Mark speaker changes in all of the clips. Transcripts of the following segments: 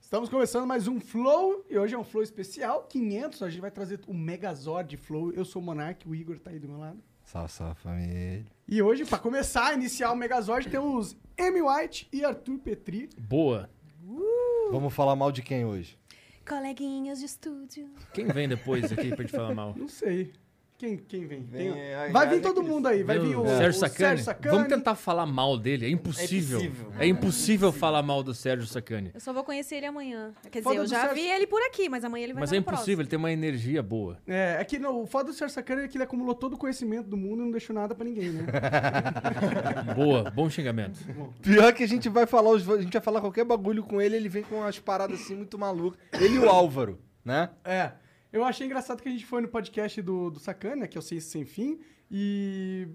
Speaker 1: Estamos começando mais um Flow, e hoje é um Flow especial, 500, a gente vai trazer o Megazord de Flow. Eu sou o Monark, o Igor tá aí do meu lado.
Speaker 2: Salve, salve família.
Speaker 1: E hoje, pra começar, iniciar o Megazord, temos Amy White e Arthur Petri.
Speaker 3: Boa.
Speaker 2: Vamos falar mal de quem hoje?
Speaker 4: Coleguinhas de estúdio.
Speaker 3: Quem vem depois aqui pra gente falar mal?
Speaker 1: Não sei. Quem, quem vem?
Speaker 2: Vem,
Speaker 1: Tem-
Speaker 2: é,
Speaker 1: vai
Speaker 2: é,
Speaker 1: vir
Speaker 2: é
Speaker 1: todo
Speaker 2: aquele-
Speaker 1: mundo aí, vai
Speaker 3: Meu
Speaker 1: vir o,
Speaker 4: É.
Speaker 3: Deus.
Speaker 1: o
Speaker 3: Sérgio Sacani.
Speaker 1: Sérgio Sacani.
Speaker 3: Vamos tentar falar mal dele. É impossível.
Speaker 2: É
Speaker 3: É
Speaker 2: impossível.
Speaker 3: impossível, falar mal do Sérgio Sacani.
Speaker 4: Eu só vou conhecer ele amanhã. Quer dizer,
Speaker 1: Foda
Speaker 4: eu
Speaker 1: do
Speaker 4: já
Speaker 1: Sérgio.
Speaker 4: vi ele por aqui, mas amanhã ele vai
Speaker 3: Mas
Speaker 4: estar
Speaker 3: é
Speaker 4: no
Speaker 3: impossível, ele
Speaker 4: próximo.
Speaker 3: tem uma energia boa.
Speaker 1: É, é que no, o foda do Sérgio Sacani é que ele acumulou todo o conhecimento do mundo e não deixou nada pra ninguém, né?
Speaker 3: Boa, bom xingamento.
Speaker 2: Pior que a gente vai falar, os- a gente vai falar qualquer bagulho com ele, ele vem com umas paradas assim muito malucas. Ele e o Álvaro, né?
Speaker 1: é. Eu achei engraçado que a gente foi no podcast do, do Sacani, né, que é o Ciência Sem Fim, e...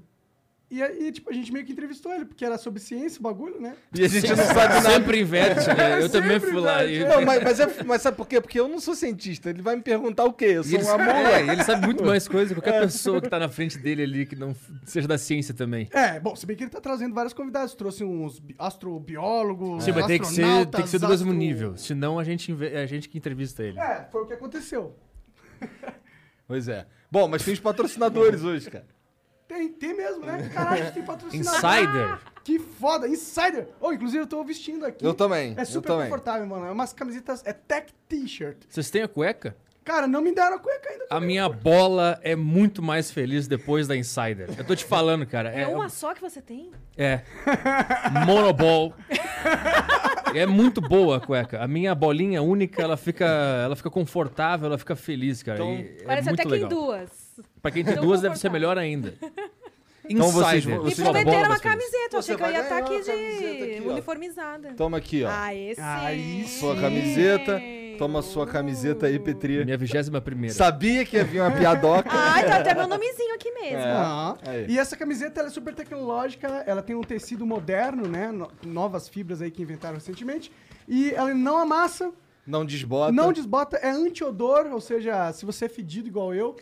Speaker 1: E aí, tipo, a gente meio que entrevistou ele, porque era sobre ciência o bagulho, né?
Speaker 2: E a gente não sabe nada.
Speaker 3: Sempre inverte, né? Eu também
Speaker 1: Sempre
Speaker 3: fui lá. e-
Speaker 2: Não, mas, mas é- mas sabe por quê? Porque eu não sou cientista. Ele vai me perguntar o quê? Eu
Speaker 3: E
Speaker 2: sou um uma
Speaker 3: ele, é,
Speaker 2: mula.
Speaker 3: ele sabe muito mais coisa que qualquer pessoa que tá na frente dele ali, que não f- seja da ciência também.
Speaker 1: É, bom, se bem que ele tá trazendo vários convidados. Trouxe uns bi- astrobiólogos,
Speaker 3: Sim, mas tem que ser,
Speaker 1: astronautas,
Speaker 3: tem que ser do mesmo
Speaker 1: astro-
Speaker 3: nível. Senão a gente, inve- é a gente que entrevista ele.
Speaker 1: É, foi o que aconteceu.
Speaker 2: Pois é. Bom, mas tem os patrocinadores hoje, cara.
Speaker 1: Tem, tem mesmo, né? Caralho, tem patrocinador.
Speaker 3: Insider?
Speaker 1: Que foda, Insider. Oh, inclusive eu tô vestindo aqui.
Speaker 2: Eu também,
Speaker 1: É
Speaker 2: eu
Speaker 1: super
Speaker 2: também.
Speaker 1: confortável, mano. É umas camisetas, é tech t-shirt.
Speaker 3: Vocês têm a cueca?
Speaker 1: Cara, não me deram a cueca ainda.
Speaker 3: A minha bola é muito mais feliz depois da Insider. Eu tô te falando, cara. um-
Speaker 4: É uma só que você tem?
Speaker 3: É. Monoball. É muito boa a cueca. A minha bolinha única, ela fica, ela fica confortável, ela fica feliz, cara.
Speaker 2: Então,
Speaker 3: E é
Speaker 4: Parece
Speaker 3: muito
Speaker 4: até que
Speaker 3: legal.
Speaker 4: em duas.
Speaker 3: Pra quem tem
Speaker 4: Tão
Speaker 3: duas, deve ser
Speaker 4: confortável.
Speaker 3: melhor ainda.
Speaker 2: Então vocês
Speaker 3: Insider.
Speaker 2: vão-
Speaker 4: Me
Speaker 2: Você
Speaker 3: sua bola
Speaker 4: prometeram uma
Speaker 3: das felizes.
Speaker 4: camiseta, eu
Speaker 2: Você
Speaker 4: achei que eu
Speaker 2: vai
Speaker 4: ia estar
Speaker 2: ganhar
Speaker 4: aqui
Speaker 2: uma camiseta
Speaker 4: de
Speaker 2: aqui, ó.
Speaker 4: uniformizada.
Speaker 2: Toma aqui, ó.
Speaker 4: Ah, esse.
Speaker 1: Aí
Speaker 2: Sua camiseta. Toma sua camiseta aí, Petri.
Speaker 3: Minha vigésima primeira.
Speaker 2: Sabia que havia uma piadoca.
Speaker 4: Ai, tá até meu nomezinho aqui mesmo.
Speaker 2: É.
Speaker 1: Ah,
Speaker 2: Aí.
Speaker 1: E essa camiseta ela é super tecnológica, ela tem um tecido moderno, né? No- novas fibras aí que inventaram recentemente. E ela não amassa,
Speaker 2: Não desbota.
Speaker 1: Não desbota, é anti-odor, ou seja, se você é fedido igual eu,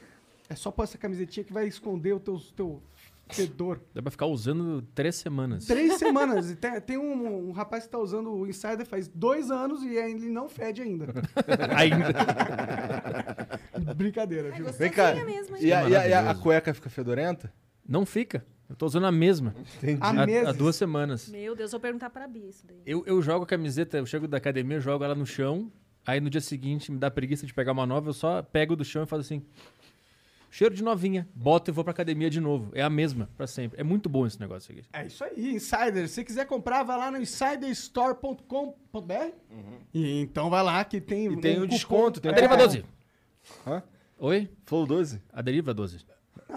Speaker 1: é só pôr essa camisetinha que vai esconder o teu, teu fedor.
Speaker 3: Dá pra ficar usando três semanas.
Speaker 1: Três semanas. e Tem, tem um, um rapaz que tá usando o Insider faz dois anos e ele não fede ainda.
Speaker 3: Ainda.
Speaker 1: Brincadeira, viu?
Speaker 2: Vem cá.
Speaker 4: Sozinha É mesmo, hein?
Speaker 2: E, a, e a- e a-
Speaker 3: Maravilhoso.
Speaker 2: a cueca fica fedorenta?
Speaker 3: Não fica. Eu tô usando a mesma.
Speaker 2: Entendi.
Speaker 1: A
Speaker 3: Há, há
Speaker 1: mesa.
Speaker 3: duas semanas.
Speaker 4: Meu Deus, vou perguntar pra Bia isso daí.
Speaker 3: Eu, eu jogo a camiseta, eu chego da academia, eu jogo ela no chão. Aí no dia seguinte me dá preguiça de pegar uma nova, eu só pego do chão e faço assim. Cheiro de novinha, boto e vou pra academia de novo. É a mesma, pra sempre. É muito bom esse negócio aqui.
Speaker 1: É isso aí, Insider. Se quiser comprar, vai lá no insiderstore.com.br.
Speaker 3: Uhum.
Speaker 1: E então vai lá que tem.
Speaker 2: E tem o
Speaker 1: cupom-
Speaker 2: desconto, tem
Speaker 3: A
Speaker 2: o
Speaker 3: É deriva
Speaker 2: cupom.
Speaker 3: 12.
Speaker 2: Hã?
Speaker 3: Oi?
Speaker 2: Flow 12?
Speaker 3: A deriva 12.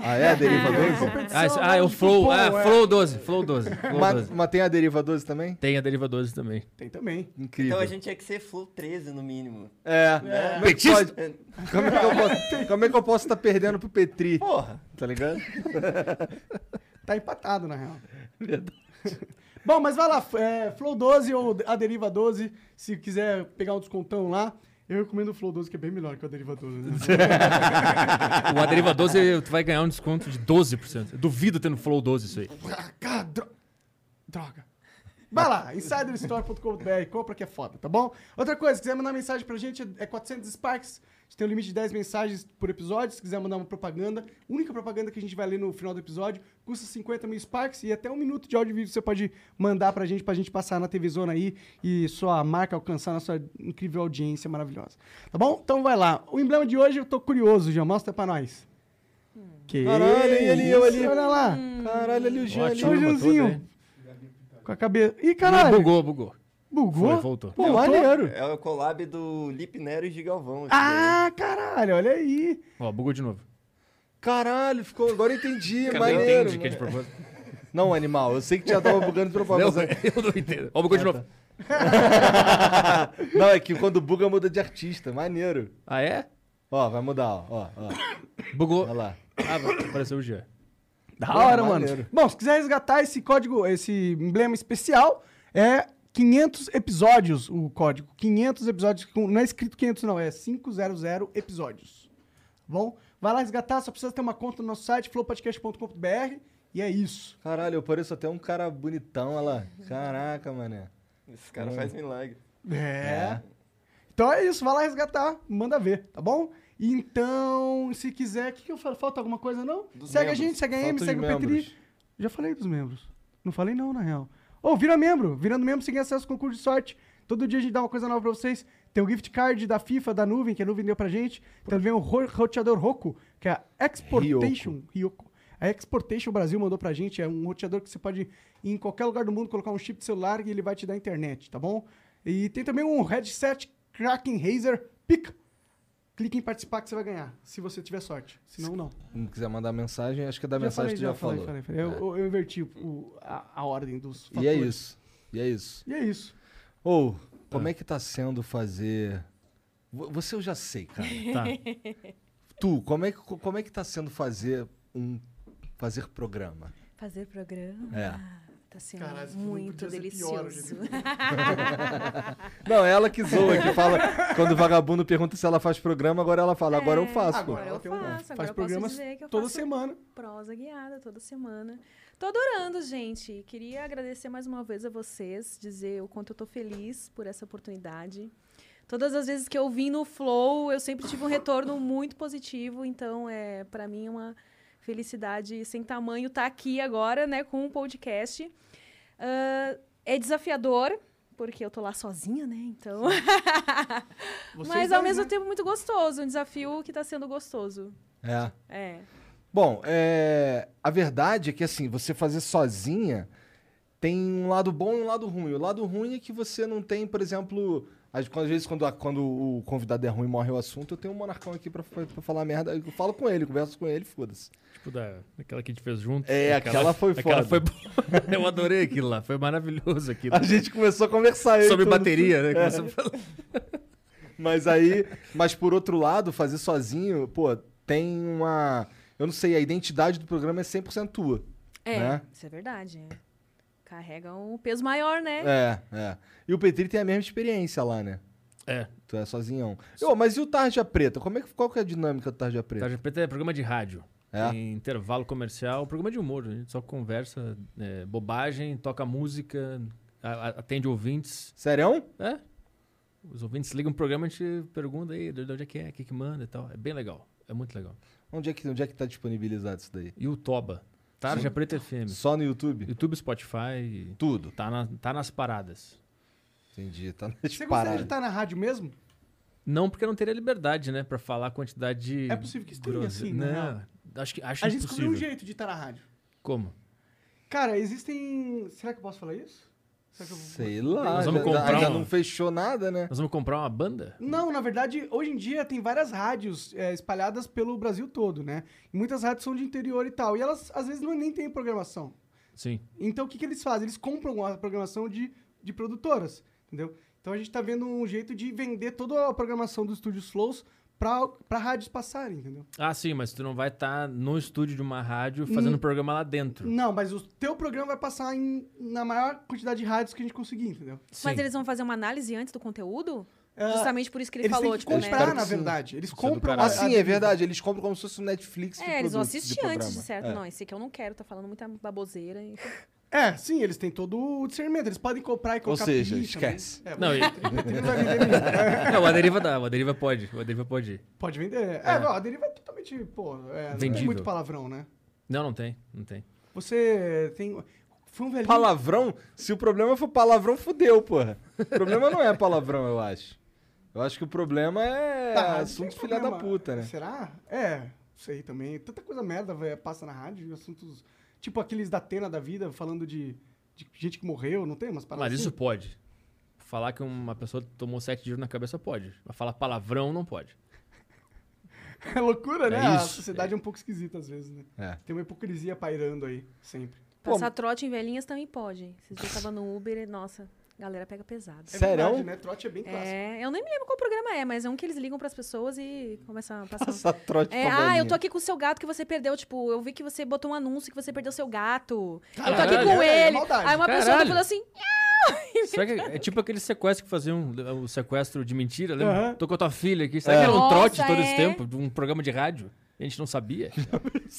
Speaker 2: Ah, é a Deriva 12?
Speaker 3: Ah, esse- ah, é
Speaker 1: um
Speaker 3: o Flow. Ah, Flow 12. Flow 12. Flow
Speaker 2: mas,
Speaker 3: 12.
Speaker 2: mas tem a Deriva 12 também?
Speaker 3: Tem a deriva 12 também.
Speaker 1: Tem também.
Speaker 2: Incrível.
Speaker 5: Então a gente tinha que ser Flow 13 no mínimo.
Speaker 2: É. Como é que pode- Como é que eu posso- como é que eu posso estar perdendo pro Petri?
Speaker 5: Porra.
Speaker 2: Tá ligado?
Speaker 1: Tá empatado, na real. Bom, mas vai lá, é, Flow 12 ou a Deriva 12, se quiser pegar um descontão lá. Eu recomendo o Flow 12, que é bem melhor que a Deriva 12. né?
Speaker 3: O a deriva 12 tu vai ganhar um desconto de 12%. Eu duvido ter no Flow 12 isso aí.
Speaker 1: Cara, dro- droga. Vai lá, insiderstore.com.br, compra que é foda, tá bom? Outra coisa, se quiser mandar mensagem pra gente, é 400 Sparks. A gente tem um limite de 10 mensagens por episódio. Se quiser mandar uma propaganda, a única propaganda que a gente vai ler no final do episódio, custa 50 mil Sparks e até um minuto de áudio e vídeo você pode mandar pra gente, pra gente passar na TV Zona aí e sua marca alcançar na sua incrível audiência maravilhosa. Tá bom? Então vai lá. O emblema de hoje eu tô curioso, já mostra pra nós. Que
Speaker 2: Caralho, e ali, eu ali.
Speaker 1: isso, Olha lá.
Speaker 2: Caralho, ali o Jean ali.
Speaker 3: Ótimo.
Speaker 1: Ô,
Speaker 3: Turma toda,
Speaker 1: Joãozinho.
Speaker 3: hein?
Speaker 1: Com a cabeça. Ih, caralho.
Speaker 3: Bugou, bugou.
Speaker 1: Bugou?
Speaker 3: Foi, voltou.
Speaker 1: Eu
Speaker 2: Pô,
Speaker 1: tô-
Speaker 2: maneiro.
Speaker 5: É o collab do Lip Nero e Gigalvão. esse
Speaker 1: Ah, caralho, olha aí.
Speaker 3: Ó, bugou de novo.
Speaker 2: Caralho, ficou. Agora eu entendi.
Speaker 3: Cara, eu
Speaker 2: maneiro.
Speaker 3: entendi que é de propósito.
Speaker 2: Não, animal, eu sei que já tava bugando de
Speaker 3: Não,
Speaker 2: propósito. é-
Speaker 3: eu não entendo. Ó, bugou de novo.
Speaker 2: Não, é que quando buga muda de artista. Maneiro.
Speaker 3: Ah, é?
Speaker 2: Ó, vai mudar, ó. Ó, ó.
Speaker 3: Bugou.
Speaker 2: Vai lá.
Speaker 3: Ah, vai- apareceu o Jean.
Speaker 1: Da
Speaker 2: Porra,
Speaker 1: hora, mano.
Speaker 2: É maneiro.
Speaker 1: Bom, se quiser resgatar esse código, esse emblema especial, é 500 episódios o código. 500 episódios, com- não é escrito 500 não, é 500 episódios. Tá Bom, vai lá resgatar, só precisa ter uma conta no nosso site, flowpodcast.com.br, e é isso.
Speaker 2: Caralho, eu pareço até um cara bonitão, olha lá. Caraca, mané. Hum.
Speaker 5: daí. Esse cara faz milagre.
Speaker 1: É. Então é isso, vai lá resgatar, manda ver, tá bom? Então, se quiser, o que, que eu falo? Falta alguma coisa, não?
Speaker 5: Dos
Speaker 1: segue
Speaker 5: membros.
Speaker 1: a gente, segue a M,
Speaker 2: Falta os
Speaker 1: segue o Petri.
Speaker 2: membros.
Speaker 1: Já falei dos membros. Não falei não, na real. Ô, vira membro. Virando membro, você ganha acesso ao concurso de sorte. Todo dia a gente dá uma coisa nova pra vocês. Tem o gift card da FIFA, da Nuvem, que a Nuvem deu pra gente. Também o ro- roteador Roku, que é a Exportation... Ryoko. A Exportation Brasil mandou pra gente. É um roteador que você pode, ir em qualquer lugar do mundo, colocar um chip de celular e ele vai te dar internet, tá bom? E tem também um headset Kraken Razer Pica. Clique em participar que você vai ganhar, se você tiver sorte. Se não, não.
Speaker 2: Se não quiser mandar mensagem, acho que é da
Speaker 1: Já
Speaker 2: mensagem
Speaker 1: falei,
Speaker 2: tu já,
Speaker 1: falei,
Speaker 2: falou. É.
Speaker 1: falei, falei. Eu, eu- eu inverti o- a, a ordem dos fatores.
Speaker 2: E é isso. E é isso.
Speaker 1: E é isso.
Speaker 2: Ou, como é que tá sendo fazer. Vo- Você eu já sei, cara.
Speaker 3: Tá.
Speaker 2: Tu, como é que, como é que tá sendo fazer um. fazer programa?
Speaker 4: Fazer programa.
Speaker 2: É.
Speaker 4: Tá sendo
Speaker 1: Caralho, isso
Speaker 4: muito
Speaker 1: podia ser pior hoje
Speaker 4: delicioso.
Speaker 1: em
Speaker 2: Não, ela que zoa, que fala. Quando o vagabundo pergunta se ela faz programa, agora ela fala, agora eu faço, pô.
Speaker 4: Agora eu
Speaker 1: ela tem um-
Speaker 4: faço, agora
Speaker 1: faz
Speaker 4: eu posso
Speaker 1: programas
Speaker 4: dizer que eu
Speaker 1: toda
Speaker 4: faço-
Speaker 1: semana.
Speaker 4: prosa guiada toda semana. Tô adorando, gente. Queria agradecer mais uma vez a vocês, dizer o quanto eu tô feliz por essa oportunidade. Todas as vezes que eu vim no Flow, eu sempre tive um retorno muito positivo, então é para mim é uma felicidade sem tamanho estar aqui agora, né, com um podcast. Ah, é desafiador, porque eu tô lá sozinha, né? Então,
Speaker 1: Vocês
Speaker 4: mas
Speaker 1: dois,
Speaker 4: ao mesmo
Speaker 1: né?
Speaker 4: tempo muito gostoso, um desafio que tá sendo gostoso.
Speaker 2: É.
Speaker 4: É.
Speaker 2: Bom, é, a verdade é que assim, você fazer sozinha tem um lado bom e um lado ruim. O lado ruim é que você não tem, por exemplo, às, quando- às vezes quando, a- quando o convidado é ruim e morre o assunto, eu tenho um monarcão aqui pra, pra pra falar merda. Eu falo com ele, converso com ele, foda-se.
Speaker 3: Tipo da, aquela que a gente fez junto.
Speaker 2: É, aquela foi
Speaker 3: Aquela
Speaker 2: foda.
Speaker 3: foi boa. Eu adorei aquilo lá. Foi maravilhoso aquilo.
Speaker 2: A gente começou a conversar eu e É.
Speaker 3: Sobre
Speaker 2: todo-
Speaker 3: bateria, né? Começou a falar.
Speaker 2: Mas aí, mas por outro lado, fazer sozinho, pô, tem uma. Eu não sei, a identidade do programa é 100% tua.
Speaker 4: É,
Speaker 2: né?
Speaker 4: isso é verdade. é. Carrega um peso maior, né?
Speaker 2: É, é. E o Petri tem a mesma experiência lá, né?
Speaker 3: É.
Speaker 2: Tu é sozinhão. Ô, mas e o Tarja Preta? Como é que, qual que é a dinâmica do Tarja Preta?
Speaker 3: Tarja Preta é programa de rádio.
Speaker 2: É?
Speaker 3: Tem intervalo comercial, programa de humor. A gente só conversa é, bobagem, toca música, a- a- atende ouvintes.
Speaker 2: Sério?
Speaker 3: É? Os ouvintes ligam o programa, a gente pergunta aí de de onde é que é, o que, que manda e tal. É bem legal. É muito legal.
Speaker 2: Onde é, que, onde é que tá disponibilizado isso daí?
Speaker 3: E o Toba. Tarja Preta FM.
Speaker 2: Só no YouTube?
Speaker 3: YouTube, Spotify.
Speaker 2: Tudo.
Speaker 3: Tá, na- tá nas paradas.
Speaker 2: Entendi, tá nas
Speaker 1: Você gostaria de
Speaker 2: paradas.
Speaker 1: estar na rádio mesmo?
Speaker 3: Não, porque eu não teria liberdade, né? Pra falar a quantidade de.
Speaker 1: É possível que esteja
Speaker 3: grosse-
Speaker 1: assim, na real.
Speaker 3: Não, acho que acho
Speaker 1: A gente
Speaker 3: impossível.
Speaker 1: descobriu um jeito de estar na rádio.
Speaker 3: Como?
Speaker 1: Cara, existem... Será que eu posso falar isso? Será que eu vou-
Speaker 2: Sei lá,
Speaker 3: Nós vamos
Speaker 2: já-
Speaker 3: comprar
Speaker 2: ainda
Speaker 3: uma.
Speaker 2: não fechou nada, né?
Speaker 3: Nós vamos comprar uma banda?
Speaker 1: Não, na verdade, hoje em dia tem várias rádios é, espalhadas pelo Brasil todo, né? E muitas rádios são de interior e tal. E elas, às vezes, não, nem têm programação.
Speaker 3: Sim.
Speaker 1: Então, o que, que eles fazem? Eles compram a programação de, de produtoras, entendeu? Então, a gente tá vendo um jeito de vender toda a programação dos estúdios Flows pra, pra rádios passarem, entendeu?
Speaker 3: Ah, sim, mas tu não vai estar no estúdio de uma rádio fazendo
Speaker 1: Hum.
Speaker 3: programa lá dentro.
Speaker 1: Não, mas o teu programa vai passar em- na maior quantidade de rádios que a gente conseguir, entendeu?
Speaker 3: Sim.
Speaker 4: Mas eles vão fazer uma análise antes do conteúdo?
Speaker 1: Ah,
Speaker 4: Justamente por isso que ele
Speaker 1: eles
Speaker 4: falou,
Speaker 1: têm que
Speaker 4: tipo, né?
Speaker 1: comprar,
Speaker 2: Espero É, que
Speaker 1: na
Speaker 2: sim.
Speaker 1: verdade. Eles
Speaker 3: Isso é do
Speaker 1: compram...
Speaker 3: caralho.
Speaker 1: a-
Speaker 2: Assim, é verdade, eles compram como se fosse um Netflix de
Speaker 4: É, eles vão
Speaker 2: produto, de
Speaker 4: assistir antes,
Speaker 2: programa.
Speaker 4: certo?
Speaker 2: É.
Speaker 4: Não, esse aqui eu não quero, tá falando muita baboseira. hein?
Speaker 1: É, sim, eles têm todo o discernimento. Eles podem comprar e colocar
Speaker 2: seja,
Speaker 1: pi também.
Speaker 2: esquece.
Speaker 1: É,
Speaker 3: Não, e...
Speaker 1: Ele vai vender mesmo.
Speaker 3: não, a deriva dá, a deriva pode. A deriva pode ir.
Speaker 1: Pode vender. né? É, não, a deriva é totalmente, pô, é, não tem
Speaker 3: Vendível.
Speaker 1: muito palavrão, né?
Speaker 3: Não, não tem, não tem.
Speaker 1: Você tem... Foi um velhinho...
Speaker 2: Palavrão? Se o problema for palavrão, fudeu, porra. O problema não é palavrão, eu acho. Eu acho que o problema é
Speaker 1: Tá, não
Speaker 2: assunto
Speaker 1: tem
Speaker 2: filha da
Speaker 1: problema.
Speaker 2: puta, né?
Speaker 1: Será? É, sei também. Tanta coisa merda véio, passa na rádio, assuntos... Tipo aqueles da Atena da vida, falando de, de gente que morreu, não tem umas paradas
Speaker 3: Mas isso
Speaker 1: assim?
Speaker 3: pode. falar que uma pessoa tomou sete tiros na cabeça pode. Mas falar palavrão não pode.
Speaker 1: É loucura, né?
Speaker 3: É
Speaker 1: a
Speaker 3: isso,
Speaker 1: sociedade é. um pouco esquisita às vezes, né?
Speaker 2: É.
Speaker 1: Tem uma hipocrisia pairando aí, sempre.
Speaker 4: Passar trote em velhinhas também pode. Esses dias eu tava no Uber e, nossa, a galera pega pesado.
Speaker 1: É
Speaker 2: Serão?
Speaker 1: verdade, né? Trote é bem clássico.
Speaker 4: É, eu nem me lembro qual programa é, mas é um que eles ligam pras pessoas e começam a passar.
Speaker 2: Passa trote
Speaker 4: É,
Speaker 2: pra
Speaker 4: ah,
Speaker 2: velhinha.
Speaker 4: eu tô aqui com o seu gato que você perdeu. Tipo, eu vi que você botou um anúncio que você perdeu seu gato. eu tô aqui
Speaker 3: Caralho,
Speaker 4: com
Speaker 1: é, é
Speaker 4: ele.
Speaker 1: maldade.
Speaker 4: Aí uma pessoa
Speaker 3: Caralho.
Speaker 4: falou assim,
Speaker 3: Será que é tipo aquele sequestro que faziam, o sequestro de mentira, lembra?
Speaker 1: Aham.
Speaker 3: Tô com a tua filha aqui. Será que era um
Speaker 4: Nossa,
Speaker 3: trote todo esse
Speaker 4: é.
Speaker 3: tempo? De um programa de rádio? A gente não sabia.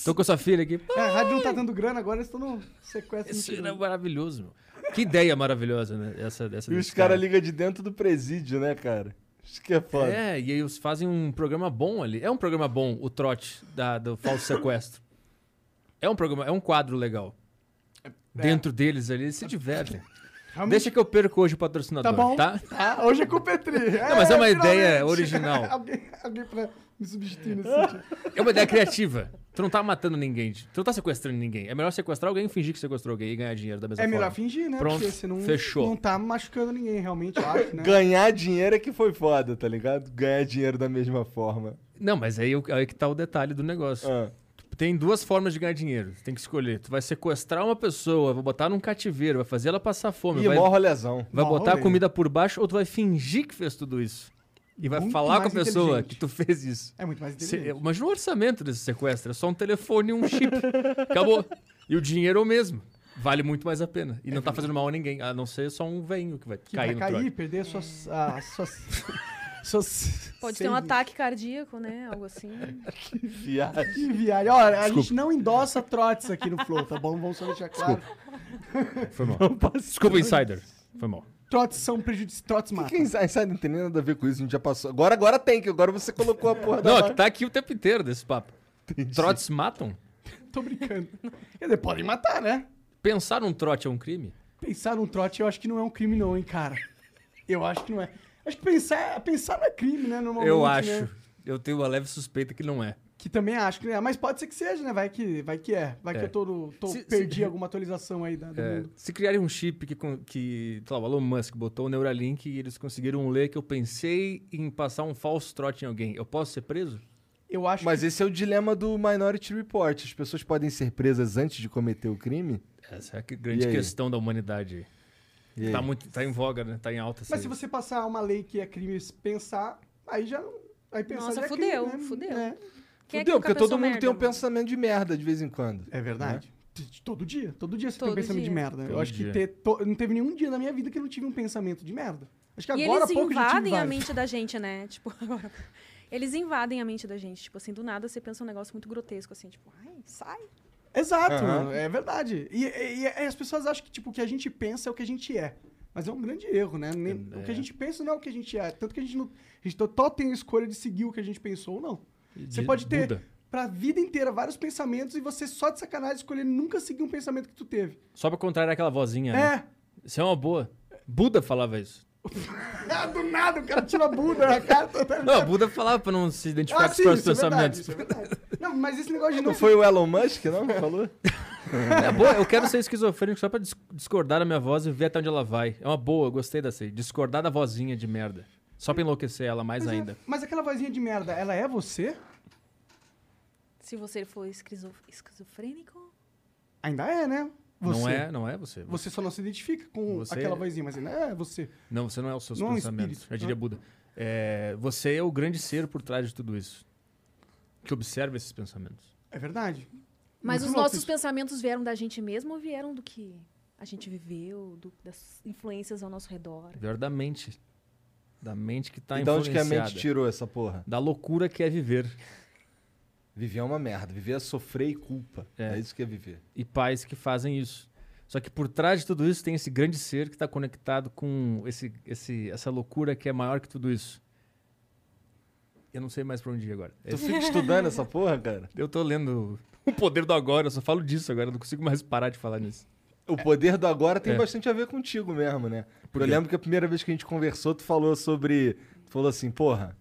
Speaker 3: Tô com a sua filha aqui. Pô,
Speaker 1: É, a rádio não tá dando grana, agora eles estão no sequestro.
Speaker 3: Isso
Speaker 1: mentiroso.
Speaker 3: era é maravilhoso, meu. Que ideia maravilhosa, né? Essa, dessa
Speaker 2: E os
Speaker 3: desse
Speaker 2: caras ligam de dentro do presídio, né, cara? Isso que é foda.
Speaker 3: É, e aí eles fazem um programa bom ali. É um programa bom, o trote da, do falso sequestro. É um programa, é um quadro legal. Dentro deles ali, eles se divertem.
Speaker 1: Realmente-
Speaker 3: Deixa que eu perco hoje o patrocinador,
Speaker 1: Tá bom.
Speaker 3: tá?
Speaker 1: Ah, hoje é com o Petri.
Speaker 3: Não, mas é uma
Speaker 1: finalmente.
Speaker 3: ideia original.
Speaker 1: alguém, alguém pra me substituir nesse sentido.
Speaker 3: É uma ideia criativa. Tu não tá matando ninguém, tu não tá sequestrando ninguém. É melhor sequestrar alguém e fingir que sequestrou alguém e ganhar dinheiro da mesma
Speaker 1: É
Speaker 3: forma.
Speaker 1: melhor fingir, né?
Speaker 3: Pronto,
Speaker 1: Porque senão
Speaker 3: fechou.
Speaker 1: não tá machucando ninguém, realmente, eu acho, né?
Speaker 2: Ganhar dinheiro é que foi foda, tá ligado? Ganhar dinheiro da mesma forma.
Speaker 3: Não, mas aí, o- aí que tá o detalhe do negócio.
Speaker 2: Ah,
Speaker 3: Tem duas formas de ganhar dinheiro, tu tem que escolher. Tu vai sequestrar uma pessoa, vai botar num cativeiro, vai fazer ela passar fome,
Speaker 2: e
Speaker 3: vai,
Speaker 2: morro a lesão.
Speaker 3: vai
Speaker 1: Morre
Speaker 3: botar a
Speaker 1: mesmo.
Speaker 3: comida por baixo ou tu vai fingir que fez tudo isso. E vai
Speaker 1: Muito
Speaker 3: falar com
Speaker 1: mais
Speaker 3: a pessoa
Speaker 1: inteligente.
Speaker 3: que tu fez isso.
Speaker 1: É muito mais
Speaker 3: Cê-
Speaker 1: inteligente.
Speaker 3: imagina o orçamento desse sequestro, é só um telefone e um chip. Acabou. E o dinheiro é o mesmo. Vale muito mais a pena. E não tá fazendo mal a ninguém, a não ser só um veinho que vai
Speaker 1: É Que
Speaker 3: cair
Speaker 1: vai
Speaker 3: no
Speaker 1: cair,
Speaker 3: trote.
Speaker 1: perder suas... ah, suas, suas
Speaker 4: pode
Speaker 1: sei
Speaker 4: ter um
Speaker 1: lá,
Speaker 4: ataque cardíaco, né? Algo assim.
Speaker 2: Viagem.
Speaker 1: Que viagem. Olha, a gente não endossa trotes aqui no Flow, tá bom? Vamos só deixar claro.
Speaker 3: Foi mal. Desculpa, insider. Foi mal.
Speaker 1: Trotes são prejudic... Trotes matam.
Speaker 2: Quem sai sai não tem nada a ver com isso, a gente já passou. Agora, agora tem, que agora você colocou a porra da.
Speaker 3: Não, é
Speaker 2: marca.
Speaker 3: que tá aqui o tempo inteiro desse papo. Trotes matam?
Speaker 1: Tô brincando. Quer dizer, podem matar, né?
Speaker 3: Pensar num trote é um crime?
Speaker 1: Pensar num trote eu acho que não é um crime não, hein, cara. Eu acho que não é. Acho que pensar, pensar não é crime, né, normalmente.
Speaker 3: Eu
Speaker 1: né?
Speaker 3: acho. Eu tenho uma leve suspeita que não é.
Speaker 1: Que também acho que não é. Mas pode ser que seja, né? Vai que, vai que é. Vai
Speaker 3: É.
Speaker 1: que eu tô, no- tô-
Speaker 3: Se-
Speaker 1: perdi
Speaker 3: se-
Speaker 1: alguma atualização aí da, do
Speaker 3: É,
Speaker 1: mundo.
Speaker 3: se criarem um chip que, con- que sei lá, o Elon Musk botou o Neuralink e eles conseguiram ler que eu pensei em passar um falso trote em alguém, eu posso ser preso?
Speaker 1: Eu acho
Speaker 2: Mas
Speaker 1: que...
Speaker 2: esse é o dilema do Minority Report. As pessoas podem ser presas antes de cometer o crime?
Speaker 3: Essa é a que- grande
Speaker 2: E aí?
Speaker 3: questão da humanidade.
Speaker 2: E aí?
Speaker 3: Tá, muito, tá em voga, né? Tá em alta.
Speaker 1: Mas
Speaker 3: essa-
Speaker 1: se você passar uma lei que é crime se pensar, aí já não... Aí pensar
Speaker 4: Nossa,
Speaker 1: já é
Speaker 4: fudeu,
Speaker 1: crime, né?
Speaker 4: fudeu.
Speaker 1: É.
Speaker 4: Quem é que
Speaker 2: Fudeu,
Speaker 4: nunca
Speaker 2: porque todo
Speaker 4: pensou
Speaker 2: mundo
Speaker 4: merda,
Speaker 2: tem um
Speaker 4: mano?
Speaker 2: pensamento de merda de vez em quando.
Speaker 1: É verdade. T- Todo dia. Todo dia você tem um
Speaker 4: Todo
Speaker 1: pensamento
Speaker 4: dia.
Speaker 1: de merda. eu
Speaker 3: Todo
Speaker 1: acho
Speaker 3: dia.
Speaker 1: que ter to- não teve nenhum dia na minha vida que eu não tive um pensamento de merda. Acho que
Speaker 4: E
Speaker 1: agora há
Speaker 4: eles
Speaker 1: pouco eu já tive
Speaker 4: invadem a
Speaker 1: vários.
Speaker 4: mente da gente, né? Tipo, agora. Eles invadem a mente da gente. Tipo assim, do nada você pensa um negócio muito grotesco, assim, tipo, ai, sai.
Speaker 1: Exato,
Speaker 2: Aham.
Speaker 1: mano, é verdade. E, e- e as pessoas acham que tipo, o que a gente pensa é o que a gente é. Mas é um grande erro, né? Nem- O que a gente pensa não é o que a gente é. Tanto que a gente, não, a gente total tem a escolha de seguir o que a gente pensou ou não. Você
Speaker 3: de-
Speaker 1: pode ter
Speaker 3: Buda.
Speaker 1: pra vida inteira vários pensamentos e você só de sacanagem escolher nunca seguir um pensamento que tu teve.
Speaker 3: Só pra contrariar aquela vozinha, né?
Speaker 1: É,
Speaker 3: Isso é uma boa. Buda falava isso.
Speaker 1: Ah, do nada o cara tira a bunda na cara. Tá, tá,
Speaker 3: Não, Buda falava pra não se identificar com os
Speaker 1: sim,
Speaker 3: próprios
Speaker 1: isso é verdade,
Speaker 3: pensamentos.
Speaker 1: isso é verdade. Não, mas esse negócio de
Speaker 2: né? Não
Speaker 1: não
Speaker 2: foi o Elon Musk, não? que Falou?
Speaker 3: É boa, eu quero ser esquizofrênico só pra dis- discordar da minha voz e ver até onde ela vai. É uma boa, eu gostei dessa aí. Discordar da vozinha de merda. Só pra enlouquecer ela mais ainda.
Speaker 1: Mas é aquela vozinha de merda, ela é você?
Speaker 4: Se você for esquizo- esquizofrênico.
Speaker 1: Ainda é, né? Você.
Speaker 3: Não é, não é você.
Speaker 1: Você só não se identifica com
Speaker 3: Você-
Speaker 1: aquela vozinha, mas ainda é você.
Speaker 3: Não, você não é os seus
Speaker 1: Não é um
Speaker 3: pensamentos.
Speaker 1: espírito,
Speaker 3: Já diria
Speaker 1: né?
Speaker 3: Buda. É, você é o grande ser por trás de tudo isso. Que observa esses pensamentos.
Speaker 1: É verdade.
Speaker 4: Mas
Speaker 1: Muito
Speaker 4: os
Speaker 1: louco
Speaker 4: nossos
Speaker 1: isso.
Speaker 4: pensamentos vieram da gente mesmo ou vieram do que a gente viveu, do- das influências ao nosso redor?
Speaker 3: Pior da mente. Da mente que tá
Speaker 2: então onde que a
Speaker 3: influenciada.
Speaker 2: mente tirou essa porra?
Speaker 3: Da loucura que é viver.
Speaker 2: Viver é uma merda. Viver é sofrer e culpa.
Speaker 3: É.
Speaker 2: É, isso que é viver.
Speaker 3: E pais que fazem isso. Só que por trás de tudo isso tem esse grande ser que tá conectado com esse, esse, essa loucura que é maior que tudo isso. Eu não sei mais pra onde ir agora. É
Speaker 2: Tu fica estudando essa porra, cara?
Speaker 3: Eu tô lendo O Poder do Agora, eu só falo disso agora, eu não consigo mais parar de falar nisso.
Speaker 2: O poder do agora tem
Speaker 3: É.
Speaker 2: bastante a ver contigo mesmo, né?
Speaker 3: Por
Speaker 2: eu
Speaker 3: quê?
Speaker 2: lembro que a primeira vez que a gente conversou, tu falou sobre. Tu falou assim, porra.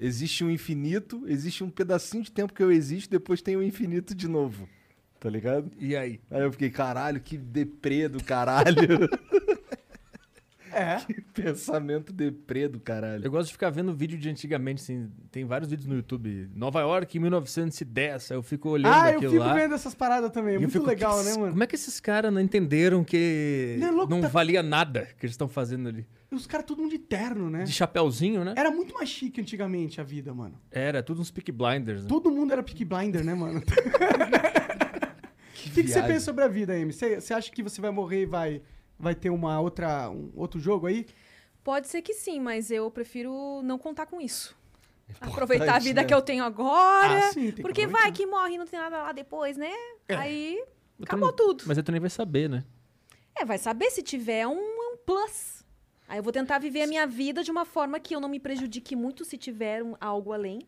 Speaker 2: Existe um infinito, existe um pedacinho de tempo que eu existo, depois tem o infinito de novo. Tá ligado?
Speaker 3: E aí?
Speaker 2: Aí eu fiquei, caralho, que deprê do caralho.
Speaker 1: É.
Speaker 2: Pensamento deprê do caralho.
Speaker 3: Eu gosto de ficar vendo vídeo de antigamente, assim, tem vários vídeos no YouTube. Nova York em 1910, aí eu fico olhando
Speaker 1: Ah, eu
Speaker 3: aquilo
Speaker 1: fico
Speaker 3: lá.
Speaker 1: vendo essas paradas também. É
Speaker 3: e eu
Speaker 1: muito
Speaker 3: fico,
Speaker 1: legal,
Speaker 3: "Que-
Speaker 1: né, mano?
Speaker 3: Como é que esses caras não entenderam que
Speaker 1: Não é
Speaker 3: não,
Speaker 1: louco, tá-
Speaker 3: valia nada que eles estão fazendo ali?
Speaker 1: E os caras todo mundo de terno, né?
Speaker 3: é? De chapéuzinho, né?
Speaker 1: Era muito mais chique antigamente a vida, mano.
Speaker 3: Era, tudo uns Peak Blinders. né?
Speaker 1: Todo mundo era Peaky Blinder, né, mano? O
Speaker 2: Que,
Speaker 1: que, que você
Speaker 2: viagem.
Speaker 1: pensa sobre a vida, Amy? Você você acha que você vai morrer e vai, vai ter uma outra, um outro jogo aí?
Speaker 4: Pode ser que sim, mas eu prefiro não contar com isso. Aproveitar a vida
Speaker 2: né?
Speaker 4: que eu tenho agora.
Speaker 1: Ah, sim, tem que
Speaker 4: porque
Speaker 1: aproveitar.
Speaker 4: vai que morre e não tem nada lá depois, né?
Speaker 2: É.
Speaker 4: Aí
Speaker 3: Eu
Speaker 4: acabou
Speaker 3: também-
Speaker 4: tudo.
Speaker 3: Mas aí tu nem vai saber, né?
Speaker 4: É, vai saber se tiver um, um plus. Aí eu vou tentar viver a minha vida de uma forma que eu não me prejudique muito se tiver um- algo além.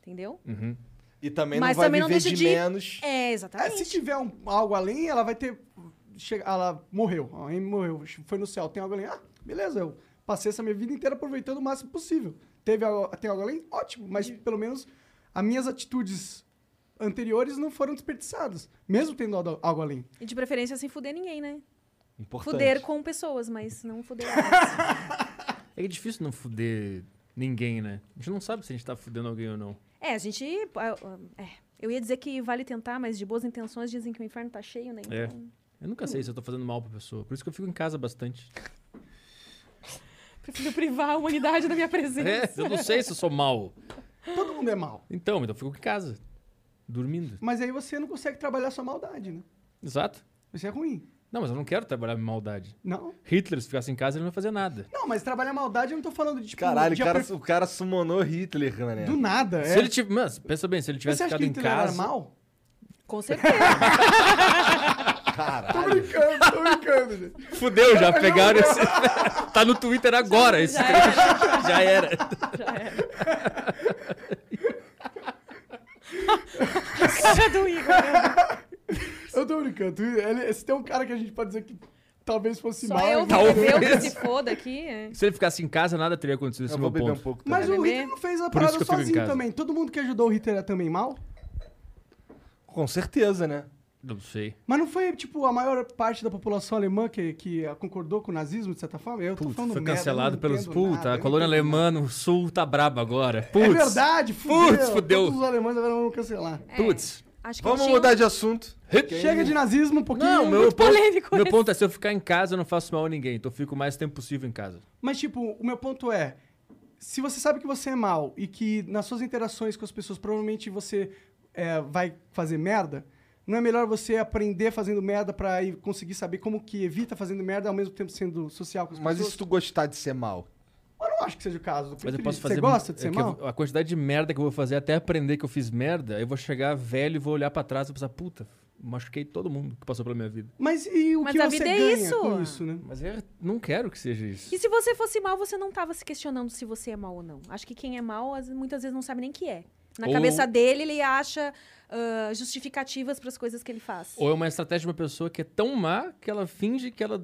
Speaker 4: Entendeu?
Speaker 3: Uhum.
Speaker 2: E também
Speaker 4: Mas
Speaker 2: não vai
Speaker 4: também não
Speaker 2: viver
Speaker 4: deixa
Speaker 2: de,
Speaker 4: de-
Speaker 2: menos.
Speaker 4: É,
Speaker 1: É,
Speaker 4: exatamente.
Speaker 1: se tiver um- algo além, ela vai ter. chega- ela morreu. A Amy morreu. Foi no céu. Tem algo além? Ah, beleza. Eu passei essa minha vida inteira aproveitando o máximo possível. Teve algo, tem algo além? Ótimo. Mas pelo menos as minhas atitudes anteriores não foram desperdiçadas. Mesmo tendo algo algo além.
Speaker 4: E de preferência sem fuder ninguém, né?
Speaker 2: Importante.
Speaker 4: Fuder com pessoas, mas não fuder elas.
Speaker 3: É que é difícil não fuder ninguém, né? A gente não sabe se a gente tá fudendo alguém ou não.
Speaker 4: É, a gente. ah, ah, é. Eu ia dizer que vale tentar, mas de boas intenções dizem que o inferno tá cheio, né?
Speaker 3: É.
Speaker 4: Então,
Speaker 3: Eu nunca sei se eu tô fazendo mal pra pessoa. Por isso que eu fico em casa bastante.
Speaker 4: prefiro privar a humanidade da minha presença.
Speaker 3: É, eu não sei se eu sou mal.
Speaker 1: Todo mundo é mal.
Speaker 3: Então, então eu fico em casa. Dormindo.
Speaker 1: Mas aí você não consegue trabalhar sua maldade, né?
Speaker 3: Exato.
Speaker 1: Isso é ruim.
Speaker 3: Não, mas eu não quero trabalhar minha maldade.
Speaker 1: Não?
Speaker 3: Hitler, se ficasse em casa, ele não ia fazer nada.
Speaker 1: Não, mas trabalhar maldade eu não tô falando de tipo.
Speaker 2: Caralho, o
Speaker 1: de
Speaker 2: cara,
Speaker 1: apre-
Speaker 2: o cara summonou Hitler, mané.
Speaker 1: Do nada. É.
Speaker 3: Se ele tivesse. Mas, pensa bem, se ele
Speaker 1: Mas
Speaker 3: tivesse
Speaker 1: você acha
Speaker 3: ficado
Speaker 1: que
Speaker 3: em
Speaker 1: Hitler era
Speaker 3: casa.
Speaker 1: mal?
Speaker 4: Com certeza.
Speaker 1: Tô brincando, tô brincando, gente.
Speaker 3: Fudeu já, pegaram esse. tá no Twitter agora. Esse
Speaker 4: Já
Speaker 3: cara já era.
Speaker 4: Cara
Speaker 1: um
Speaker 4: do Igor. né?
Speaker 1: Eu tô brincando. Tu- ele- se tem um cara que a gente pode dizer que talvez fosse
Speaker 4: Só
Speaker 1: mal. é
Speaker 4: eu vou
Speaker 3: Talvez.
Speaker 4: beber o que se foda aqui. é.
Speaker 3: Se ele ficasse em casa, nada teria acontecido esse é
Speaker 2: Eu vou
Speaker 3: meu
Speaker 2: beber um
Speaker 3: ponto.
Speaker 2: pouco.
Speaker 1: Mas
Speaker 4: Vai
Speaker 1: o
Speaker 4: beber?
Speaker 1: Hitler não fez a
Speaker 3: tá? Por isso
Speaker 1: parada
Speaker 3: que eu fico em
Speaker 1: sozinho
Speaker 3: casa.
Speaker 1: também. Todo mundo que ajudou o Hitler era também mal.
Speaker 2: Com certeza, né?
Speaker 3: Não sei.
Speaker 1: Mas não foi, tipo, a maior parte da população alemã que, que concordou com o nazismo, de certa forma? Eu tô
Speaker 3: Puta,
Speaker 1: falando
Speaker 3: foi
Speaker 1: merda,
Speaker 3: cancelado
Speaker 1: eu não
Speaker 3: pelos.
Speaker 1: entendo
Speaker 3: Puta,
Speaker 1: nada, eu
Speaker 3: a
Speaker 1: não
Speaker 3: colônia
Speaker 1: entendo nada.
Speaker 3: alemã no sul tá braba agora. Putz.
Speaker 1: É verdade, fudeu. um
Speaker 3: Putz, fudeu.
Speaker 1: Todos os alemães agora vão cancelar.
Speaker 4: É,
Speaker 3: Putz.
Speaker 4: Acho que
Speaker 2: Vamos
Speaker 4: tinha um-
Speaker 2: mudar de assunto.
Speaker 1: Chega de nazismo um pouquinho.
Speaker 3: Não, meu ponto,
Speaker 4: polêmico
Speaker 3: meu
Speaker 4: esse.
Speaker 3: ponto é se eu ficar em casa, eu não faço mal a ninguém. Então eu fico o mais tempo possível em casa.
Speaker 1: Mas, tipo, o meu ponto é: se você sabe que você é mal e que nas suas interações com as pessoas provavelmente você é, vai fazer merda, não é melhor você aprender fazendo merda pra aí conseguir saber como que evita fazendo merda ao mesmo tempo sendo social com as
Speaker 2: Mas e
Speaker 1: pessoas?
Speaker 2: se tu gostar de ser mal?
Speaker 1: Mas eu não acho que seja o caso.
Speaker 3: Mas eu
Speaker 1: Felipe.
Speaker 3: posso fazer.
Speaker 1: Você gosta de
Speaker 3: é
Speaker 1: ser
Speaker 3: que
Speaker 1: mal?
Speaker 3: eu- a quantidade de merda que eu vou fazer até aprender que eu fiz merda, eu vou chegar velho e vou olhar pra trás e vou pensar, puta, machuquei todo mundo que passou pela minha vida.
Speaker 1: Mas e o
Speaker 4: Mas
Speaker 1: que
Speaker 4: a
Speaker 1: você
Speaker 4: vida é
Speaker 1: ganha
Speaker 4: isso.
Speaker 1: com isso, né?
Speaker 3: Mas é- eu não quero que seja isso.
Speaker 4: E se você fosse mal, você não tava se questionando se você é mal ou não. Acho que quem é mal, às- muitas vezes, não sabe nem que é. Na
Speaker 3: Ou-
Speaker 4: cabeça dele, ele acha ah, justificativas para as coisas que ele faz.
Speaker 3: Ou é uma estratégia de uma pessoa que é tão má que ela finge que ela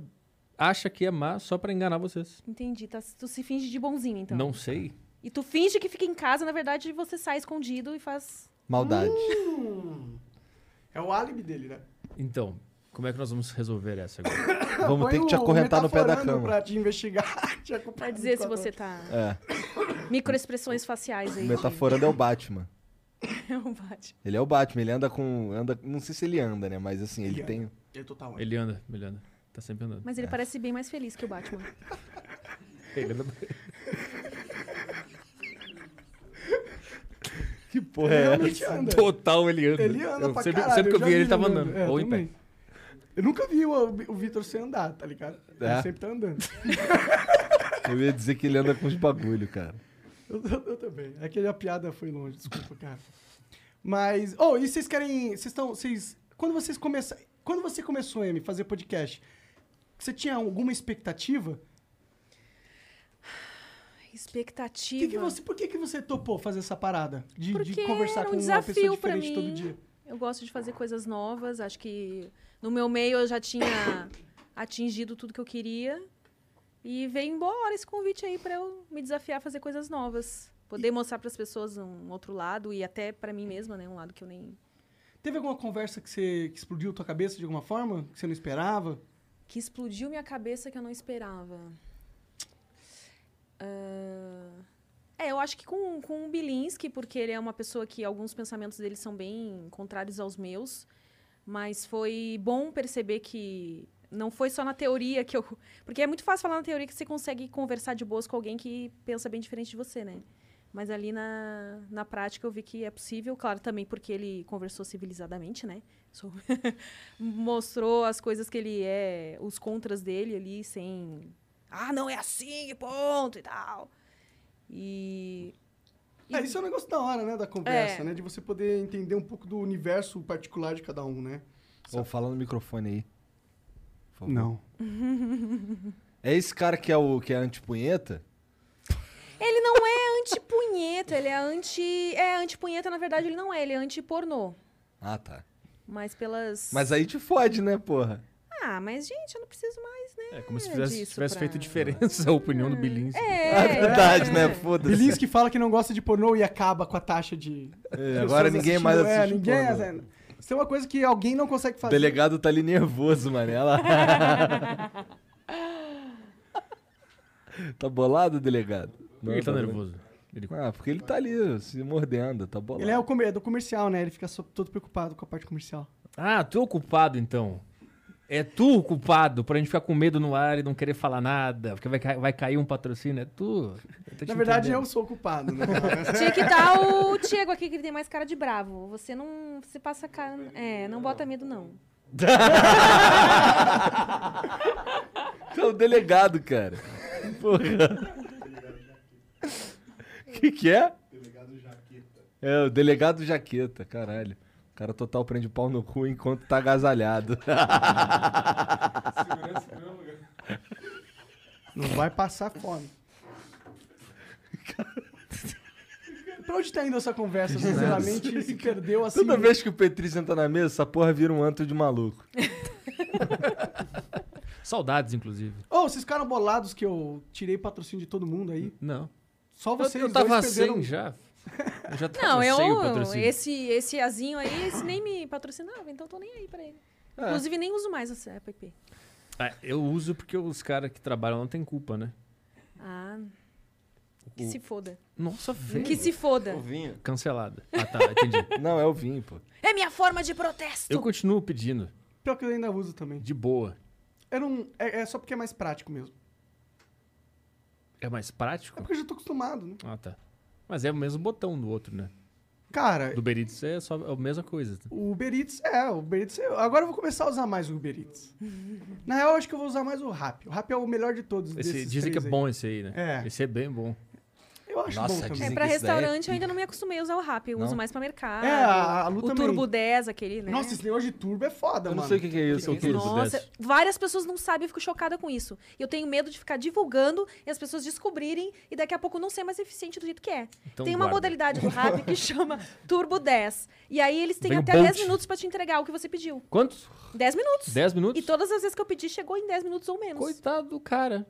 Speaker 3: acha que é má só pra enganar vocês.
Speaker 4: Entendi. tá- tu se finge de bonzinho, então.
Speaker 3: Não sei.
Speaker 4: E tu finge que fica em casa, na verdade, você sai escondido e faz. Hum.
Speaker 2: Maldade.
Speaker 1: É o álibi dele, né?
Speaker 3: Então, como é que nós vamos resolver essa agora?
Speaker 2: Vamos
Speaker 1: Põe
Speaker 2: ter que te
Speaker 1: o
Speaker 2: acorrentar no pé da
Speaker 1: um metaforando
Speaker 2: cama.
Speaker 1: Pra te investigar. te acompanhar
Speaker 4: Pra dizer se
Speaker 1: enquanto-
Speaker 4: você tá.
Speaker 2: É,
Speaker 4: Microexpressões faciais aí.
Speaker 2: metaforando é o Batman.
Speaker 4: Não bate.
Speaker 2: Ele é o Batman, ele anda com. Anda, não sei se ele anda, né? Mas assim, ele
Speaker 1: Ele
Speaker 2: tem.
Speaker 1: Eu tô tá onde?
Speaker 3: Ele anda, ele anda. Tá sempre andando.
Speaker 4: Mas ele
Speaker 2: É.
Speaker 4: parece bem mais feliz que o Batman.
Speaker 3: Ele anda-
Speaker 2: Que porra é.
Speaker 1: Ele realmente anda.
Speaker 3: É. Total ele anda.
Speaker 1: Ele anda
Speaker 3: eu,
Speaker 1: pra
Speaker 3: sempre,
Speaker 1: caralho.
Speaker 3: sempre que eu
Speaker 1: já
Speaker 3: vi ele, ele tava
Speaker 1: andando.
Speaker 3: andando.
Speaker 1: É,
Speaker 3: ou em pé.
Speaker 1: também. Eu nunca vi o, o Vitor sem andar, tá ligado?
Speaker 2: É.
Speaker 1: Ele sempre tá andando.
Speaker 2: Eu ia dizer que ele anda com os bagulho, cara.
Speaker 1: Eu, eu- eu também. É que a piada foi longe, desculpa, cara. Mas. Oh, e vocês querem. Vocês estão. Vocês. Quando vocês começaram. Quando você começou, M, fazer podcast, você tinha alguma expectativa?
Speaker 4: Expectativa.
Speaker 1: Que que você, por que, que você topou fazer essa parada? De, de
Speaker 4: Porque
Speaker 1: conversar
Speaker 4: era um
Speaker 1: com uma pessoa
Speaker 4: desafio pra
Speaker 1: diferente todo
Speaker 4: mim.
Speaker 1: dia?
Speaker 4: Eu gosto de fazer coisas novas. Acho que no meu meio eu já tinha atingido tudo que eu queria. E veio embora esse convite aí pra eu me desafiar a fazer coisas novas. Poder mostrar pras pessoas um outro lado e até pra mim mesma, né? Um lado que eu nem.
Speaker 1: Teve alguma conversa que você que explodiu tua cabeça de alguma forma? Que você não esperava?
Speaker 4: que explodiu minha cabeça que eu não esperava. Ah, é, eu acho que com, com o Bilinski, porque ele é uma pessoa que alguns pensamentos dele são bem contrários aos meus. Mas foi bom perceber que não foi só na teoria que eu. Porque é muito fácil falar na teoria que você consegue conversar de boas com alguém que pensa bem diferente de você, né? Mas ali na, na prática eu vi que é possível, claro, também porque ele conversou civilizadamente, né? Sou- Mostrou as coisas que ele é, os contras dele ali, sem. Ah, não é assim, e ponto e tal. E.
Speaker 1: É, isso é um negócio da hora, né, da conversa,
Speaker 4: É.
Speaker 1: né? De você poder entender um pouco do universo particular de cada um, né?
Speaker 2: Ou fala no microfone aí. Por favor.
Speaker 1: Não.
Speaker 2: É esse cara que é o que é antipunheta?
Speaker 4: Ele não é anti-punheta, ele é anti. É, anti-punheta, na verdade, ele não é, ele é anti-pornô.
Speaker 2: Ah, tá.
Speaker 4: Mas pelas.
Speaker 2: Mas aí te fode, né, porra?
Speaker 4: Ah, mas, gente, eu não preciso mais, né?
Speaker 3: É como se
Speaker 4: É
Speaker 3: fizesse-
Speaker 4: disso
Speaker 3: tivesse
Speaker 4: pra-
Speaker 3: feito diferença a opinião do Bilins.
Speaker 4: É,
Speaker 2: Ah, verdade,
Speaker 4: é.
Speaker 2: né? Foda-se.
Speaker 1: Bilinski fala que não gosta de pornô e acaba com a taxa de.
Speaker 2: É, agora
Speaker 1: pessoas
Speaker 2: ninguém
Speaker 1: assistindo.
Speaker 2: mais
Speaker 1: É,
Speaker 2: assiste.
Speaker 1: ninguém.
Speaker 2: pornô.
Speaker 1: é, Isso é uma coisa que alguém não consegue
Speaker 2: O
Speaker 1: fazer.
Speaker 2: delegado tá ali nervoso, mano. Ela... tá bolado, delegado?
Speaker 3: Por que ele tá
Speaker 2: bem.
Speaker 3: nervoso? Ele-
Speaker 2: Ah, porque ele tá ali se mordendo, tá bolado.
Speaker 1: Ele é, o comer, é do comercial, né? Ele fica só- todo preocupado com a parte comercial.
Speaker 3: Ah, tu é o culpado, então. É tu o culpado pra gente ficar com medo no ar e não querer falar nada, porque vai, ca- vai cair um patrocínio, é tu. Eu tô te
Speaker 1: Na verdade,
Speaker 2: é
Speaker 3: entendendo.
Speaker 1: eu sou o culpado, né?
Speaker 4: Tinha que dar o Diego aqui, que ele tem mais cara de bravo. Você não. Você passa cara. É, não bota medo, não.
Speaker 2: Tu é o delegado, cara. Porra. que que é? Delegado Jaqueta. É, o delegado Jaqueta, caralho. O cara total prende o pau no cu enquanto tá agasalhado.
Speaker 1: Não vai passar fome. pra onde tá indo essa conversa? Sinceramente, se perdeu assim.
Speaker 2: Toda vez que o Petri senta na mesa, essa porra vira um antro de maluco.
Speaker 3: Saudades, inclusive.
Speaker 1: Ô, vocês ficaram bolados que eu tirei patrocínio de todo mundo aí.
Speaker 3: Não.
Speaker 1: Só
Speaker 3: Eu,
Speaker 1: vocês
Speaker 3: eu tava
Speaker 1: dois
Speaker 3: sem
Speaker 1: perderam. um.
Speaker 3: já. Eu já tava
Speaker 4: Não,
Speaker 3: sem o
Speaker 4: eu.
Speaker 3: patrocínio.
Speaker 4: Esse, esse Azinho aí, esse nem me patrocinava, então tô nem aí pra ele.
Speaker 3: É.
Speaker 4: Inclusive, nem uso mais essa app.
Speaker 3: Ah, eu uso porque os caras que trabalham não têm culpa, né?
Speaker 4: Ah. Que
Speaker 3: O-
Speaker 4: se foda.
Speaker 3: Nossa, velho.
Speaker 4: Que se foda.
Speaker 5: O vinho.
Speaker 3: Cancelada. Ah, tá, entendi.
Speaker 2: É Não, é o vinho, pô.
Speaker 4: É minha forma de protesto.
Speaker 3: Eu continuo pedindo,
Speaker 1: Pior que eu ainda uso também.
Speaker 3: de boa.
Speaker 1: Eu não, é, é só porque é mais prático mesmo.
Speaker 3: É mais
Speaker 1: É
Speaker 3: prático?
Speaker 1: porque eu já tô acostumado, né?
Speaker 3: Ah, tá. Mas é o mesmo botão do outro, né?
Speaker 1: Cara,
Speaker 3: Do Beritz é só é a mesma coisa.
Speaker 1: o Uber Eats, é, o Uber Eats, eu- agora eu vou começar a usar mais o Uber Eats. Na real, eu acho que eu vou usar mais o Rap. O Rap é o melhor de todos
Speaker 3: Esse,
Speaker 1: desses
Speaker 3: dizem que é
Speaker 1: três aí.
Speaker 3: bom esse aí, né?
Speaker 1: É.
Speaker 3: Esse é bem bom.
Speaker 1: Eu acho
Speaker 2: Nossa,
Speaker 1: bom também.
Speaker 4: É,
Speaker 2: dizem
Speaker 4: pra
Speaker 2: que isso daí é
Speaker 4: restaurante
Speaker 2: pica.
Speaker 4: eu ainda não me acostumei a usar o rap. Eu uso
Speaker 2: Não?
Speaker 4: mais pra mercado.
Speaker 1: É, a- a Lu
Speaker 4: o
Speaker 1: também.
Speaker 4: Turbo 10, aquele, né?
Speaker 1: Nossa, esse negócio de turbo é foda,
Speaker 2: Eu
Speaker 1: mano.
Speaker 2: não sei o que, que é isso.
Speaker 3: Que que é isso?
Speaker 4: Nossa,
Speaker 3: desse.
Speaker 4: várias pessoas não sabem, eu fico chocada com isso. Eu tenho medo de ficar divulgando e as pessoas descobrirem e daqui a pouco não ser mais eficiente do jeito que é.
Speaker 3: Então
Speaker 4: Tem uma
Speaker 3: guarda.
Speaker 4: modalidade do rap que chama Turbo 10. E aí eles têm
Speaker 3: Vem o
Speaker 4: até 10
Speaker 3: Bolt.
Speaker 4: minutos pra te entregar o que você pediu.
Speaker 3: Quantos?
Speaker 4: 10 minutos.
Speaker 3: 10 minutos?
Speaker 4: E todas as vezes que eu pedi, chegou em 10 minutos ou menos.
Speaker 3: Coitado do cara.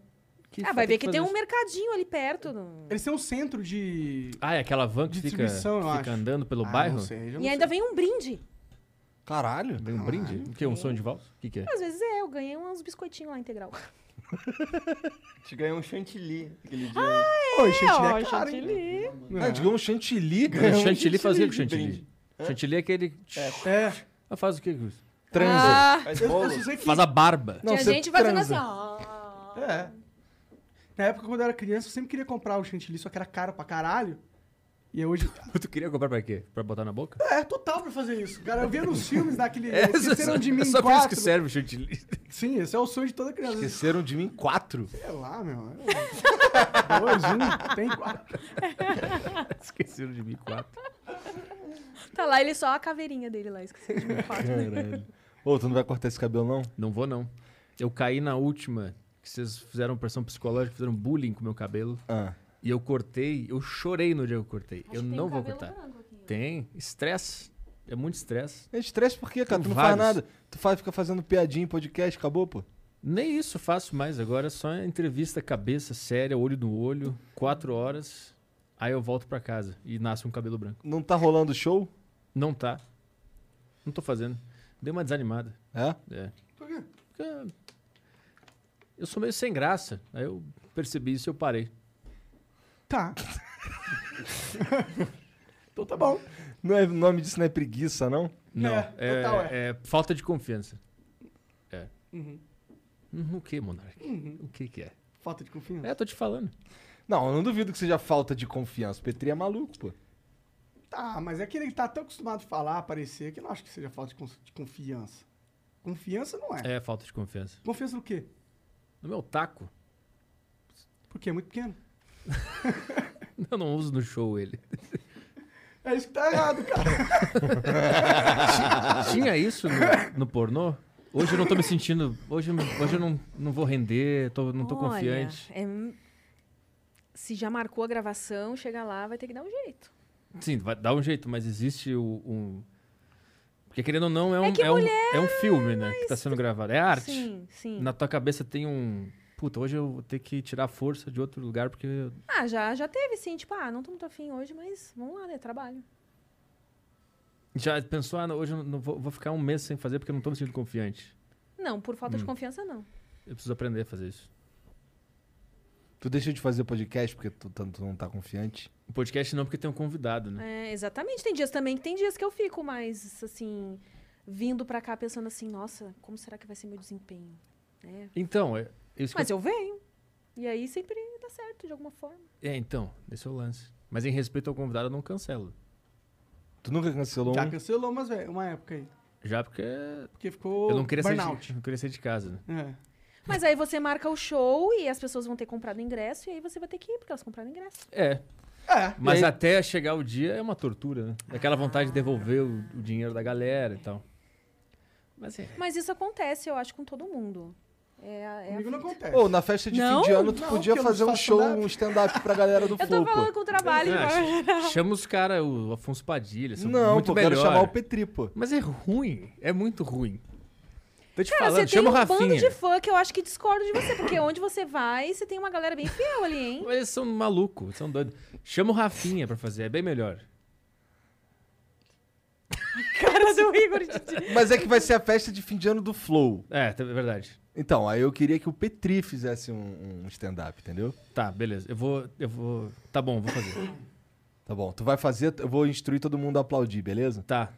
Speaker 4: ah, vai ver que, tem um
Speaker 3: fazer isso.
Speaker 4: mercadinho ali perto. no-
Speaker 1: Eles têm um centro de...
Speaker 3: Ah, é aquela van que fica,
Speaker 1: Distribuição, eu
Speaker 3: fica
Speaker 1: acho.
Speaker 3: andando pelo
Speaker 1: Ah,
Speaker 3: bairro?
Speaker 1: Não sei, eu não
Speaker 4: E ainda vem um brinde.
Speaker 2: Caralho.
Speaker 3: Vem um brinde? O que? Um sonho de valsa? O que, que é?
Speaker 4: Às vezes é, eu ganhei uns biscoitinhos lá integral.
Speaker 5: Te ganhou um chantilly aquele dia.
Speaker 1: sei. Oi, chantilly
Speaker 4: ó,
Speaker 1: é caro, hein?
Speaker 4: chantilly.
Speaker 1: Não. é
Speaker 2: Ah, digamos um chantilly, cara.
Speaker 3: É, chantilly fazia com
Speaker 5: chantilly de
Speaker 3: chantilly. Chantilly é aquele.
Speaker 1: É,
Speaker 3: Ah, faz o que com isso?
Speaker 2: Transa.
Speaker 5: Faz
Speaker 1: eu, eu
Speaker 5: bolo.
Speaker 1: só sei que...
Speaker 3: Faz a barba.
Speaker 2: Não,
Speaker 4: Tinha
Speaker 2: você
Speaker 4: gente fazendo
Speaker 2: transa.
Speaker 4: assim, ó.
Speaker 1: É. Na época, quando eu era criança, eu sempre queria comprar o chantilly, só que era caro pra caralho. E hoje...
Speaker 3: Tu queria comprar pra quê? Pra botar na boca?
Speaker 1: É, total pra fazer isso. Cara, eu via nos filmes daquele...
Speaker 3: É,
Speaker 1: Esqueceram de mim
Speaker 3: é só por isso
Speaker 1: quatro.
Speaker 3: que serve o chantilly.
Speaker 1: Sim, esse é o sonho de toda criança.
Speaker 2: Esqueceram de mim quatro.
Speaker 1: Sei lá, meu. É Dois, um, tem quatro.
Speaker 3: Esqueceram de mim quatro.
Speaker 4: Tá lá, ele só a caveirinha dele lá, esqueci de né? me falar.
Speaker 2: Caralho. Ô, tu não vai cortar esse cabelo, não?
Speaker 3: Não vou, não. Eu caí na última, que vocês fizeram pressão psicológica, fizeram bullying com o meu cabelo.
Speaker 2: Ah.
Speaker 3: E eu cortei, eu chorei no dia que eu cortei. eu não vou cortar.
Speaker 4: cortar.
Speaker 3: Tem. Estresse. É muito estresse.
Speaker 2: É estresse por quê, cara?
Speaker 3: Tem
Speaker 2: tu não faz
Speaker 3: vários.
Speaker 2: nada. Tu faz, fica fazendo piadinha em podcast, acabou, pô.
Speaker 3: Nem isso eu faço mais agora. É só entrevista, cabeça séria, olho no olho. Quatro horas. Aí eu volto pra casa e nasce um cabelo branco.
Speaker 2: Não tá rolando show?
Speaker 3: Não tá. Não tô fazendo. Dei uma desanimada.
Speaker 2: É?
Speaker 3: É. Por quê? Porque
Speaker 1: É,
Speaker 3: eu sou meio sem graça. Aí eu percebi isso e eu parei.
Speaker 1: Tá. Então tá bom.
Speaker 2: Não é, o nome disso não é preguiça, não?
Speaker 3: Não,
Speaker 1: É,
Speaker 3: é,
Speaker 1: total é.
Speaker 3: é falta de confiança. É.
Speaker 1: Uhum.
Speaker 3: Hum, O que, Monark? O que que é?
Speaker 1: Falta de confiança.
Speaker 3: É, tô te falando.
Speaker 2: Não, eu não duvido que seja falta de confiança. O Petri é maluco, pô.
Speaker 1: Tá, mas é que ele tá tão acostumado a falar, aparecer, que eu não acho que seja falta de, cons- de confiança. Confiança não é.
Speaker 3: É, falta de confiança.
Speaker 1: Confiança no quê?
Speaker 3: No meu taco,
Speaker 1: Porque é muito pequeno.
Speaker 3: eu não uso no show ele.
Speaker 1: É isso que tá errado, cara.
Speaker 3: Tinha isso no, no pornô? Hoje eu não tô me sentindo. Hoje, eu não- hoje eu não, não vou render, tô- não tô
Speaker 4: Olha,
Speaker 3: confiante.
Speaker 4: é m- Se já marcou a gravação, chega lá, vai ter que dar um jeito.
Speaker 3: Sim, vai dar um jeito, mas existe o- um. Porque querendo ou não, é um,
Speaker 4: que
Speaker 3: é um,
Speaker 4: mulher,
Speaker 3: é um filme, né? Que tá sendo gravado. É arte.
Speaker 4: Sim, sim.
Speaker 3: Na tua cabeça tem um. Puta, hoje eu vou ter que tirar a força de outro lugar, porque. eu-
Speaker 4: Ah, já, já teve sim, tipo, ah, não tô muito afim hoje, mas vamos lá, né? Trabalho.
Speaker 3: Já pensou, ah, não, hoje eu não vou, vou ficar um mês sem fazer porque eu não tô me sentindo confiante.
Speaker 4: Não, por falta de
Speaker 3: Hum.
Speaker 4: confiança, não.
Speaker 3: Eu preciso aprender a fazer isso.
Speaker 2: Tu deixa de fazer podcast porque tu, tu- tu não tá confiante?
Speaker 3: O podcast não, porque tem um convidado, né?
Speaker 4: É, exatamente. Tem dias também que tem dias que eu fico mais, assim, vindo pra cá pensando assim, nossa, como será que vai ser meu desempenho? né?
Speaker 3: Então, é isso que
Speaker 4: Mas eu venho. E aí sempre dá certo, de alguma forma.
Speaker 3: eu- É, então, esse é o lance. Mas em respeito ao convidado, eu não cancelo.
Speaker 2: Tu nunca cancelou
Speaker 1: Já
Speaker 2: um?
Speaker 1: cancelou, mas velho, uma época aí.
Speaker 3: Já porque
Speaker 1: Porque ficou
Speaker 3: eu não queria, sair de,
Speaker 1: burnout.
Speaker 3: não queria sair de casa, né?
Speaker 1: É.
Speaker 4: Mas aí você marca o show e as pessoas vão ter comprado ingresso e aí você vai ter que ir, porque elas compraram ingresso.
Speaker 3: É,
Speaker 1: É.
Speaker 3: mas
Speaker 2: E aí-
Speaker 3: até chegar o dia é uma tortura, né? Aquela vontade de devolver o, o dinheiro da galera e tal. Mas é.
Speaker 4: Mas isso acontece, eu acho, com todo mundo. É, a- é a
Speaker 1: Comigo não
Speaker 4: vida.
Speaker 1: acontece.
Speaker 2: Ou na festa de
Speaker 4: Não,
Speaker 2: fim de ano tu podia
Speaker 1: não, porque eu não
Speaker 2: fazer um
Speaker 1: faço
Speaker 2: show,
Speaker 1: nada.
Speaker 2: um stand-up pra galera do
Speaker 4: Eu tô
Speaker 2: Flow,
Speaker 4: falando
Speaker 2: pô.
Speaker 4: com o trabalho.
Speaker 3: Ah,
Speaker 4: mas-
Speaker 3: ch- chama os caras, o Afonso Padilha, são
Speaker 2: Não,
Speaker 3: muito
Speaker 2: pô,
Speaker 3: melhor.
Speaker 2: quero chamar o Petri, pô.
Speaker 3: Mas é ruim, é muito ruim. Tô te
Speaker 4: Cara, você
Speaker 3: falando,
Speaker 4: tem
Speaker 3: chama
Speaker 4: um
Speaker 3: o Rafinha.
Speaker 4: bando de fã que eu acho que discordo de você, porque onde você vai, você tem uma galera bem fiel ali, hein?
Speaker 3: Mas eles são malucos, são doidos. Chama o Rafinha pra fazer, é bem melhor.
Speaker 4: Cara do Igor. de-
Speaker 2: Mas é que vai ser a festa de fim de ano do Flow.
Speaker 3: É, tá- é verdade.
Speaker 2: Então, aí eu queria que o Petri fizesse um, um stand-up, entendeu?
Speaker 3: Tá, beleza. Eu vou. Eu vou. Tá bom, vou fazer.
Speaker 2: Tá bom, tu vai fazer, eu vou instruir todo mundo a aplaudir, beleza?
Speaker 3: Tá.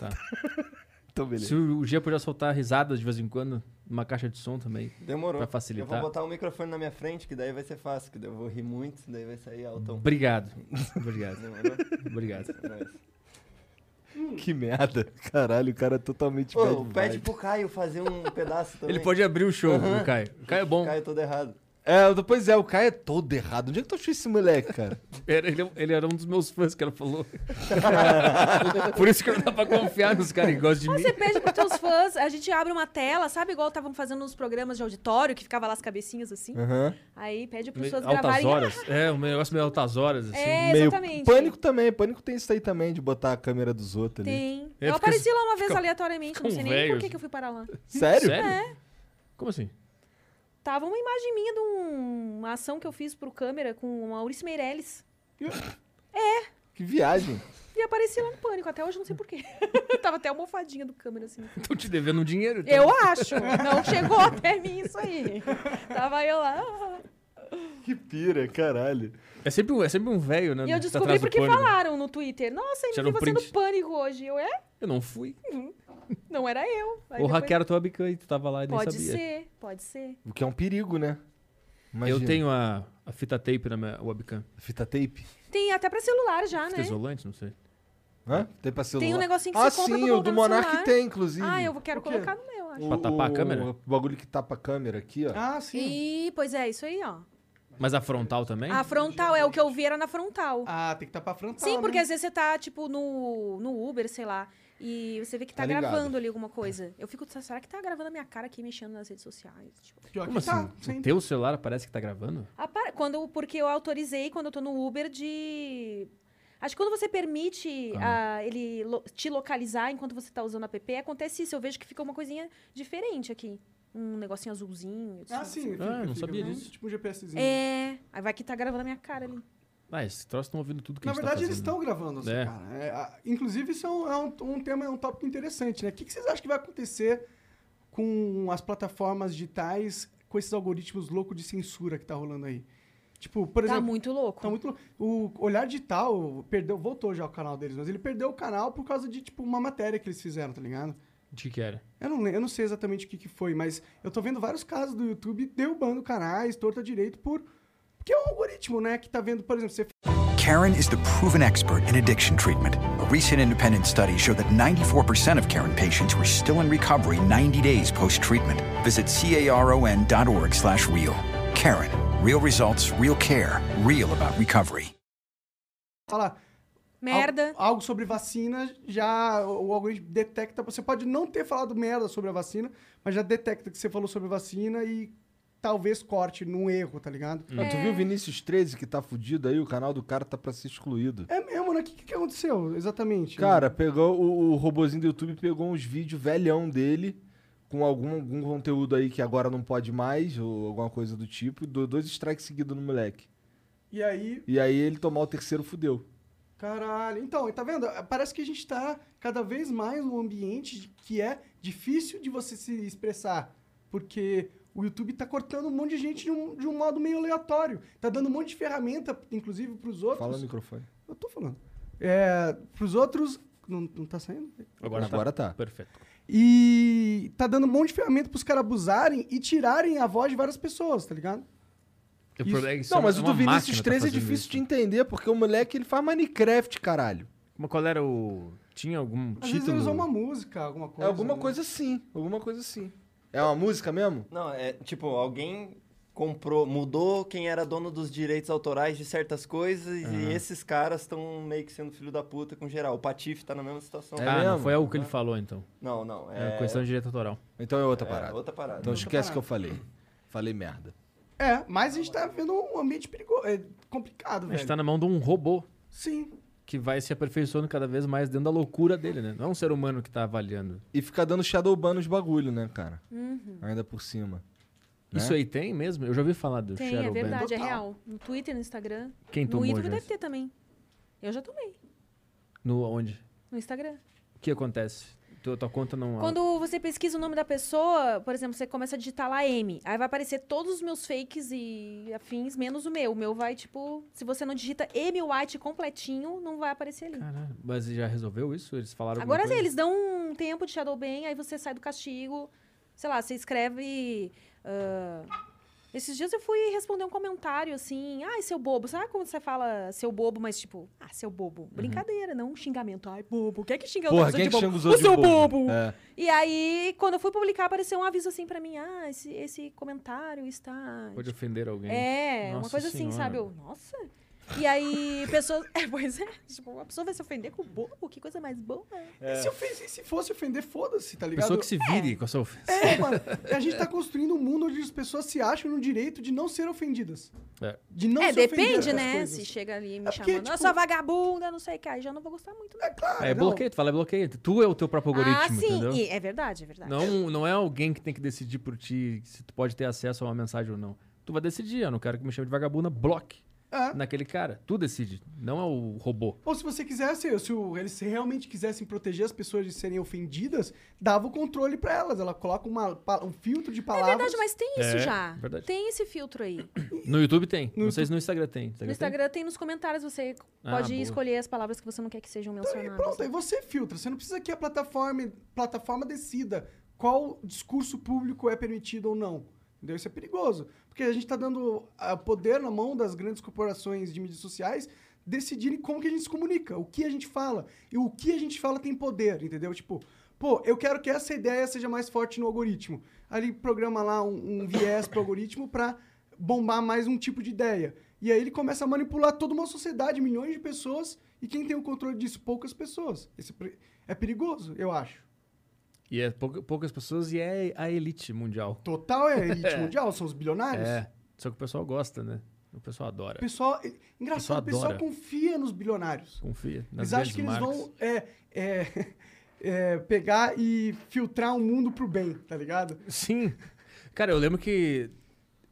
Speaker 2: Então, beleza.
Speaker 3: Se o Gia puder soltar risadas de vez em quando, numa caixa de som também.
Speaker 5: Demorou.
Speaker 3: Pra facilitar.
Speaker 5: Eu vou botar um microfone na minha frente, que daí vai ser fácil, que daí eu vou rir muito, daí vai sair altão.
Speaker 3: Obrigado. Obrigado.
Speaker 5: Demorou? É
Speaker 3: Obrigado.
Speaker 5: Mas-
Speaker 2: Que merda. Caralho, o cara é totalmente
Speaker 5: Pô,
Speaker 2: bad
Speaker 5: pede
Speaker 2: vibe.
Speaker 5: pro Caio fazer um pedaço também.
Speaker 3: Tipo, Ele pode abrir o show, o Caio. tá O Caio é bom.
Speaker 5: Caio todo errado.
Speaker 2: É, eu- pois é, o cara é todo errado. Onde é que tu achou esse moleque, cara?
Speaker 3: Era- ele, ele era um dos meus fãs que ela falou. Por isso que eu não dá pra confiar nos caras que gostam de mim.
Speaker 4: Você pede pros teus fãs, a gente abre uma tela, sabe igual estavam fazendo nos programas de auditório, que ficava lá as cabecinhas assim?
Speaker 2: Aham.
Speaker 4: Aí pede pras
Speaker 3: Meio
Speaker 4: pessoas
Speaker 3: Altas
Speaker 4: gravarem.
Speaker 3: horas. É, um negócio meio altas horas, assim.
Speaker 4: É,
Speaker 2: Meio
Speaker 4: exatamente.
Speaker 2: pânico também, pânico tem isso aí também, de botar a câmera dos outros ali.
Speaker 4: Ah, Tem.
Speaker 3: É,
Speaker 4: eu
Speaker 3: fica-
Speaker 4: apareci lá uma vez aleatoriamente, não
Speaker 3: ficam
Speaker 4: sei nem por
Speaker 3: velhos.
Speaker 4: que, que eu fui parar lá. É.
Speaker 2: Sério?
Speaker 3: Sério? Como assim?
Speaker 4: Tava uma imagem minha de um- uma ação que eu fiz pro câmera com o Maurício Meirelles.
Speaker 2: Que viagem.
Speaker 4: E apareci lá no pânico, até hoje eu não sei porquê. Tava até almofadinha do câmera, assim.
Speaker 3: Estão te devendo um dinheiro? então.
Speaker 4: Eu acho. Não chegou até mim isso aí. Tava eu lá. ah.
Speaker 2: Que pira, caralho.
Speaker 3: É sempre um, é sempre um velho, né?
Speaker 4: E eu
Speaker 3: que tá
Speaker 4: descobri
Speaker 3: atrás do
Speaker 4: porque
Speaker 3: pânico.
Speaker 4: falaram no Twitter. Nossa, eu
Speaker 3: Tiraram
Speaker 4: vi você
Speaker 3: print.
Speaker 4: no pânico hoje. Eu, é? Hum,
Speaker 3: Eu não fui.
Speaker 4: Não era eu. Aí
Speaker 3: Ou
Speaker 4: depois-
Speaker 3: hackearam tua webcam e tu tava lá e nem
Speaker 4: Pode
Speaker 3: sabia.
Speaker 4: ser, pode ser.
Speaker 2: O que é um perigo, né? Imagina.
Speaker 3: Eu tenho a, a fita tape na minha webcam.
Speaker 2: Fita tape?
Speaker 4: Tem até pra celular já,
Speaker 3: Fita
Speaker 4: né?
Speaker 3: isolante, não sei.
Speaker 2: Hã? Tem pra celular?
Speaker 4: Tem um negocinho que
Speaker 2: ah,
Speaker 4: você compra
Speaker 2: sim,
Speaker 4: pra
Speaker 2: o
Speaker 4: colocar
Speaker 2: do
Speaker 4: no
Speaker 2: Monark
Speaker 4: celular.
Speaker 2: tem, inclusive.
Speaker 4: Ah, eu quero
Speaker 1: O quê?
Speaker 4: colocar no meu, acho.
Speaker 2: O-
Speaker 3: Pra tapar a
Speaker 2: o-
Speaker 3: câmera?
Speaker 2: O bagulho que tapa a câmera aqui, ó.
Speaker 1: Ah, sim.
Speaker 4: Ih, pois é, isso aí, ó.
Speaker 3: Mas a frontal também?
Speaker 4: A frontal, é o que eu vi era na frontal.
Speaker 1: Ah, tem que estar pra frontal,
Speaker 4: Sim, porque
Speaker 1: né?
Speaker 4: às vezes você tá, tipo, no, no Uber, sei lá, e você vê que tá,
Speaker 2: Tá ligado.
Speaker 4: gravando ali alguma coisa. Eu fico, será que tá gravando a minha cara aqui, mexendo nas redes sociais? Tipo,
Speaker 1: Pior que
Speaker 3: Como assim?
Speaker 1: tá, sim.
Speaker 3: o teu celular parece que tá gravando?
Speaker 4: apare- quando, porque eu autorizei quando eu tô no Uber de... Acho que quando você permite ah, ele lo- te localizar enquanto você tá usando o app, acontece isso. Eu vejo que fica uma coisinha diferente aqui. Um negocinho azulzinho. assim.
Speaker 1: Ah, sim.
Speaker 3: Ah, eu não sabia
Speaker 1: né?
Speaker 3: disso.
Speaker 1: Tipo um GPSzinho.
Speaker 4: É, aí vai que tá gravando a minha cara ali.
Speaker 3: Ah, esses troços estão ouvindo tudo que
Speaker 1: Na
Speaker 3: a gente
Speaker 1: verdade,
Speaker 3: tá
Speaker 1: eles
Speaker 3: fazendo.
Speaker 1: estão gravando, assim,
Speaker 3: É.
Speaker 1: cara. É, a- inclusive, isso é um, é um- um tema, é um tópico interessante, né? O que, que vocês acham que vai acontecer com as plataformas digitais, com esses algoritmos loucos de censura que tá rolando aí? Tipo, por
Speaker 4: Tá
Speaker 1: exemplo,
Speaker 4: muito louco.
Speaker 1: Tá muito lou- O Olhar Digital perdeu, voltou já o canal deles, mas ele perdeu o canal por causa de, tipo, uma matéria que eles fizeram, tá ligado?
Speaker 3: De que era?
Speaker 1: Eu não, le- eu não sei exatamente o que, que foi, mas eu tô vendo vários casos do YouTube derrubando canais, torta direito, por. Porque é um algoritmo, né? Que tá vendo, por exemplo, você
Speaker 6: Karen is the proven expert in addiction treatment. A recent independent study showed that 94% of Karen patients were still in recovery 90 days post-treatment. Visit caron.org slash real. Karen. Real results, real care, real about recovery.
Speaker 1: fala
Speaker 4: Merda.
Speaker 1: Al- algo sobre vacina, já o o algoritmo detecta. Você pode não ter falado merda sobre a vacina, mas já detecta que você falou sobre vacina e talvez corte num erro, tá ligado?
Speaker 3: Hum.
Speaker 2: Ah, tu
Speaker 4: é.
Speaker 2: viu o Vinícius 13 que tá fudido aí? O canal do cara tá pra ser excluído.
Speaker 1: É mesmo, né? O que, que aconteceu exatamente?
Speaker 2: Cara, pegou o, o robozinho do YouTube pegou uns vídeos velhão dele com algum, algum conteúdo aí que agora não pode mais, ou alguma coisa do tipo, e deu dois strikes seguidos no moleque.
Speaker 1: E aí,
Speaker 2: E aí ele tomar o terceiro fudeu.
Speaker 1: Caralho. Então, tá vendo? Parece que a gente tá cada vez mais num ambiente de- que é difícil de você se expressar. Porque o YouTube tá cortando um monte de gente de um, de um modo meio aleatório. Tá dando um monte de ferramenta, inclusive, pros outros.
Speaker 2: Fala no microfone.
Speaker 1: Eu tô falando. É, pros outros. Não, não tá saindo?
Speaker 3: Agora,
Speaker 2: Agora tá.
Speaker 3: Perfeito.
Speaker 1: E tá dando um monte de ferramenta pros caras abusarem e tirarem a voz de várias pessoas, tá ligado?
Speaker 3: O
Speaker 1: Isso-
Speaker 3: problema é que isso é
Speaker 2: não, mas
Speaker 3: uma-
Speaker 2: o do
Speaker 3: uma
Speaker 2: Vinícius
Speaker 3: máquina tá
Speaker 2: 13 é
Speaker 3: fazendo
Speaker 2: difícil
Speaker 3: isso.
Speaker 2: de entender, porque o moleque ele faz Minecraft, caralho.
Speaker 3: Como qual era o. Tinha algum
Speaker 1: Às vezes
Speaker 3: título?
Speaker 1: eles usam
Speaker 2: um
Speaker 1: uma música, alguma
Speaker 2: É
Speaker 1: coisa.
Speaker 2: alguma
Speaker 1: né?
Speaker 2: coisa assim, alguma coisa assim. É uma música mesmo?
Speaker 5: Não, é tipo, alguém comprou, mudou quem era dono dos direitos autorais de certas coisas e esses caras estão meio que sendo filho da puta com geral. O Patife tá na mesma situação.
Speaker 2: É
Speaker 3: ah, não,
Speaker 2: mesmo?
Speaker 3: foi algo que ele falou então.
Speaker 5: Não, não.
Speaker 3: É,
Speaker 5: É,
Speaker 3: questão de direito autoral.
Speaker 2: Então é outra
Speaker 5: é
Speaker 2: parada.
Speaker 5: outra parada.
Speaker 2: Então esquece que eu falei. Falei merda.
Speaker 1: É, mas a gente tá vendo um ambiente perigoso. É complicado,
Speaker 3: Mas
Speaker 1: velho.
Speaker 3: tá na mão de um robô
Speaker 1: Sim.
Speaker 3: que vai se aperfeiçoando cada vez mais dentro da loucura dele, né? Não é um ser humano que tá avaliando.
Speaker 2: E fica dando shadowban nos bagulho, né, cara?
Speaker 1: Uhum.
Speaker 2: Ainda por cima. Né?
Speaker 3: Isso aí tem mesmo? Eu já ouvi falar do
Speaker 4: Tem, é
Speaker 3: Shadow Ban.
Speaker 4: verdade, é
Speaker 1: Total.
Speaker 4: real. No Twitter, no Instagram.
Speaker 3: Quem tomou
Speaker 4: No Twitter
Speaker 3: já?
Speaker 4: deve ter também. Eu já tomei.
Speaker 3: No onde?
Speaker 4: No Instagram.
Speaker 3: O que acontece? Tua, tua conta não.
Speaker 4: Quando você pesquisa o nome da pessoa, por exemplo, você começa a digitar lá M. Aí vai aparecer todos os meus fakes e afins, menos o meu. O meu vai, tipo, se você não digita M White completinho, não vai aparecer ali.
Speaker 3: Caralho, mas já resolveu isso? Eles falaram alguma
Speaker 4: Agora
Speaker 3: coisa?
Speaker 4: eles dão um tempo de Shadow Ban, aí você sai do castigo. Sei lá, você escreve. ah, Esses dias eu fui responder um comentário assim, ai, seu bobo. Sabe quando você fala seu bobo, mas tipo, ah, seu bobo. Brincadeira, não um xingamento. Ai, bobo. Quem é que xinga
Speaker 2: Uhum. Porra,
Speaker 4: outra
Speaker 2: quem é que
Speaker 4: pessoa
Speaker 2: chama
Speaker 4: de
Speaker 2: os
Speaker 4: bobo?
Speaker 2: outros de
Speaker 4: seu
Speaker 2: bobo?
Speaker 4: bobo!
Speaker 2: É.
Speaker 4: E aí, quando eu fui publicar, apareceu um aviso assim pra mim: ah, esse, esse comentário está. tipo,
Speaker 3: Pode ofender alguém.
Speaker 4: É, uma
Speaker 3: Nossa
Speaker 4: coisa assim,
Speaker 3: Senhora.
Speaker 4: sabe? Eu, nossa. E aí, pessoas. É, pois é. Tipo, a pessoa vai se ofender com o bobo, que coisa mais boa.
Speaker 1: E se, ofen- e se fosse ofender, foda-se, tá ligado?
Speaker 3: É. Pessoa que se vire com a sua ofensa.
Speaker 1: É, mano. A gente tá construindo um mundo onde as pessoas se acham no direito de não ser ofendidas.
Speaker 3: É.
Speaker 1: De não
Speaker 4: é,
Speaker 1: se ofender
Speaker 4: depende,
Speaker 1: com as
Speaker 4: né?
Speaker 1: coisas.
Speaker 4: Se chega ali me
Speaker 1: É porque,
Speaker 4: chamando, eu
Speaker 1: tipo-
Speaker 4: sou vagabunda, não sei o que, aí já não vou gostar muito. Não.
Speaker 1: É claro.
Speaker 3: É
Speaker 1: não.
Speaker 3: bloqueio, tu fala é bloqueio. Tu é o teu próprio algoritmo,
Speaker 4: ah, sim,
Speaker 3: entendeu?
Speaker 4: e é verdade, é verdade.
Speaker 3: Não, não é alguém que tem que decidir por ti se tu pode ter acesso a uma mensagem ou não. Tu vai decidir, eu não quero que me chame de vagabunda, bloque
Speaker 1: É.
Speaker 3: naquele cara. Tu decide, não é o robô.
Speaker 1: Ou se você quisesse, se o- eles realmente quisessem proteger as pessoas de serem ofendidas, dava o controle pra elas. Ela coloca uma pa- um filtro de
Speaker 4: É
Speaker 1: palavras.
Speaker 4: verdade, mas tem isso
Speaker 3: É,
Speaker 4: já.
Speaker 3: verdade.
Speaker 4: Tem esse filtro aí.
Speaker 3: No YouTube tem. não sei se no Instagram tem.
Speaker 4: No Instagram tem nos comentários, você
Speaker 3: Ah,
Speaker 4: pode
Speaker 3: boa.
Speaker 4: escolher as palavras que você não quer que sejam
Speaker 1: E
Speaker 4: mencionadas.
Speaker 1: pronto, Tá aí você filtra. Você não precisa que a plataforma, plataforma decida qual discurso público é permitido ou não. Entendeu? Isso é perigoso. Porque a gente está dando ah, poder na mão das grandes corporações de mídias sociais decidirem como que a gente se comunica, o que a gente fala. E o que a gente fala tem poder, entendeu? Tipo, pô, eu quero que essa ideia seja mais forte no algoritmo. Aí ele programa lá um, um viés pro algoritmo para bombar mais um tipo de ideia. E aí ele começa a manipular toda uma sociedade, milhões de pessoas, e quem tem o controle disso? Poucas pessoas. Esse pre- é perigoso, eu acho.
Speaker 3: E é pouca- poucas pessoas e é a elite mundial.
Speaker 1: Total é elite mundial, são os bilionários.
Speaker 3: É. Só que o pessoal gosta, né? O pessoal adora.
Speaker 1: O pessoal, e- engraçado,
Speaker 3: Pessoal
Speaker 1: o pessoal
Speaker 3: adora.
Speaker 1: confia nos bilionários.
Speaker 3: Confia.
Speaker 1: eles
Speaker 3: Nas
Speaker 1: acham
Speaker 3: grandes
Speaker 1: que eles
Speaker 3: marcas.
Speaker 1: vão é, é, é, pegar e filtrar o mundo pro bem, tá ligado?
Speaker 3: Sim. Cara, eu lembro que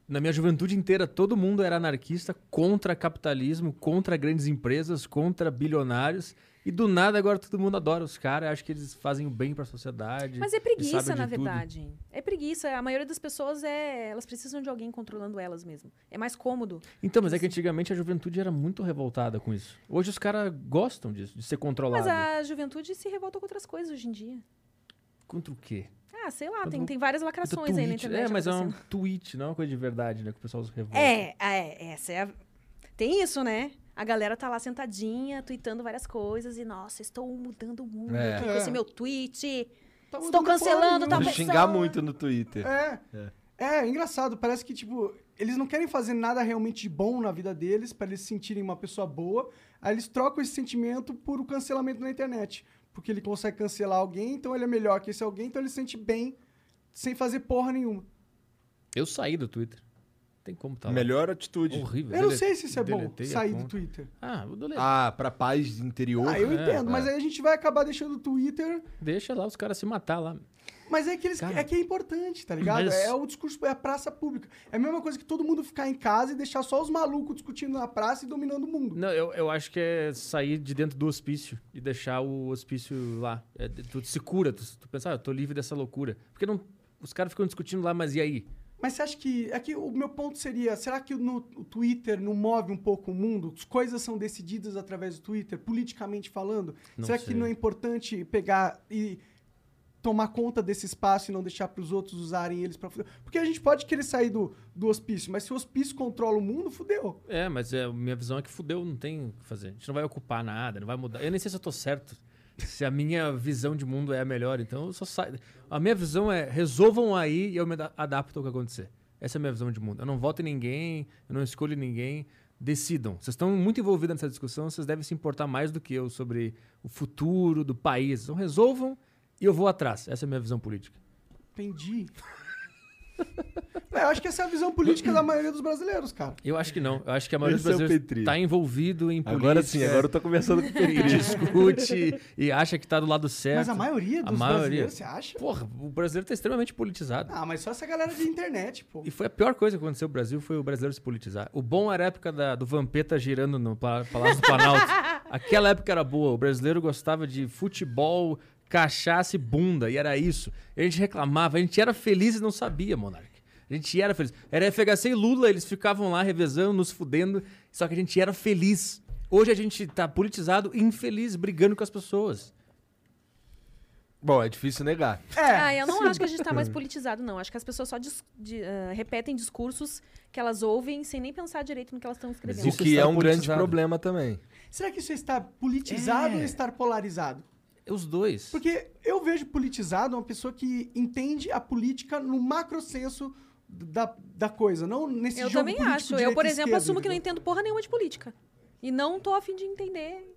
Speaker 3: na minha juventude inteira todo mundo era anarquista contra capitalismo, contra grandes empresas, contra bilionários. E do nada agora todo mundo adora os caras, acho que eles fazem o bem pra sociedade.
Speaker 4: Mas é
Speaker 3: eles
Speaker 4: preguiça,
Speaker 3: sabem
Speaker 4: na
Speaker 3: de tudo.
Speaker 4: verdade. É preguiça. A maioria das pessoas é. Elas precisam de alguém controlando elas mesmo. É mais cômodo.
Speaker 3: Então, mas é que antigamente a juventude era muito revoltada com isso. Hoje os caras gostam disso, de ser controlado.
Speaker 4: Mas é. a juventude se revolta com outras coisas hoje em dia.
Speaker 3: Contra o quê?
Speaker 4: Ah, sei lá,
Speaker 3: Quando
Speaker 4: tem,
Speaker 3: vão-
Speaker 4: tem várias
Speaker 3: Contra
Speaker 4: lacrações aí na
Speaker 3: tweet.
Speaker 4: internet. assim.
Speaker 3: É, mas é um
Speaker 4: acontecendo.
Speaker 3: tweet, não é uma coisa de verdade, né? Que o pessoal se revolta.
Speaker 4: É, é, essa é a... Tem isso, né? A galera tá lá sentadinha, tweetando várias coisas e, nossa, estou mudando o mundo
Speaker 2: É.
Speaker 4: aqui com esse
Speaker 1: É.
Speaker 4: meu tweet.
Speaker 1: Tá
Speaker 4: Estou
Speaker 1: mudando porra
Speaker 4: cancelando,
Speaker 1: nenhuma.
Speaker 4: tá-
Speaker 2: Xingar
Speaker 4: pessoa-
Speaker 2: muito no Twitter.
Speaker 1: É. É, engraçado. Parece que, tipo, eles não querem fazer nada realmente de bom na vida deles pra eles se sentirem uma pessoa boa. Aí eles trocam esse sentimento por o cancelamento na internet. Porque ele consegue cancelar alguém, então ele é melhor que esse alguém, então ele se sente bem sem fazer porra nenhuma.
Speaker 3: Eu saí do Twitter. Tem como tá lá.
Speaker 7: Melhor atitude.
Speaker 3: Horrível.
Speaker 1: Eu não
Speaker 3: Dele-
Speaker 1: sei se isso é bom,
Speaker 3: deletei a
Speaker 1: sair do
Speaker 3: conta.
Speaker 1: Twitter.
Speaker 3: Ah, vou deletar.
Speaker 2: Ah, pra paz interior.
Speaker 1: Ah, eu
Speaker 3: é,
Speaker 1: entendo, mas
Speaker 2: é.
Speaker 1: aí a gente vai acabar deixando o Twitter.
Speaker 3: Deixa lá os caras se matar lá.
Speaker 1: Mas é que, eles,
Speaker 3: Cara,
Speaker 1: é que é importante, tá ligado?
Speaker 3: mas-
Speaker 1: É o discurso, é a praça pública. É a mesma coisa que todo mundo ficar em casa e deixar só os malucos discutindo na praça e dominando o mundo.
Speaker 3: Não, eu, eu acho que é sair de dentro do hospício e deixar o hospício lá. É, de- tu se cura, tu, tu pensa, ah, eu tô livre dessa loucura. Porque não, os caras ficam discutindo lá, mas e aí?
Speaker 1: Mas você acha que. É que o meu ponto seria: será que no, o Twitter não move um pouco o mundo? As coisas são decididas através do Twitter, politicamente falando?
Speaker 3: Não
Speaker 1: será
Speaker 3: sei.
Speaker 1: que não é importante pegar e tomar conta desse espaço e não deixar pros outros usarem eles pra. Porque a gente pode querer sair do, do hospício, mas se o hospício controla o mundo, fudeu.
Speaker 3: É, mas é, minha visão é que fudeu, não tem o que fazer. A gente não vai ocupar nada, não vai mudar. Eu nem sei se eu tô certo. Se a minha visão de mundo é a melhor, então eu só saio. A minha visão é resolvam aí e eu me ada- adapto ao que acontecer. Essa é a minha visão de mundo. Eu não voto em ninguém, eu não escolho ninguém. Decidam. Vocês estão muito envolvidos nessa discussão, vocês devem se importar mais do que eu sobre o futuro do país. Então resolvam e eu vou atrás. Essa é a minha visão política.
Speaker 1: Entendi. É, eu acho que essa é a visão política da maioria dos brasileiros, cara.
Speaker 3: Eu acho que não. Eu acho que a maioria
Speaker 7: Esse é o
Speaker 3: dos brasileiros
Speaker 7: Petri.
Speaker 3: está envolvido em política.
Speaker 7: Agora sim, agora eu tô conversando com o
Speaker 3: e
Speaker 7: Petri.
Speaker 3: discute e acha que tá do lado certo.
Speaker 1: Mas a maioria
Speaker 3: A
Speaker 1: dos
Speaker 3: maioria.
Speaker 1: brasileiros, você acha?
Speaker 3: Porra, o brasileiro tá extremamente politizado.
Speaker 1: Ah, mas só essa galera de internet, pô.
Speaker 3: E foi a pior coisa que aconteceu no Brasil, foi o brasileiro se politizar. O bom era a época da- do Vampeta girando no Pala- Palácio do Planalto. Aquela época era boa, o brasileiro gostava de futebol, cachaça e bunda, e era isso. E a gente reclamava, a gente era feliz e não sabia, Monark. A gente era feliz. Era FHC e Lula, eles ficavam lá revezando, nos fudendo, só que a gente era feliz. Hoje a gente tá politizado e infeliz, brigando com as pessoas.
Speaker 2: Bom, é difícil negar.
Speaker 4: Ah, eu não acho que a gente tá mais politizado, não. Acho que as pessoas só dis- de- ah, repetem discursos que elas ouvem sem nem pensar direito no que elas estão escrevendo.
Speaker 3: Isso
Speaker 2: o que
Speaker 3: está
Speaker 2: é um grande
Speaker 3: politizado.
Speaker 2: problema também.
Speaker 1: Será que isso é estar politizado
Speaker 3: É.
Speaker 1: ou estar polarizado?
Speaker 3: Os dois.
Speaker 1: Porque eu vejo politizado uma pessoa que entende a política no macro senso da, da coisa, não nesse
Speaker 4: Eu
Speaker 1: jogo
Speaker 4: também
Speaker 1: político
Speaker 4: acho. Eu, por
Speaker 1: direita e
Speaker 4: exemplo,
Speaker 1: esquerda,
Speaker 4: assumo que não
Speaker 1: entendeu?
Speaker 4: entendo porra nenhuma de política. E não tô a fim de entender.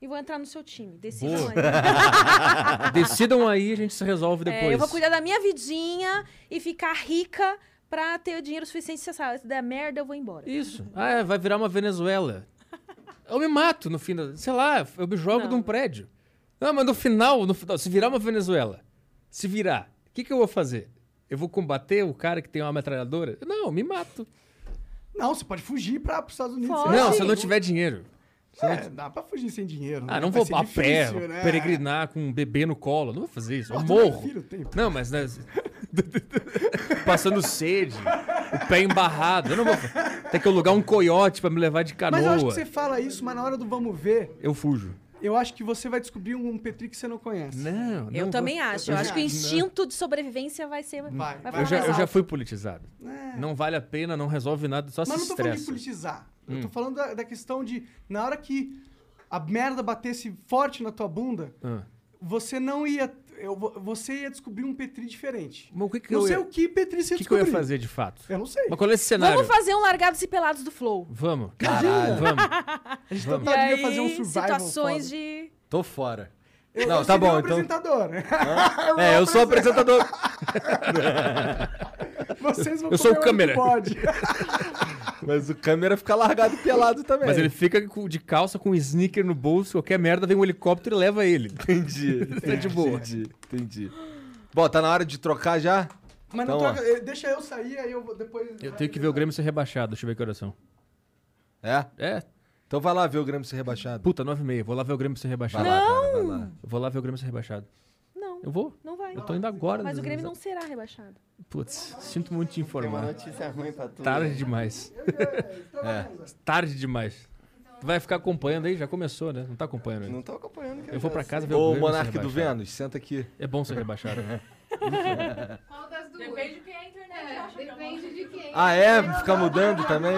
Speaker 4: E vou entrar no seu time. Decida
Speaker 3: Boa.
Speaker 4: aí.
Speaker 3: Decidam aí, a gente se resolve depois.
Speaker 4: É, eu vou cuidar da minha vidinha e ficar rica pra ter o dinheiro suficiente. Se essa se der merda, eu vou embora.
Speaker 3: Isso. Ah, é, vai virar uma Venezuela. Eu me mato no fim da. Sei lá, eu me jogo
Speaker 4: Não.
Speaker 3: de um prédio. Não, mas no final, no final, se virar uma Venezuela, se virar, o que, que eu vou fazer? Eu vou combater o cara que tem uma metralhadora? Não, eu me mato.
Speaker 1: Não, você pode fugir para os Estados Unidos.
Speaker 4: Foge.
Speaker 1: sei lá.
Speaker 3: Não, se eu não tiver dinheiro.
Speaker 1: É, dá pra fugir sem dinheiro.
Speaker 3: Ah,
Speaker 1: né?
Speaker 3: não
Speaker 1: Vai
Speaker 3: vou
Speaker 1: ser
Speaker 3: a pé,
Speaker 1: difícil, né?
Speaker 3: peregrinar com um bebê no colo. Não vou fazer isso. Eu
Speaker 1: Ah, tu
Speaker 3: morro.
Speaker 1: tem filho, tem.
Speaker 3: Não, mas né, passando sede, o pé embarrado. Eu não vou. Tem que eu alugar um coiote pra me levar de canoa.
Speaker 1: Mas eu acho que você fala isso, mas na hora do vamos ver,
Speaker 3: Eu fujo.
Speaker 1: eu acho que você vai descobrir um Petri que você não conhece.
Speaker 3: Não,
Speaker 4: Eu
Speaker 3: não
Speaker 4: também
Speaker 3: vou-
Speaker 4: acho. Eu acho que o instinto de sobrevivência vai ser. Vai,
Speaker 1: vai. É.
Speaker 4: falar
Speaker 3: Eu já,
Speaker 4: mais
Speaker 3: eu já
Speaker 4: alto.
Speaker 3: fui politizado. Não vale a pena, não resolve nada, só
Speaker 1: Mas não
Speaker 3: se
Speaker 1: tô falando de
Speaker 3: estressa.
Speaker 1: politizar. Eu
Speaker 2: Hum.
Speaker 1: tô falando da, da questão de, na hora que a merda batesse forte na tua bunda,
Speaker 3: Ah.
Speaker 1: você não ia. eu vou- você ia descobrir um Petri diferente.
Speaker 3: Mas o que, que,
Speaker 1: não
Speaker 3: eu,
Speaker 1: sei
Speaker 3: ia,
Speaker 1: o que Petri você
Speaker 3: o que, que eu ia fazer de fato?
Speaker 1: Eu não sei.
Speaker 3: Mas qual é esse cenário?
Speaker 4: Vamos fazer um largados e pelados do
Speaker 3: Hum.
Speaker 4: Flow.
Speaker 3: Vamos.
Speaker 2: Caralho.
Speaker 3: Vamos.
Speaker 1: A gente
Speaker 3: Vamos.
Speaker 4: E
Speaker 1: tentaria
Speaker 4: aí,
Speaker 1: fazer um survival.
Speaker 4: situações
Speaker 1: foda.
Speaker 4: de.
Speaker 2: Tô fora.
Speaker 1: Eu,
Speaker 2: Não,
Speaker 1: eu
Speaker 2: tá
Speaker 1: seria
Speaker 2: bom,
Speaker 1: o
Speaker 2: então-
Speaker 1: apresentador.
Speaker 2: É, eu sou apresentador.
Speaker 1: Vocês vão
Speaker 3: Eu sou o
Speaker 1: comer
Speaker 3: câmera.
Speaker 1: que Pode.
Speaker 2: Mas o câmera fica largado e pelado também.
Speaker 3: Mas ele fica com- de calça com um sneaker no bolso, qualquer merda, vem um helicóptero e leva ele. é
Speaker 2: Entendi.
Speaker 1: é
Speaker 2: Tá de boa. Entendi, entendi. Bom, tá na hora de trocar já?
Speaker 1: Mas
Speaker 2: Então,
Speaker 1: não
Speaker 2: ó.
Speaker 1: troca, eh, deixa eu sair, aí eu vou depois.
Speaker 3: é Eu tenho que ver o Grêmio ser rebaixado, deixa eu ver que oração.
Speaker 2: É?
Speaker 3: É,
Speaker 2: Então vai lá ver o Grêmio ser rebaixado.
Speaker 3: Puta, 9,5. Vou lá ver o Grêmio ser
Speaker 2: Vai
Speaker 3: rebaixado.
Speaker 2: lá, cara, vai lá.
Speaker 3: Eu vou lá ver o Grêmio ser rebaixado.
Speaker 4: Não,
Speaker 3: Eu vou.
Speaker 4: não vai.
Speaker 3: Eu tô indo agora. né?
Speaker 4: Mas o
Speaker 3: nos-
Speaker 4: Grêmio não será rebaixado.
Speaker 3: Putz, sinto muito te
Speaker 5: Tem uma
Speaker 3: informar.
Speaker 5: notícia ruim pra tudo.
Speaker 3: Tarde demais. É. Tarde demais. Tu vai ficar acompanhando aí? Já começou, né? Não tá acompanhando ainda.
Speaker 5: Não tô acompanhando. cara.
Speaker 3: Eu vou pra casa ver o
Speaker 2: Ô,
Speaker 3: Grêmio ser
Speaker 2: Monarque do
Speaker 3: rebaixado.
Speaker 2: Vênus, senta aqui.
Speaker 3: É bom ser rebaixado.
Speaker 8: Qual das duas? Depende de quem é a internet. depende de quem.
Speaker 2: Ah, é? Fica mudando também?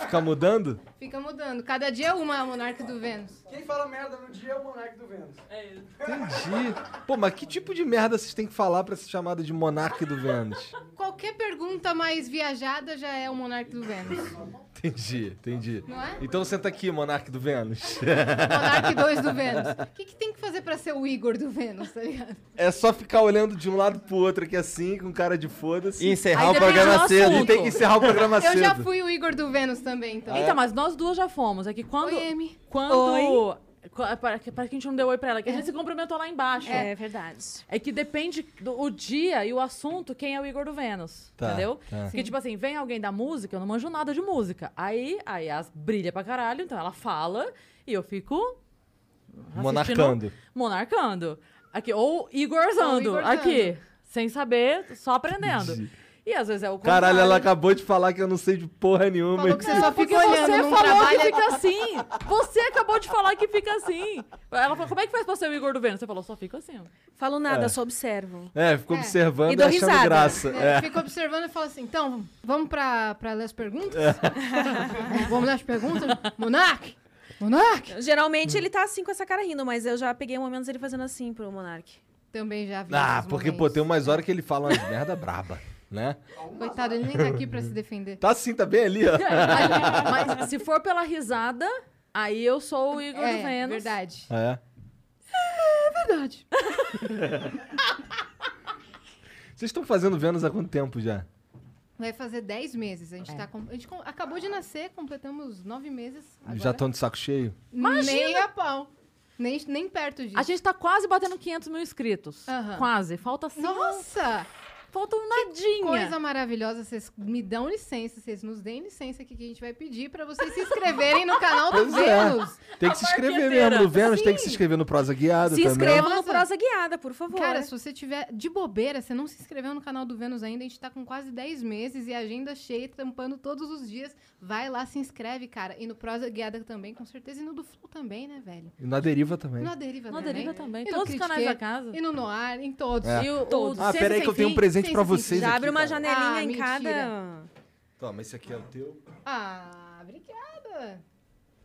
Speaker 2: Fica mudando?
Speaker 8: Fica mudando. Cada dia é uma a Monarca do Vênus.
Speaker 1: Quem fala merda no dia é o monarca do Vênus.
Speaker 8: É
Speaker 2: Entendi. Pô, mas que tipo de merda vocês têm que falar pra ser chamada de Monarque do Vênus?
Speaker 8: Qualquer pergunta mais viajada já é o Monarca do Vênus.
Speaker 2: Entendi, entendi.
Speaker 8: Não é?
Speaker 2: Então senta aqui, Monarque do Vênus.
Speaker 8: Monarca 2 do Vênus. O que, que tem que fazer pra ser o Igor do Vênus, tá ligado?
Speaker 2: É só ficar olhando de um lado pro outro aqui assim, com cara de foda-se.
Speaker 5: E encerrar
Speaker 4: Aí
Speaker 5: o programa
Speaker 4: depende do
Speaker 5: cedo.
Speaker 4: assunto.
Speaker 2: E tem que encerrar o programa
Speaker 8: Eu
Speaker 2: cedo.
Speaker 8: já fui o Igor do Vênus também, então.
Speaker 9: Então, mas nós duas já fomos. É que quando.
Speaker 8: Oi, Amy.
Speaker 9: Quando.
Speaker 4: Oi.
Speaker 9: Qua- Para que, para que a gente não deu oi pra ela, que a
Speaker 8: É.
Speaker 9: gente se cumprimentou lá embaixo.
Speaker 4: É, verdade.
Speaker 9: É que depende do o dia e o assunto, quem é o Igor do Vênus.
Speaker 2: Tá,
Speaker 9: entendeu?
Speaker 2: tá.
Speaker 9: Porque, tipo assim, vem alguém da música, eu não manjo nada de música. Aí a Yas brilha pra caralho, então ela fala e eu fico. assistindo-
Speaker 2: Monarcando.
Speaker 9: Monarcando. Aqui, ou Igorzando,
Speaker 8: Ou Igorzando.
Speaker 9: aqui. Sem saber, só aprendendo. E às vezes é o
Speaker 2: Caralho, ela
Speaker 9: contrário.
Speaker 2: acabou de falar que eu não sei de porra nenhuma.
Speaker 8: Falou que você só
Speaker 9: Porque
Speaker 8: fica olhando,
Speaker 9: você
Speaker 8: não
Speaker 9: falou que
Speaker 8: trabalha.
Speaker 9: fica assim. Você acabou de falar que fica assim. Ela falou, como é que faz pra ser o Igor do Vênus? Você falou, só fica assim. ó.
Speaker 4: Falo nada, só observo.
Speaker 2: É, ficou
Speaker 8: É.
Speaker 2: observando
Speaker 4: E
Speaker 2: e
Speaker 4: dou
Speaker 2: achando
Speaker 4: risada.
Speaker 2: graça.
Speaker 8: né?
Speaker 2: É.
Speaker 8: Fica observando e fala assim, então, vamos pra, pra ler as perguntas?
Speaker 2: É.
Speaker 3: É.
Speaker 8: vamos ler as perguntas? Monark! Monark!
Speaker 4: Geralmente ele tá assim com essa cara rindo, mas eu já peguei momentos ele fazendo assim pro Monark.
Speaker 8: Também já vi
Speaker 2: Ah,
Speaker 8: esses
Speaker 2: porque,
Speaker 4: é
Speaker 2: pô,
Speaker 8: momentos.
Speaker 2: tem umas horas que ele fala umas merda braba, né?
Speaker 8: Coitado, ele nem tá aqui pra se defender.
Speaker 2: Tá assim, tá bem ali, ó.
Speaker 9: Aí, Mas se for pela risada, aí eu sou o Igor do
Speaker 8: É,
Speaker 9: Vênus. É
Speaker 8: verdade.
Speaker 2: É.
Speaker 8: Verdade.
Speaker 2: Vocês estão fazendo Vênus há quanto tempo já?
Speaker 8: Vai fazer 10 meses. A
Speaker 9: É.
Speaker 8: gente, tá com- a gente com- acabou de nascer, completamos 9 meses. Agora.
Speaker 2: Já estão de saco cheio?
Speaker 8: Nem a pau. Nem, nem perto disso.
Speaker 9: A gente tá quase batendo 500 mil inscritos.
Speaker 8: Aham.
Speaker 9: Quase. Falta assim.
Speaker 8: Nossa!
Speaker 9: Falta um nadinha.
Speaker 8: Coisa maravilhosa. Vocês me dão licença, vocês nos deem licença aqui que a gente vai pedir pra vocês se inscreverem no canal do
Speaker 2: Pois é.
Speaker 8: tá Vênus.
Speaker 2: Tem que se inscrever
Speaker 9: marqueteira.
Speaker 2: mesmo no Vênus, tem que se
Speaker 8: Sim.
Speaker 2: inscrever no Prosa Guiada
Speaker 4: Se
Speaker 2: também.
Speaker 4: inscreva no
Speaker 8: Nossa.
Speaker 4: Prosa Guiada, por favor.
Speaker 8: Cara, se você tiver de bobeira, você não se inscreveu no canal do Vênus ainda, a gente tá com quase 10 meses e a agenda cheia, tampando todos os dias. Vai lá, se inscreve, cara. E no Prosa Guiada também, com certeza. E no do Flow também, né, velho?
Speaker 2: E na deriva também.
Speaker 8: Na deriva
Speaker 9: Na
Speaker 8: também.
Speaker 9: deriva também.
Speaker 8: E no
Speaker 9: Todos os canais
Speaker 8: Critique,
Speaker 9: da casa.
Speaker 8: E no Noir, em todos.
Speaker 9: E o, o
Speaker 4: Todos.
Speaker 9: do
Speaker 2: Ah,
Speaker 9: Ciência
Speaker 2: pera aí
Speaker 9: Sem
Speaker 2: que eu tenho um
Speaker 9: Fim,
Speaker 2: presente
Speaker 8: Sim,
Speaker 2: pra
Speaker 8: sim,
Speaker 2: vocês
Speaker 4: já
Speaker 2: aqui,
Speaker 4: abre uma
Speaker 2: cara.
Speaker 4: janelinha
Speaker 8: Ah,
Speaker 4: em
Speaker 8: mentira.
Speaker 4: cada.
Speaker 2: Toma, esse aqui é o teu.
Speaker 8: Ah, obrigada.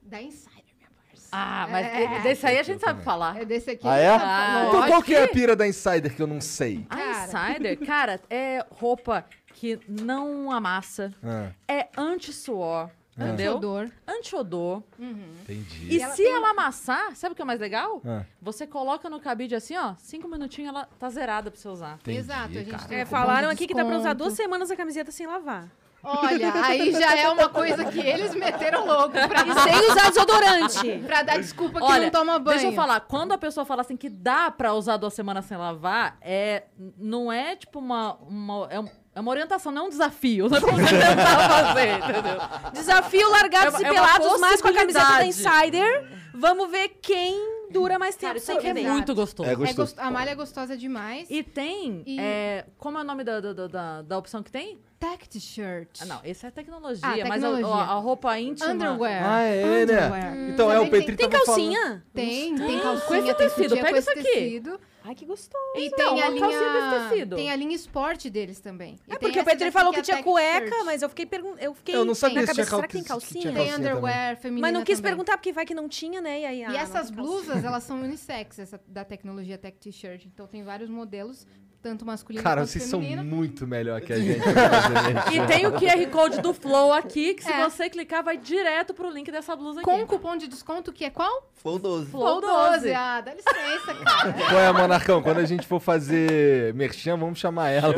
Speaker 8: Da Insider, minha parça.
Speaker 9: Ah, mas desse aí a gente sabe falar.
Speaker 8: É desse aqui.
Speaker 2: Ah, é?
Speaker 8: Ah,
Speaker 2: então
Speaker 9: lógico Ah.
Speaker 2: qual que é a pira da Insider que eu não sei?
Speaker 9: A
Speaker 8: Cara.
Speaker 9: Insider, cara, é roupa que não amassa,
Speaker 2: Ah,
Speaker 9: é anti-suor, entendeu?
Speaker 8: Odor.
Speaker 9: Anti-odor.
Speaker 8: Uhum.
Speaker 2: entendi.
Speaker 9: E, se ela amassar, sabe o que é mais legal?
Speaker 2: Ah.
Speaker 9: Você coloca no cabide assim, ó, cinco minutinhos ela tá zerada pra você usar.
Speaker 2: Entendi,
Speaker 8: Exato, a gente
Speaker 2: cara.
Speaker 8: tem
Speaker 4: É,
Speaker 8: um
Speaker 4: falaram
Speaker 8: cupom de
Speaker 4: aqui que dá pra usar
Speaker 8: desconto.
Speaker 4: duas semanas a camiseta tá sem lavar.
Speaker 8: Olha, aí já é uma coisa que eles meteram louco pra,
Speaker 4: E sem usar desodorante.
Speaker 8: pra dar desculpa que
Speaker 9: Olha,
Speaker 8: não toma banho.
Speaker 9: deixa eu falar, quando a pessoa fala assim que dá pra usar duas semanas sem lavar, é, não é tipo uma, uma- é, um- é uma orientação, não é um desafio. Não é pra você tentar fazer, entendeu?
Speaker 4: Desafio largados
Speaker 9: É uma-
Speaker 4: e
Speaker 9: é uma
Speaker 4: pelados, mas com a camiseta da
Speaker 9: possibilidade.
Speaker 4: Insider. Vamos ver quem dura mais tempo
Speaker 9: Cara, isso
Speaker 4: sem
Speaker 9: aqui é
Speaker 4: beber.
Speaker 9: muito gostoso.
Speaker 2: É
Speaker 8: É
Speaker 2: gostoso.
Speaker 8: gost- A malha é gostosa demais.
Speaker 9: E tem.
Speaker 8: E-
Speaker 9: é, como é o nome da, da, da- da, da opção que tem?
Speaker 8: tact shirt.
Speaker 9: Ah, não, esse é tecnologia,
Speaker 8: Ah,
Speaker 9: mas a-
Speaker 8: tecnologia.
Speaker 9: a, a roupa íntima.
Speaker 8: Underwear.
Speaker 2: Ah, é,
Speaker 8: Underwear.
Speaker 2: né? Então, é, o
Speaker 8: Também
Speaker 2: Petri
Speaker 4: Tem
Speaker 2: tava
Speaker 4: calcinha?
Speaker 8: Tem, tem
Speaker 9: Tem,
Speaker 8: calcinha,
Speaker 9: com esse
Speaker 8: tem
Speaker 9: tecido,
Speaker 8: sutiã
Speaker 9: pega
Speaker 8: com esse
Speaker 9: isso aqui.
Speaker 8: tecido.
Speaker 4: Ai, que gostoso.
Speaker 8: E
Speaker 9: Não,
Speaker 8: tem a
Speaker 9: uma calcinha desse
Speaker 8: linha...
Speaker 9: tecido.
Speaker 8: Tem a linha esporte deles também. E
Speaker 4: É
Speaker 8: tem
Speaker 4: porque o
Speaker 8: essa
Speaker 4: Pedro
Speaker 8: daqui
Speaker 4: falou
Speaker 8: é
Speaker 4: que
Speaker 8: a
Speaker 4: tinha
Speaker 8: tact
Speaker 4: cueca,
Speaker 8: shirt.
Speaker 4: mas eu fiquei pergun- eu fiquei
Speaker 2: Eu não sabia
Speaker 4: na
Speaker 2: se tinha
Speaker 4: cabeça, será que tem
Speaker 2: cal- se tinha
Speaker 4: calcinha?
Speaker 2: calcinha.
Speaker 8: Tem underwear feminina
Speaker 4: Mas não quis
Speaker 8: também.
Speaker 4: perguntar porque vai que não tinha, né? E, aí, ah,
Speaker 8: E
Speaker 4: não
Speaker 8: essas
Speaker 4: tem calcinha.
Speaker 8: blusas, elas são unissex, essa da tecnologia Tech T-shirt. Então tem vários modelos, tanto masculino
Speaker 2: Cara,
Speaker 8: quanto
Speaker 2: vocês são
Speaker 8: feminino.
Speaker 2: muito melhor que a gente. brasileiro.
Speaker 9: E tem o QR Code do Flow aqui, que se
Speaker 8: É.
Speaker 9: você clicar, vai direto pro link dessa blusa aqui.
Speaker 8: Com um cupom de desconto que é qual?
Speaker 5: Flow 12.
Speaker 9: Flow 12.
Speaker 8: Ah, dá licença, cara.
Speaker 2: Qual é, Monarcão? Quando a gente for fazer merchan, vamos chamar ela.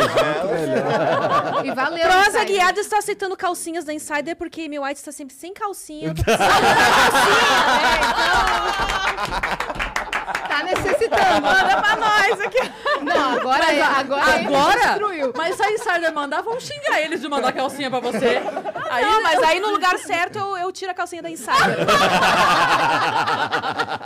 Speaker 8: E valeu.
Speaker 4: Prosa
Speaker 8: Insider.
Speaker 4: Guiada está aceitando calcinhas da Insider porque meu White está sempre sem calcinha. Eu tô-
Speaker 8: Tá necessitando. Manda pra nós aqui. Não, agora é. Agora, é-
Speaker 9: Agora? Mas se a Insider mandar, vamos xingar eles de mandar calcinha pra você. Aí,
Speaker 4: Não,
Speaker 8: é.
Speaker 4: mas aí no lugar certo eu, eu tiro a calcinha da Insider.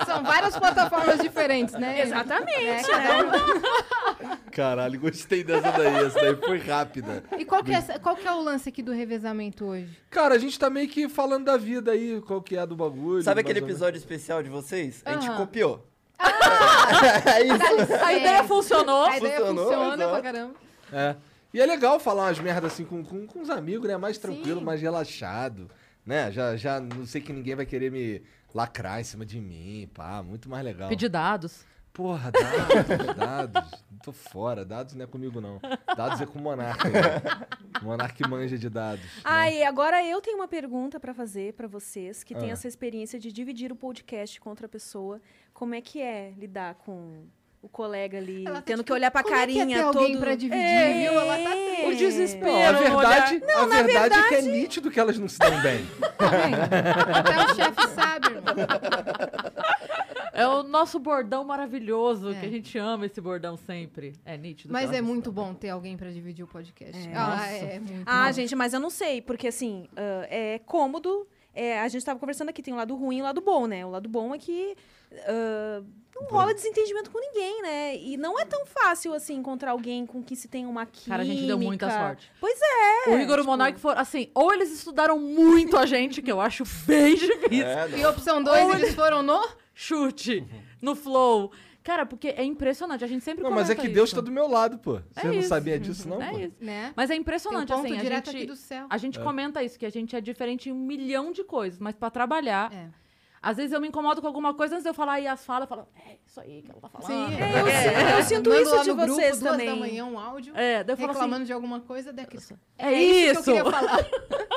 Speaker 8: São várias plataformas diferentes, né?
Speaker 4: Exatamente, né?
Speaker 8: É, cada uma-
Speaker 2: Caralho, gostei dessa daí. Essa daí foi rápida.
Speaker 8: E qual que, é, essa- qual que é o lance aqui do revezamento hoje?
Speaker 2: Cara, a gente tá meio que falando da vida aí, qual que é do bagulho.
Speaker 5: Sabe
Speaker 2: mais
Speaker 5: aquele
Speaker 2: ou menos.
Speaker 5: episódio especial de vocês? A gente
Speaker 9: Ah.
Speaker 2: Ah.
Speaker 8: Aham.
Speaker 5: copiou.
Speaker 2: É
Speaker 10: É
Speaker 9: a ideia funcionou.
Speaker 8: É. A ideia
Speaker 5: Funcionou,
Speaker 8: funciona pra
Speaker 5: exato.
Speaker 8: caramba.
Speaker 2: É. E é legal falar umas merdas assim com, com, com os amigos, né? Mais tranquilo, mais relaxado. Né? Já, já não sei que ninguém vai querer me lacrar em cima de mim, pá. Muito mais legal.
Speaker 9: Pedir dados.
Speaker 2: Porra, dados, né? dados. Tô fora. Dados não é comigo, não. Dados é com o Monark. Né? O Monark manja de dados. né?
Speaker 4: Ai, agora eu tenho uma pergunta pra fazer pra vocês que têm
Speaker 2: Ah.
Speaker 4: essa experiência de dividir o podcast com outra pessoa. Como é que é lidar com o colega ali,
Speaker 8: Ela tá
Speaker 4: tendo
Speaker 8: tipo,
Speaker 4: que olhar pra
Speaker 8: como é que é
Speaker 4: carinha
Speaker 8: ter alguém
Speaker 4: todo...
Speaker 8: pra dividir,
Speaker 4: É.
Speaker 8: viu? Ela tá triste.
Speaker 4: O desespero.
Speaker 2: Não, a verdade, a
Speaker 4: na
Speaker 2: verdade, é que é nítido que elas não se dão bem.
Speaker 8: Tá vendo? Até o chefe sabe, irmão.
Speaker 9: É o nosso bordão maravilhoso,
Speaker 8: É.
Speaker 9: que a gente ama esse bordão sempre. É nítido.
Speaker 8: Mas
Speaker 9: cara.
Speaker 8: é muito bom ter alguém pra dividir o podcast.
Speaker 4: É.
Speaker 8: Ah,
Speaker 9: Nossa.
Speaker 8: é muito
Speaker 4: Ah,
Speaker 8: bom.
Speaker 4: gente, mas eu não sei, porque assim, ah, é cômodo. é, a gente tava conversando aqui, tem o lado ruim e o lado bom, né? O lado bom é que ah, não rola desentendimento com ninguém, né? E não é tão fácil, assim, encontrar alguém com que se tem uma química.
Speaker 9: Cara, a gente deu muita sorte.
Speaker 4: Pois é.
Speaker 9: O Igor e o
Speaker 4: tipo,
Speaker 9: Monark foram, assim, ou eles estudaram muito a gente, que eu acho bem difícil.
Speaker 5: É,
Speaker 8: E opção 2,
Speaker 9: Olha.
Speaker 8: eles foram no...
Speaker 9: Chute, no flow. Cara, porque é impressionante, a gente sempre
Speaker 2: Não, mas é
Speaker 9: comenta
Speaker 2: que Deus
Speaker 9: isso. É
Speaker 2: tá do meu lado, pô.
Speaker 8: É
Speaker 2: Você não
Speaker 9: isso.
Speaker 2: sabia disso, não, pô?
Speaker 9: É isso.
Speaker 8: Né?
Speaker 9: Mas é
Speaker 8: Tem um
Speaker 9: impressionante,
Speaker 8: ponto
Speaker 9: assim, a
Speaker 8: direto
Speaker 9: gente...
Speaker 8: aqui do céu.
Speaker 9: A gente comenta isso, que a gente é diferente em um milhão de coisas, mas pra trabalhar.
Speaker 8: É.
Speaker 9: Às vezes eu me incomodo com alguma coisa, antes de eu falar e as falas, eu falo, é isso aí que ela tá falando.
Speaker 8: Sim,
Speaker 9: é.
Speaker 4: Eu, si- eu sinto
Speaker 8: Mando
Speaker 4: isso
Speaker 8: lá
Speaker 4: de
Speaker 8: no grupo,
Speaker 4: vocês
Speaker 8: duas
Speaker 4: também.
Speaker 8: da manhã, um áudio.
Speaker 9: daí eu falo
Speaker 8: reclamando
Speaker 9: assim,
Speaker 8: de alguma coisa, daí a Cris-
Speaker 9: é,
Speaker 8: que eu
Speaker 9: isso.
Speaker 8: queria falar.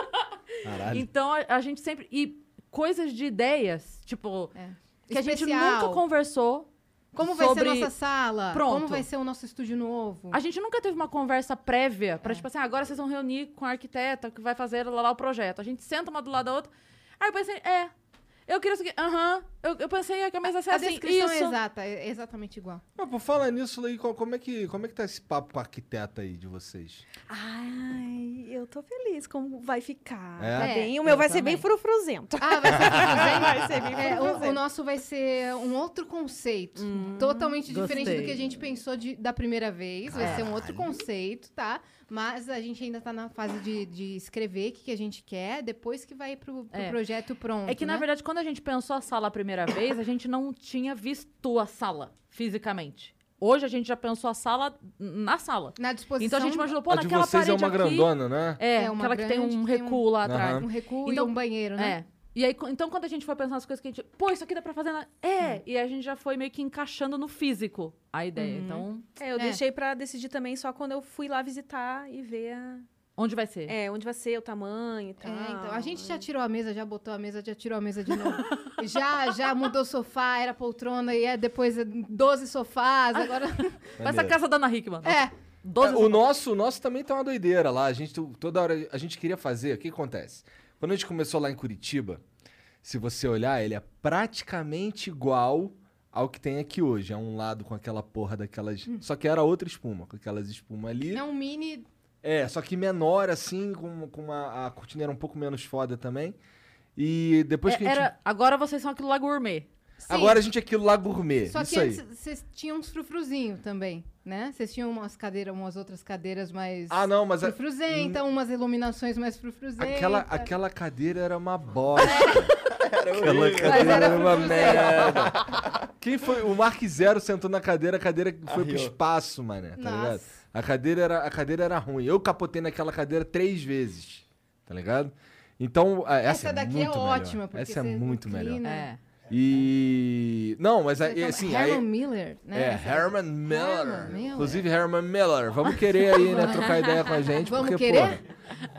Speaker 2: Caralho.
Speaker 9: então a, a gente sempre. E coisas de ideias, tipo,
Speaker 8: É.
Speaker 9: que a gente
Speaker 8: Especial.
Speaker 9: nunca conversou.
Speaker 8: Como vai
Speaker 9: sobre...
Speaker 8: ser a nossa sala? Como
Speaker 9: Pronto.
Speaker 8: vai ser o nosso estúdio novo?
Speaker 9: A gente nunca teve uma conversa prévia pra, tipo assim, ah, agora vocês vão reunir com a arquiteta que vai fazer lá, lá o projeto. A gente senta uma do lado da outra. Aí eu pensei, é. Eu queria isso aqui. Aham. eu, eu pensei que a mesa ia ser
Speaker 8: a
Speaker 9: assim,
Speaker 8: descrição é
Speaker 9: isso.
Speaker 8: exata, é exatamente igual.
Speaker 2: Mas, pô, fala nisso aí, co- como é, que, como é que tá esse papo com a arquiteta aí de vocês?
Speaker 4: Ai, eu tô feliz como vai ficar.
Speaker 2: É?
Speaker 4: Tá bem?
Speaker 8: É,
Speaker 4: O meu
Speaker 8: eu
Speaker 4: vai ser
Speaker 8: também.
Speaker 4: bem frufruzento.
Speaker 8: Ah, vai ser,
Speaker 4: ser bem
Speaker 8: é, o,
Speaker 4: frufruzento.
Speaker 8: o nosso vai ser um outro conceito. totalmente diferente do
Speaker 9: Hum, gostei.
Speaker 8: que a gente pensou de- da primeira vez. Vai ser um outro conceito, tá? Mas a gente ainda tá na fase de, de escrever o que, que a gente quer, depois que vai pro, pro
Speaker 9: É.
Speaker 8: projeto pronto.
Speaker 9: É que, na
Speaker 8: né?
Speaker 9: verdade, quando a gente pensou a sala a primeira vez, a gente não tinha visto a sala fisicamente. Hoje a gente já pensou a sala na sala.
Speaker 8: Na disposição.
Speaker 9: Então a gente imaginou, pô,
Speaker 2: a de
Speaker 9: naquela
Speaker 2: vocês
Speaker 9: parede
Speaker 2: é uma
Speaker 9: aqui,
Speaker 2: grandona, né?
Speaker 9: É,
Speaker 8: É, uma
Speaker 9: aquela que tem
Speaker 8: grande
Speaker 9: um
Speaker 8: que tem um-
Speaker 9: recuo lá atrás.
Speaker 8: Um recuo
Speaker 9: Então-
Speaker 8: e um banheiro, né?
Speaker 9: É. E aí, co- então, quando a gente foi pensando nas coisas que a gente. Pô, isso aqui dá pra fazer. Na...
Speaker 8: Hum.
Speaker 9: É! E a gente já foi meio que encaixando no físico a ideia. Então,
Speaker 4: É, eu
Speaker 8: É.
Speaker 4: deixei pra decidir também só quando eu fui lá visitar e ver a-
Speaker 9: onde vai ser?
Speaker 4: é, onde vai ser o tamanho e
Speaker 8: É,
Speaker 4: tal.
Speaker 8: então, a gente
Speaker 9: Ah.
Speaker 8: já tirou a mesa, já botou a mesa, já tirou a mesa de novo. já, já mudou o sofá, era poltrona e é depois é 12 sofás,
Speaker 9: Ah.
Speaker 8: agora...
Speaker 9: Parece a casa da Ana Hickman.
Speaker 8: é,
Speaker 9: Doze-
Speaker 2: É, o nosso, o nosso também tá uma doideira lá. A gente tu- toda hora a gente queria fazer. O que acontece? Quando a gente começou lá em Curitiba, se você olhar, ele é praticamente igual ao que tem aqui hoje. É um lado com aquela porra daquelas,
Speaker 9: Hum.
Speaker 2: só que era outra espuma, com aquelas espumas ali.
Speaker 8: é um mini...
Speaker 2: É, só que menor assim, com, com uma a cortina era um pouco menos foda também. E depois que a gente
Speaker 9: É, Era- Agora vocês são aquilo lá gourmet.
Speaker 8: Sim,
Speaker 2: Agora a gente é aquilo lá gourmet.
Speaker 8: Só
Speaker 2: isso
Speaker 8: que
Speaker 2: aí.
Speaker 8: antes vocês tinham uns frufruzinhos também, né? Vocês tinham umas cadeiras, umas outras cadeiras mais...
Speaker 2: Ah, não, mas a-
Speaker 8: Frufruzenta, umas iluminações mais frufruzentas.
Speaker 2: aquela, aquela cadeira era uma bosta.
Speaker 5: Era
Speaker 2: Aquela
Speaker 5: horrível.
Speaker 2: cadeira
Speaker 8: É. era
Speaker 2: era uma
Speaker 8: frufruzenta.
Speaker 2: merda. Quem foi? O Mark Zero sentou na cadeira, a cadeira foi pro
Speaker 5: Arriou.
Speaker 2: espaço, mané, tá
Speaker 8: Nossa.
Speaker 2: ligado? A cadeira, era, a cadeira era ruim. Eu capotei naquela cadeira três vezes, tá ligado? Então, a- essa,
Speaker 8: Essa daqui
Speaker 2: é,
Speaker 8: é
Speaker 2: muito
Speaker 8: ótima,
Speaker 2: melhor.
Speaker 8: porque
Speaker 2: Essa é
Speaker 8: você
Speaker 2: muito
Speaker 8: inclina.
Speaker 2: melhor.
Speaker 9: É.
Speaker 2: E... Não, mas
Speaker 8: Você
Speaker 2: aí,
Speaker 8: fala
Speaker 2: assim... aí-
Speaker 8: né? Herman Miller, né?
Speaker 2: É,
Speaker 8: Essa-
Speaker 2: Herman Miller.
Speaker 8: Herman Miller.
Speaker 2: Inclusive, Herman Miller. Vamos querer aí, né? Trocar ideia com a gente.
Speaker 8: Vamos
Speaker 2: porque,
Speaker 8: querer?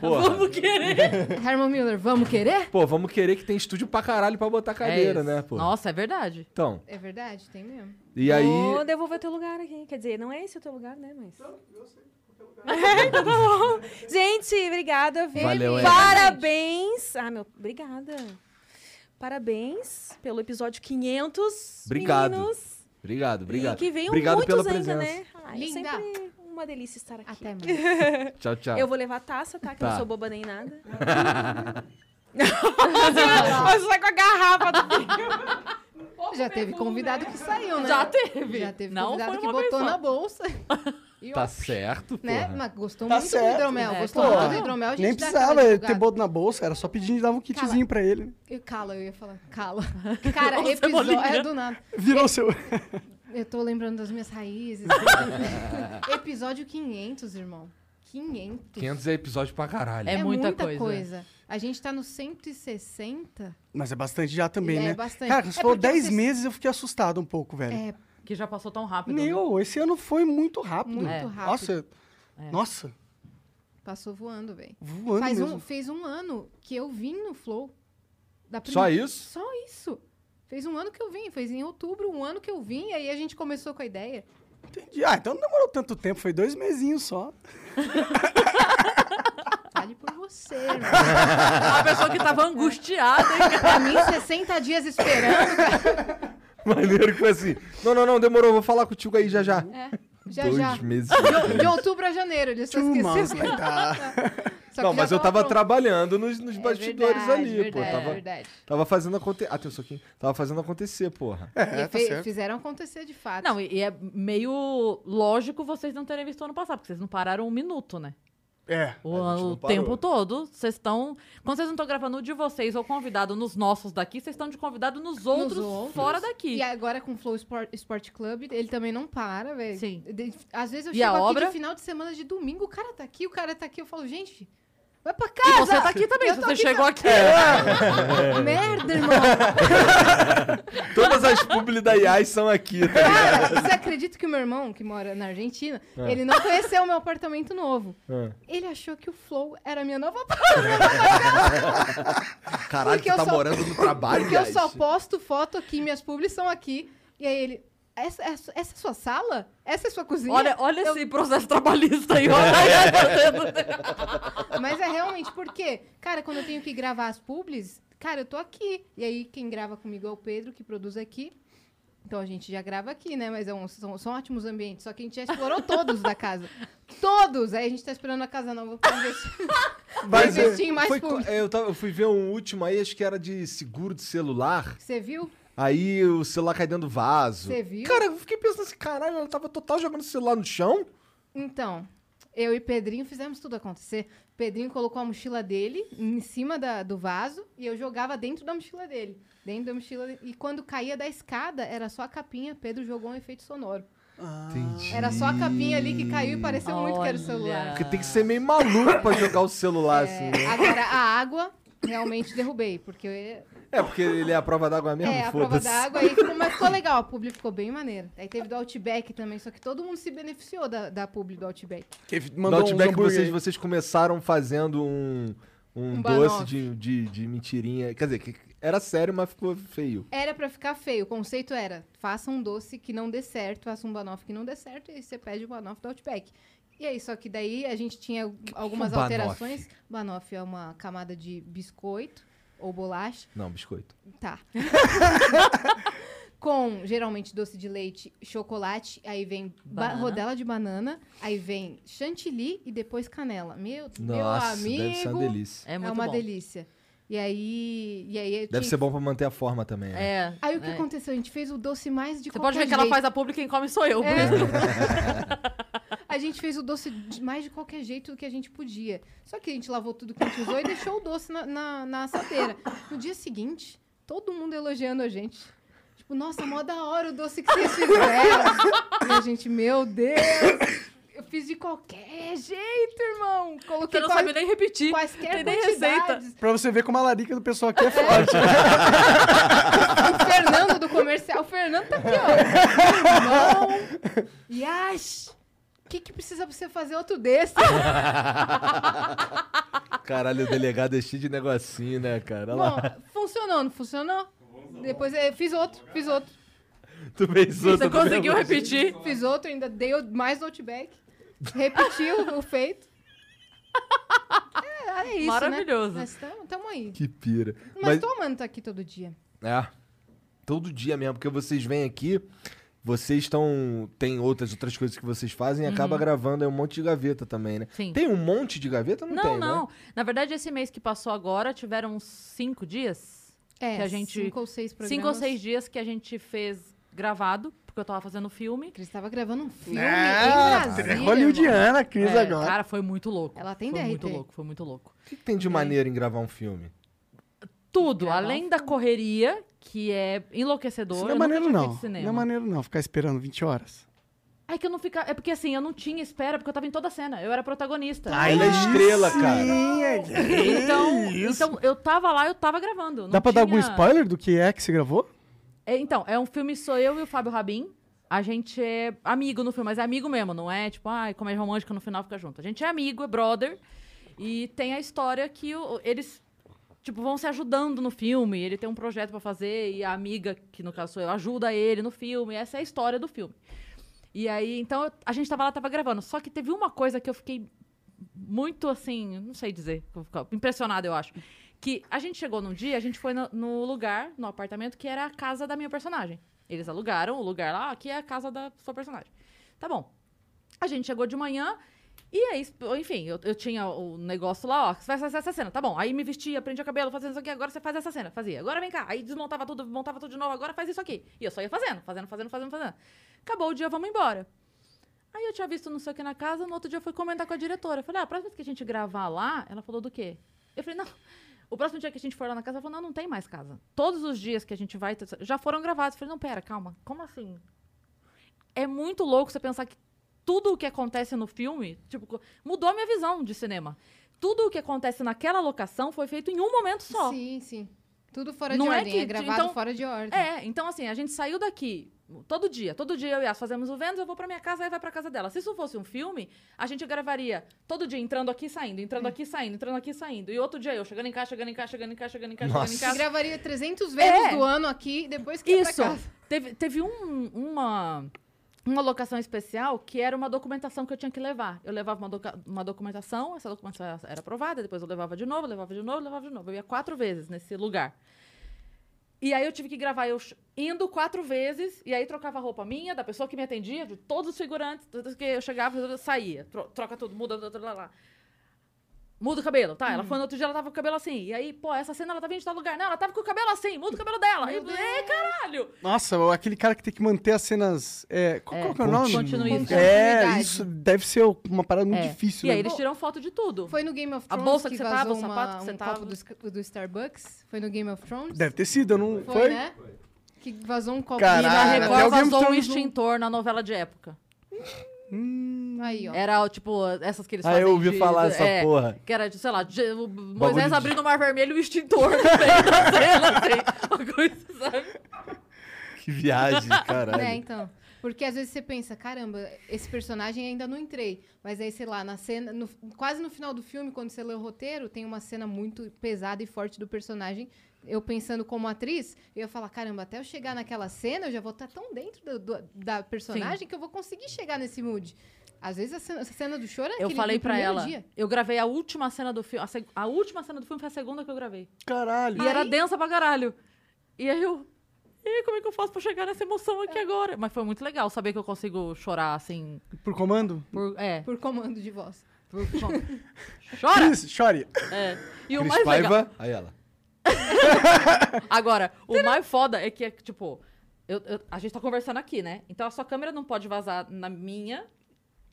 Speaker 2: Porra, porra,
Speaker 9: Vamos querer.
Speaker 8: Herman Miller, vamos querer?
Speaker 2: Pô, vamos querer que tem estúdio pra caralho pra botar cadeira,
Speaker 9: É isso.
Speaker 2: né, pô?
Speaker 9: Nossa, é verdade.
Speaker 2: Então,
Speaker 8: É verdade, tem mesmo.
Speaker 2: e aí...
Speaker 4: Vou devolver teu lugar aqui. Quer dizer, não é esse o teu lugar, né? Mas. Então, eu sei. Gente, obrigada, viu?
Speaker 2: Valeu, Ellen.
Speaker 4: Parabéns. Ah, meu, obrigada. Parabéns pelo episódio 500.
Speaker 2: Obrigado.
Speaker 4: Meninos.
Speaker 2: Obrigado, obrigado.
Speaker 4: E que venham
Speaker 2: obrigado
Speaker 4: muitos
Speaker 2: pela
Speaker 4: ainda,
Speaker 2: presença.
Speaker 4: né? Ai, é
Speaker 8: Linda.
Speaker 4: sempre uma delícia estar aqui.
Speaker 8: Até mais.
Speaker 2: Tchau, tchau.
Speaker 4: Eu vou levar a taça, tá? Que eu
Speaker 2: Tá.
Speaker 4: não sou boba nem nada.
Speaker 9: Mas sai com a garrafa do
Speaker 8: Já teve convidado que saiu, né?
Speaker 9: Já teve.
Speaker 8: Já teve
Speaker 9: Não
Speaker 8: convidado
Speaker 9: foi
Speaker 8: que
Speaker 9: uma
Speaker 8: botou
Speaker 9: pessoa.
Speaker 8: na bolsa. E, ó,
Speaker 2: Tá certo, porra.
Speaker 8: né? Mas gostou
Speaker 1: Tá
Speaker 8: muito
Speaker 1: certo.
Speaker 8: do hidromel.
Speaker 9: É,
Speaker 8: gostou
Speaker 1: claro.
Speaker 8: muito do hidromel, a gente
Speaker 1: Nem
Speaker 8: dá
Speaker 1: precisava
Speaker 8: aquela Tá
Speaker 1: ele ter
Speaker 8: divulgada.
Speaker 1: boto na bolsa, era só pedir e dava um kitzinho pra ele. né?
Speaker 8: Eu cala, eu ia falar. Cala. Cara,
Speaker 9: Nossa,
Speaker 8: episódio.
Speaker 9: bolinha.
Speaker 8: É do nada.
Speaker 1: Virou seu.
Speaker 8: Eu tô lembrando das minhas raízes. episódio 500, irmão. 500.
Speaker 2: 500 é episódio pra caralho.
Speaker 9: É. muita coisa.
Speaker 8: A gente tá no 160.
Speaker 1: Mas é bastante já também,
Speaker 8: É
Speaker 1: né?
Speaker 8: bastante.
Speaker 1: Cara, quando você
Speaker 8: É
Speaker 1: falou
Speaker 8: porque
Speaker 1: 10
Speaker 8: vocês-
Speaker 1: meses, eu fiquei assustado um pouco, velho.
Speaker 8: É,
Speaker 9: Que já passou tão rápido.
Speaker 1: Meu, esse ano foi muito rápido.
Speaker 8: Muito
Speaker 9: É.
Speaker 8: rápido. É.
Speaker 1: Nossa, nossa,
Speaker 8: passou voando, velho.
Speaker 1: voando
Speaker 8: Faz
Speaker 1: mesmo.
Speaker 8: um, fez um ano que eu vim no Flow. Da
Speaker 2: Só
Speaker 8: primeira-
Speaker 2: isso?
Speaker 8: Só isso. Fez um ano que eu vim. Fez em outubro, um ano que eu vim. E aí a gente começou com a ideia.
Speaker 1: Entendi. Ah, então não demorou tanto tempo, foi dois mesinhos só.
Speaker 8: Fale por você, irmão.
Speaker 9: A pessoa que tá- tava angustiada, hein?
Speaker 8: pra mim, 60 dias esperando.
Speaker 2: Maneiro que foi assim. Não, não, não, demorou, vou falar contigo aí já
Speaker 9: É.
Speaker 2: já.
Speaker 8: É, Já,
Speaker 2: Dois
Speaker 8: já.
Speaker 2: meses.
Speaker 8: De, de outubro a janeiro. Ele só
Speaker 1: Two months
Speaker 8: esqueceu.
Speaker 1: later.
Speaker 8: Só
Speaker 2: não,
Speaker 8: que já
Speaker 2: mas eu tava
Speaker 8: pronto.
Speaker 2: trabalhando nos, nos
Speaker 8: É
Speaker 2: bastidores
Speaker 8: verdade,
Speaker 2: ali, pô.
Speaker 8: verdade,
Speaker 2: Tava,
Speaker 8: verdade.
Speaker 2: tava fazendo acontecer. Ah, tem um soquinho. Tava fazendo acontecer, porra.
Speaker 1: É,
Speaker 8: E
Speaker 1: tá
Speaker 8: fe-
Speaker 1: certo.
Speaker 8: Fizeram acontecer de fato.
Speaker 9: Não, e e é meio lógico vocês não terem visto ano passado, porque vocês não pararam um minuto, né?
Speaker 1: É.
Speaker 9: O,
Speaker 2: A gente não
Speaker 9: o
Speaker 2: parou.
Speaker 9: tempo todo, vocês estão. Quando vocês não estão gravando o de vocês ou convidado nos nossos daqui, vocês estão de convidado nos outros,
Speaker 8: outros.
Speaker 9: fora daqui.
Speaker 8: E agora com o Flow Sport, Sport Club, ele também não para, velho.
Speaker 9: Sim.
Speaker 8: De- Às vezes eu
Speaker 9: E
Speaker 8: chego
Speaker 9: a
Speaker 8: aqui
Speaker 9: obra?
Speaker 8: de final de semana, de domingo, o cara tá aqui, o cara tá aqui. Eu falo, gente, vai pra
Speaker 9: E
Speaker 8: casa!
Speaker 9: você tá aqui também,
Speaker 8: Eu
Speaker 9: se
Speaker 8: tô
Speaker 9: você
Speaker 8: aqui
Speaker 9: chegou aqui.
Speaker 2: É.
Speaker 8: também. Merda, irmão!
Speaker 2: Todas as publi da IAI são aqui, tá ligado?
Speaker 8: Cara, você acredita que o meu irmão, que mora na Argentina, ele não conheceu o meu apartamento novo.
Speaker 2: É.
Speaker 8: Ele achou que o Flow era a minha nova apartamento.
Speaker 2: Caralho,
Speaker 8: Porque
Speaker 2: tu
Speaker 8: eu
Speaker 2: tá
Speaker 8: só-
Speaker 2: morando no trabalho,
Speaker 8: Porque eu
Speaker 2: Iais.
Speaker 8: só posto foto aqui, minhas publis são aqui. E aí ele, essa, essa, essa é sua sala? Essa é sua cozinha?
Speaker 9: Olha, olha
Speaker 8: Eu-
Speaker 9: esse processo trabalhista aí,
Speaker 2: É.
Speaker 8: tá
Speaker 9: olha.
Speaker 8: Mas é realmente porque, cara, quando eu tenho que gravar as publis, cara, eu tô aqui. E aí quem grava comigo é o Pedro, que produz aqui. Então a gente já grava aqui, né? Mas é um- são, são ótimos ambientes. Só que a gente já explorou todos da casa. Todos! Aí a gente tá esperando a casa nova pra investir.
Speaker 2: Mas
Speaker 8: Vai investir em
Speaker 2: eu-
Speaker 8: mais
Speaker 2: foi co-
Speaker 8: público.
Speaker 2: é, eu, tava- eu fui ver um último aí, acho que era de seguro de celular.
Speaker 8: Você viu?
Speaker 2: Aí o celular cai dentro do vaso.
Speaker 8: Você viu?
Speaker 2: Cara, eu fiquei pensando assim, caralho, ela tava total jogando o celular no chão?
Speaker 8: Então, eu e Pedrinho fizemos tudo acontecer. Pedrinho colocou a mochila dele em cima da- do vaso e eu jogava dentro da mochila dele. Dentro da mochila dele. E quando caía da escada, era só a capinha. Pedro jogou um efeito sonoro.
Speaker 2: Entendi.
Speaker 8: Era só a capinha ali que caiu e pareceu muito que era o celular.
Speaker 2: Porque tem que ser meio maluco pra jogar o celular assim,
Speaker 8: É,
Speaker 2: né?
Speaker 8: agora, a água, realmente derrubei, porque eu-
Speaker 2: É, porque ele é a prova d'água mesmo,
Speaker 8: é a prova
Speaker 2: foda-se.
Speaker 8: d'água. aí ficou- Mas ficou legal, a publi ficou bem maneira. Aí teve do Outback também, só que todo mundo se beneficiou da, da publi do Outback.
Speaker 1: Que
Speaker 2: No
Speaker 1: mandou
Speaker 2: Outback
Speaker 1: uns
Speaker 2: vocês,
Speaker 1: hambúrguer.
Speaker 2: vocês começaram fazendo um, um,
Speaker 8: Um
Speaker 2: doce
Speaker 8: banoffee.
Speaker 2: de, de, de mentirinha. Quer dizer, que era sério, mas ficou feio.
Speaker 8: Era pra ficar feio. O conceito era: faça um doce que não dê certo, faça um banoffee que não dê certo, e aí você pede o banoffee do Outback. E aí, só que daí a gente tinha algumas
Speaker 2: que é um banoffee?
Speaker 8: alterações. Banoffee é uma camada de biscoito ou bolacha.
Speaker 2: Não, biscoito.
Speaker 8: Tá. Com geralmente doce de leite, chocolate, aí vem ba-
Speaker 9: Banana.
Speaker 8: rodela de banana, aí vem chantilly e depois canela. Meu, meu
Speaker 2: Nossa,
Speaker 8: amigo,
Speaker 2: deve ser uma delícia.
Speaker 9: É muito
Speaker 8: uma
Speaker 9: bom.
Speaker 8: delícia. E aí, e aí eu
Speaker 2: Deve
Speaker 8: tinha-
Speaker 2: ser bom pra manter a forma também, né?
Speaker 9: É.
Speaker 8: Aí o que
Speaker 9: é.
Speaker 8: aconteceu? A gente fez o doce mais de
Speaker 9: Você
Speaker 8: qualquer
Speaker 9: pode ver que
Speaker 8: jeito.
Speaker 9: ela faz a pública e quem come sou eu.
Speaker 8: É.
Speaker 9: por isso.
Speaker 8: A gente fez o doce de- mais de qualquer jeito do que a gente podia. Só que a gente lavou tudo que a gente usou e deixou o doce na, na, na assadeira. No dia seguinte, todo mundo elogiando a gente. Tipo, nossa, mó da hora o doce que vocês fizeram. e a gente, meu Deus. Eu fiz de qualquer jeito, irmão. Coloquei
Speaker 9: Você não
Speaker 8: quais-
Speaker 9: sabe nem repetir.
Speaker 8: quaisquer
Speaker 9: tem nem receita.
Speaker 8: quantidades.
Speaker 1: Pra você ver como a larica do pessoal aqui é forte.
Speaker 8: O Fernando do comercial. O Fernando tá aqui, ó. Irmão. Yash. O que, que precisa pra você fazer outro desse?
Speaker 2: Caralho, o delegado é cheio de negocinho, né, cara? Olha
Speaker 8: Bom,
Speaker 2: lá.
Speaker 8: funcionou, não funcionou? Depois eu fiz outro, fiz outro,
Speaker 2: Tu fez outra
Speaker 9: Você
Speaker 2: também.
Speaker 9: conseguiu repetir.
Speaker 8: fiz outro, ainda dei o- mais no Outback. Repetiu o feito. É, é isso,
Speaker 9: Maravilhoso.
Speaker 8: Né? Mas estamos aí.
Speaker 2: Que pira.
Speaker 8: Mas,
Speaker 2: Mas,
Speaker 8: tô amando tá aqui todo dia.
Speaker 2: é, todo dia mesmo, porque vocês vêm aqui vocês estão. Tem outras outras coisas que vocês fazem e acaba gravando aí um monte de gaveta também, né?
Speaker 9: Uhum. Sim.
Speaker 2: Tem um monte de gaveta? Não,
Speaker 9: Não,
Speaker 2: tem,
Speaker 9: não.
Speaker 2: né?
Speaker 9: Na verdade, esse mês que passou agora, tiveram uns cinco dias.
Speaker 8: É,
Speaker 9: que a gente...
Speaker 8: cinco ou seis programas.
Speaker 9: Cinco ou seis dias que a gente fez gravado, porque eu tava fazendo filme.
Speaker 8: Cris tava gravando um filme em
Speaker 7: É,
Speaker 8: Brasília. mano.
Speaker 7: hollywoodiana, Cris
Speaker 9: É,
Speaker 7: agora.
Speaker 9: Cara, foi muito louco.
Speaker 8: Ela tem
Speaker 9: Foi
Speaker 8: DRT.
Speaker 9: muito louco, foi muito louco.
Speaker 2: O que, que tem de maneiro em gravar um filme?
Speaker 9: Tudo,
Speaker 8: Gravar um
Speaker 9: além da correria, que é enlouquecedora.
Speaker 1: Isso
Speaker 9: eu
Speaker 1: não é
Speaker 9: nunca
Speaker 1: maneiro,
Speaker 9: tinha
Speaker 1: não.
Speaker 9: feito cinema.
Speaker 1: Não é maneiro, não, ficar esperando 20 horas.
Speaker 9: É que eu não ficava. É porque assim, eu não tinha espera, porque eu tava em toda a cena. Eu era protagonista.
Speaker 1: Ah,
Speaker 2: Ela é estrela, cara.
Speaker 1: Sim, é
Speaker 9: Então, então, eu tava lá, eu tava gravando. não
Speaker 1: Dá pra dar algum
Speaker 9: tinha-
Speaker 1: spoiler do que é que você gravou?
Speaker 9: É, então, é um filme, sou eu e o Fábio Rabin. A gente é amigo no filme, mas é amigo mesmo, não é tipo, ai, comédia romântica no final fica junto. A gente é amigo, é brother. E tem a história que o- eles, tipo, vão se ajudando no filme. Ele tem um projeto pra fazer e a amiga, que no caso sou eu, ajuda ele no filme. Essa é a história do filme. E aí, então, eu- a gente tava lá, tava gravando. Só que teve uma coisa que eu fiquei muito, assim, não sei dizer, eu ficava impressionada, eu acho. Que a gente chegou num dia, a gente foi no, no lugar, no apartamento, que era a casa da minha personagem. Eles alugaram o lugar lá, que é a casa da sua personagem. Tá bom. A gente chegou de manhã e aí, enfim, eu, eu tinha o negócio lá, ó, você vai fazer essa cena, tá bom. Aí me vestia, prendia o cabelo, fazia isso aqui, agora você faz essa cena, fazia. Agora vem cá, aí desmontava tudo, montava tudo de novo, agora faz isso aqui. E eu só ia fazendo, fazendo, fazendo, fazendo, fazendo. Acabou o dia, vamos embora. Aí eu tinha visto não sei o que na casa, no outro dia eu fui comentar com a diretora. Eu falei, ah, a próxima vez que a gente gravar lá, ela falou do quê? Eu falei, não. O próximo dia que a gente for lá na casa, ela falou, não, não tem mais casa. Todos os dias que a gente vai, já foram gravados. Eu falei, não, pera, calma, como assim? É muito louco você pensar que tudo o que acontece no filme, tipo, co- mudou a minha visão de cinema. Tudo o que acontece naquela locação foi feito em um momento só.
Speaker 8: Sim, sim. Tudo fora
Speaker 9: Não
Speaker 8: de
Speaker 9: é
Speaker 8: ordem.
Speaker 9: que-
Speaker 8: é gravado
Speaker 9: então-
Speaker 8: fora de ordem.
Speaker 9: É, então assim, a gente saiu daqui todo dia. Todo dia eu e as fazemos o Vênus, eu vou pra minha casa, ela vai pra casa dela. Se isso fosse um filme, a gente gravaria todo dia entrando aqui e saindo, entrando
Speaker 8: É.
Speaker 9: aqui e saindo, entrando aqui e saindo. E outro dia eu chegando em casa, chegando em casa, chegando em casa, chegando em casa, chegando em
Speaker 8: Que
Speaker 9: casa.
Speaker 8: gravaria 300 vezes
Speaker 9: É.
Speaker 8: do ano aqui, depois que ia pra
Speaker 9: Isso.
Speaker 8: casa.
Speaker 9: Teve, teve um- uma, uma locação especial que era uma documentação que eu tinha que levar. Eu levava uma, doca- uma documentação, essa documentação era- era aprovada, depois eu levava de novo, levava de novo, levava de novo. Eu ia quatro vezes nesse lugar. E aí eu tive que gravar eu ch- indo quatro vezes, e aí trocava a roupa minha, da pessoa que me atendia, de todos os figurantes, tudo que eu chegava, eu saía, tro- troca tudo, muda, blá, blá, blá, blá. Muda o cabelo, tá?
Speaker 8: Hum.
Speaker 9: Ela foi no outro dia, ela tava com o cabelo assim. E aí, pô, essa cena ela tava em tal lugar. Não, ela tava com o cabelo assim, muda o cabelo dela. Eu, Ei, caralho!
Speaker 1: Nossa, o- aquele cara que tem que manter as cenas. É, qual, qual que é o nome?
Speaker 9: Continuismo.
Speaker 1: É,
Speaker 8: Continuidade.
Speaker 1: isso deve ser uma parada muito
Speaker 9: É.
Speaker 1: difícil.
Speaker 9: E aí
Speaker 1: né?
Speaker 9: eles tiram foto de tudo.
Speaker 8: Foi no Game of
Speaker 9: A
Speaker 8: Thrones
Speaker 9: bolsa que você tava,
Speaker 8: vazou
Speaker 9: o
Speaker 8: uma-
Speaker 9: sapato que você
Speaker 8: um
Speaker 9: tava.
Speaker 8: copo do, Sc- do Starbucks. Foi no Game of Thrones.
Speaker 1: Deve ter sido, eu não. Foi,
Speaker 8: Foi, né? Que vazou um copo
Speaker 1: Caralho,
Speaker 9: Na
Speaker 1: Cara, até
Speaker 9: Record
Speaker 1: o Game of
Speaker 9: vazou um
Speaker 1: Thrones não-
Speaker 9: extintor na novela de época.
Speaker 8: Aí, ó.
Speaker 9: Era, tipo, essas que eles
Speaker 7: Hum. Ah,
Speaker 9: fazem
Speaker 7: eu ouvi
Speaker 9: de-
Speaker 7: falar
Speaker 9: é,
Speaker 7: essa porra.
Speaker 9: Que era, de, sei lá, de- o
Speaker 7: Bagulho
Speaker 9: Moisés
Speaker 7: de-
Speaker 9: abrindo o Mar Vermelho e o extintor no meio da cena, assim. Uma coisa, sabe?
Speaker 7: Que viagem, caralho.
Speaker 8: Né, então. Porque às vezes você pensa, caramba, esse personagem ainda não entrei. Mas aí, sei lá, na cena. no- quase no final do filme, quando você lê o roteiro, tem uma cena muito pesada e forte do personagem. Eu pensando como atriz, eu ia falar, caramba, até eu chegar naquela cena, eu já vou estar tão dentro do- do- da personagem que eu vou conseguir chegar nesse mood. Às vezes a cena, essa cena do choro é
Speaker 9: Eu
Speaker 8: aquele
Speaker 9: falei
Speaker 8: do
Speaker 9: pra
Speaker 8: primeiro
Speaker 9: ela.
Speaker 8: dia.
Speaker 9: Eu gravei a última cena do filme. A, seg- a última cena do filme foi a segunda que eu gravei.
Speaker 1: Caralho.
Speaker 9: E era densa pra caralho. E aí eu. E aí, como é que eu faço pra chegar nessa emoção
Speaker 8: É.
Speaker 9: aqui agora? Mas foi muito legal saber que eu consigo chorar assim.
Speaker 1: Por comando?
Speaker 9: Por, é.
Speaker 8: Por comando de voz.
Speaker 9: Por, chora!
Speaker 1: Cris, chore.
Speaker 9: É. E o
Speaker 2: Cris
Speaker 9: mais legal.
Speaker 2: Paiva. Aí ela.
Speaker 9: Agora, o mais foda é que, é, tipo, eu- eu- a gente tá conversando aqui, né? Então a sua câmera não pode vazar na minha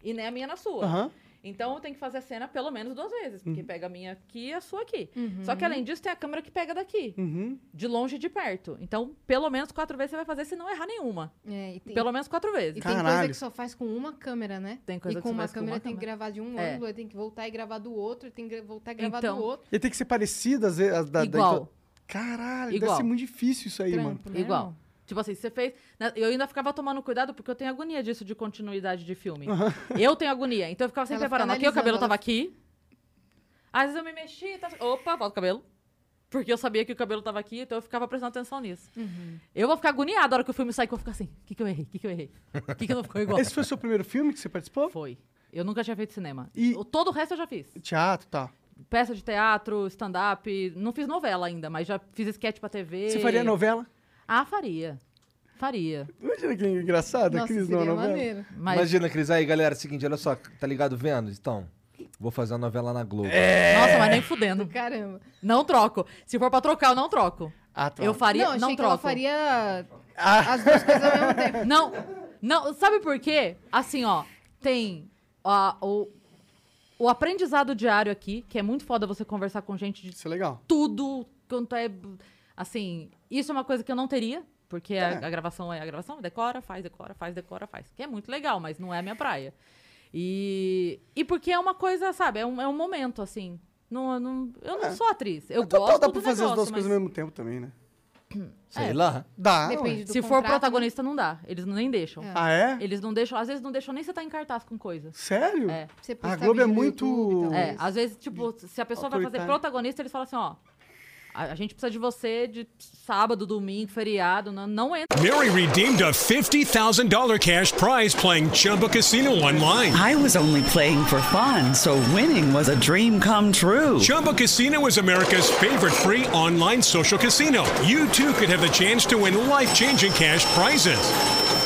Speaker 9: e nem a minha na sua.
Speaker 1: Aham. Uhum.
Speaker 9: Então eu tenho que fazer a cena pelo menos duas vezes, porque pega a minha aqui e a sua aqui. Só que além disso, tem a câmera que pega daqui,
Speaker 1: Uhum.
Speaker 9: de longe e de perto. Então, pelo menos quatro vezes você vai fazer se não errar nenhuma.
Speaker 8: É, e tem,
Speaker 9: Pelo menos quatro
Speaker 8: e
Speaker 9: vezes.
Speaker 8: tem coisa
Speaker 1: Caralho.
Speaker 8: que só faz com uma câmera, né?
Speaker 9: Tem coisa
Speaker 8: e
Speaker 9: que
Speaker 8: com
Speaker 9: só
Speaker 8: uma
Speaker 9: faz com
Speaker 8: câmera
Speaker 9: uma
Speaker 8: tem que
Speaker 9: câmera.
Speaker 8: gravar de um
Speaker 9: É.
Speaker 8: ângulo, aí tem que voltar e gravar do outro, tem que gra- voltar e gravar
Speaker 9: Então,
Speaker 8: do outro.
Speaker 1: E tem que ser parecida às vezes. Da, da-
Speaker 9: Igual.
Speaker 1: Caralho, deve
Speaker 9: Igual.
Speaker 1: ser muito difícil isso aí, mano.
Speaker 8: Trampo, né?
Speaker 9: Igual. Tipo assim, você fez. né, Eu ainda ficava tomando cuidado porque eu tenho agonia disso de continuidade de filme. Eu tenho agonia. Então eu ficava sempre
Speaker 8: Ela fica
Speaker 9: preparando aqui, o cabelo
Speaker 8: analisando,
Speaker 9: tava
Speaker 8: ela-
Speaker 9: aqui. Às vezes eu me mexi, tá... opa, volta o cabelo. Porque eu sabia que o cabelo tava aqui, então eu ficava prestando atenção nisso.
Speaker 8: Uhum.
Speaker 9: Eu vou ficar agoniada a hora que o filme sai, que eu vou ficar assim: o que, que eu errei? O que, que eu errei? O que, que não ficou igual?
Speaker 1: Esse foi o seu primeiro filme que você participou?
Speaker 9: Foi. Eu nunca tinha feito cinema.
Speaker 1: E-
Speaker 9: O- Todo o resto eu já fiz.
Speaker 1: Teatro, tá.
Speaker 9: Peça de teatro, stand-up. Não fiz novela ainda, mas já fiz sketch pra TV.
Speaker 1: Você faria novela?
Speaker 9: Ah, faria. Faria.
Speaker 2: Imagina que engraçado,
Speaker 9: Nossa,
Speaker 2: Cris, não,
Speaker 9: seria
Speaker 2: não é
Speaker 9: maneiro. Mas-
Speaker 2: Imagina, Cris, aí, galera, seguinte, olha só, tá ligado Vênus? Então, vou fazer a novela na Globo.
Speaker 9: Nossa, mas nem fudendo.
Speaker 8: Caramba.
Speaker 9: Não troco. Se for pra trocar, eu não troco.
Speaker 2: Ah,
Speaker 9: Eu
Speaker 8: não,
Speaker 9: faria, não,
Speaker 8: achei que
Speaker 9: troco.
Speaker 8: ela faria
Speaker 1: Ah.
Speaker 9: As duas coisas ao mesmo tempo. Não, não, sabe por quê? Assim, ó, tem ó, o, o aprendizado diário aqui, que é muito foda você conversar com gente de
Speaker 1: Isso é legal.
Speaker 9: tudo quanto é. Assim, isso é uma coisa que eu não teria, porque
Speaker 1: É.
Speaker 9: a, a gravação é a gravação, decora, faz, decora, faz, decora, faz. Que é muito legal, mas não é a minha praia. E, e porque é uma coisa, sabe, é um, é um momento, assim. Não, não, eu não
Speaker 1: É.
Speaker 9: sou atriz. Eu
Speaker 1: Mas total
Speaker 9: gosto
Speaker 1: dá
Speaker 9: do
Speaker 1: pra fazer
Speaker 9: negócio,
Speaker 1: as duas
Speaker 9: mas...
Speaker 1: coisas ao mesmo tempo também, né?
Speaker 9: Sei É.
Speaker 2: lá.
Speaker 1: Dá.
Speaker 9: Depende
Speaker 1: ué.
Speaker 9: do né? Se for protagonista, não dá. Eles nem deixam.
Speaker 1: É. Ah, é?
Speaker 9: Eles não deixam, às vezes não deixam nem você estar em cartaz com coisa.
Speaker 1: Sério?
Speaker 9: É.
Speaker 8: Você
Speaker 1: A Globo é muito.
Speaker 9: É, às vezes, tipo, se a pessoa vai fazer
Speaker 1: autoritário.
Speaker 9: protagonista, eles falam assim, ó. A, a gente precisa de você de sábado, domingo, feriado, não, não entra.
Speaker 11: Mary redeemed a $50,000 cash prize playing Chumba Casino online.
Speaker 12: I was only playing for fun, so winning was a dream come true.
Speaker 11: Chumba Casino is America's favorite free online social casino. You too could have the chance to win life changing cash prizes.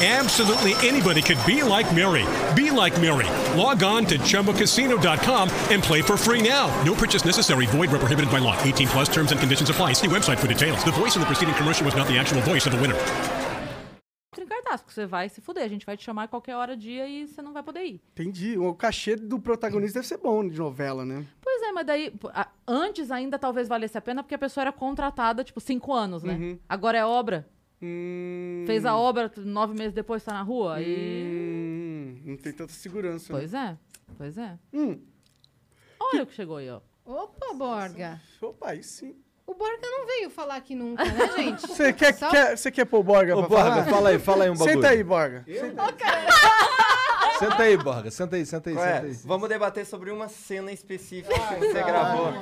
Speaker 11: Absolutely anybody could be like Mary. Be like Mary. Log on to chumbacasino.com and play for free now. No purchase necessary. Void where prohibited by law. 18 plus terms and conditions apply. See website for details. The voice in the preceding commercial was not the actual voice of the winner.
Speaker 9: entra em cartaz, porque você vai se fuder. A gente vai te chamar a qualquer hora, dia e você não vai poder ir.
Speaker 1: Entendi. O cachê do protagonista deve ser bom de novela, né?
Speaker 9: Pois é, mas daí, pô, a- antes ainda talvez valesse a pena, porque a pessoa era contratada, tipo, cinco anos, né?
Speaker 1: Uhum.
Speaker 9: Agora é obra.
Speaker 1: Hum,
Speaker 9: Fez a obra, nove meses depois tá na rua. E...
Speaker 1: hum, não tem tanta segurança. né?
Speaker 9: Pois é, pois é.
Speaker 1: Hum.
Speaker 9: Olha o que chegou aí, ó.
Speaker 8: Opa, Borga.
Speaker 1: Opa, aí sim.
Speaker 8: O Borga não veio falar aqui nunca, né, gente?
Speaker 1: Você quer,
Speaker 8: Só-
Speaker 1: quer, você quer pôr o Borga
Speaker 2: Ô,
Speaker 1: pra
Speaker 2: Borga,
Speaker 1: falar?
Speaker 2: fala aí, fala aí um bagulho.
Speaker 1: Senta aí, Borga.
Speaker 2: Senta aí, Borga, senta aí, senta aí,
Speaker 5: Ué,
Speaker 2: senta aí.
Speaker 5: é? Vamos debater sobre uma cena específica que você gravou.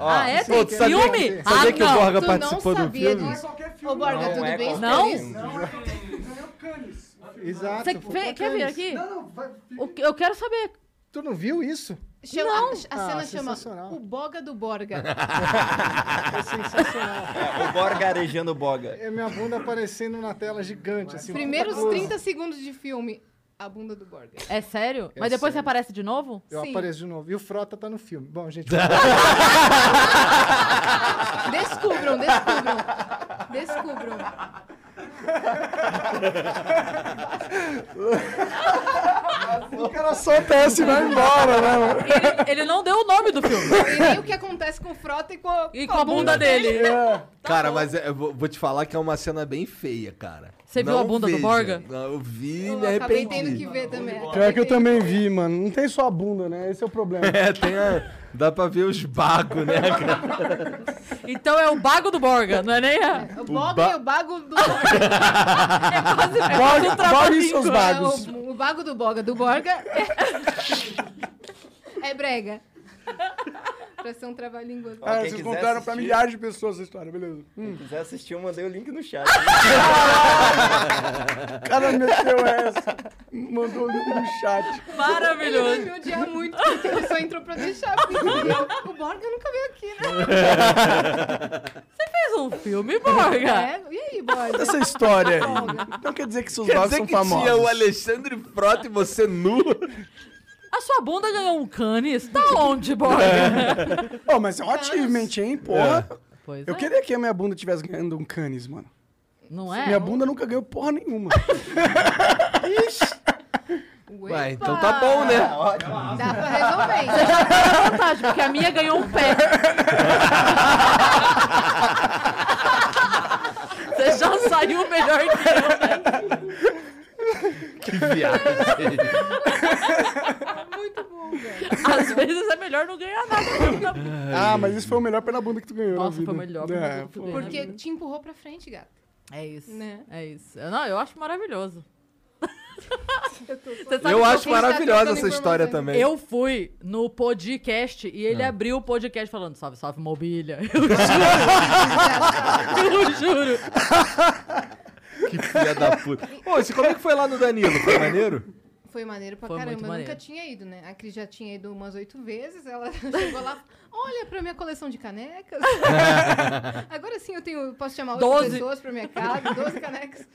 Speaker 5: Ó,
Speaker 9: Ah, é? Tem
Speaker 2: Pô, tu sabia
Speaker 9: filme?
Speaker 2: que- sabia
Speaker 9: ah,
Speaker 2: que o
Speaker 9: não.
Speaker 2: Borga
Speaker 8: Tu
Speaker 2: participou
Speaker 8: não
Speaker 2: do
Speaker 8: sabia
Speaker 2: filme?
Speaker 8: disso. Ô, Borga,
Speaker 5: Não
Speaker 8: tudo
Speaker 5: é
Speaker 8: bem?
Speaker 5: qualquer
Speaker 8: Você
Speaker 9: um.
Speaker 8: quer isso?
Speaker 1: Exato.
Speaker 9: Você
Speaker 1: pô,
Speaker 9: vê-
Speaker 1: pra
Speaker 9: quer vir
Speaker 1: Cannes.
Speaker 9: aqui?
Speaker 1: Não, não, vai-
Speaker 9: O que- Eu quero saber.
Speaker 1: Tu não viu isso?
Speaker 8: Chama-
Speaker 9: Não.
Speaker 8: A, a cena
Speaker 1: Ah,
Speaker 8: chama
Speaker 1: sensacional.
Speaker 8: O Boga do Borga.
Speaker 1: É sensacional.
Speaker 5: O Borga arejando o Boga.
Speaker 1: É minha bunda aparecendo na tela gigante, assim.
Speaker 8: Primeiros
Speaker 1: puta coisa.
Speaker 8: 30 segundos de filme, a bunda do Borga.
Speaker 9: É sério? Mas depois você
Speaker 1: sério.
Speaker 9: aparece de novo?
Speaker 1: Eu
Speaker 8: Sim.
Speaker 1: apareço de novo. E o Frota tá no filme. Bom, gente.
Speaker 8: Descubram, descubram. Descubram.
Speaker 1: o cara solta essa e vai embora, né? mano?
Speaker 9: Ele, ele não deu o nome do filme.
Speaker 8: E nem o que acontece com o Frota e com a,
Speaker 9: E com a
Speaker 1: Tá
Speaker 9: bunda dele.
Speaker 8: Tá
Speaker 2: Cara, mas é- eu vou vou te falar que é uma cena bem feia, cara.
Speaker 9: Você viu a
Speaker 2: Não
Speaker 9: bunda do
Speaker 2: veja.
Speaker 9: Borga?
Speaker 2: Não, Eu vi e
Speaker 8: Eu
Speaker 2: me
Speaker 8: acabei tendo
Speaker 2: arrependi.
Speaker 8: que ver também.
Speaker 1: É, Pior que eu também vi, mano. Não tem só a bunda, né? Esse é o problema.
Speaker 2: É, tem a... Dá pra ver os bagos, né, cara?
Speaker 9: Então é o bago do Borga, não é nem a...
Speaker 8: O Boga
Speaker 2: ba-
Speaker 8: e o Bago do Borga.
Speaker 9: quase- é quase um
Speaker 1: Borga Borga e
Speaker 9: trava-língua.
Speaker 1: seus bagos.
Speaker 8: É, o, o Bago do Boga do Borga é, é brega. Pra ser um trabalhinho.
Speaker 5: Ó,
Speaker 1: Ah,
Speaker 5: quem
Speaker 1: vocês
Speaker 5: quiser
Speaker 1: contaram pra
Speaker 5: assistir-
Speaker 1: milhares de pessoas essa história, beleza. Hum.
Speaker 5: Quem quiser assistir, eu mandei o link no chat.
Speaker 1: O cara meteu essa. Mandou no, no chat.
Speaker 8: Ele vai
Speaker 9: Maravilhoso.
Speaker 8: me odiar muito porque ele só entrou pra deixar. porque O Borga nunca veio aqui, né?
Speaker 9: Você fez um filme, Borga.
Speaker 8: É, e aí, Borga?
Speaker 1: Essa história aí. Então quer dizer que seus
Speaker 2: Quer
Speaker 1: bagos
Speaker 2: dizer
Speaker 1: são
Speaker 2: que tinha o
Speaker 1: famosos.
Speaker 2: Alexandre Frota e você nu?
Speaker 9: A sua bunda ganhou um canis? Tá onde, Borga?
Speaker 1: Pô, mas é um achievement, hein? Porra.
Speaker 9: Pois
Speaker 1: Eu
Speaker 9: é.
Speaker 1: queria que a minha bunda tivesse ganhando um canis, mano.
Speaker 9: Não é?
Speaker 1: Minha bunda nunca ganhou porra nenhuma.
Speaker 2: Ué, então tá bom,
Speaker 1: Ah,
Speaker 2: né?
Speaker 8: Dá pra resolver. hein?
Speaker 9: Fantástico, porque a minha ganhou um pé. Você já saiu melhor que eu, né?
Speaker 2: Que viagem.
Speaker 8: Muito bom, velho.
Speaker 9: Às vezes é melhor não ganhar nada.
Speaker 1: ah, mas isso foi o melhor pela bunda que tu ganhou. na
Speaker 9: Nossa, foi
Speaker 1: vida.
Speaker 9: o melhor pela bunda
Speaker 1: É,
Speaker 9: que tu
Speaker 1: pô.
Speaker 9: ganhou.
Speaker 8: Porque te empurrou pra frente, gato.
Speaker 9: É isso.
Speaker 8: Né?
Speaker 9: É isso. Eu- Não, eu acho maravilhoso. Você sabe
Speaker 2: Eu
Speaker 9: que
Speaker 2: acho
Speaker 8: tá
Speaker 2: maravilhosa
Speaker 8: trocando
Speaker 2: essa história
Speaker 8: informação.
Speaker 2: também. Ah.
Speaker 9: Eu fui no podcast e ele abriu o podcast falando salve, salve mobília. Eu juro. eu juro.
Speaker 2: Que filha da puta. Ô, esse, como é que foi lá no Danilo? Foi maneiro?
Speaker 8: Foi maneiro pra
Speaker 9: Foi muito
Speaker 8: caramba. Eu nunca
Speaker 9: maneiro.
Speaker 8: tinha ido, né? A Cris já tinha ido umas oito vezes. Ela chegou lá, olha pra minha coleção de canecas. Agora assim eu tenho, posso chamar oito
Speaker 1: Doze.
Speaker 8: pessoas pra minha casa, 12 canecas.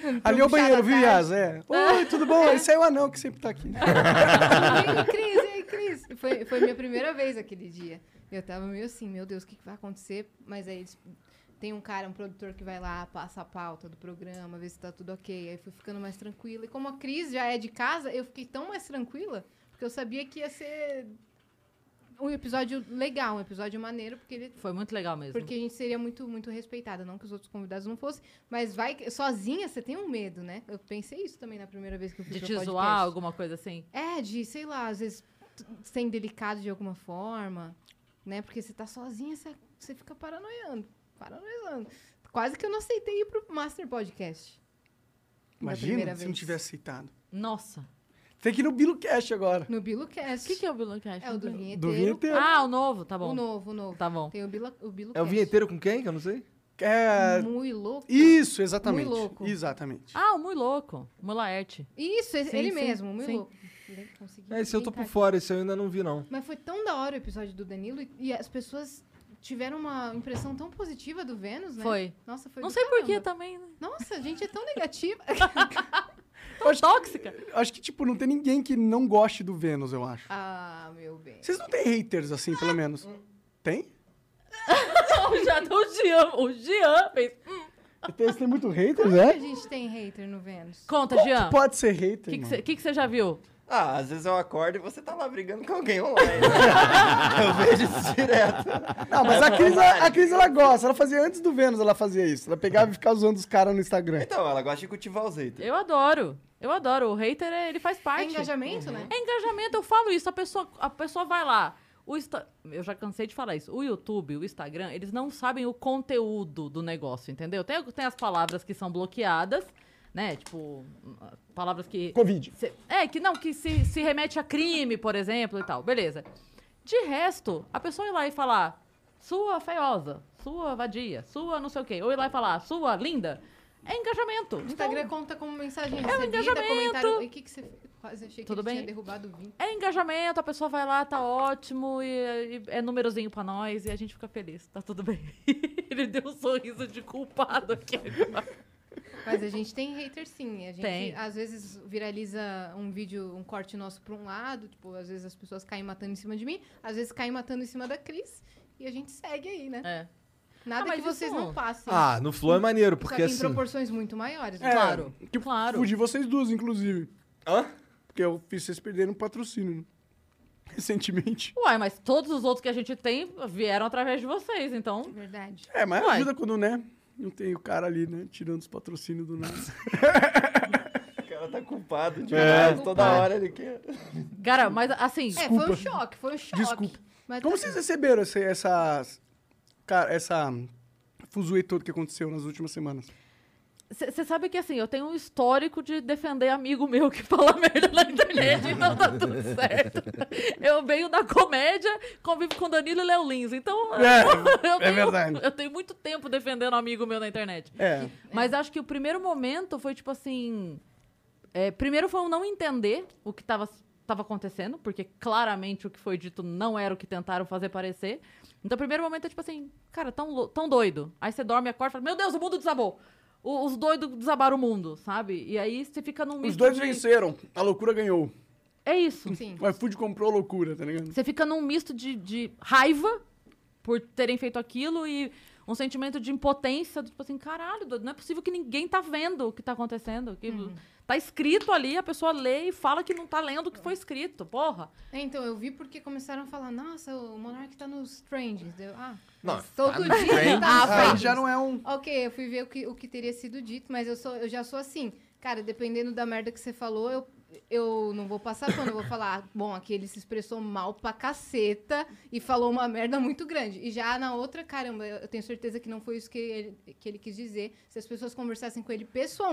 Speaker 8: pra um
Speaker 1: Ali é o
Speaker 8: puxar
Speaker 1: banheiro,
Speaker 8: da
Speaker 1: viu,
Speaker 8: tarde.
Speaker 1: Yas? É. Oi, tudo bom? Esse é o anão que sempre tá aqui.
Speaker 8: E aí, Cris, e aí, Cris? Foi, foi minha primeira vez aquele dia. Eu tava meio assim, meu Deus, o que, que vai acontecer? Mas aí eles- tem um cara, um produtor que vai lá, passa a pauta do programa, vê se tá tudo ok. Aí fui ficando mais tranquila. E como a Cris já é de casa, eu fiquei tão mais tranquila, porque eu sabia que ia ser um episódio legal, um episódio maneiro, porque ele
Speaker 9: Foi muito legal mesmo.
Speaker 8: porque a gente seria muito, muito respeitada. Não que os outros convidados não fossem, mas vai que- sozinha você tem um medo, né? Eu pensei isso também na primeira vez que eu fiz
Speaker 9: De
Speaker 8: meu
Speaker 9: te
Speaker 8: podcast.
Speaker 9: zoar, alguma coisa assim?
Speaker 8: É, de, sei lá, às vezes t- ser indelicado de alguma forma, né? Porque você tá sozinha, você, você fica paranoiando, paranoiando. Quase que eu não aceitei ir pro Master Podcast. da
Speaker 1: Imagina
Speaker 8: primeira
Speaker 1: se não
Speaker 8: vez.
Speaker 1: tivesse aceitado.
Speaker 9: Nossa.
Speaker 1: Tem que ir no Bilocast agora.
Speaker 8: No Bilocast. O que,
Speaker 9: que é o Bilocast?
Speaker 8: É o do vinheteiro.
Speaker 1: Do vinheteiro.
Speaker 9: Ah, o novo, tá bom.
Speaker 8: O novo, o novo.
Speaker 9: Tá bom.
Speaker 8: Tem o, Bila, o Bilocast.
Speaker 2: É o vinheteiro com quem? Que eu não sei.
Speaker 1: É...
Speaker 8: Muito louco.
Speaker 1: Isso, exatamente.
Speaker 8: Muito louco.
Speaker 1: Exatamente.
Speaker 9: Ah, o Mui Louco. Mulaerte.
Speaker 8: Isso,
Speaker 9: Sim,
Speaker 8: ele
Speaker 9: sim,
Speaker 8: mesmo, muito
Speaker 9: sim.
Speaker 8: louco. Nem consegui
Speaker 2: É, esse eu tô
Speaker 8: linkar
Speaker 2: por
Speaker 8: aqui.
Speaker 2: fora, esse eu ainda não vi, não.
Speaker 8: Mas foi tão da hora o episódio do Danilo e, e as pessoas tiveram uma impressão tão positiva do Vênus, né?
Speaker 9: Foi.
Speaker 8: Nossa, foi
Speaker 9: Não
Speaker 8: do
Speaker 9: sei por que
Speaker 8: caramba.
Speaker 9: também, né?
Speaker 8: Nossa, a gente é tão negativa.
Speaker 1: Acho que-
Speaker 9: tóxica.
Speaker 1: Acho que, tipo, não tem ninguém que não goste do Vênus, eu acho.
Speaker 8: ah, meu bem.
Speaker 1: Vocês não têm haters assim, pelo menos? Tem?
Speaker 9: o, Jean, o Jean, o Jean fez. hum.
Speaker 1: Vocês têm muito haters,
Speaker 8: Por que
Speaker 1: é?
Speaker 8: a gente tem hater no Vênus?
Speaker 9: Conta,
Speaker 1: Como
Speaker 9: Jean.
Speaker 1: que pode ser
Speaker 9: O
Speaker 1: hater,
Speaker 9: que
Speaker 1: mano?
Speaker 9: você já viu?
Speaker 5: Ah, às vezes eu acordo e você tá lá brigando com alguém online. eu vejo isso direto. É
Speaker 1: Não, é- mas a Cris, a, a Cris, ela gosta. Ela fazia antes do Vênus, ela fazia isso. Ela pegava e ficava zoando os caras no Instagram.
Speaker 5: Então, ela gosta de cultivar os haters.
Speaker 9: Eu adoro. Eu adoro. O hater, é- ele faz parte.
Speaker 8: É engajamento, né?
Speaker 9: É engajamento, eu falo isso. A pessoa, a pessoa vai lá. O Insta- Eu já cansei de falar isso. O YouTube, o Instagram, eles não sabem o conteúdo do negócio, entendeu? Tem, tem as palavras que são bloqueadas, né? Tipo, palavras que.
Speaker 1: Covid.
Speaker 9: se- é, que não, que se, se remete a crime, por exemplo, e tal. Beleza. De resto, a pessoa ir lá e falar sua feiosa, sua vadia, sua não sei o quê, ou ir lá e falar sua linda, é engajamento.
Speaker 8: O Instagram
Speaker 9: Então,
Speaker 8: conta como mensagem
Speaker 9: É um
Speaker 8: recebida,
Speaker 9: engajamento.
Speaker 8: comentário. E o que, que você fez? Quase achei que
Speaker 9: Tudo
Speaker 8: ele
Speaker 9: bem?
Speaker 8: tinha derrubado o vinho.
Speaker 9: É engajamento, a pessoa vai lá, tá ótimo, e, e é númerozinho pra nós, e a gente fica feliz, tá tudo bem. Ele deu um sorriso de culpado aqui agora.
Speaker 8: Mas a gente tem hater sim. A gente
Speaker 9: Tem.
Speaker 8: às vezes viraliza um vídeo, um corte nosso pra um lado, tipo, às vezes as pessoas caem matando em cima de mim, às vezes caem matando em cima da Cris. E a gente segue aí, né?
Speaker 9: É.
Speaker 8: Nada
Speaker 9: Ah, mas
Speaker 8: que vocês
Speaker 9: isso-
Speaker 8: não passem.
Speaker 2: Ah, no Flow é maneiro,
Speaker 8: Só
Speaker 2: porque
Speaker 8: que em
Speaker 2: assim.
Speaker 8: proporções muito maiores.
Speaker 1: É,
Speaker 9: Claro,
Speaker 1: que
Speaker 9: claro.
Speaker 1: Fudi vocês duas, inclusive.
Speaker 5: Hã?
Speaker 1: Porque eu fiz vocês perderem um patrocínio né? recentemente.
Speaker 9: Uai, mas todos os outros que a gente tem vieram através de vocês, então.
Speaker 8: Verdade.
Speaker 1: É, mas
Speaker 9: Uai.
Speaker 1: ajuda quando, né? Não tem o cara ali, né? Tirando os patrocínios do nada.
Speaker 5: O cara tá culpado demais. Toda hora ele quer.
Speaker 9: Cara, mas assim.
Speaker 8: É, foi um choque, foi um choque.
Speaker 1: Desculpa.
Speaker 8: Mas
Speaker 1: Como
Speaker 8: tá-
Speaker 1: vocês receberam esse- essa, cara, essa fuzuê todo que aconteceu nas últimas semanas?
Speaker 9: Você sabe que assim, eu tenho um histórico de defender amigo meu que fala merda na internet, então tá tudo certo. Eu venho da comédia, convivo com Danilo e Léo Lins, então
Speaker 1: É,
Speaker 9: eu,
Speaker 1: é verdade.
Speaker 9: eu tenho muito tempo defendendo amigo meu na internet.
Speaker 1: É.
Speaker 9: Mas acho que o primeiro momento foi tipo assim. é, primeiro foi eu não entender o que estava tava acontecendo, porque claramente o que foi dito não era o que tentaram fazer parecer. Então, o primeiro momento é tipo assim, cara, tão, lou- tão doido. Aí você dorme, acorda e fala: Meu Deus, o mundo desabou. O- os doidos desabaram o mundo, sabe? E aí você fica num.
Speaker 1: Os
Speaker 9: misto
Speaker 1: dois
Speaker 9: de-
Speaker 1: venceram. A loucura ganhou.
Speaker 9: É isso.
Speaker 8: Sim.
Speaker 1: O iFood comprou a loucura, tá ligado?
Speaker 9: Você fica num misto de, de raiva por terem feito aquilo e um sentimento de impotência, do tipo assim, caralho, doido, não é possível que ninguém tá vendo o que tá acontecendo. Que
Speaker 8: Uhum.
Speaker 9: Tá escrito ali, a pessoa lê e fala que não tá lendo o que foi escrito, porra.
Speaker 8: É, então, eu vi porque começaram a falar, nossa, o Monark tá nos trends. Deu, ah,
Speaker 2: Não,
Speaker 8: mas todo
Speaker 2: tá nos
Speaker 8: dia
Speaker 2: trends.
Speaker 8: tá nos
Speaker 1: Ah,
Speaker 8: trends.
Speaker 1: já não é um...
Speaker 8: Ok, eu fui ver o que, o que teria sido dito, mas eu, sou, eu já sou assim. Cara, dependendo da merda que você falou, eu, eu não vou passar pano. Eu vou falar, ah, bom, aqui ele se expressou mal pra caceta e falou uma merda muito grande. E já na outra, caramba, eu eu tenho certeza que não foi isso que ele, que ele quis dizer. Se as pessoas conversassem com ele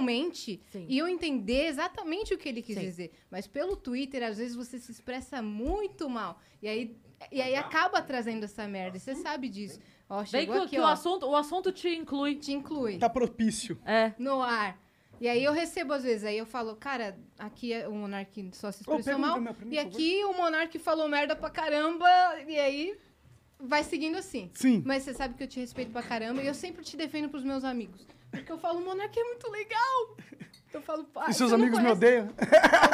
Speaker 8: pessoalmente,
Speaker 9: Sim.
Speaker 8: iam entender exatamente o que ele quis
Speaker 9: Sim.
Speaker 8: dizer. Mas pelo Twitter, às vezes você se expressa muito mal. E aí, e aí acaba trazendo essa merda. E Você sabe disso. Ó,
Speaker 9: Vem
Speaker 8: chegou
Speaker 9: que,
Speaker 8: aqui,
Speaker 9: que o,
Speaker 8: ó,
Speaker 9: assunto, o assunto te inclui.
Speaker 8: te inclui
Speaker 1: Tá propício.
Speaker 9: É.
Speaker 8: no ar. E aí eu recebo às vezes, aí eu falo, cara, aqui é- o Monark só se
Speaker 1: Ô,
Speaker 8: expressou
Speaker 1: pega um
Speaker 8: mal,
Speaker 1: pra mim, pra mim,
Speaker 8: e
Speaker 1: por favor.
Speaker 8: aqui o Monark falou merda pra caramba, e aí vai seguindo assim.
Speaker 1: Sim.
Speaker 8: Mas você sabe que eu te respeito pra caramba e eu sempre te defendo pros meus amigos. Porque eu falo, Monark é muito legal. Ah, Eu falo, pá.
Speaker 1: E
Speaker 8: você
Speaker 1: seus
Speaker 8: não
Speaker 1: amigos me
Speaker 8: conhece."
Speaker 1: odeiam?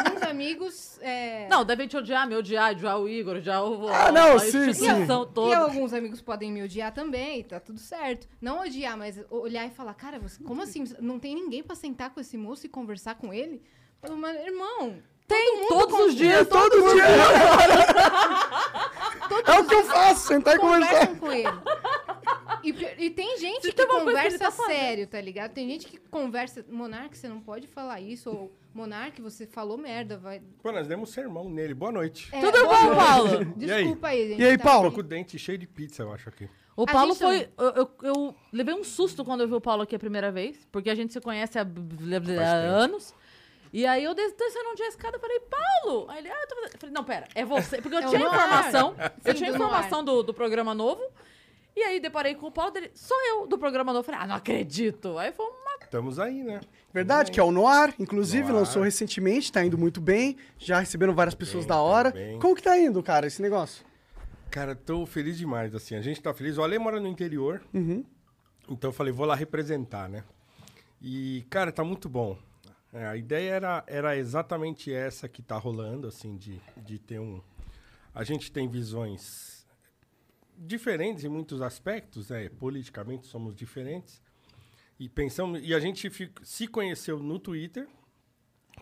Speaker 8: Alguns amigos. É...
Speaker 9: Não, devem te odiar, me odiar, odiar o Igor, odiar o...
Speaker 1: Ah, não,
Speaker 9: a
Speaker 1: sim,
Speaker 9: instituição
Speaker 1: sim.
Speaker 9: Toda.
Speaker 8: E alguns amigos podem me odiar também, tá tudo certo. Não odiar, mas o- olhar e falar, cara, você, como assim? Não tem ninguém pra sentar com esse moço e conversar com ele? Eu falo, mas, irmão. Tem
Speaker 9: todos os dias,
Speaker 1: todos os dias. É o que eu faço, sentar e
Speaker 8: conversam
Speaker 1: conversar.
Speaker 8: com ele. E, pi- e tem gente
Speaker 9: Se
Speaker 8: que
Speaker 9: tem uma coisa que ele
Speaker 8: conversa
Speaker 9: tá fazendo.
Speaker 8: sério, tá ligado? Tem gente que conversa, Monark, você não pode falar isso, ou Monark, você falou merda, vai.
Speaker 13: Pô, nós demos um sermão nele. Boa noite.
Speaker 8: É, Tudo boa bom, noite. Paulo?
Speaker 13: E aí?
Speaker 8: Desculpa aí, gente, E aí, tá
Speaker 13: Paulo?
Speaker 8: aqui.
Speaker 13: Com o dente cheio de pizza, eu acho aqui.
Speaker 9: O
Speaker 8: A
Speaker 9: Paulo
Speaker 8: gente
Speaker 9: foi. Eu, eu- eu levei um susto quando eu vi o Paulo aqui a primeira vez, porque a gente se conhece há, b- b- b- há anos. E aí eu des- descendo um dia a escada, eu falei, Paulo! Aí ele, ah, eu tô fazendo. Eu falei, não, pera, é você. Porque eu
Speaker 8: É o
Speaker 9: tinha
Speaker 8: Noir.
Speaker 9: informação. eu
Speaker 8: Sim,
Speaker 9: tinha
Speaker 8: do
Speaker 9: informação do, do programa novo. E aí deparei com o Paulo dele, sou eu do programa novo. Eu falei, ah, não acredito. Aí foi um uma.
Speaker 13: Estamos aí, né?
Speaker 1: Verdade, que é o Noir, inclusive, lançou recentemente, tá indo muito bem. Já receberam várias pessoas da hora.
Speaker 13: bem.
Speaker 1: Como que tá indo, cara, esse negócio?
Speaker 13: Cara, tô feliz demais, assim. A gente tá feliz. O Ale mora no interior. Então eu falei, vou lá representar, né? E, cara, tá muito bom. É, a ideia era, era exatamente essa que tá rolando, assim, de, de ter um... A gente tem visões diferentes em muitos aspectos, né? Politicamente somos diferentes. E pensamos... E a gente fi- se conheceu no Twitter,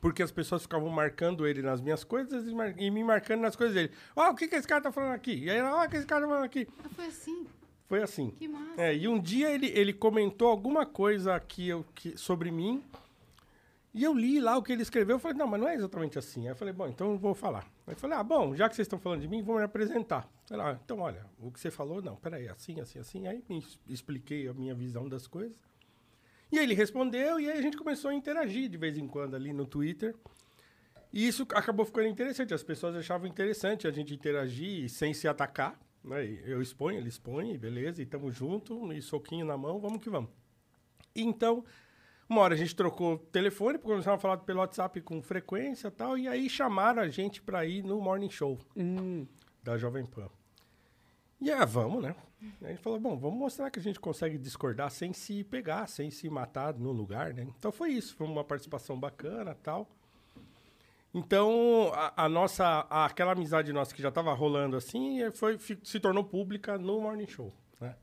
Speaker 13: porque as pessoas ficavam marcando ele nas minhas coisas e, mar- e me marcando nas coisas dele. Ó, o que que esse cara tá falando aqui? E aí, ó, o que esse cara tá falando aqui?
Speaker 8: Ah, foi assim.
Speaker 13: Foi assim.
Speaker 8: Que massa.
Speaker 13: É, e um dia ele, ele comentou alguma coisa que eu, que, sobre mim. E eu li lá o que ele escreveu. Eu falei, não, mas não é exatamente assim. Aí eu falei, bom, então eu vou falar. Aí eu falei, ah, bom, já que vocês estão falando de mim, vou me apresentar. Sei lá, então olha, o que você falou, não, peraí, assim, assim, assim. Aí me es- expliquei a minha visão das coisas. E aí ele respondeu, e aí a gente começou a interagir de vez em quando ali no Twitter. E isso acabou ficando interessante. As pessoas achavam interessante a gente interagir sem se atacar. Né? E Eu exponho, ele expõe, beleza, e tamo junto, e soquinho na mão, vamos que vamos. E Então, uma hora a gente trocou telefone, porque começaram a falar pelo WhatsApp com frequência e tal, e aí chamaram a gente para ir no Morning Show da Jovem Pan. E ah, vamos, né? Aí a gente falou, bom, vamos mostrar que a gente consegue discordar sem se pegar, sem se matar no lugar, né? Então foi isso, foi uma participação bacana tal. Então, a, a nossa, a- aquela amizade nossa que já estava rolando assim, eh, foi, fi- se tornou pública no Morning Show, né?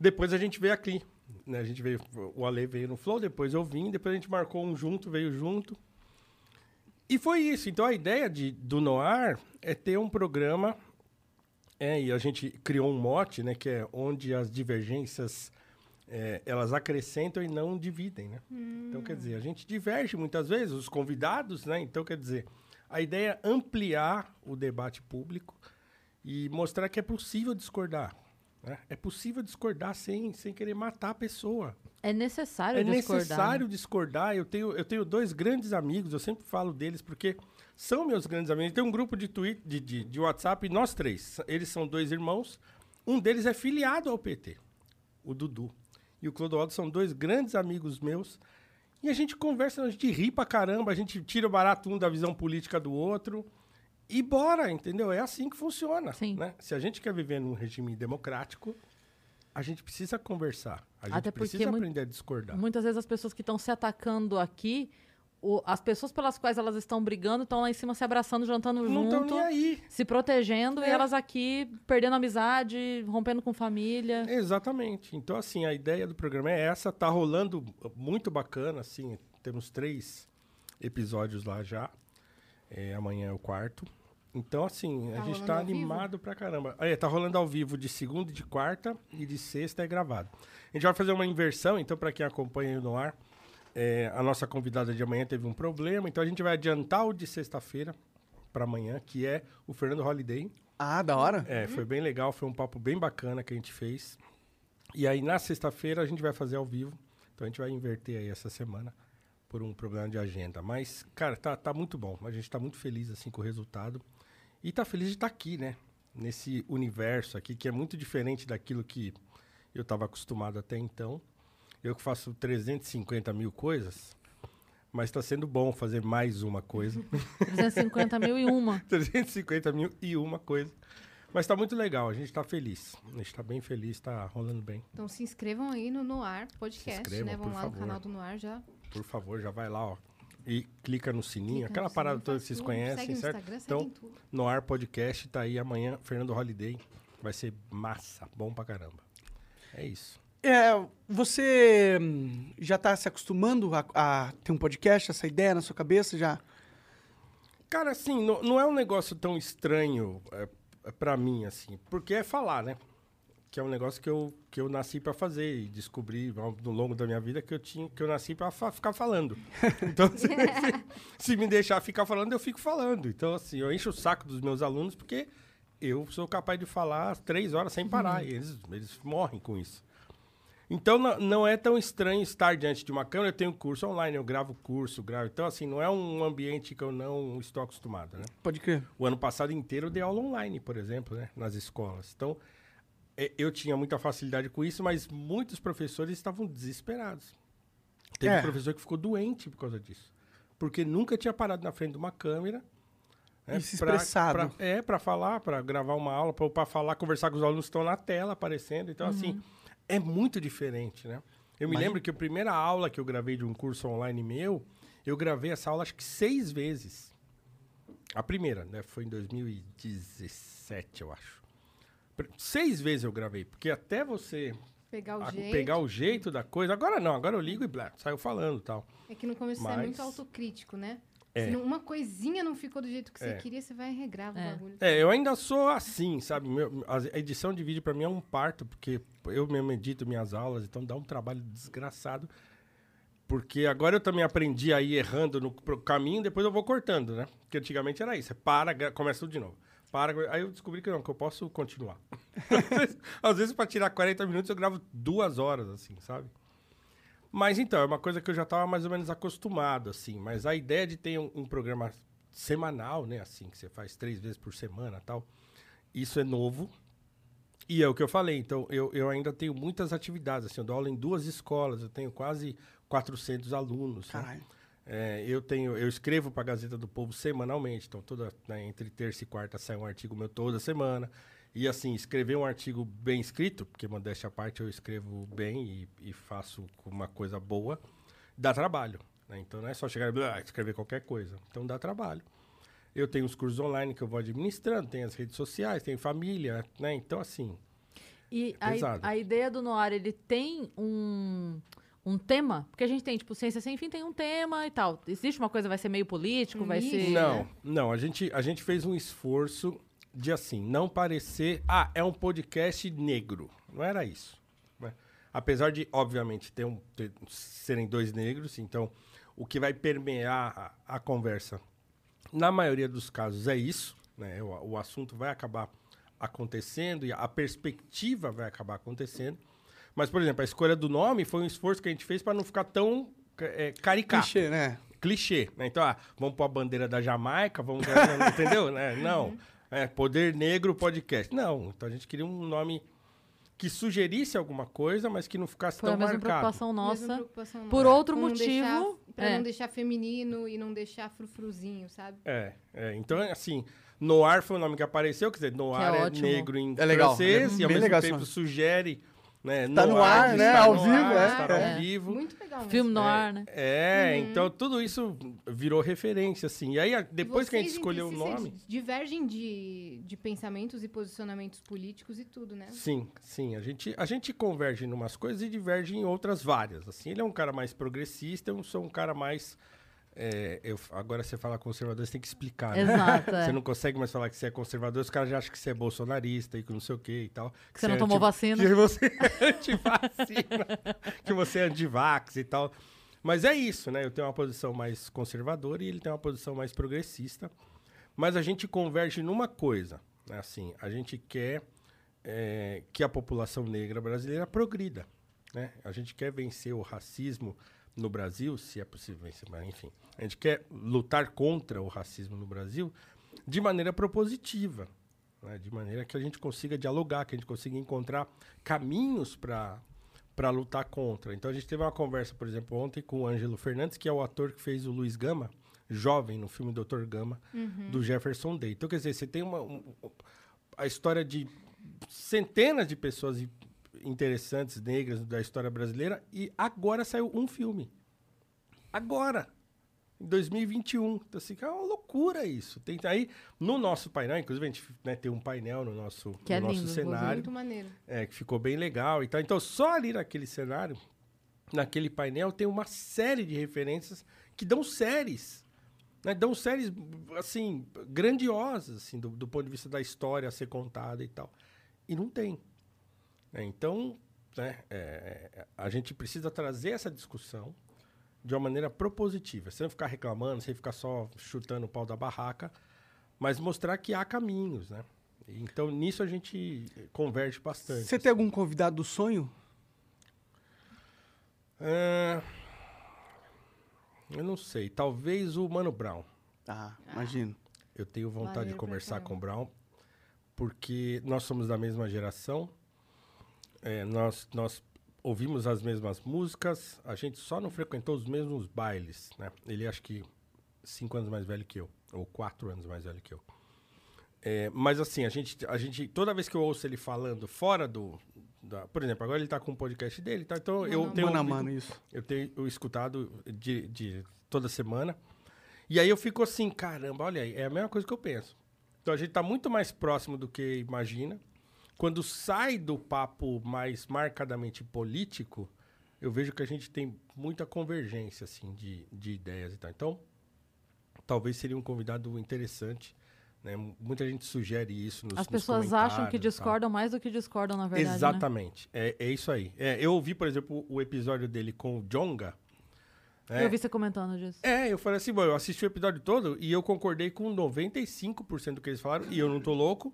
Speaker 13: Depois a gente veio aqui, né? A gente veio, o Ale veio no Flow, depois eu vim, depois a gente marcou um junto, veio junto. E foi isso. Então, a ideia de, do Noir é ter um programa, é, e a gente criou um mote, né? Que é onde as divergências, eh, elas acrescentam e não dividem, né? Então, quer dizer, a gente diverge muitas vezes, os convidados, né? Então, quer dizer, a ideia é ampliar o debate público e mostrar que é possível discordar. né? É possível discordar sem, sem querer matar a pessoa.
Speaker 9: É necessário
Speaker 13: É
Speaker 8: né?
Speaker 9: discordar. né?
Speaker 13: necessário discordar. Eu tenho, eu tenho dois grandes amigos, eu sempre falo deles, porque são meus grandes amigos. Tem um grupo de, tweet, de, de, de WhatsApp, nós três. Eles são dois irmãos. Um deles é filiado ao PT, o Dudu. E o Clodoaldo são dois grandes amigos meus. E a gente conversa, a gente ri pra caramba, a gente tira o barato um da visão política do outro. E bora, entendeu? É assim que funciona. Né? Se a gente quer viver num regime democrático, a gente precisa conversar. A gente
Speaker 9: Até porque
Speaker 13: precisa
Speaker 9: mui-
Speaker 13: aprender a discordar.
Speaker 9: Muitas vezes as pessoas que estão se atacando aqui, o- as pessoas pelas quais elas estão brigando estão lá em cima se abraçando, jantando
Speaker 13: Não tão
Speaker 9: junto,
Speaker 13: nem aí.
Speaker 9: se protegendo
Speaker 13: É.
Speaker 9: e elas aqui perdendo amizade, rompendo com família.
Speaker 13: Exatamente. Então, assim, a ideia do programa é essa. Tá rolando muito bacana, assim. Temos três episódios lá já. É, amanhã é o quarto. Então, assim,
Speaker 14: Tá
Speaker 13: a gente
Speaker 14: rolando
Speaker 13: tá
Speaker 14: ao vivo?
Speaker 13: animado pra caramba. É, tá rolando ao vivo de segunda e de quarta. E de sexta é gravado. A gente vai fazer uma inversão. Então, pra quem acompanha no ar, é, a nossa convidada de amanhã teve um problema. Então, a gente vai adiantar o de sexta-feira pra amanhã, que é o Fernando Holiday.
Speaker 1: Ah, da hora.
Speaker 13: É, foi bem legal, foi um papo bem bacana que a gente fez. E aí na sexta-feira a gente vai fazer ao vivo. Então a gente vai inverter aí essa semana por um problema de agenda. Mas, cara, tá, tá muito bom. A gente tá muito feliz assim com o resultado. E tá feliz de estar aqui, né? Nesse universo aqui, que é muito diferente daquilo que eu estava acostumado até então. Eu que faço 350 mil coisas, mas tá sendo bom fazer mais uma coisa.
Speaker 9: 350 mil e uma.
Speaker 13: 350 mil e uma coisa. Mas tá muito legal, a gente tá feliz. A gente tá bem feliz, tá rolando bem.
Speaker 8: Então se inscrevam aí no Noar Podcast,
Speaker 13: inscrevam,
Speaker 8: né? Vão
Speaker 13: por
Speaker 8: lá
Speaker 13: favor.
Speaker 8: no canal do Noar já.
Speaker 13: Por favor, já vai lá, ó. E clica no sininho,
Speaker 8: Clica no
Speaker 13: aquela
Speaker 8: sininho,
Speaker 13: parada toda
Speaker 8: faz
Speaker 13: que vocês
Speaker 8: tudo,
Speaker 13: conhecem,
Speaker 8: segue no
Speaker 13: certo?
Speaker 8: Instagram, segue em
Speaker 13: então,
Speaker 8: tudo.
Speaker 13: no ar podcast, tá aí amanhã, Fernando Holiday. Vai ser massa, bom pra caramba. É isso.
Speaker 1: É, você hum, já está se acostumando a, a ter um podcast, essa ideia na sua cabeça já?
Speaker 13: Cara, assim, não, não é um negócio tão estranho é, é para mim, assim, porque é falar, né? Que é um negócio que eu, que eu nasci para fazer e descobri ao no longo da minha vida que eu tinha que eu nasci para ficar falando. Então, se, se- se me deixar ficar falando, eu fico falando. Então, assim, eu encho o saco dos meus alunos porque eu sou capaz de falar três horas sem parar.
Speaker 14: Hum.
Speaker 1: Uhum.
Speaker 13: E eles, eles morrem com isso. Então não, não é tão estranho estar diante de uma câmera. Eu tenho curso online, eu gravo curso, gravo. Então, assim, não é um ambiente que eu não estou acostumado, né?
Speaker 1: Pode crer.
Speaker 13: O ano passado inteiro eu dei aula online, por exemplo, né? Nas escolas. Então, é, eu tinha muita facilidade com isso, mas muitos professores estavam desesperados. Teve
Speaker 14: É.
Speaker 13: um professor que ficou doente por causa disso. Porque nunca tinha parado na frente de uma câmera. né,
Speaker 1: E se expressado.
Speaker 13: pra- é, para falar, para gravar uma aula, para falar, conversar com os alunos que estão na tela aparecendo. Então,
Speaker 14: Uhum.
Speaker 13: assim, é muito diferente, né? Eu me
Speaker 14: Mas-
Speaker 13: lembro que a primeira aula que eu gravei de um curso online meu, eu gravei essa aula acho que seis vezes. A primeira, né? Foi em 2017, eu acho. Pr- Seis vezes eu gravei, porque até você
Speaker 8: Pegar o
Speaker 13: a-
Speaker 8: jeito.
Speaker 13: pegar o jeito da coisa. Agora não, agora eu ligo e blá, saiu falando e tal.
Speaker 8: É que no começo você é
Speaker 13: Mas-
Speaker 8: muito autocrítico, né?
Speaker 13: É.
Speaker 8: Se não- uma coisinha não ficou do jeito que você
Speaker 13: É.
Speaker 8: queria, você vai regrar o bagulho.
Speaker 13: É, eu ainda sou assim, sabe? Meu- a edição de vídeo pra mim é um parto, porque eu mesmo edito minhas aulas, então dá um trabalho desgraçado. Porque agora eu também aprendi aí errando no pro caminho, depois eu vou cortando, né? Porque antigamente era isso, é para, gra- começa tudo de novo. Para, gra- aí eu descobri que não, que eu posso continuar. às vezes, às vezes pra tirar 40 minutos eu gravo duas horas, assim, sabe? Mas então, é uma coisa que eu já estava mais ou menos acostumado, assim. Mas a ideia de ter um, um programa semanal, né? Assim, que você faz três vezes por semana tal. Isso é novo. E é o que eu falei. Então, eu, eu ainda tenho muitas atividades. Assim, eu dou aula em duas escolas. Eu tenho quase 400 alunos. né? É, eu tenho eu escrevo para a Gazeta do Povo semanalmente. Então, toda, né, entre terça e quarta sai um artigo meu toda semana. E assim, escrever um artigo bem escrito, porque modéstia à parte eu escrevo bem e, e faço com uma coisa boa, dá trabalho. né? Então não é só chegar e blá, escrever qualquer coisa. Então dá trabalho. Eu tenho os cursos online que eu vou administrando, tenho as redes sociais, tenho família, né? Então, assim,
Speaker 9: E
Speaker 13: É
Speaker 9: a i-
Speaker 13: pesado.
Speaker 9: a, ideia do Noir, ele tem um, um tema? Porque a gente tem, tipo, Ciência Sem Fim tem um tema e tal. Existe uma coisa, vai ser meio político, vai ser...
Speaker 13: Não,
Speaker 9: né?
Speaker 13: não. A gente, a gente fez um esforço de, assim, não parecer... Ah, é um podcast negro. Não era isso. né? Apesar de, obviamente, ter um, ter- serem dois negros, então o que vai permear a, a conversa, na maioria dos casos, é isso. Né? O, o assunto vai acabar acontecendo e a perspectiva vai acabar acontecendo. Mas, por exemplo, a escolha do nome foi um esforço que a gente fez para não ficar tão eh, caricato.
Speaker 1: Clichê, né?
Speaker 13: Clichê, né? Então, ah, vamos pôr a bandeira da Jamaica, vamos... entendeu? né? Não. É, Poder Negro Podcast. Não. Então, a gente queria um nome que sugerisse alguma coisa, mas que não ficasse
Speaker 9: Foi
Speaker 13: tão
Speaker 9: a mesma
Speaker 13: marcado.
Speaker 9: preocupação nossa.
Speaker 8: Mesma preocupação
Speaker 9: Por
Speaker 8: nossa.
Speaker 9: outro
Speaker 8: Pra não deixar-
Speaker 9: motivo,
Speaker 8: pra
Speaker 9: é.
Speaker 8: não deixar feminino e não deixar frufruzinho, sabe?
Speaker 13: É, é. Então, assim, Noir foi o nome que apareceu, quer dizer, Noir é,
Speaker 8: ótimo.
Speaker 13: negro em
Speaker 1: É legal,
Speaker 13: francês
Speaker 1: é
Speaker 13: e
Speaker 1: bem
Speaker 13: ao mesmo
Speaker 1: legal esse
Speaker 13: tempo
Speaker 1: nome.
Speaker 13: sugere... Né,
Speaker 1: Tá no ar, né?
Speaker 13: está
Speaker 1: Ao
Speaker 13: no
Speaker 1: vivo, é.
Speaker 13: Estar
Speaker 1: É.
Speaker 13: ao vivo.
Speaker 8: Muito legal. mesmo.
Speaker 9: Filme Noir, né?
Speaker 13: É,
Speaker 8: Uhum.
Speaker 13: então tudo isso virou referência, assim. E aí, a- depois que a gente
Speaker 8: Vocês entre
Speaker 13: escolheu o
Speaker 8: si, vocês
Speaker 13: nome...
Speaker 8: Divergem de, de pensamentos e posicionamentos políticos e tudo, né?
Speaker 13: Sim, sim. A gente, a gente converge em umas coisas e diverge em outras várias. Assim, ele é um cara mais progressista, eu sou um cara mais. é, eu, agora você fala conservador, você tem que explicar, né?
Speaker 9: Exato, é.
Speaker 13: Você não consegue mais falar que você é conservador, os caras já acham que você é bolsonarista e que não sei o que e tal. é
Speaker 9: Que você não tomou vacina.
Speaker 13: Que você é antivacina. que você é antivax e tal. Mas é isso, né? Eu tenho uma posição mais conservadora e ele tem uma posição mais progressista. Mas a gente converge numa coisa, né? assim, a gente quer é, que a população negra brasileira progrida, né? A gente quer vencer o racismo no Brasil, se é possível vencer, mas enfim, a gente quer lutar contra o racismo no Brasil de maneira propositiva, né? de maneira que a gente consiga dialogar, que a gente consiga encontrar caminhos para para lutar contra. Então a gente teve uma conversa, por exemplo, ontem com o Ângelo Fernandes, que é o ator que fez o Luiz Gama, jovem no filme Doutor Gama,
Speaker 14: Uhum.
Speaker 13: do Jefferson Day. Então, quer dizer, você tem uma. um- um- a história de centenas de pessoas i- interessantes, negras, da história brasileira, e agora saiu um filme. Agora! Em 2021. Então, assim, é uma loucura isso. Tem aí, no nosso painel, inclusive a gente né, tem um painel no nosso,
Speaker 8: Que é
Speaker 13: no nosso
Speaker 8: lindo,
Speaker 13: cenário.
Speaker 8: muito maneiro.
Speaker 13: É, que ficou bem legal e tal. Então, só ali naquele cenário, naquele painel, tem uma série de referências que dão séries. né? Dão séries, assim, grandiosas, assim, do, do ponto de vista da história a ser contada e tal. E não tem. né? Então, né, é, é, a gente precisa trazer essa discussão de uma maneira propositiva, sem ficar reclamando, sem ficar só chutando o pau da barraca, mas mostrar que há caminhos, né? Então, nisso a gente converge bastante.
Speaker 1: Você tem algum convidado do sonho?
Speaker 13: Ah, eu não sei. Talvez o Mano Brown.
Speaker 1: Ah, imagino.
Speaker 13: Eu tenho vontade
Speaker 1: Maneiro
Speaker 13: de
Speaker 1: pra
Speaker 13: conversar
Speaker 1: caramba.
Speaker 13: com o Brown, porque nós somos da mesma geração, é, nós, nós ouvimos as mesmas músicas, a gente só não frequentou os mesmos bailes, né? Ele acho que cinco anos mais velho que eu, ou quatro anos mais velho que eu. É, mas assim, a gente, a gente, toda vez que eu ouço ele falando fora do... da- por exemplo, agora ele tá com o podcast dele, tá? Então eu
Speaker 1: Mano a
Speaker 13: tenho...
Speaker 1: mano.
Speaker 13: ouvido-
Speaker 1: Mano a mano, isso.
Speaker 13: eu tenho eu escutado de, de toda semana. E aí eu fico assim, caramba, olha aí, é a mesma coisa que eu penso. Então a gente tá muito mais próximo do que imagina. Quando sai do papo mais marcadamente político, eu vejo que a gente tem muita convergência, assim, de, de ideias e tal. Então, talvez seria um convidado interessante, né? M- Muita gente sugere isso nos
Speaker 9: As
Speaker 13: nos
Speaker 9: pessoas acham
Speaker 13: comentários
Speaker 9: que
Speaker 13: e tal.
Speaker 9: discordam mais do que discordam, na verdade. né?
Speaker 13: Exatamente. É, é isso aí. É, eu ouvi, por exemplo, o episódio dele com o Jonga. né?
Speaker 9: Eu vi você comentando disso.
Speaker 13: É, eu falei assim, bom, eu assisti o episódio todo e eu concordei com 95% do que eles falaram, e eu não tô louco,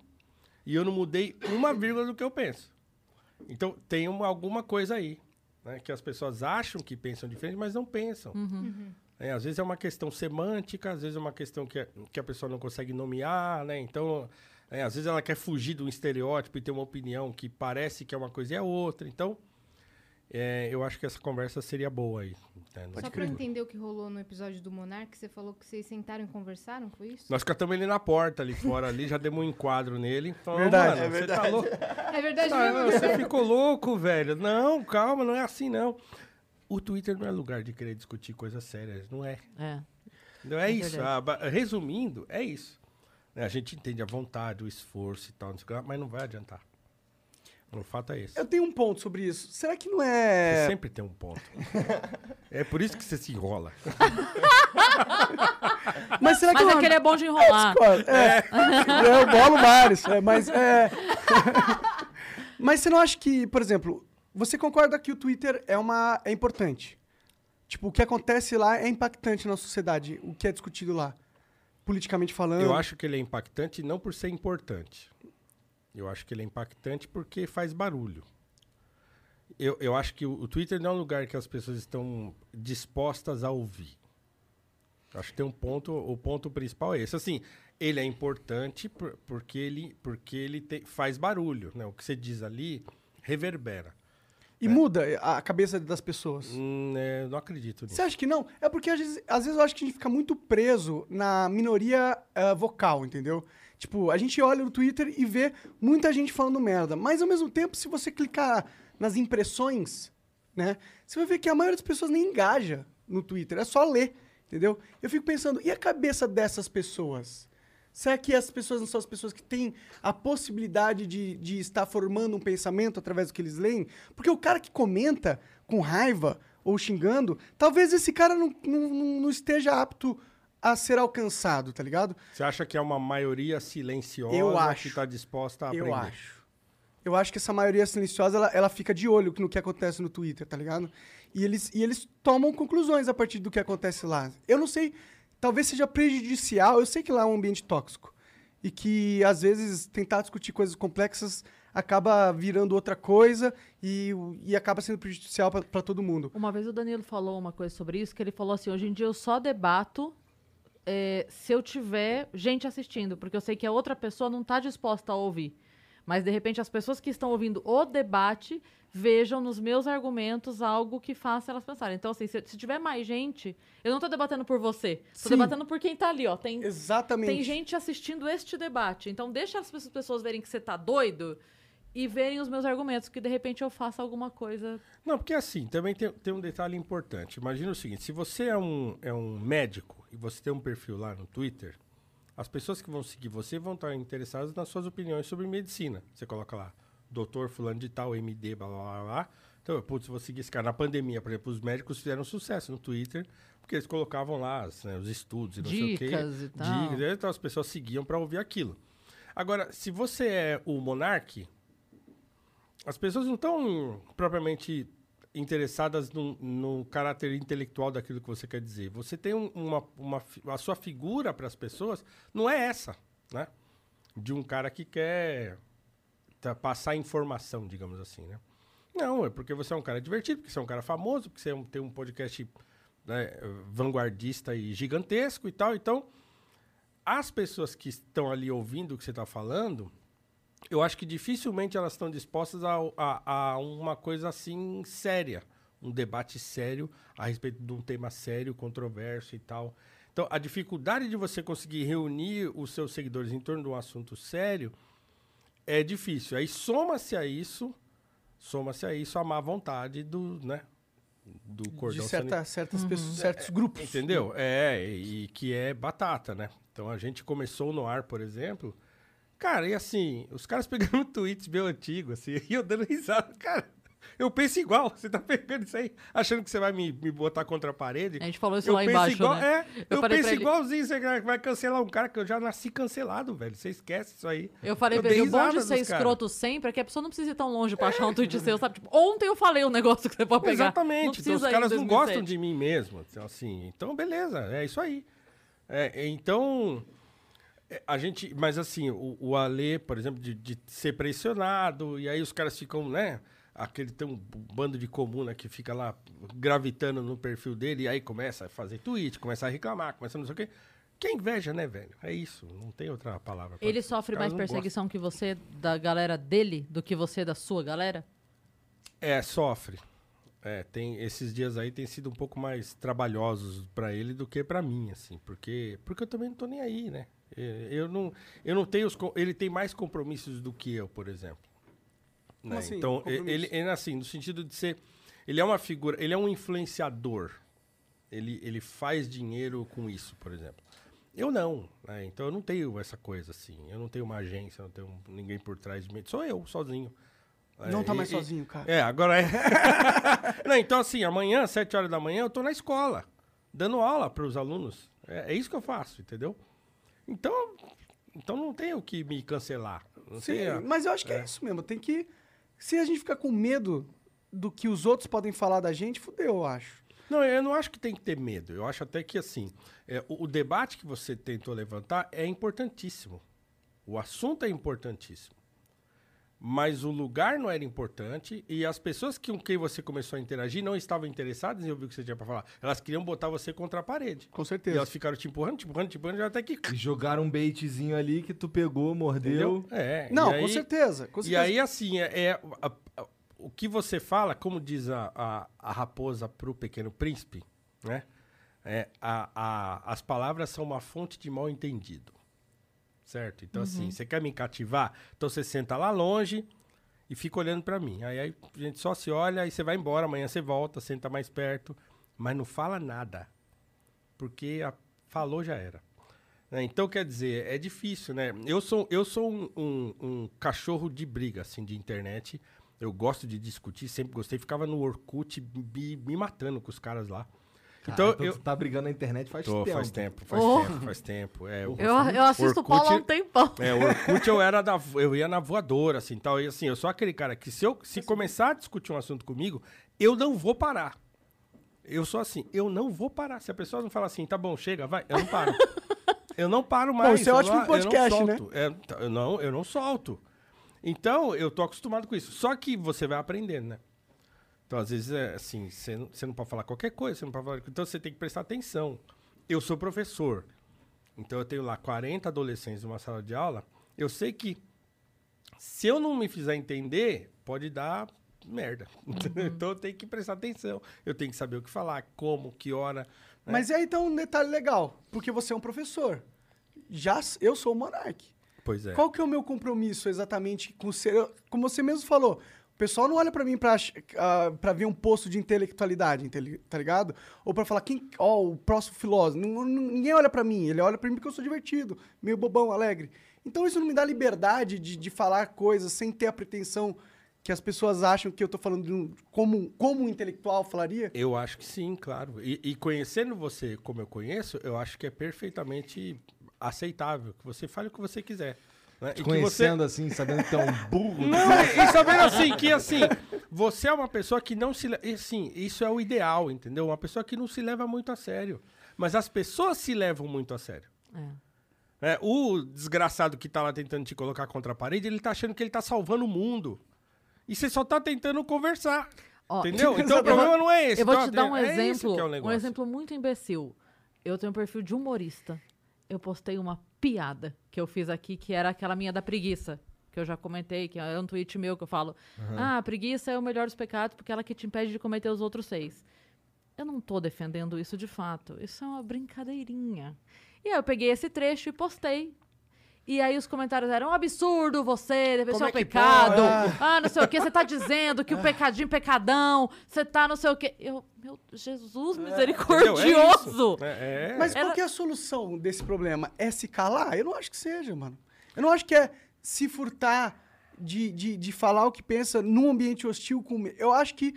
Speaker 13: e eu não mudei uma vírgula do que eu penso. Então, tem uma- alguma coisa aí, né? Que as pessoas acham que pensam diferente, mas não pensam.
Speaker 14: Uhum.
Speaker 9: Uhum.
Speaker 13: É, às vezes é uma questão semântica, às vezes é uma questão que, a- que a pessoa não consegue nomear, né? Então, é, às vezes ela quer fugir de um estereótipo e ter uma opinião que parece que é uma coisa e é outra. Então, é, eu acho que essa conversa seria boa aí. né, no
Speaker 8: Só pra
Speaker 13: futuro.
Speaker 8: entender o que rolou no episódio do Monark, você falou que vocês sentaram e conversaram com isso?
Speaker 13: Nós catamos ele na porta ali fora, ali, já demos um enquadro nele. Falamos,
Speaker 1: Verdade.
Speaker 13: mano,
Speaker 1: É
Speaker 13: você
Speaker 1: verdade.
Speaker 13: tá louco.
Speaker 8: É verdade
Speaker 13: Tá,
Speaker 8: mesmo?
Speaker 13: você ficou louco, velho. Não, calma, não é assim, não. O Twitter não é lugar de querer discutir coisas sérias, não é.
Speaker 9: É.
Speaker 13: Não é,
Speaker 9: É
Speaker 13: isso.
Speaker 9: verdade.
Speaker 13: Ah, ba- resumindo, é isso. Né, A gente entende a vontade, o esforço e tal, não sei o que lá, mas não vai adiantar. O fato é esse.
Speaker 1: Eu tenho um ponto sobre isso. Será que não é.
Speaker 13: Você sempre tem um ponto. é por isso que você se enrola.
Speaker 1: Mas será que
Speaker 9: Mas
Speaker 1: eu-
Speaker 9: é que ele é bom de enrolar.
Speaker 1: discordo. É, é o Bolo Mares, é, mas é... mas você não acha que, por exemplo, você concorda que o Twitter é uma é importante? Tipo, o que acontece lá é impactante na sociedade, o que é discutido lá, politicamente falando.
Speaker 13: Eu acho que ele é impactante não por ser importante. Eu acho que ele é impactante porque faz barulho. Eu, eu acho que o, o Twitter não é um lugar que as pessoas estão dispostas a ouvir. Eu acho que tem um ponto, o ponto principal é esse. Assim, ele é importante por- porque ele, porque ele te- faz barulho. Né? O que você diz ali reverbera. né?
Speaker 1: E muda a cabeça das pessoas.
Speaker 13: Hum, é, não acredito nisso.
Speaker 1: Você acha que não? É porque às vezes, às vezes eu acho que a gente fica muito preso na minoria ah, vocal, entendeu? Tipo, a gente olha no Twitter e vê muita gente falando merda. Mas ao mesmo tempo, se você clicar nas impressões, né? Você vai ver que a maioria das pessoas nem engaja no Twitter. É só ler, entendeu? Eu fico pensando, e a cabeça dessas pessoas? Será é que as pessoas não são as pessoas que têm a possibilidade de, de estar formando um pensamento através do que eles leem? Porque o cara que comenta com raiva ou xingando, talvez esse cara não, não, não- não esteja apto a ser alcançado, tá ligado?
Speaker 13: Você acha que é uma maioria silenciosa
Speaker 1: Eu
Speaker 13: que
Speaker 1: acho.
Speaker 13: está disposta a aprender?
Speaker 1: Eu acho. Eu acho que essa maioria silenciosa, ela, ela fica de olho no que acontece no Twitter, tá ligado? E eles, e eles tomam conclusões a partir do que acontece lá. Eu não sei, talvez seja prejudicial, eu sei que lá é um ambiente tóxico. E que, às vezes, tentar discutir coisas complexas acaba virando outra coisa e, o- e acaba sendo prejudicial para todo mundo.
Speaker 9: Uma vez o Danilo falou uma coisa sobre isso, que ele falou assim, hoje em dia eu só debato eh, é, se eu tiver gente assistindo, porque eu sei que a outra pessoa não está tá disposta a ouvir. Mas, de repente, as pessoas que estão ouvindo o debate vejam nos meus argumentos algo que faça elas pensarem. Então, assim, se, se tiver mais gente, eu não tô debatendo por você.
Speaker 1: Sim.
Speaker 9: Tô debatendo por quem tá ali, ó. Tem,
Speaker 1: Exatamente.
Speaker 9: Tem gente assistindo este debate. Então, deixa as pe- pessoas verem que você tá doido e verem os meus argumentos, que de repente eu faça alguma coisa.
Speaker 13: Não, porque assim, também tem, tem um detalhe importante. Imagina o seguinte: se você é um, é um médico e você tem um perfil lá no Twitter, as pessoas que vão seguir você vão estar interessadas nas suas opiniões sobre medicina. Você coloca lá, doutor fulano de tal, MD, blá blá blá. blá. Então, putz, vou seguir esse cara. Na pandemia, por exemplo, os médicos fizeram sucesso no Twitter, porque eles colocavam lá as, né, os estudos e não
Speaker 9: Dicas
Speaker 13: sei
Speaker 9: e
Speaker 13: o quê.
Speaker 9: tal.
Speaker 13: Dicas, então as pessoas seguiam para ouvir aquilo. Agora, se você é o monarque, as pessoas não estão propriamente interessadas no, no caráter intelectual daquilo que você quer dizer. Você tem um- uma, uma fi- a sua figura para as pessoas não é essa, né? De um cara que quer tra- passar informação, digamos assim, né? Não, é porque você é um cara divertido, porque você é um cara famoso, porque você é um- tem um podcast né, vanguardista e gigantesco e tal. Então, as pessoas que estão ali ouvindo o que você está falando, eu acho que dificilmente elas estão dispostas a, a- a uma coisa assim séria, um debate sério a respeito de um tema sério, controverso e tal. Então, a dificuldade de você conseguir reunir os seus seguidores em torno de um assunto sério é difícil. Aí soma-se a isso, soma-se a isso a má vontade do, né, do cordão
Speaker 1: certa-
Speaker 13: sanitário.
Speaker 1: certas
Speaker 9: Uhum.
Speaker 1: pessoas- certos grupos.
Speaker 13: Entendeu? É, e que é batata, né? Então a gente começou no ar, por exemplo. Cara, e assim, os caras pegando tweets meu antigo, assim, e eu dando risada. Cara, eu penso igual. Você tá pegando isso aí, achando que você vai me, me botar contra a parede.
Speaker 9: A gente falou isso
Speaker 13: eu
Speaker 9: lá
Speaker 13: penso
Speaker 9: embaixo,
Speaker 13: igual,
Speaker 9: né?
Speaker 13: É,
Speaker 9: Eu
Speaker 13: eu,
Speaker 9: falei pra
Speaker 13: penso
Speaker 9: ele-
Speaker 13: igualzinho, você vai cancelar um cara que eu já nasci cancelado, velho. Você esquece isso aí.
Speaker 9: Eu falei pra
Speaker 13: dei
Speaker 9: ele, o bom
Speaker 13: risada
Speaker 9: de ser
Speaker 13: dos caras.
Speaker 9: escroto sempre é que a pessoa não precisa ir tão longe pra achar um tweet seu, sabe? Tipo, ontem eu falei um negócio que você pode pegar. Não
Speaker 13: Exatamente. Então, os
Speaker 9: precisa ir
Speaker 13: caras
Speaker 9: em
Speaker 13: não gostam
Speaker 9: 2007.
Speaker 13: de mim mesmo. Então, Assim, então, beleza, é isso aí. É, então, é, a gente. Mas assim, o, o Alê, por exemplo, de, de ser pressionado, e aí os caras ficam, né? Aquele tem um bando de comuna que fica lá gravitando no perfil dele, e aí começa a fazer tweet, começa a reclamar, começa a não sei o quê. Que é inveja, né, velho? É isso, não tem outra palavra. pra-
Speaker 9: Ele
Speaker 13: os
Speaker 9: sofre
Speaker 13: caras
Speaker 9: mais
Speaker 13: não gostam.
Speaker 9: perseguição que você da galera dele do que você da sua galera?
Speaker 13: É, sofre. É, tem esses dias aí tem sido um pouco mais trabalhosos pra ele do que pra mim, assim, porque porque eu também não tô nem aí, né? É, Eu não eu não tenho os co- ele tem mais compromissos do que eu, por exemplo.
Speaker 1: Como
Speaker 13: né?
Speaker 1: assim,
Speaker 13: então e-
Speaker 1: compromisso?
Speaker 13: ele, ele assim, no sentido de ser ele é uma figura, ele é um influenciador. Ele ele faz dinheiro com isso, por exemplo. Eu não, né? Então eu não tenho essa coisa assim. Eu não tenho uma agência, eu não tenho ninguém por trás de mim. Sou eu, sozinho.
Speaker 1: Não
Speaker 13: É,
Speaker 1: tá
Speaker 13: e-
Speaker 1: mais
Speaker 13: e-
Speaker 1: sozinho, cara.
Speaker 13: É, agora é. não, então assim, amanhã, às 7 horas da manhã, eu tô na escola, dando aula para os alunos. É, é isso que eu faço, entendeu? Então, então não tem o que me cancelar. Não
Speaker 1: Sim,
Speaker 13: tem a-
Speaker 1: mas eu acho que é. isso mesmo. Tem que. Se a gente ficar com medo do que os outros podem falar da gente, fudeu, eu acho.
Speaker 13: Não, eu não acho que tem que ter medo. Eu acho até que, assim, é, o, o debate que você tentou levantar é importantíssimo. O assunto é importantíssimo. Mas o lugar não era importante e as pessoas que- com quem você começou a interagir não estavam interessadas em ouvir o que você tinha pra falar. Elas queriam botar você contra a parede.
Speaker 1: Com certeza.
Speaker 13: E elas ficaram te empurrando, te empurrando, te empurrando, já até que...
Speaker 2: E jogaram um baitzinho ali que tu pegou, mordeu.
Speaker 13: Entendeu? É.
Speaker 1: Não,
Speaker 13: e
Speaker 1: com certeza, com
Speaker 13: E
Speaker 1: certeza.
Speaker 13: aí, assim, é, é a- a- o que você fala, como diz a, a, a raposa pro pequeno príncipe, né? É, a, a- as palavras são uma fonte de mal entendido. Certo? Então, assim,
Speaker 14: Uhum.
Speaker 13: você quer me cativar? Então você senta lá longe e fica olhando pra mim. Aí, aí a gente só se olha e você vai embora, amanhã você volta, senta mais perto, mas não fala nada. Porque a- falou já era. Né? Então, quer dizer, é difícil, né? Eu sou, eu sou um, um- um cachorro de briga, assim, de internet. Eu gosto de discutir, sempre gostei. Ficava no Orkut me, me matando com os caras lá.
Speaker 2: Cara, então
Speaker 13: eu
Speaker 2: tu tá brigando na internet faz
Speaker 13: Tô,
Speaker 2: tempo.
Speaker 13: Faz tempo, faz
Speaker 2: Oh.
Speaker 13: tempo, faz tempo. É, o-
Speaker 9: Eu- eu assisto o Paulo há um tempão.
Speaker 13: É, o Orkut eu era da, eu ia na voadora, assim, tal. E assim, eu sou aquele cara que se eu se começar a discutir um assunto comigo, eu não vou parar. Eu sou assim, eu não vou parar. Se a pessoa não falar assim, tá bom, chega, vai, eu não paro. eu não paro mais.
Speaker 1: isso é
Speaker 13: eu
Speaker 1: ótimo
Speaker 13: não- eu não
Speaker 1: podcast, né?
Speaker 13: solto. É, t- eu não, eu não solto. Então, eu tô acostumado com isso. Só que você vai aprendendo, né? Então, às vezes, é assim, você não, você não pode falar qualquer coisa, você não pode falar... Então, você tem que prestar atenção. Eu sou professor. Então, eu tenho lá 40 adolescentes numa sala de aula. Eu sei que Se eu não me fizer entender, pode dar merda. então eu tenho que prestar atenção. Eu tenho que saber o que falar, como, que hora. né?
Speaker 1: Mas é então um detalhe legal, porque você é um professor. Já s- eu sou o monarque.
Speaker 13: Pois é.
Speaker 1: Qual que é o meu compromisso exatamente com o ser? eu- Como você mesmo falou, o pessoal não olha pra mim pra, ach- ah, pra ver um posto de intelectualidade, intele- tá ligado? Ou pra falar quem, ó, o próximo filósofo. Não- não- Ninguém olha pra mim, ele olha pra mim porque eu sou divertido, meio bobão, alegre. Então isso não me dá liberdade de, de falar coisas sem ter a pretensão que as pessoas acham que eu tô falando de um- como, como um intelectual falaria.
Speaker 13: Eu acho que sim, claro. E, e conhecendo você como eu conheço, eu acho que é perfeitamente aceitável que você fale o que você quiser. né? E
Speaker 2: Te
Speaker 13: que
Speaker 2: conhecendo
Speaker 13: você...
Speaker 2: assim, sabendo que tu é um burro.
Speaker 13: Não, e e sabendo assim, que assim, você é uma pessoa que não se. le- e, Assim, isso é o ideal, entendeu? Uma pessoa que não se leva muito a sério. Mas as pessoas se levam muito a sério. É, o desgraçado que tá lá tentando te colocar contra a parede, ele tá achando que ele tá salvando o mundo. E você só tá tentando conversar. entendeu? Então o problema não é esse.
Speaker 9: Eu vou
Speaker 13: Então,
Speaker 9: te dar um
Speaker 13: é isso
Speaker 9: exemplo,
Speaker 13: que é o
Speaker 9: um
Speaker 13: negócio.
Speaker 9: exemplo muito imbecil. Eu tenho um perfil de humorista. Eu postei uma piada que eu fiz aqui, que era aquela minha da preguiça, que eu já comentei, que é um tweet meu que eu falo:
Speaker 14: Aham.
Speaker 9: "Ah, a preguiça é o melhor dos pecados porque ela que te impede de cometer os outros seis". Eu não tô defendendo isso de fato. Isso é uma brincadeirinha. E aí eu peguei esse trecho e postei. E aí os comentários eram um absurdo você, deve ser
Speaker 14: Como
Speaker 9: um
Speaker 14: é que
Speaker 9: pecado.
Speaker 14: pode?
Speaker 9: Ah, não sei o que, você tá dizendo que o pecadinho, é pecadão, você tá não sei o que. Eu, meu
Speaker 14: É,
Speaker 9: Jesus
Speaker 13: É
Speaker 9: misericordioso.
Speaker 1: Mas qual
Speaker 9: Era-
Speaker 1: que é a solução desse problema? É se calar? Eu não acho que seja, mano. Eu não acho que é se furtar de, de, de falar o que pensa num ambiente hostil. Com... Eu acho que.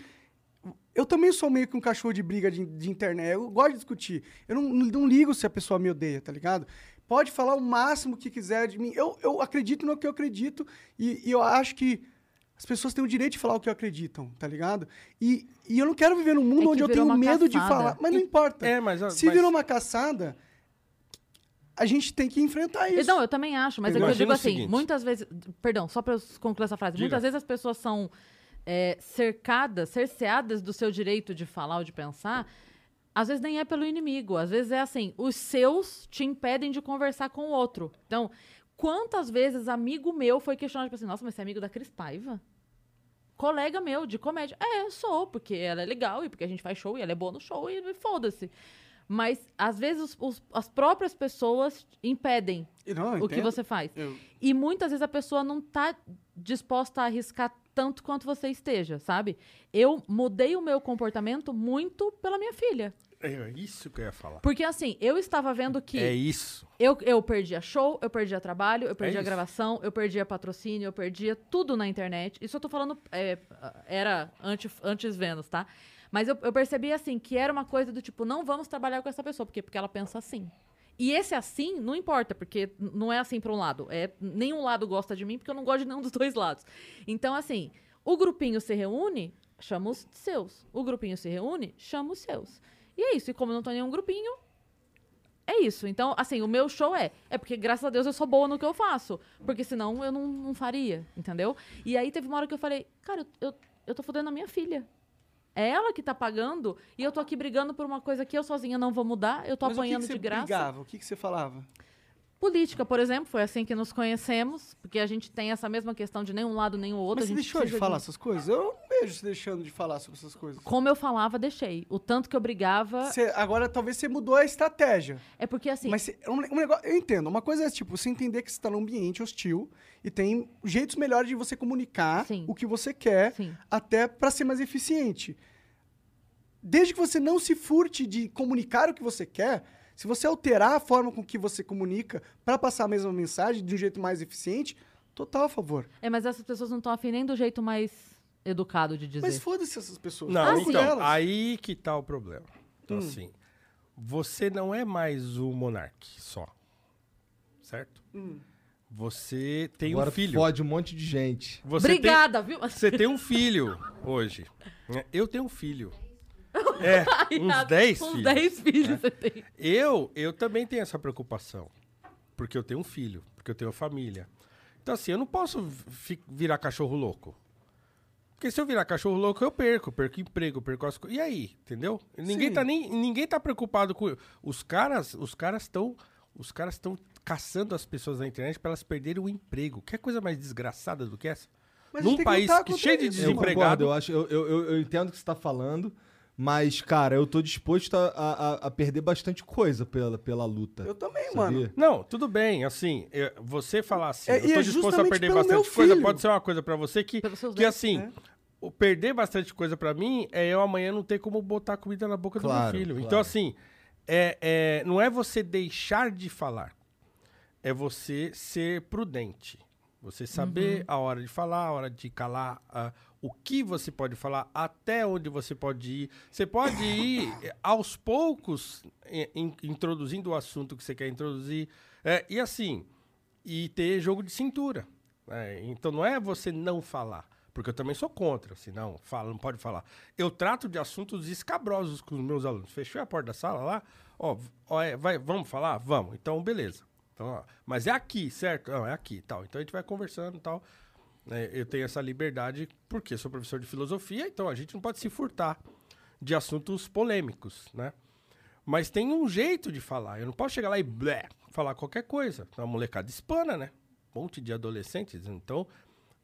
Speaker 1: Eu também sou meio que um cachorro de briga de, de internet. Eu gosto de discutir. Eu não, não ligo se a pessoa me odeia, tá ligado? Pode falar o máximo que quiser de mim. Eu, eu acredito no que eu acredito e, e eu acho que. As pessoas têm o direito de falar o que acreditam, tá ligado? E, e eu não quero viver num mundo
Speaker 13: É que
Speaker 1: onde eu
Speaker 13: virou
Speaker 1: tenho
Speaker 13: uma
Speaker 1: medo de
Speaker 13: caçada.
Speaker 1: falar. Mas não
Speaker 13: E-
Speaker 1: importa.
Speaker 13: é, mas, ó,
Speaker 1: Se
Speaker 13: mas-
Speaker 1: virou uma caçada, a gente tem que enfrentar tá isso.
Speaker 9: Não, eu também acho, mas é que eu
Speaker 1: Imagina
Speaker 9: digo
Speaker 1: o
Speaker 9: assim,
Speaker 1: seguinte.
Speaker 9: muitas vezes. Perdão, só pra eu concluir essa frase.
Speaker 13: Diga.
Speaker 9: Muitas vezes as pessoas são é, cercadas, cerceadas do seu direito de falar ou de pensar. Às vezes nem é pelo inimigo, às vezes é assim, os seus te impedem de conversar com o outro. Então, quantas vezes amigo meu foi questionado, tipo assim, nossa, mas você é amigo da Cris Paiva? colega meu de comédia. É, sou, porque ela é legal e porque a gente faz show e ela é boa no show e foda-se. Mas, às vezes, os- os- as próprias pessoas impedem
Speaker 1: não, eu
Speaker 9: o que
Speaker 1: entendo.
Speaker 9: você faz.
Speaker 1: Eu-
Speaker 9: E muitas vezes a pessoa não tá disposta a arriscar tanto quanto você esteja, sabe? Eu mudei o meu comportamento muito pela minha filha.
Speaker 13: É isso que eu ia falar.
Speaker 9: Porque, assim, eu estava vendo que...
Speaker 13: É isso. É
Speaker 9: Eu, eu perdia show, eu perdia trabalho, eu perdia
Speaker 13: isso.
Speaker 9: gravação, eu perdia patrocínio, eu perdia tudo na internet. Isso eu tô falando, é, era antes, antes Vênus, tá? Mas eu, eu percebi, assim, que era uma coisa do tipo, não vamos trabalhar com essa pessoa, porque, porque ela pensa assim. E esse assim não importa, porque n- não é assim pra um lado. É, nenhum lado gosta de mim, porque eu não gosto de nenhum dos dois lados. Então, assim, o grupinho se reúne, chama os seus. O grupinho se reúne, chama os seus. E é isso. E como eu não tô em nenhum grupinho, é isso. Então, assim, o meu show é. É porque, graças a Deus, eu sou boa no que eu faço. Porque senão eu não, não faria, entendeu? E aí teve uma hora que eu falei, cara, eu, eu, eu tô fodendo a minha filha. É ela que tá pagando e eu tô aqui brigando por uma coisa que eu sozinha não vou mudar, eu tô
Speaker 1: Mas o que
Speaker 9: apanhando
Speaker 1: que você
Speaker 9: de graça.
Speaker 1: brigava? O que, que você falava?
Speaker 9: Política, por exemplo, foi assim que nos conhecemos, porque a gente tem essa mesma questão de nenhum lado nem o
Speaker 1: Mas
Speaker 9: outro. a
Speaker 1: você
Speaker 9: gente
Speaker 1: deixou de
Speaker 9: precisa um
Speaker 1: falar essas coisas? Eu não vejo você deixando de falar sobre essas coisas.
Speaker 9: Como eu falava, deixei. O tanto que eu brigava.
Speaker 1: Você- agora, talvez você mudou a estratégia.
Speaker 9: É porque assim.
Speaker 1: Mas cê- é um, um negócio, eu entendo. Uma coisa é, tipo, você entender que você está num ambiente hostil e tem jeitos melhores de você comunicar o que você quer, até para ser mais eficiente. Desde que você não se furte de comunicar o que você quer, se você alterar a forma com que você comunica para passar a mesma mensagem de um jeito mais eficiente, total a favor.
Speaker 9: É, mas essas pessoas não estão afim nem do jeito mais educado de dizer.
Speaker 1: Mas foda-se essas pessoas.
Speaker 13: Não,
Speaker 1: Foda-se
Speaker 13: então,
Speaker 1: elas.
Speaker 13: aí que tá o problema. Então,
Speaker 1: Hum.
Speaker 13: assim, você não é mais o monarque só, certo?
Speaker 5: Uhum.
Speaker 1: Hum.
Speaker 13: Você tem
Speaker 2: Agora
Speaker 13: um filho.
Speaker 2: fode um monte de gente.
Speaker 13: Você
Speaker 9: Obrigada,
Speaker 13: tem-
Speaker 9: viu?
Speaker 13: Você tem um filho hoje. né? Eu tenho um filho. É, uns 10
Speaker 9: Uns
Speaker 13: filhos.
Speaker 9: 10 filhos
Speaker 13: né?
Speaker 9: você tem.
Speaker 13: Eu, eu também tenho essa preocupação. Porque eu tenho um filho, porque eu tenho família. Então, assim, eu não posso fi- virar cachorro louco. Porque se eu virar cachorro louco, eu perco, perco emprego, perco as coisas. E aí, entendeu? Ninguém
Speaker 1: Sim.
Speaker 13: tá, nem, ninguém tá preocupado com. Os caras os caras estão Os caras estão caçando as pessoas na internet para elas perderem o emprego. Quer coisa mais desgraçada do que essa?
Speaker 2: Mas a gente
Speaker 13: Num
Speaker 2: tem que
Speaker 13: país
Speaker 2: lutar
Speaker 13: que
Speaker 2: contra
Speaker 13: cheio de
Speaker 2: isso. Eu concordo,
Speaker 13: desempregado.
Speaker 2: Eu, acho, eu, eu, eu- eu entendo o que você tá falando, mas, cara, eu tô disposto a, a- a- a perder bastante coisa pela, pela luta. Eu
Speaker 1: também,
Speaker 13: mano. Não, tudo bem, assim, é, você falar assim,
Speaker 2: É,
Speaker 13: eu
Speaker 2: e
Speaker 13: tô
Speaker 2: é
Speaker 13: disposto a
Speaker 2: justamente
Speaker 13: perder
Speaker 2: pelo meu
Speaker 13: bastante coisa,
Speaker 2: filho.
Speaker 13: pode ser uma coisa pra você que, que
Speaker 2: bens,
Speaker 13: assim,
Speaker 2: né?
Speaker 13: o perder bastante coisa pra mim é eu amanhã não ter como botar comida na boca do
Speaker 2: Claro,
Speaker 13: meu filho. Então,
Speaker 2: claro.
Speaker 13: assim, é, é, não é você deixar de falar, é você ser prudente. Você saber
Speaker 14: Uhum.
Speaker 13: a hora de falar, a hora de calar, a- o que você pode falar, até onde você pode ir. Você pode ir eh, aos poucos eh, in- introduzindo o assunto que você quer introduzir. Eh, e assim, e ter jogo de cintura. né? Então não é você não falar, porque eu também sou contra, se não, fala, não pode falar. Eu trato de assuntos escabrosos com os meus alunos. Fechou a porta da sala lá? Ó, v- ó, é, vai, vamos falar? Vamos. Então, beleza. Então, ó, mas é aqui, certo? Não, é aqui, tal. Então a gente vai conversando, tal. É, eu tenho essa liberdade porque sou professor de filosofia, então a gente não pode se furtar de assuntos polêmicos, né? Mas tem um jeito de falar. Eu não posso chegar lá e blé, falar qualquer coisa. É uma molecada hispana, né? Um monte de adolescentes. Então,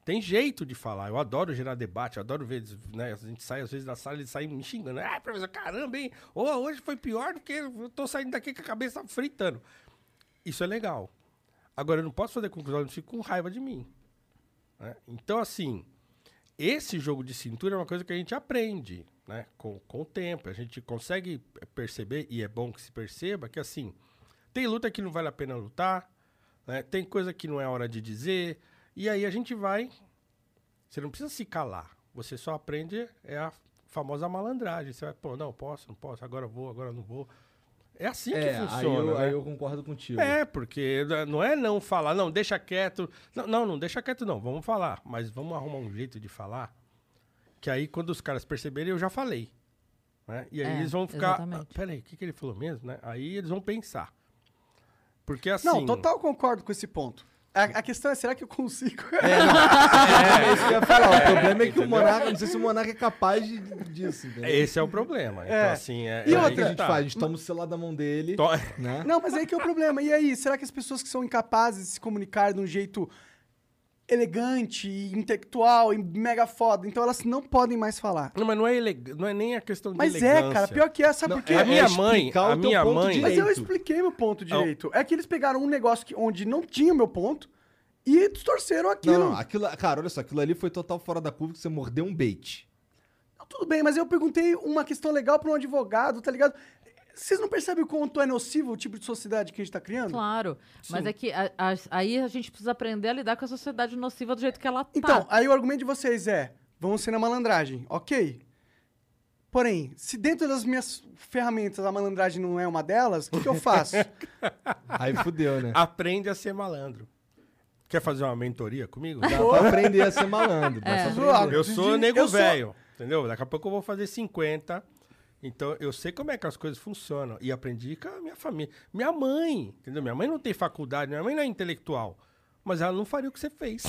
Speaker 13: tem jeito de falar. Eu adoro gerar debate, eu adoro ver, né? A gente sai às vezes da sala e sai me xingando. Ah, professor, caramba, hein? Ô, hoje foi pior do que eu tô saindo daqui com a cabeça fritando. Isso é legal. Agora, eu não posso fazer com que os alunos fiquem com raiva de mim. né? Então, assim, esse jogo de cintura é uma coisa que a gente aprende né? com, com o tempo. A gente consegue perceber, e é bom que se perceba, que assim, tem luta que não vale a pena lutar, né? tem coisa que não é hora de dizer, e aí a gente vai. Você não precisa se calar, você só aprende é a famosa malandragem. Você vai, pô, não, posso, não posso, agora vou, agora não vou. É assim
Speaker 2: É,
Speaker 13: que
Speaker 2: aí
Speaker 13: funciona.
Speaker 2: eu-
Speaker 13: né?
Speaker 2: aí eu concordo contigo.
Speaker 13: É, porque da- não é não falar, não, deixa quieto. Não, não, não deixa quieto, não. Vamos falar. Mas vamos arrumar um jeito de falar. Que aí, quando os caras perceberem, eu já falei. né? E aí
Speaker 14: É,
Speaker 13: eles vão ficar.
Speaker 14: exatamente.
Speaker 13: "Ah, peraí, o que, que ele falou mesmo? Né? Aí eles vão pensar. Porque assim.
Speaker 1: Não, total concordo com esse ponto. A, a questão é, será que eu consigo?
Speaker 2: É, isso que eu ia falar. O
Speaker 13: É,
Speaker 2: problema é que o
Speaker 13: entendeu?
Speaker 2: Monarca, não sei se o Monarca é capaz de, disso. entendeu?
Speaker 13: Esse é o problema. Então,
Speaker 2: É.
Speaker 13: assim, é.
Speaker 2: E
Speaker 13: é aí
Speaker 2: outra que a
Speaker 13: que
Speaker 2: gente
Speaker 13: tá.
Speaker 2: faz? A gente toma o celular da mão dele.
Speaker 13: To-
Speaker 2: Né?
Speaker 1: Não, mas aí que é o problema. E aí, será que as pessoas que são incapazes de se comunicar de um jeito elegante, e intelectual e mega foda, então elas não podem mais falar?
Speaker 13: Não, mas não é, elega- não é nem a questão de
Speaker 1: Mas é,
Speaker 13: elegância.
Speaker 1: cara, pior que é, sabe
Speaker 13: Não,
Speaker 1: por quê?
Speaker 13: A minha mãe, a minha mãe...
Speaker 1: Mas eu expliquei meu ponto
Speaker 13: Não.
Speaker 1: direito. É que eles pegaram um negócio que, onde não tinha meu ponto e distorceram aquilo.
Speaker 2: Não, não, aquilo, cara, olha só, aquilo ali foi total fora da curva que você mordeu um bait.
Speaker 1: Tudo bem, mas eu perguntei uma questão legal pra um advogado, tá ligado? Vocês não percebem o quanto é nocivo o tipo de sociedade que a gente tá criando?
Speaker 9: Claro, mas
Speaker 1: Sim.
Speaker 9: é que a- a- aí a gente precisa aprender a lidar com a sociedade nociva do jeito que ela tá.
Speaker 1: Então, aí o argumento de vocês é: vamos ser na malandragem, ok. Porém, se dentro das minhas ferramentas a malandragem não é uma delas, o que, que eu faço?
Speaker 2: Aí fudeu, né?
Speaker 13: Aprende a ser malandro. Quer fazer uma mentoria comigo?
Speaker 2: Dá pra aprender a ser malandro, dá É. pra aprender.
Speaker 13: Eu sou
Speaker 2: Eu
Speaker 13: nego
Speaker 2: sou-
Speaker 13: velho, entendeu? Daqui a pouco eu vou fazer 50. Então eu sei como é que as coisas funcionam. E aprendi com a minha família. Minha mãe, entendeu? Minha mãe não tem faculdade, minha mãe não é intelectual. Mas ela não faria o que você fez.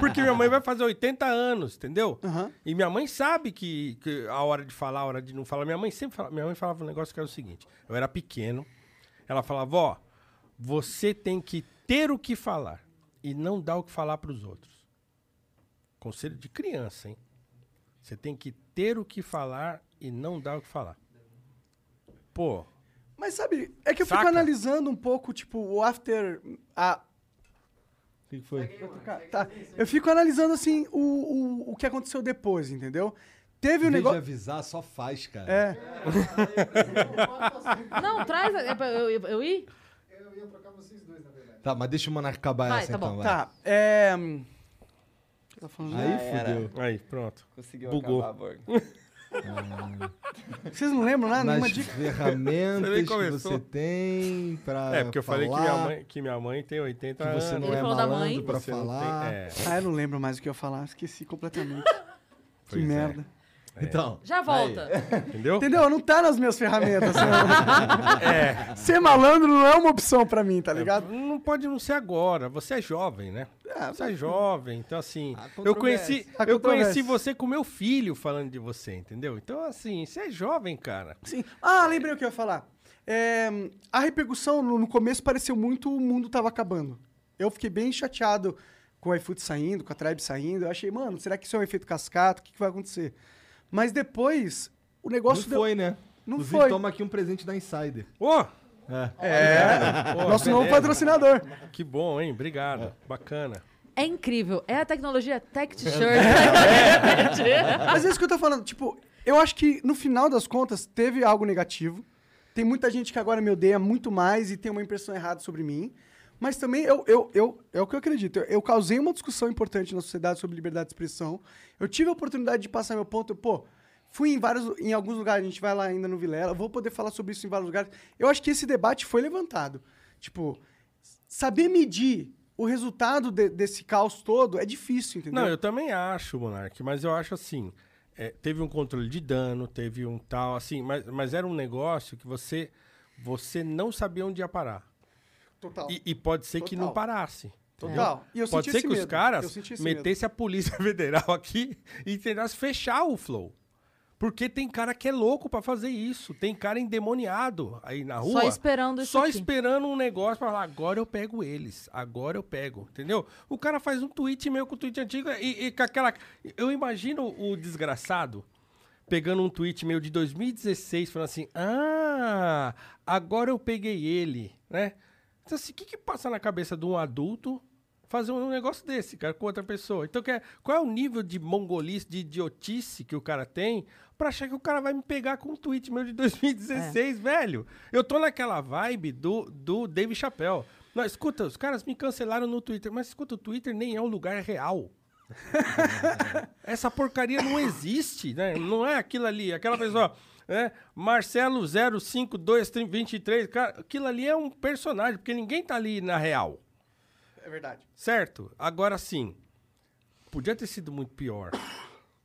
Speaker 13: Porque minha mãe vai fazer 80 anos, entendeu? E minha mãe sabe que, que a hora de falar, a hora de não falar. Minha mãe sempre fala, minha mãe falava um negócio que era o seguinte: eu era pequeno, ela falava, ó, você tem que ter o que falar e não dar o que falar para os outros. Conselho de criança, hein? Você tem que ter o que falar e não dar o que falar. Pô,
Speaker 1: Mas sabe, é que eu
Speaker 13: Saca?
Speaker 1: fico analisando um pouco, tipo, o after. A...
Speaker 2: O que que foi?
Speaker 1: Tá. Eu fico analisando, assim, o, o, o que aconteceu depois, entendeu? Teve um
Speaker 2: Em vez de
Speaker 1: negócio.
Speaker 2: avisar, só faz, cara.
Speaker 1: É.
Speaker 9: Não, traz. a- é pra Eu, eu, eu ir?
Speaker 2: Tá, mas deixa o Monarca acabar
Speaker 9: Vai,
Speaker 2: essa
Speaker 9: tá
Speaker 2: então,
Speaker 9: bom.
Speaker 2: vai.
Speaker 1: Tá, é. hum, eu tava falando-
Speaker 2: Aí
Speaker 1: Ah, era.
Speaker 2: fudeu.
Speaker 13: Aí, pronto.
Speaker 5: Conseguiu
Speaker 13: Bugou.
Speaker 5: acabar, Borg.
Speaker 1: Vocês não lembram nada?
Speaker 2: Nas
Speaker 1: Nenhuma dica?
Speaker 2: ferramentas
Speaker 13: Você nem
Speaker 2: que
Speaker 13: começou.
Speaker 2: você tem pra
Speaker 13: é porque eu falei que minha,
Speaker 2: falar.
Speaker 13: mãe, que minha mãe tem 80
Speaker 2: Que
Speaker 13: anos.
Speaker 2: você não Ele é falou da malandro mãe. pra
Speaker 13: Você não
Speaker 2: falar.
Speaker 13: tem- é.
Speaker 1: Ah, eu não lembro mais o que eu ia falar, esqueci completamente. que
Speaker 13: Pois é.
Speaker 1: merda.
Speaker 2: Então.
Speaker 9: Já volta.
Speaker 13: Entendeu?
Speaker 1: Entendeu? Não tá nas minhas ferramentas.
Speaker 13: É.
Speaker 1: Ser malandro não é uma opção pra mim, tá ligado?
Speaker 13: Não pode não ser agora. Você é jovem, né? você é jovem. Então, assim, eu conheci,
Speaker 1: Há
Speaker 13: eu conheci
Speaker 1: controvérsias.
Speaker 13: você com meu filho falando de você, entendeu? Então, assim, você é jovem, cara.
Speaker 1: Sim. Ah, lembrei o que eu ia falar. É, a repercussão no, no começo pareceu muito o mundo tava acabando. Eu fiquei bem chateado com o iFood saindo, com a Tribe saindo. Eu achei, mano, será que isso é um efeito cascata? O que, que vai acontecer? Mas depois, o negócio
Speaker 2: Não foi, né?
Speaker 1: Não
Speaker 2: Inclusive,
Speaker 1: foi.
Speaker 2: toma aqui um presente da Insider.
Speaker 13: Ô!
Speaker 1: É.
Speaker 13: Pô,
Speaker 1: Nosso novo
Speaker 13: beleza.
Speaker 1: patrocinador.
Speaker 13: Que bom, hein? Obrigado. Bacana.
Speaker 9: É incrível. É a tecnologia Tech T-shirt.
Speaker 1: Mas é isso que eu tô falando. Tipo, eu acho que no final das contas teve algo negativo. Tem muita gente que agora me odeia muito mais e tem uma impressão errada sobre mim. Mas também eu, eu, eu, é o que eu acredito. Eu, eu causei uma discussão importante na sociedade sobre liberdade de expressão. Eu tive a oportunidade de passar meu ponto. Pô, fui em vários. Em alguns lugares, a gente vai lá ainda no Vilela, eu vou poder falar sobre isso em vários lugares. Eu acho que esse debate foi levantado. Tipo, saber medir o resultado de- desse caos todo é difícil, entendeu?
Speaker 13: Não, eu também acho, Monark, mas eu acho assim. é, teve um controle de dano, teve um tal, assim, mas, mas era um negócio que você, você não sabia onde ia parar.
Speaker 1: Total.
Speaker 13: E, e pode ser que
Speaker 1: Total.
Speaker 13: não parasse.
Speaker 1: Total.
Speaker 13: entendeu?
Speaker 1: E eu
Speaker 13: pode
Speaker 1: senti
Speaker 13: ser
Speaker 1: esse
Speaker 13: que os
Speaker 1: medo. Eu
Speaker 13: caras
Speaker 1: senti esse medo.
Speaker 13: metessem a Polícia Federal aqui e tentassem fechar o flow. Porque tem cara que é louco pra fazer isso. Tem cara endemoniado aí na rua.
Speaker 9: Só esperando isso
Speaker 13: Só
Speaker 9: aqui.
Speaker 13: esperando um negócio pra falar, agora eu pego eles. Agora eu pego. Entendeu? O cara faz um tweet meio com o tweet antigo e, e com aquela... Eu imagino o desgraçado pegando um tweet meu de 2016, falando assim, ah, agora eu peguei ele, né? Então, assim, o que, que passa na cabeça de um adulto fazer um negócio desse, cara, com outra pessoa? Então, quer, qual é o nível de mongolice, de idiotice que o cara tem pra achar que o cara vai me pegar com um tweet meu de 2016, velho? Eu tô naquela vibe do, do Dave Chappelle. Não, escuta, os caras me cancelaram no Twitter, mas escuta, o Twitter nem é um lugar real. Essa porcaria não existe, né? Não é aquilo ali. Aquela pessoa, né? Marcelo 05223, cara, aquilo ali é um personagem, porque ninguém tá ali na real,
Speaker 1: É verdade.
Speaker 13: certo? Agora sim, podia ter sido muito pior.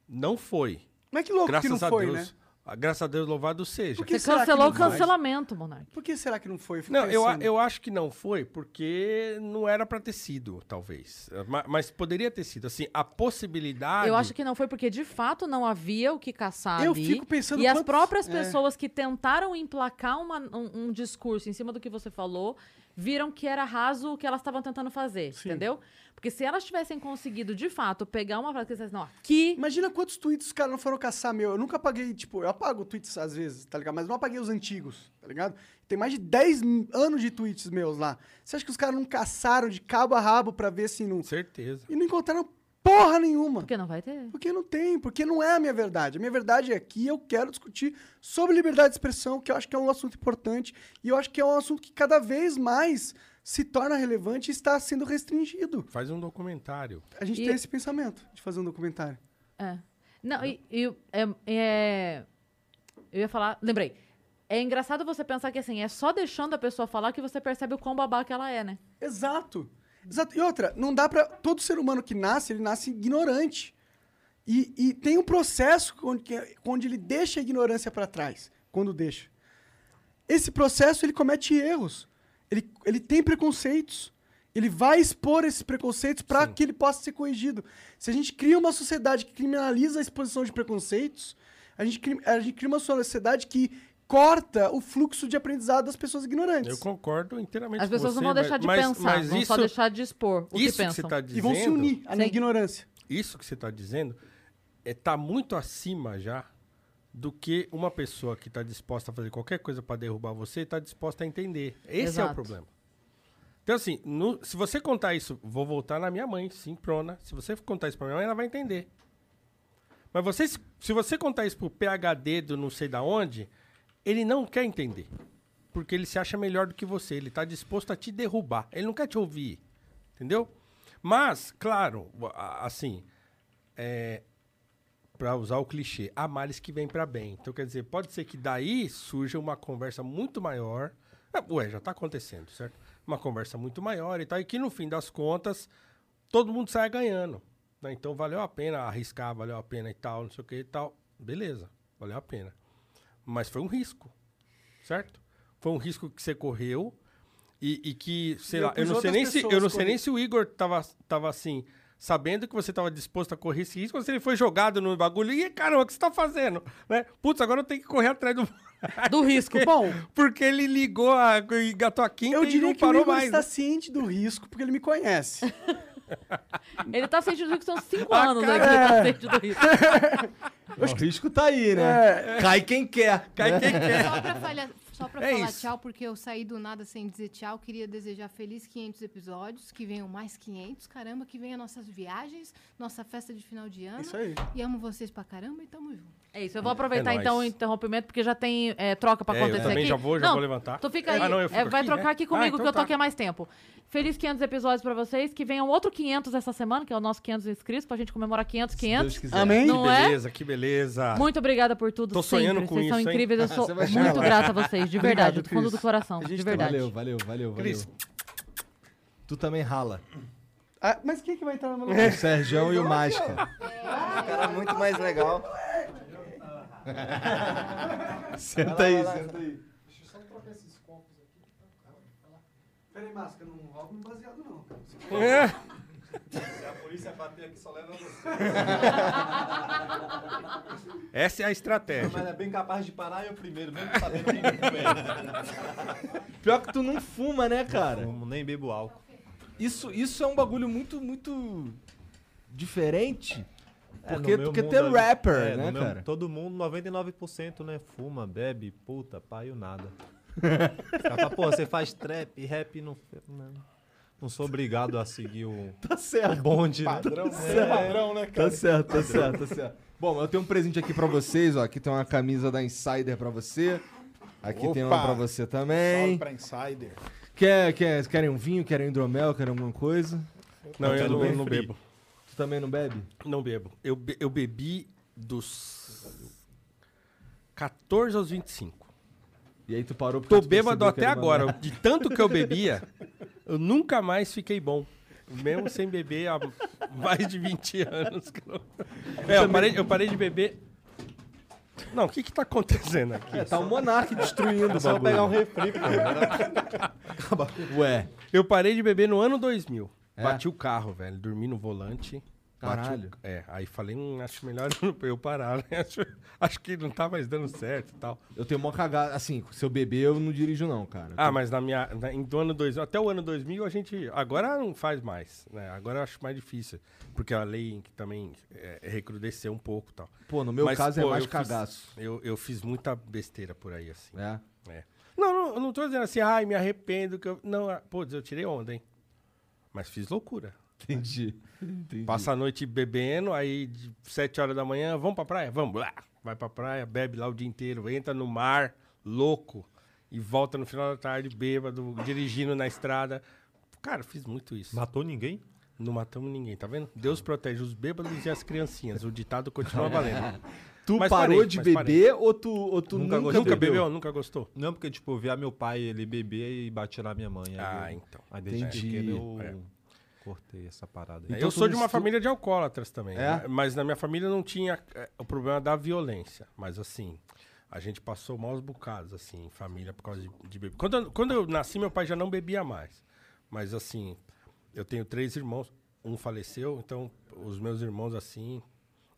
Speaker 13: Não foi.
Speaker 1: Mas que louco que não
Speaker 13: a
Speaker 1: foi, né?
Speaker 13: Deus, ah, Graças a Deus, louvado seja.
Speaker 9: Você cancelou o cancelamento, Monark.
Speaker 1: Por que será que não foi?
Speaker 13: Não, eu, a- eu acho que não foi porque não era pra ter sido, talvez. Ma- Mas, poderia ter sido. Assim, a possibilidade.
Speaker 9: Eu acho que não foi porque de fato não havia o que caçar
Speaker 13: Eu
Speaker 9: ali.
Speaker 13: fico pensando
Speaker 9: E as
Speaker 13: quantos-
Speaker 9: próprias
Speaker 13: é.
Speaker 9: pessoas que tentaram emplacar uma- um, um discurso em cima do que você falou viram que era raso o que elas estavam tentando fazer, entendeu? Porque se elas tivessem conseguido de fato pegar uma frase que vocês não, ó, que.
Speaker 1: Imagina quantos tweets os caras não foram caçar meu. Eu nunca apaguei, tipo, eu apago tweets às vezes, tá ligado? Mas não apaguei os antigos, tá ligado? Tem mais de 10 m- anos de tweets meus lá. Você acha que os caras não caçaram de cabo a rabo pra ver se não.
Speaker 13: Certeza.
Speaker 1: E não encontraram porra nenhuma.
Speaker 9: Porque não vai ter.
Speaker 1: Porque não tem, porque não é a minha verdade. A minha verdade é que eu quero discutir sobre liberdade de expressão, que eu acho que é um assunto importante. E eu acho que é um assunto que cada vez mais se torna relevante e está sendo restringido.
Speaker 13: Faz um documentário.
Speaker 1: A gente
Speaker 9: E-
Speaker 1: tem esse pensamento de fazer um documentário.
Speaker 9: É. Não, e, e o- é, é- Eu ia falar. Lembrei. É engraçado você pensar que assim, é só deixando a pessoa falar que você percebe o quão babaca ela é, né?
Speaker 1: Exato. Exato. E outra, não dá pra. Todo ser humano que nasce, ele nasce ignorante. E, e tem um processo onde, que- onde ele deixa a ignorância pra trás, quando deixa. Esse processo, ele comete erros. Ele, ele tem preconceitos. Ele vai expor esses preconceitos para que ele possa ser corrigido. Se a gente cria uma sociedade que criminaliza a exposição de preconceitos, a gente, cri- a gente cria uma sociedade que corta o fluxo de aprendizado das pessoas ignorantes.
Speaker 13: Eu concordo inteiramente
Speaker 9: As
Speaker 13: com
Speaker 9: pessoas
Speaker 13: você,
Speaker 9: não vão deixar
Speaker 13: mas-
Speaker 9: de
Speaker 13: mas-
Speaker 9: pensar,
Speaker 13: mas
Speaker 9: vão só
Speaker 13: isso-
Speaker 9: deixar de expor o que
Speaker 13: isso
Speaker 9: pensam.
Speaker 13: você tá dizendo,
Speaker 9: E vão se unir, a minha Sim.
Speaker 1: ignorância.
Speaker 13: Isso que você está dizendo é, tá muito acima já do que uma pessoa que está disposta a fazer qualquer coisa para derrubar você está disposta a entender. Esse é
Speaker 14: Exato.
Speaker 13: o problema. Então, assim, no- se você contar isso, vou voltar na minha mãe, sim, prona. Se você contar isso pra minha mãe, ela vai entender. Mas você, se- se você contar isso pro PHD do não sei da onde, ele não quer entender. Porque ele se acha melhor do que você. Ele tá disposto a te derrubar. Ele não quer te ouvir. Entendeu? Mas, claro, a- a- assim, é, para usar o clichê, há males que vem pra bem. Então, quer dizer, pode ser que daí surja uma conversa muito maior. Ah, Ué, já tá acontecendo, certo? Uma conversa muito maior e tal. E que no fim das contas, todo mundo sai ganhando. né? Então, valeu a pena arriscar, valeu a pena e tal, não sei o que e tal. beleza, valeu a pena. Mas foi um risco, certo? Foi um risco que você correu e, e que, sei
Speaker 14: E
Speaker 13: lá, eu
Speaker 14: pros
Speaker 13: não sei,
Speaker 14: outras
Speaker 13: nem se, eu
Speaker 14: pessoas
Speaker 13: não sei
Speaker 14: correr.
Speaker 13: nem se o Igor tava, tava assim, sabendo que você tava disposto a correr esse risco, ou se ele foi jogado no bagulho e, caramba, o que você tá fazendo? Né? Putz, agora eu tenho que correr atrás do...
Speaker 9: Do risco, bom.
Speaker 13: Porque ele ligou a, e gatou a quinta
Speaker 1: Eu
Speaker 13: e não
Speaker 1: diria que o
Speaker 13: parou
Speaker 1: Igor
Speaker 13: mais.
Speaker 1: está
Speaker 13: né?
Speaker 1: ciente do risco, porque ele me conhece.
Speaker 9: Ele tá sentindo que tá são cinco
Speaker 1: Ah,
Speaker 9: anos
Speaker 1: cara,
Speaker 9: aqui
Speaker 1: é.
Speaker 9: na frente do risco.
Speaker 1: O risco tá aí,
Speaker 2: né?
Speaker 1: É.
Speaker 2: Cai quem quer. né?
Speaker 1: Cai quem
Speaker 2: quer.
Speaker 8: Só pra, falha- só pra
Speaker 2: É
Speaker 8: falar
Speaker 2: isso.
Speaker 8: tchau, porque eu saí do nada sem dizer tchau. Queria desejar feliz 500 episódios, que venham mais 500, caramba, que venham nossas viagens, nossa festa de final de ano.
Speaker 9: Isso aí.
Speaker 8: E amo vocês pra caramba e tamo junto.
Speaker 9: É isso, eu vou aproveitar
Speaker 13: É nóis.
Speaker 9: então o interrompimento, porque já tem é, troca pra
Speaker 13: É, eu
Speaker 9: acontecer
Speaker 13: também
Speaker 9: aqui.
Speaker 13: já vou- já
Speaker 9: Não,
Speaker 13: vou levantar.
Speaker 9: Tu fica aí,
Speaker 13: Ah, não, eu fico
Speaker 9: é, vai
Speaker 13: aqui,
Speaker 9: trocar
Speaker 13: né?
Speaker 9: aqui comigo,
Speaker 13: Ah, então
Speaker 9: que eu tô
Speaker 13: tá.
Speaker 9: aqui há mais tempo. Feliz 500 episódios pra vocês, que venham outro 500 essa semana, que é o nosso 500 inscritos, pra gente comemorar 500, 500. Não
Speaker 13: que
Speaker 9: é?
Speaker 13: beleza, que beleza.
Speaker 9: Muito obrigada por tudo
Speaker 13: Tô
Speaker 9: sempre.
Speaker 13: sonhando com
Speaker 9: vocês são
Speaker 13: isso, hein?
Speaker 9: incríveis, eu sou
Speaker 13: Você vai chegar
Speaker 9: muito
Speaker 13: lá.
Speaker 9: grata a vocês, de verdade,
Speaker 2: Obrigado,
Speaker 9: do fundo do
Speaker 2: Cris.
Speaker 9: coração,
Speaker 2: A
Speaker 9: de
Speaker 2: gente tá-
Speaker 9: verdade.
Speaker 2: Valeu, valeu, valeu, valeu.
Speaker 9: Cris.
Speaker 2: Tu também rala.
Speaker 1: Ah, mas quem que vai entrar no meu
Speaker 2: O
Speaker 1: lugar?
Speaker 2: Sergião e o Máscara.
Speaker 5: O cara é muito mais legal.
Speaker 2: Senta
Speaker 5: Vai
Speaker 2: aí,
Speaker 5: lá, vai lá.
Speaker 2: senta aí.
Speaker 1: Deixa eu só trocar esses copos aqui. Peraí, máscara, não rouba um baseado, não.
Speaker 9: Uhum.
Speaker 1: um
Speaker 2: É.
Speaker 14: É.
Speaker 5: Se É a polícia bater aqui, só leva você.
Speaker 13: Essa é a estratégia.
Speaker 5: Mas é bem capaz de parar eu primeiro, mesmo sabendo quem que é.
Speaker 2: Pior que tu não fuma, né, cara?
Speaker 14: Não fumo, nem bebo álcool.
Speaker 2: Isso, isso é um bagulho muito, muito diferente.
Speaker 14: É, no
Speaker 2: Porque,
Speaker 14: meu
Speaker 2: porque
Speaker 14: mundo
Speaker 2: tem
Speaker 14: ali-
Speaker 2: rapper,
Speaker 14: é,
Speaker 2: né,
Speaker 14: no meu-
Speaker 2: cara?
Speaker 14: Todo mundo, 99%, né? Fuma, bebe, puta, pai, o nada. Os caras falam, Pô, você faz trap, rap, e não, não, não sou obrigado a seguir o,
Speaker 2: Tá certo.
Speaker 14: o bonde. né?
Speaker 2: Padrão,
Speaker 14: É,
Speaker 2: certo. Tá certo, tá certo, tá certo. Bom, eu tenho um presente aqui pra vocês, ó. Aqui tem uma camisa da Insider pra você. Aqui tem uma
Speaker 15: Opa!
Speaker 2: pra você
Speaker 15: Salve
Speaker 2: também.
Speaker 15: pra Insider.
Speaker 2: Quer, quer, querem um vinho, querem um hidromel, querem alguma coisa?
Speaker 13: Não,
Speaker 2: Tá
Speaker 13: eu
Speaker 2: tudo
Speaker 13: não,
Speaker 2: bem?
Speaker 13: não bebo.
Speaker 2: Tu também não bebe?
Speaker 13: Não bebo. Eu, be- eu bebi dos 14 aos 25.
Speaker 2: E aí tu parou porque
Speaker 13: Tô
Speaker 2: tu
Speaker 13: bêbado
Speaker 2: percebeu que
Speaker 13: até
Speaker 2: era uma
Speaker 13: agora.
Speaker 2: merda.
Speaker 13: De tanto que eu bebia, eu nunca mais fiquei bom. Mesmo sem beber há mais de 20 anos. que eu- É, eu parei, eu parei de beber. Não, o que que tá acontecendo aqui?
Speaker 2: É, tá o Monark destruindo
Speaker 13: É
Speaker 2: o
Speaker 13: só
Speaker 2: bagulho.
Speaker 13: pegar um refri, pô.
Speaker 2: Ué.
Speaker 13: Eu parei de beber no ano 2000.
Speaker 2: É?
Speaker 13: Bati o carro, velho. Dormi no volante. Bati o-
Speaker 2: Caralho.
Speaker 13: É, aí falei, hum, acho melhor eu parar, né? Acho, acho que não tá mais dando certo e tal.
Speaker 2: Eu tenho uma cagada. Assim, se eu beber, eu não dirijo, não, cara.
Speaker 13: Ah, mas na minha, na- em, do ano 2000, até o ano 2000 a gente. Agora não faz mais, né? Agora eu acho mais difícil. Porque a lei que também é, recrudesceu um pouco e tal.
Speaker 2: Pô, no meu caso é mais
Speaker 13: eu fiz-
Speaker 2: cagaço.
Speaker 13: Tá, eu, eu fiz muita besteira por aí, assim.
Speaker 2: É?
Speaker 13: É. Não, não, eu não tô dizendo assim, ai, me arrependo. Que eu... Não, ah, pô, eu tirei onda, hein? Mas fiz loucura.
Speaker 2: Entendi. Entendi.
Speaker 13: Passa a noite bebendo, aí de 7 horas da manhã, vamos pra praia? Vamos lá. Vai pra praia, bebe lá o dia inteiro, entra no mar, louco, e volta no final da tarde, bêbado, dirigindo na estrada. Cara, fiz muito isso.
Speaker 14: Matou ninguém?
Speaker 13: Não matamos ninguém, tá vendo? Deus protege os bêbados e as criancinhas. O ditado continua valendo.
Speaker 2: Tu
Speaker 13: Mas
Speaker 2: parou
Speaker 13: parei,
Speaker 2: de
Speaker 13: mas
Speaker 2: beber
Speaker 13: parei.
Speaker 2: ou tu, ou tu nunca,
Speaker 14: gostou?
Speaker 13: Nunca bebeu? Nunca gostou?
Speaker 14: Não, porque, tipo, eu via meu pai, ele beber e batia na minha mãe. Ah, então. Aí desde
Speaker 13: Entendi.
Speaker 14: pequeno eu cortei essa parada aí.
Speaker 13: É, eu sou de uma família de alcoólatras também.
Speaker 14: É?
Speaker 13: né? Mas na minha família não tinha é, o problema da violência. Mas assim, a gente passou maus bocados, assim, em família, por causa de, de beber. Quando, eu- quando eu nasci, meu pai já não bebia mais. Mas assim, eu tenho três irmãos. Um faleceu, então os meus irmãos, assim,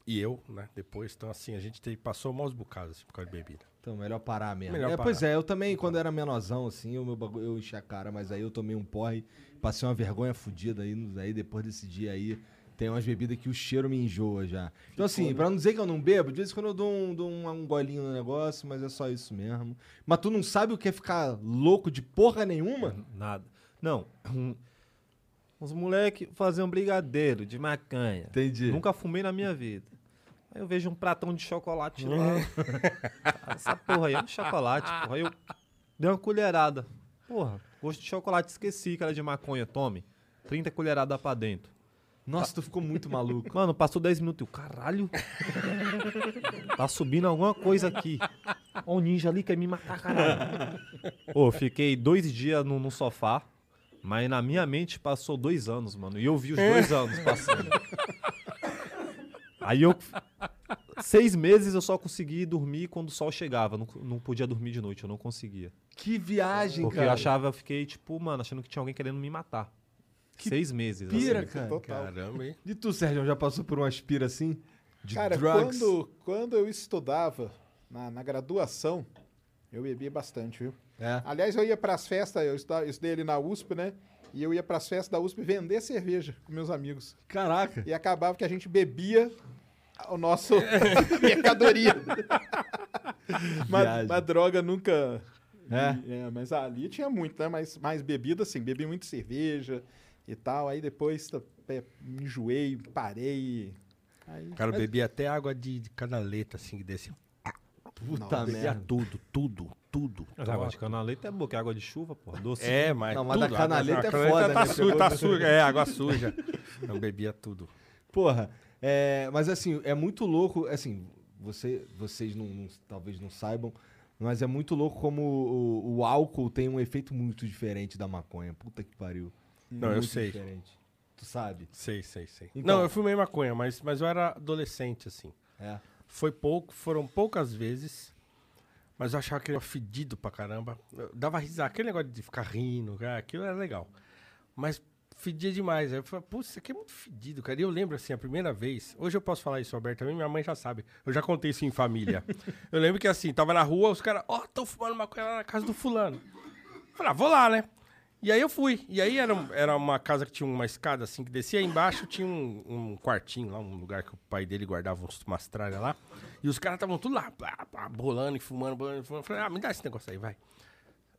Speaker 13: e eu, né, depois. Então, assim, a gente teve- passou maus bocados, assim, por causa de bebida.
Speaker 2: Então, melhor parar mesmo.
Speaker 13: Melhor
Speaker 2: é,
Speaker 13: parar.
Speaker 2: Pois é, eu também, quando era menorzão, assim, eu, meu bagulho, eu enchi a cara, mas aí eu tomei um porre, passei uma vergonha fodida aí, no- aí depois desse dia aí, tem umas bebidas que o cheiro me enjoa já. Então, assim, pra
Speaker 14: né?
Speaker 2: não dizer que eu não bebo, de vez em quando eu dou, um, dou um, um golinho no negócio, mas é só isso mesmo. Mas tu não sabe o que é ficar louco de porra nenhuma?
Speaker 14: Nada. Não, um- Os moleques faziam um brigadeiro de macanha.
Speaker 2: Entendi.
Speaker 14: Nunca fumei na minha vida. Aí eu vejo um pratão de chocolate lá. Essa porra aí é um chocolate, porra. Aí eu dei uma colherada. Porra, gosto de chocolate, esqueci que era de maconha. Tome. 30 colheradas pra dentro.
Speaker 2: Nossa, tu ficou muito maluco.
Speaker 14: Mano, passou 10 minutos. Eu, caralho. Tá subindo alguma coisa aqui. Ó, o ninja ali quer me matar, caralho. Ô, eu fiquei dois dias no, no sofá, mas na minha mente passou dois É. anos, mano. E eu vi os dois anos passando. Aí eu Seis meses eu só consegui dormir quando o sol chegava. Não, não podia dormir de noite, eu não conseguia.
Speaker 2: Que viagem,
Speaker 14: Porque eu
Speaker 2: cara.
Speaker 14: achava, eu fiquei, tipo, mano, achando que tinha alguém querendo me matar. Seis meses.
Speaker 2: Pira,
Speaker 14: assim.
Speaker 2: cara.
Speaker 13: Caramba, hein?
Speaker 2: E tu, Sérgio, já passou por umas pira assim? De
Speaker 15: Cara,
Speaker 2: drugs?
Speaker 15: quando, quando eu estudava na, na graduação, eu bebia bastante, viu?
Speaker 2: É.
Speaker 15: Aliás, eu ia para as festas, eu estu- eu estudei ali na USP, né? E eu ia para as festas da USP vender cerveja com meus amigos.
Speaker 2: Caraca!
Speaker 15: E acabava que a gente bebia o nosso mercadoria. mas,
Speaker 2: Viagem.
Speaker 15: mas droga nunca...
Speaker 2: É.
Speaker 15: E- é, mas ali tinha muito, né? Mas mais bebida, assim, bebi muito cerveja e tal. Aí depois tá, é, me enjoei, parei. Aí...
Speaker 13: O cara
Speaker 15: Mas-
Speaker 13: bebia até água de, de canaleta, assim, que descia.
Speaker 2: Puta
Speaker 13: Não, bebia
Speaker 2: merda.
Speaker 13: tudo, tudo, tudo.
Speaker 14: Mas água de canaleta é boa, que é água de chuva, pô, doce.
Speaker 13: É, mas.
Speaker 14: Não,
Speaker 13: tudo,
Speaker 14: da
Speaker 13: água-
Speaker 14: canaleta
Speaker 13: a
Speaker 14: é foda,
Speaker 13: Tá
Speaker 14: né?
Speaker 13: suja, tá
Speaker 14: Pegou-
Speaker 13: suja. É, água suja. Não bebia tudo.
Speaker 2: Porra, é, mas assim, é muito louco, assim, você, vocês não, não- talvez não saibam, mas é muito louco como o, o álcool tem um efeito muito diferente da maconha. Puta que pariu.
Speaker 13: Não, eu
Speaker 2: Muito
Speaker 13: sei.
Speaker 2: Diferente. Tu sabe?
Speaker 13: Sei, sei, sei.
Speaker 2: Então-
Speaker 13: não, eu fumei maconha, mas, mas eu era adolescente, assim.
Speaker 2: É.
Speaker 13: Foi pouco, foram poucas vezes, mas eu achava que ele era fedido pra caramba. Eu dava risada, aquele negócio de ficar rindo, cara, aquilo era legal. Mas fedia demais. Aí eu falei, putz, isso aqui é muito fedido, cara. E eu lembro, assim, a primeira vez, hoje eu posso falar isso abertamente, minha mãe já sabe. Eu já contei isso em família. eu lembro que, assim, tava na rua, os caras, ó, tão fumando maconha lá na casa do fulano. Falei, ah, vou lá, né? E aí eu fui. E aí era, era uma casa que tinha uma escada assim que descia. Aí embaixo tinha um, um quartinho lá, um lugar que o pai dele guardava uns- umas tralhas lá. E os caras estavam tudo lá, pá, pá, bolando e fumando, bolando e fumando. Eu Falei, ah, me dá esse negócio aí, vai.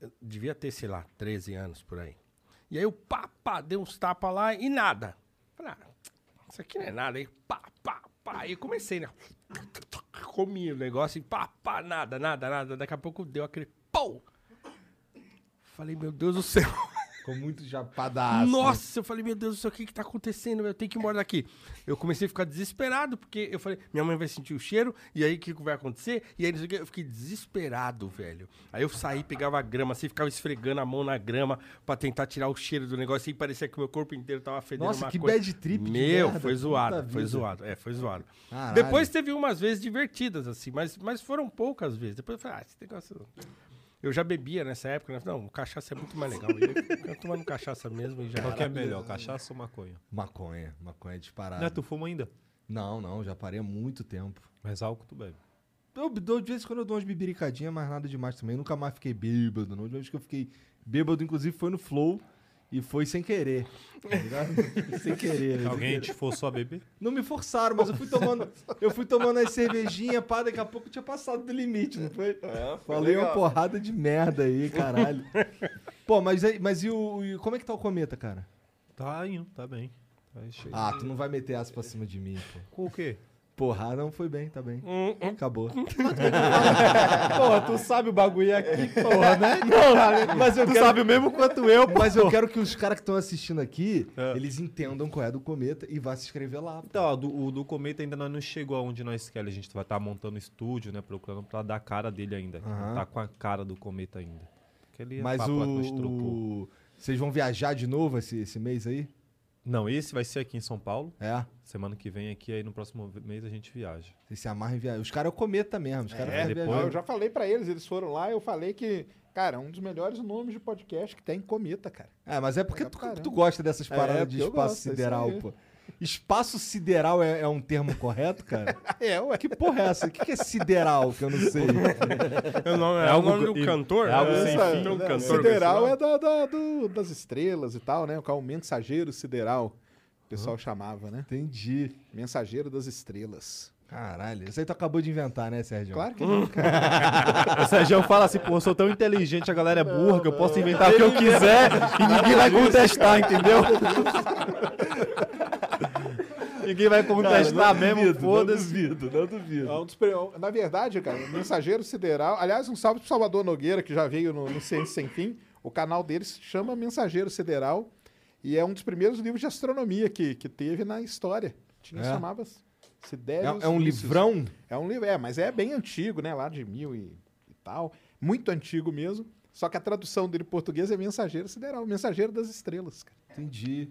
Speaker 13: Eu devia ter, sei lá, 13 anos por aí. E aí eu pá, pá, dei uns tapas lá e nada. Falei, ah, isso aqui não é nada. Aí pá, pá, pá. Aí eu comecei, né? Comi o negócio e pá, pá, nada, nada, nada. Daqui a pouco deu aquele pau. Falei, meu Deus do céu.
Speaker 2: Ficou muito japadaço.
Speaker 13: Nossa, eu falei, meu Deus do céu, o que que tá acontecendo? Eu tenho que ir embora daqui. Eu comecei a ficar desesperado, porque eu falei, minha mãe vai sentir o cheiro, e aí o que que vai acontecer? E aí, não sei o que, eu fiquei desesperado, velho. Aí eu saí, pegava a grama, assim, ficava esfregando a mão na grama pra tentar tirar o cheiro do negócio, e parecia que o meu corpo inteiro tava fedendo
Speaker 2: Nossa,
Speaker 13: uma
Speaker 2: que
Speaker 13: coisa.
Speaker 2: bad trip de
Speaker 13: Meu,
Speaker 2: merda,
Speaker 13: foi
Speaker 2: puta
Speaker 13: zoado, foi
Speaker 2: vida.
Speaker 13: zoado, é, foi zoado.
Speaker 2: Caralho.
Speaker 13: Depois teve umas vezes divertidas, assim, mas, mas foram poucas vezes. Depois eu falei, ah, esse negócio... Eu já bebia nessa época, né? Não, cachaça é muito mais legal. E eu fico tomando cachaça mesmo e já...
Speaker 14: Qual que é melhor, cachaça ou maconha?
Speaker 2: Maconha, maconha é disparada.
Speaker 14: Não é, tu fuma ainda?
Speaker 2: Não, não, já parei há muito tempo.
Speaker 14: Mas álcool tu bebe.
Speaker 2: Eu dou de vez em quando eu dou umas bibiricadinhas, mas nada demais também. Nunca mais fiquei bêbado, não. A última vez que eu fiquei bêbado, inclusive, foi no Flow e foi sem querer. tá ligado? sem querer. né?
Speaker 14: Alguém
Speaker 2: Sem
Speaker 14: te
Speaker 2: querer.
Speaker 14: forçou a beber?
Speaker 2: Não me forçaram, mas eu fui tomando. Eu fui tomando as cervejinhas, pá, daqui a pouco eu tinha passado do limite, não foi?
Speaker 14: É
Speaker 15: foi
Speaker 2: Falei uma
Speaker 15: legal.
Speaker 2: porrada de merda aí, caralho. Pô, mas, aí- mas e o. e como é que tá o cometa, cara?
Speaker 14: Tá indo, tá bem. Tá cheio.
Speaker 2: Ah, tu não vai meter asa pra cima de mim, pô.
Speaker 14: Com o quê?
Speaker 2: Porra, não foi bem, tá bem. Acabou.
Speaker 15: Porra, tu sabe o bagulho aqui, porra, né?
Speaker 2: Não, mas eu
Speaker 15: Tu
Speaker 2: quero...
Speaker 15: sabe o mesmo quanto eu, pô.
Speaker 2: Mas eu quero que os caras que estão assistindo aqui, eles entendam qual é do cometa e vá se inscrever lá.
Speaker 14: Então, ó, do, o do Cometa ainda nós não chegou aonde nós queremos. A gente vai estar montando estúdio, né? Procurando pra dar a cara dele ainda. que Não
Speaker 2: Aham.
Speaker 14: tá com a cara do Cometa ainda. Aquele
Speaker 2: Mas
Speaker 14: papo lá que nós trocou.
Speaker 2: o... o- Vocês vão viajar de novo esse, esse mês aí?
Speaker 14: Não, esse vai ser aqui em São Paulo.
Speaker 2: É.
Speaker 14: Semana que vem aqui, aí no próximo mês a gente viaja.
Speaker 2: Vocês se amarram e viajam. Os caras é o cometa mesmo. Os caras
Speaker 14: É,
Speaker 2: vão
Speaker 14: depois-
Speaker 2: viajar.
Speaker 15: Eu já falei pra eles, eles foram lá, eu falei que, cara, um dos melhores nomes de podcast que tem cometa, cara.
Speaker 2: É, mas é porque tu,
Speaker 15: pra
Speaker 2: tu gosta dessas
Speaker 15: É,
Speaker 2: paradas de
Speaker 15: porque eu
Speaker 2: espaço
Speaker 15: gosto, é isso
Speaker 2: sideral,
Speaker 15: aí.
Speaker 2: pô. Espaço sideral é, é um termo correto, cara?
Speaker 15: É, ué.
Speaker 2: Que porra é essa? O que, que é sideral que eu não sei?
Speaker 13: É o nome- é É algo o nome do e- cantor? é algo sem
Speaker 15: Essa-
Speaker 13: fim. Tem um
Speaker 15: né,
Speaker 13: cantor com
Speaker 15: Sideral
Speaker 13: esse
Speaker 15: é da, da- do- das estrelas e tal, né? O mensageiro sideral, o
Speaker 13: Uhum.
Speaker 15: pessoal chamava, né?
Speaker 2: Entendi.
Speaker 15: Mensageiro das estrelas.
Speaker 2: Caralho, isso aí tu acabou de inventar, né, Sérgio?
Speaker 15: Claro que não,
Speaker 14: o Sérgio fala assim, pô, eu sou tão inteligente, a galera é burra, que eu posso inventar o que eu
Speaker 15: Ele
Speaker 14: quiser
Speaker 15: mesmo.
Speaker 14: e ninguém vai
Speaker 15: Nada
Speaker 14: contestar,
Speaker 15: disso.
Speaker 14: entendeu?
Speaker 15: Ninguém vai
Speaker 14: contestar mesmo, foda-se.
Speaker 2: duvido, não duvido.
Speaker 15: É um dos pre- Na verdade, cara, o Mensageiro Sideral. Aliás, um salve pro Salvador Nogueira, que já veio no, no Ciência Sem Fim. O canal dele se chama Mensageiro Sideral. E é um dos primeiros livros de astronomia que, que teve na história. Tinha
Speaker 2: É.
Speaker 15: chamava Sidérios
Speaker 2: É- é um
Speaker 15: Vícios.
Speaker 2: livrão?
Speaker 15: É um livro, é, mas é bem antigo, né? Lá de mil e, e tal. Muito antigo mesmo. Só que a tradução dele em português é Mensageiro Sideral, Mensageiro das Estrelas, cara.
Speaker 2: Entendi,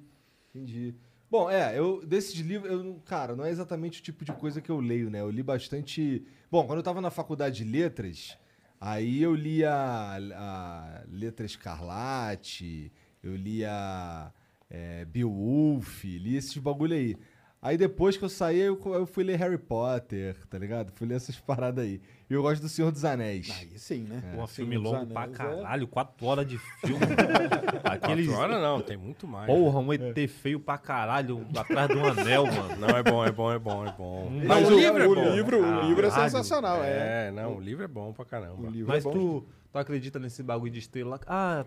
Speaker 2: entendi. Bom, é, eu desses livros, eu, não- cara, não é exatamente o tipo de coisa que eu leio, né? Eu li bastante. Bom, quando eu tava na faculdade de letras, aí eu lia a Letra Escarlate, eu lia é, Beowulf, li esses bagulho aí. Aí depois que eu saí, eu, co- eu fui ler Harry Potter, tá ligado? Fui ler essas paradas aí. E eu gosto do Senhor dos Anéis.
Speaker 15: Aí sim, né?
Speaker 2: É.
Speaker 14: Pô, filme longo pra caralho, quatro horas de filme.
Speaker 13: é. Quatro horas não, tem muito mais. né? É.
Speaker 14: Porra, um ET feio pra caralho, atrás de um anel, mano.
Speaker 13: Não, é bom, é bom, é bom, é bom.
Speaker 14: Não,
Speaker 13: Mas
Speaker 14: o livro é
Speaker 13: o
Speaker 14: bom.
Speaker 13: livro, o livro é
Speaker 14: Caralho.
Speaker 13: sensacional, é. É, não, o livro é bom pra caramba.
Speaker 14: Mas tu, tu acredita nesse bagulho de estrela? Ah,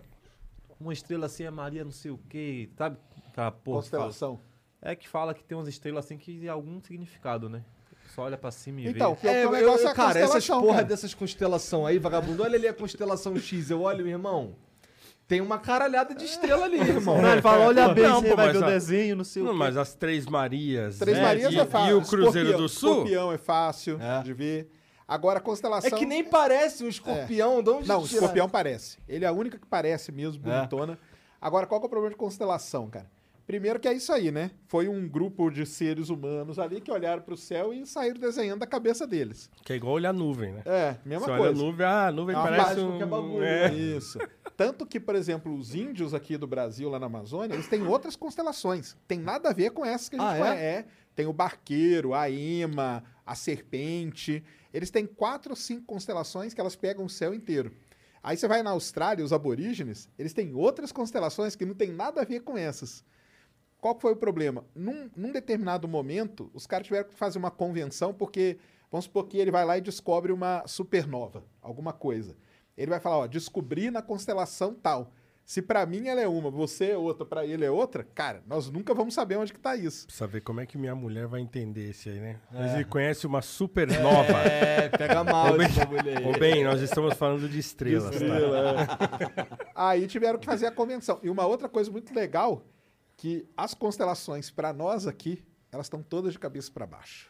Speaker 14: uma estrela assim é Maria não sei o quê, sabe? Aquela porra que fala.
Speaker 15: Constelação.
Speaker 14: É que fala que tem umas estrelas assim que tem algum significado, né? Só olha pra cima e
Speaker 15: Então,
Speaker 14: vê.
Speaker 15: que é o
Speaker 2: É,
Speaker 15: teu
Speaker 2: eu-
Speaker 15: negócio
Speaker 2: eu-
Speaker 15: é a
Speaker 2: cara, essas
Speaker 15: constelação,
Speaker 2: porra
Speaker 15: cara.
Speaker 2: dessas constelação aí, vagabundo. Olha ali a constelação X. Eu olho, meu irmão. Tem uma caralhada de estrela ali, irmão.
Speaker 13: é
Speaker 14: não sei o
Speaker 13: Não, pô, mas a- Não,
Speaker 14: quê.
Speaker 13: mas as Três Marias.
Speaker 15: Três
Speaker 13: né?
Speaker 15: Marias
Speaker 13: e,
Speaker 15: é fácil.
Speaker 13: E o Cruzeiro
Speaker 15: Escorpião-
Speaker 13: do Sul?
Speaker 15: Escorpião é fácil de ver. Agora, a constelação... É.
Speaker 2: É que nem parece um escorpião. de onde
Speaker 15: Não, o
Speaker 2: tirar?
Speaker 15: escorpião parece. Ele é a única que parece mesmo,
Speaker 2: É.
Speaker 15: bonitona. Agora, qual que é o problema de constelação, cara? Primeiro que é isso aí, né? Foi um grupo de seres humanos ali que olharam pro céu e saíram desenhando a cabeça deles.
Speaker 13: Que é igual olhar a nuvem, né?
Speaker 15: É, mesma
Speaker 13: Você
Speaker 15: coisa.
Speaker 13: Olha a nuvem, ah, a nuvem
Speaker 15: É uma
Speaker 13: parece
Speaker 15: fase,
Speaker 13: um...
Speaker 15: qualquer bagulho,
Speaker 13: é.
Speaker 15: né? Isso. Tanto que, por exemplo, os índios aqui do Brasil, lá na Amazônia, eles têm outras constelações. Tem nada a ver com essas que a gente
Speaker 2: Ah, é?
Speaker 15: conhece. É, Tem o barqueiro, a ema, a serpente. Eles têm quatro ou cinco constelações que elas pegam o céu inteiro. Aí você vai na Austrália, os aborígenes, eles têm outras constelações que não tem nada a ver com essas. Qual que foi o problema? Num, num determinado momento, os caras tiveram que fazer uma convenção, porque vamos supor que ele vai lá e descobre uma supernova, alguma coisa. Ele vai falar, ó, descobri na constelação tal. Se pra mim ela é uma, você é outra, pra ele é outra, cara, nós nunca vamos saber onde que tá isso.
Speaker 13: Precisa ver como é que minha mulher vai entender esse aí, né? Mas ele conhece uma supernova.
Speaker 2: É, pega mal
Speaker 13: Ô, bem-
Speaker 2: esse bagulho aí.
Speaker 13: Ô, bem, nós estamos falando de estrelas, tá?
Speaker 15: De estrela, é. Aí tiveram que fazer a convenção. E uma outra coisa muito legal, que as constelações pra nós aqui, elas estão todas de cabeça pra baixo.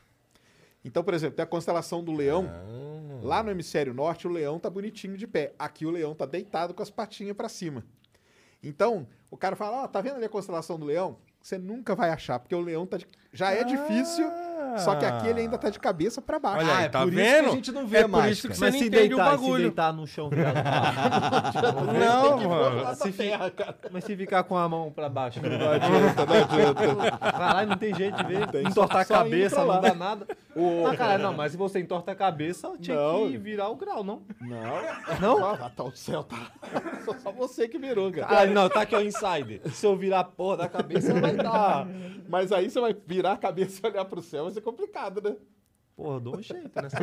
Speaker 15: Então, por exemplo, tem a constelação do leão.
Speaker 13: Ah.
Speaker 15: Lá no hemisfério norte, o leão tá bonitinho de pé. Aqui o leão tá deitado com as patinhas pra cima. Então, o cara fala, ó, tá vendo ali a constelação do leão? Você nunca vai achar, porque o leão tá de- já é difícil, só que aqui ele ainda tá de cabeça pra
Speaker 14: Ah,
Speaker 15: baixo.
Speaker 13: Olha
Speaker 14: é
Speaker 13: aí, tá vendo? é por isso que você não entende o bagulho.
Speaker 14: no chão virado
Speaker 13: Não, mano.
Speaker 14: Se fi- Mas se ficar com a mão pra baixo. Não
Speaker 15: adianta, não adianta.
Speaker 14: Vai lá e não tem jeito de ver.
Speaker 15: Tem.
Speaker 14: Entortar a
Speaker 15: Só indo pra
Speaker 14: cabeça,
Speaker 15: lá.
Speaker 14: não dá nada.
Speaker 15: Ô,
Speaker 14: Ah, cara, não, mas se você entorta a cabeça, tinha
Speaker 15: Não.
Speaker 14: que virar o grau, não?
Speaker 15: Não.
Speaker 14: Não?
Speaker 15: Ah, tá, o céu tá. Só, só você que virou, cara.
Speaker 14: Ah, não, tá aqui, ó, insider. Se eu virar a porra da cabeça, vai dar.
Speaker 15: Mas aí você vai virar a cabeça e olhar pro céu, vai ser complicado, né?
Speaker 14: Porra, eu dou um jeito
Speaker 2: né?
Speaker 14: nessa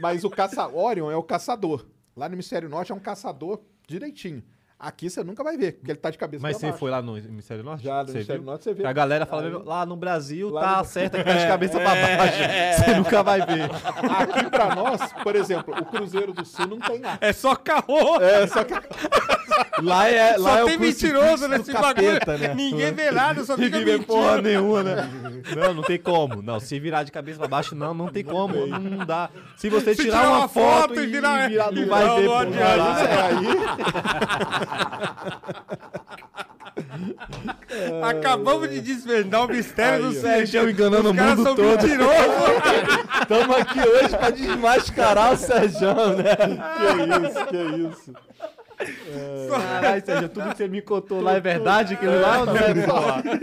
Speaker 15: Mas o caça Orion é o caçador. Lá no Hemisfério Norte é um caçador direitinho. Aqui você nunca vai ver, porque ele tá de cabeça
Speaker 14: Mas
Speaker 15: pra
Speaker 14: você
Speaker 15: baixo.
Speaker 14: foi lá no Hemisfério Norte?
Speaker 15: Já, no
Speaker 14: Você
Speaker 15: Hemisfério
Speaker 14: viu?
Speaker 15: Norte você vê.
Speaker 14: A galera fala,
Speaker 15: Aí-
Speaker 14: "Meu, lá no Brasil
Speaker 15: Lá
Speaker 14: tá
Speaker 15: no- É.
Speaker 14: certa que tá de cabeça pra baixo. Você nunca vai ver.
Speaker 15: Aqui pra nós, por exemplo, o Cruzeiro do Sul não tem nada.
Speaker 13: É só carro.
Speaker 15: É, só que
Speaker 2: Lá é,
Speaker 13: Só
Speaker 2: lá é
Speaker 13: tem
Speaker 2: o crucifixo
Speaker 13: mentiroso
Speaker 2: do
Speaker 13: nesse
Speaker 2: capeta,
Speaker 13: bagulho.
Speaker 2: Né?
Speaker 13: Ninguém vê nada, só fica
Speaker 14: Ninguém vê
Speaker 13: mentindo.
Speaker 14: porra nenhuma, né? Não, não tem como. Não, se virar de cabeça pra baixo, não, não tem como. Não, dá. Se você
Speaker 13: Se
Speaker 14: tirar, uma, foto, e virar, não vai né? ver,
Speaker 13: não
Speaker 14: pô.
Speaker 13: adianta.
Speaker 14: Não dá.
Speaker 2: É
Speaker 13: Acabamos de desvendar o mistério do Sérgio.
Speaker 14: enganando
Speaker 13: Os
Speaker 14: o
Speaker 13: caras
Speaker 14: mundo
Speaker 13: são
Speaker 14: todo.
Speaker 13: mentirosos.
Speaker 2: Estamos aqui hoje pra desmascarar o Sérgio, né?
Speaker 15: Que isso, que isso.
Speaker 14: Caralho, Sérgio, tudo que você me contou lá é verdade? Aquilo lá ou não é verdade?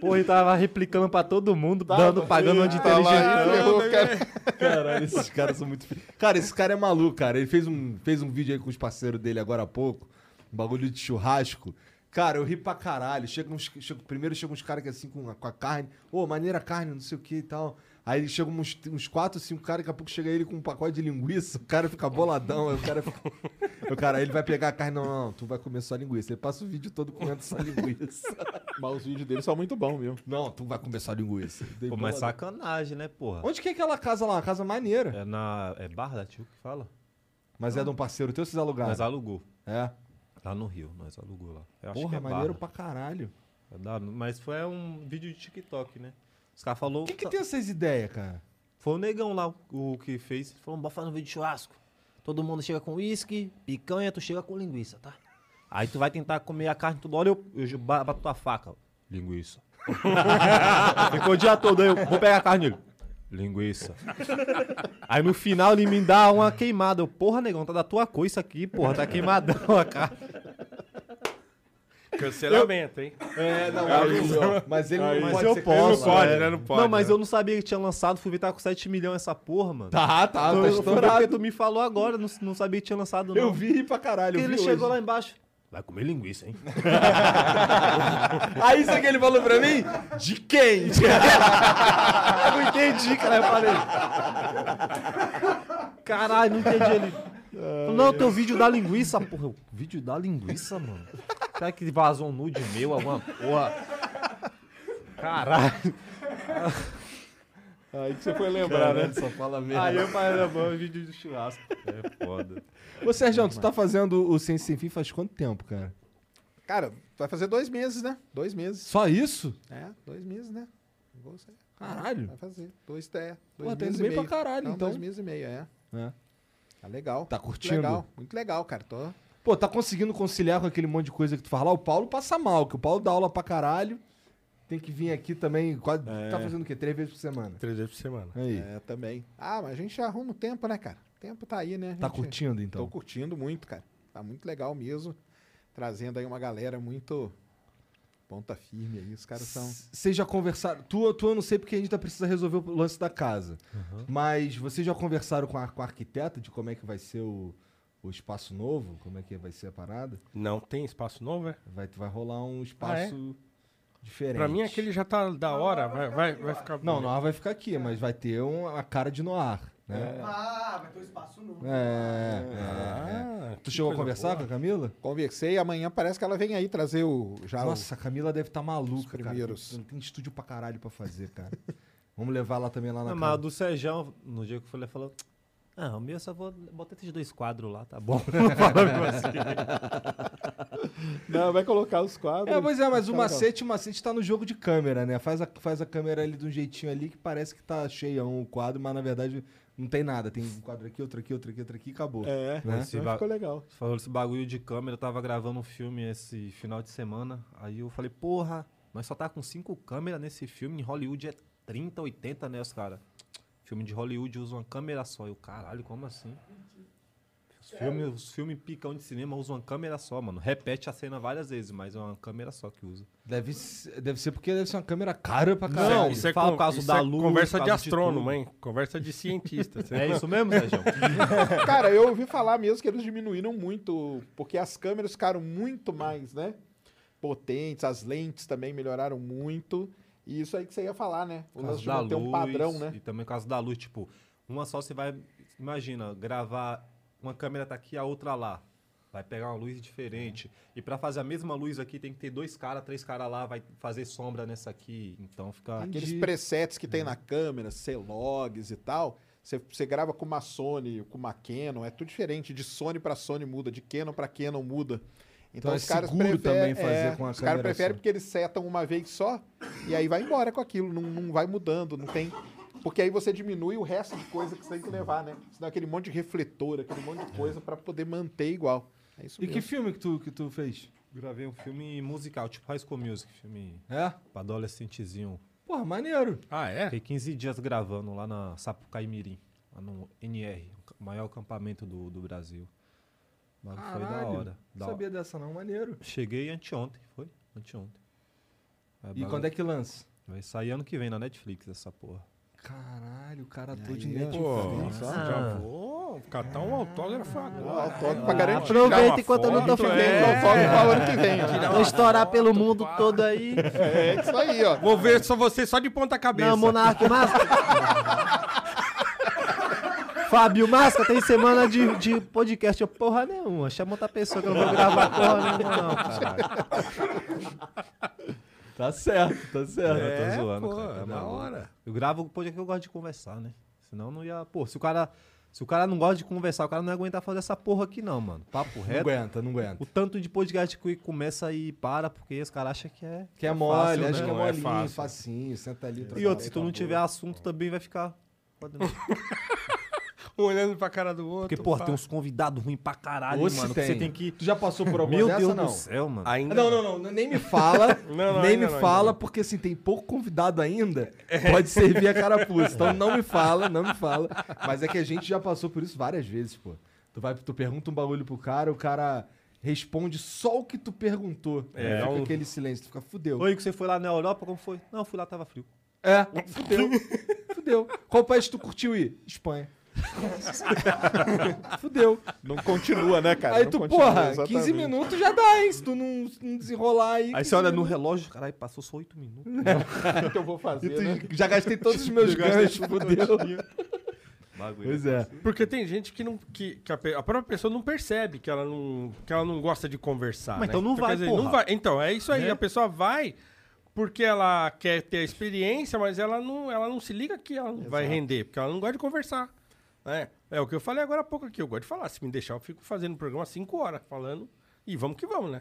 Speaker 14: Porra, tá- ele tava replicando pra todo mundo, dando, pagando onde
Speaker 2: Tá
Speaker 14: inteligente.
Speaker 2: lá,
Speaker 14: não.
Speaker 2: então, cara- Caralho, esses caras são muito. fi- Cara, esse cara é maluco, cara. Ele fez um, fez um vídeo aí com os parceiros dele agora há pouco, um bagulho de churrasco. Cara, eu ri pra caralho. Chega uns, chega- primeiro chegam uns caras que assim com a, com a carne. Ô, maneira carne, não sei o que e tal. Aí chegam uns, uns quatro, cinco caras, daqui a pouco chega ele com um pacote de linguiça, o cara fica boladão, aí o cara fica. O cara, ele vai pegar a carne, não, não, tu vai comer só linguiça. Ele passa o vídeo todo comendo só linguiça.
Speaker 15: Mas os vídeos dele são muito bons, viu?
Speaker 2: Não, tu vai comer só linguiça.
Speaker 14: Pô, mas sacanagem, né, porra?
Speaker 2: Onde que é aquela casa lá? Uma casa maneira.
Speaker 14: É na. É Barra da Tio que fala?
Speaker 2: Mas é de um parceiro teu ou vocês alugaram?
Speaker 14: Nós alugou.
Speaker 2: É.
Speaker 14: Lá no Rio, nós alugou lá. Eu acho que
Speaker 2: Porra,
Speaker 14: é
Speaker 2: maneiro
Speaker 14: Barra.
Speaker 2: pra caralho.
Speaker 14: É da- Mas foi um vídeo de TikTok, né? Os caras falaram.
Speaker 2: O que, que tem essas ideias, cara?
Speaker 14: Foi o negão lá o o que fez. Falou, bora fazer um vídeo de churrasco. Todo mundo chega com uísque, picanha, tu chega com linguiça, tá? Aí tu vai tentar comer a carne toda hora, eu, eu ju- ba- bato tua faca. Linguiça. Ficou o dia todo aí, eu vou pegar a carne dele. Linguiça. Aí no final ele me dá uma queimada. Eu, porra, negão, tá da tua cor isso aqui, porra, tá queimadão a carne.
Speaker 13: Cancelamento, hein?
Speaker 2: É, não, mas,
Speaker 13: Aí,
Speaker 2: mas ele
Speaker 13: aí.
Speaker 2: não
Speaker 14: Mas
Speaker 2: pode né?
Speaker 14: eu
Speaker 2: ser
Speaker 14: posso.
Speaker 2: cancelado.
Speaker 14: é.
Speaker 13: né?
Speaker 14: Não, mas eu não sabia que tinha lançado. Fui ver tá com 7 milhões essa porra, mano. Então,
Speaker 2: Tá, tá, tá
Speaker 14: eu- foi
Speaker 2: estourado.
Speaker 14: porque tu me falou agora, não, não sabia que tinha lançado, não.
Speaker 2: Eu vi pra caralho, eu
Speaker 14: Ele
Speaker 2: vi
Speaker 14: chegou
Speaker 2: hoje.
Speaker 14: lá embaixo. Vai comer linguiça, hein?
Speaker 2: Aí sabe o que ele falou pra mim? De quem? eu
Speaker 14: não entendi, cara. Eu falei. Caralho, não entendi ele. Falou, não, teu vídeo da linguiça, porra. Eu, Vídeo da linguiça, mano? Será que vazou um nude meu, alguma porra? Caralho.
Speaker 15: Aí que você foi lembrar, né?
Speaker 14: Só fala merda.
Speaker 15: Aí eu falei,
Speaker 14: é bom, vídeo de churrasco. É foda.
Speaker 2: Ô, Sérgio, tu tá fazendo o Ciência Sem Fim faz quanto tempo, cara?
Speaker 15: Cara, vai fazer dois meses, né? Dois meses.
Speaker 2: Só isso?
Speaker 15: É, dois meses, né? Vou sair.
Speaker 2: Caralho.
Speaker 15: Vai fazer. Dois, é, dois
Speaker 2: Pô, tá
Speaker 15: meses
Speaker 2: indo
Speaker 15: e
Speaker 2: bem
Speaker 15: meio.
Speaker 2: pra caralho,
Speaker 15: Não,
Speaker 2: então.
Speaker 15: Dois meses e meio, é.
Speaker 2: É.
Speaker 15: Tá legal.
Speaker 2: Tá curtindo?
Speaker 15: Legal. Muito legal, cara. Tô...
Speaker 2: Pô, tá conseguindo conciliar com aquele monte de coisa que tu faz lá? O Paulo passa mal, que o Paulo dá aula pra caralho. Tem que vir aqui também. Quase,
Speaker 14: É.
Speaker 2: Tá fazendo o quê? Três vezes por semana?
Speaker 13: Três vezes por semana.
Speaker 2: Aí.
Speaker 15: É, também. Ah, mas a gente arruma o tempo, né, cara? O tempo tá aí, né? A
Speaker 2: Tá
Speaker 15: gente-
Speaker 2: curtindo, então?
Speaker 15: Tô curtindo muito, cara. Tá muito legal mesmo. Trazendo aí uma galera muito ponta firme aí. Os caras são...
Speaker 2: Vocês já conversaram. Tu, tu eu não sei porque a gente tá precisa resolver o lance da casa.
Speaker 13: Uhum.
Speaker 2: Mas vocês já conversaram com a, com a arquiteta de como é que vai ser o, o espaço novo? Como é que vai ser a parada?
Speaker 13: Não tem espaço novo, é?
Speaker 2: Vai, vai rolar um espaço diferente.
Speaker 13: Pra mim é aquele já tá da hora, vai, vai, vai ficar
Speaker 2: Não, Noir vai ficar aqui, mas vai ter um, a cara de Noir,
Speaker 13: É.
Speaker 2: né?
Speaker 1: Ah, vai ter um espaço novo.
Speaker 2: É, é,
Speaker 15: Ah,
Speaker 2: é. Tu chegou a conversar com a Camila?
Speaker 15: Conversei. Amanhã parece que ela vem aí trazer o... Já o-
Speaker 2: Nossa, a Camila deve estar maluca,
Speaker 15: primeiros.
Speaker 2: cara. Tem, tem estúdio pra caralho pra fazer, cara. Vamos levar ela também lá na
Speaker 14: Não, mas
Speaker 2: casa.
Speaker 14: o do Sérgio, no dia que eu falei, falou. Ah, o meu eu só vou botar esses dois quadros lá, tá bom? Falando com você.
Speaker 15: Não, vai colocar os quadros.
Speaker 2: É, pois é, mas
Speaker 15: Tá
Speaker 2: o
Speaker 15: legal.
Speaker 2: macete, o macete tá no jogo de câmera, né? Faz a, faz a câmera ali de um jeitinho ali que parece que tá cheio um quadro, mas na verdade não tem nada. Tem um quadro aqui, outro aqui, outro aqui, outro aqui e acabou. né?
Speaker 14: Esse ba- Você falou esse bagulho de câmera, eu tava gravando um filme esse final de semana. Aí eu falei, porra, nós só tá com cinco câmeras nesse filme. Em Hollywood é 30, 80, né, os cara? Filme de Hollywood usa uma câmera só. Eu, caralho, como assim? Os
Speaker 1: É.
Speaker 14: filmes os filme picão de cinema usam uma câmera só, mano. Repete a cena várias vezes, mas é uma câmera só que usa.
Speaker 2: Deve, se- deve ser porque deve ser uma câmera cara pra
Speaker 14: Não,
Speaker 2: caralho.
Speaker 14: isso é Fala con- por causa
Speaker 13: isso
Speaker 14: da
Speaker 13: é
Speaker 14: luz,
Speaker 13: Conversa
Speaker 14: por
Speaker 13: de
Speaker 14: causa de
Speaker 13: astrônomo,
Speaker 14: tudo.
Speaker 13: hein? Conversa de cientista. você
Speaker 14: É
Speaker 13: não-
Speaker 14: isso mesmo, Sérgio?
Speaker 15: Cara, eu ouvi falar mesmo que eles diminuíram muito, porque as câmeras ficaram muito mais, né? Potentes, as lentes também melhoraram muito. E isso aí que você ia falar, né? O
Speaker 14: Por
Speaker 15: lance de
Speaker 14: causa
Speaker 15: manter um padrão, né?
Speaker 14: E também por causa da luz, tipo, uma só você vai. Imagina, gravar. Uma câmera tá aqui, a outra lá. Vai pegar uma luz diferente. E pra fazer a mesma luz aqui, tem que ter dois caras, três caras lá, vai fazer sombra nessa aqui. Então fica.
Speaker 15: Aqueles presets
Speaker 2: É.
Speaker 15: que tem na câmera, C-Logs e tal. Você, você grava com uma Sony, com uma Canon, é tudo diferente. De Sony pra Sony muda, de Canon pra Canon muda.
Speaker 2: Então é seguro também fazer com a
Speaker 15: é, Os
Speaker 2: câmera
Speaker 15: caras preferem
Speaker 2: só.
Speaker 15: porque eles setam uma vez só e aí vai embora com aquilo, não, não vai mudando, não tem. Porque aí você diminui o resto de coisa que você tem que levar, né? Senão aquele monte de refletor, aquele monte de coisa pra poder manter igual. É isso
Speaker 2: E que
Speaker 15: mesmo.
Speaker 2: filme que tu, que tu fez?
Speaker 14: Gravei um filme musical, tipo High School Music, filme.
Speaker 2: É?
Speaker 14: Pra adolescentezinho.
Speaker 2: Porra, maneiro.
Speaker 13: Ah, é?
Speaker 14: Fiquei 15 dias gravando lá na Sapucaí Mirim, lá no NR, o maior acampamento do, do Brasil. Mas foi da hora. da
Speaker 2: Não
Speaker 14: hora.
Speaker 2: sabia dessa não, maneiro.
Speaker 14: Cheguei anteontem, foi? Anteontem. Aí
Speaker 2: E
Speaker 14: bagun-
Speaker 2: quando é que lança?
Speaker 14: Vai sair ano que vem na Netflix essa porra.
Speaker 2: Caralho, o cara todo
Speaker 13: Pô,
Speaker 2: de Netflix.
Speaker 13: nossa,
Speaker 2: Ah.
Speaker 13: já vou catar um autógrafo agora.
Speaker 15: autógrafo
Speaker 14: pra garantir. Aproveita enquanto eu não tô fazendo
Speaker 13: é.
Speaker 14: autógrafo
Speaker 13: para
Speaker 14: pra ano que vem, ó. Vou estourar pelo mundo todo aí.
Speaker 15: É isso aí, ó.
Speaker 13: Vou ver só você só de ponta cabeça.
Speaker 14: Não, Monarque, mas... Fábio Masca, tem semana de, de podcast. Eu, porra nenhuma. Chama outra pessoa que eu não vou gravar porra nenhuma, não, cara.
Speaker 2: Tá certo, tá certo.
Speaker 14: eu
Speaker 2: É,
Speaker 14: tô zoando,
Speaker 2: pô,
Speaker 14: cara.
Speaker 2: é
Speaker 14: tá
Speaker 2: uma
Speaker 14: maluco.
Speaker 2: hora.
Speaker 14: Eu gravo um podcast que eu gosto de conversar, né? Senão não ia. Pô, se o cara. Se o cara não gosta de conversar, o cara não ia aguentar fazer essa porra aqui, não, mano. Papo reto.
Speaker 2: aguenta, não aguenta.
Speaker 14: O tanto de podcast que começa e para, porque os caras acham que é.
Speaker 2: Que é
Speaker 14: fácil,
Speaker 2: mole,
Speaker 14: né?
Speaker 2: acho que é
Speaker 14: Não
Speaker 2: molinho,
Speaker 14: fácil.
Speaker 2: facinho, senta ali. troca
Speaker 14: E outro,
Speaker 2: ideia, tá
Speaker 14: se tu não
Speaker 2: acabou.
Speaker 14: tiver assunto também vai ficar.
Speaker 13: um olhando pra cara do outro.
Speaker 14: Porque, porra,
Speaker 13: pá.
Speaker 14: tem uns convidados ruins pra caralho,
Speaker 13: Ou se
Speaker 14: mano.
Speaker 13: tem.
Speaker 14: Que você tem que.
Speaker 13: Tu já passou por alguma
Speaker 14: Meu
Speaker 13: dessa,
Speaker 14: Deus
Speaker 13: não?
Speaker 14: do céu, mano.
Speaker 13: Ainda
Speaker 2: não, não, não, Nem me fala.
Speaker 14: Não, não,
Speaker 2: nem
Speaker 14: ainda
Speaker 2: me
Speaker 14: não, É.
Speaker 2: fala,
Speaker 14: ainda
Speaker 2: porque assim, tem pouco convidado ainda. Pode servir a carapuça. Então não me fala, não me fala. Mas é que a gente já passou por isso várias vezes, pô. Tu, vai, tu pergunta um bagulho pro cara, o cara responde só o que tu perguntou.
Speaker 14: É,
Speaker 2: fica
Speaker 14: um-
Speaker 2: aquele silêncio, tu fica fudeu.
Speaker 14: Oi, que você foi lá na Europa, como foi? Não, fui lá, tava frio.
Speaker 2: É, fudeu. fudeu. Qual país tu curtiu ir? Espanha. Fudeu.
Speaker 15: Não continua, né, cara?
Speaker 2: Aí
Speaker 15: Não
Speaker 2: tu,
Speaker 15: continua,
Speaker 2: porra,
Speaker 15: exatamente.
Speaker 2: 15 minutos já dá, hein? Se tu não, não desenrolar aí.
Speaker 14: Aí
Speaker 2: 15
Speaker 14: você olha no
Speaker 2: minutos.
Speaker 14: relógio, caralho, passou só oito minutos.
Speaker 2: É.
Speaker 15: O que eu vou fazer,
Speaker 2: E tu-
Speaker 15: né?
Speaker 2: Já gastei todos os meus
Speaker 15: Já gastei
Speaker 2: ganhos,
Speaker 15: tudo
Speaker 2: fudeu.
Speaker 15: todinho.
Speaker 14: Bagulho.
Speaker 2: Pois é.
Speaker 13: Porque tem gente que, não, que, que a, pe- a própria pessoa não percebe que ela não, que ela não gosta de conversar.
Speaker 14: Mas
Speaker 13: né?
Speaker 14: então não vai,
Speaker 13: quer
Speaker 14: porra.
Speaker 13: não vai. Então, é isso aí.
Speaker 14: Né?
Speaker 13: A pessoa vai porque ela quer ter a experiência, mas ela não, ela não se liga que ela não vai render, porque ela não gosta de conversar. né? É o que eu falei agora há pouco aqui. Eu gosto de falar. Se me deixar, eu fico fazendo o programa cinco horas falando e vamos que vamos, né?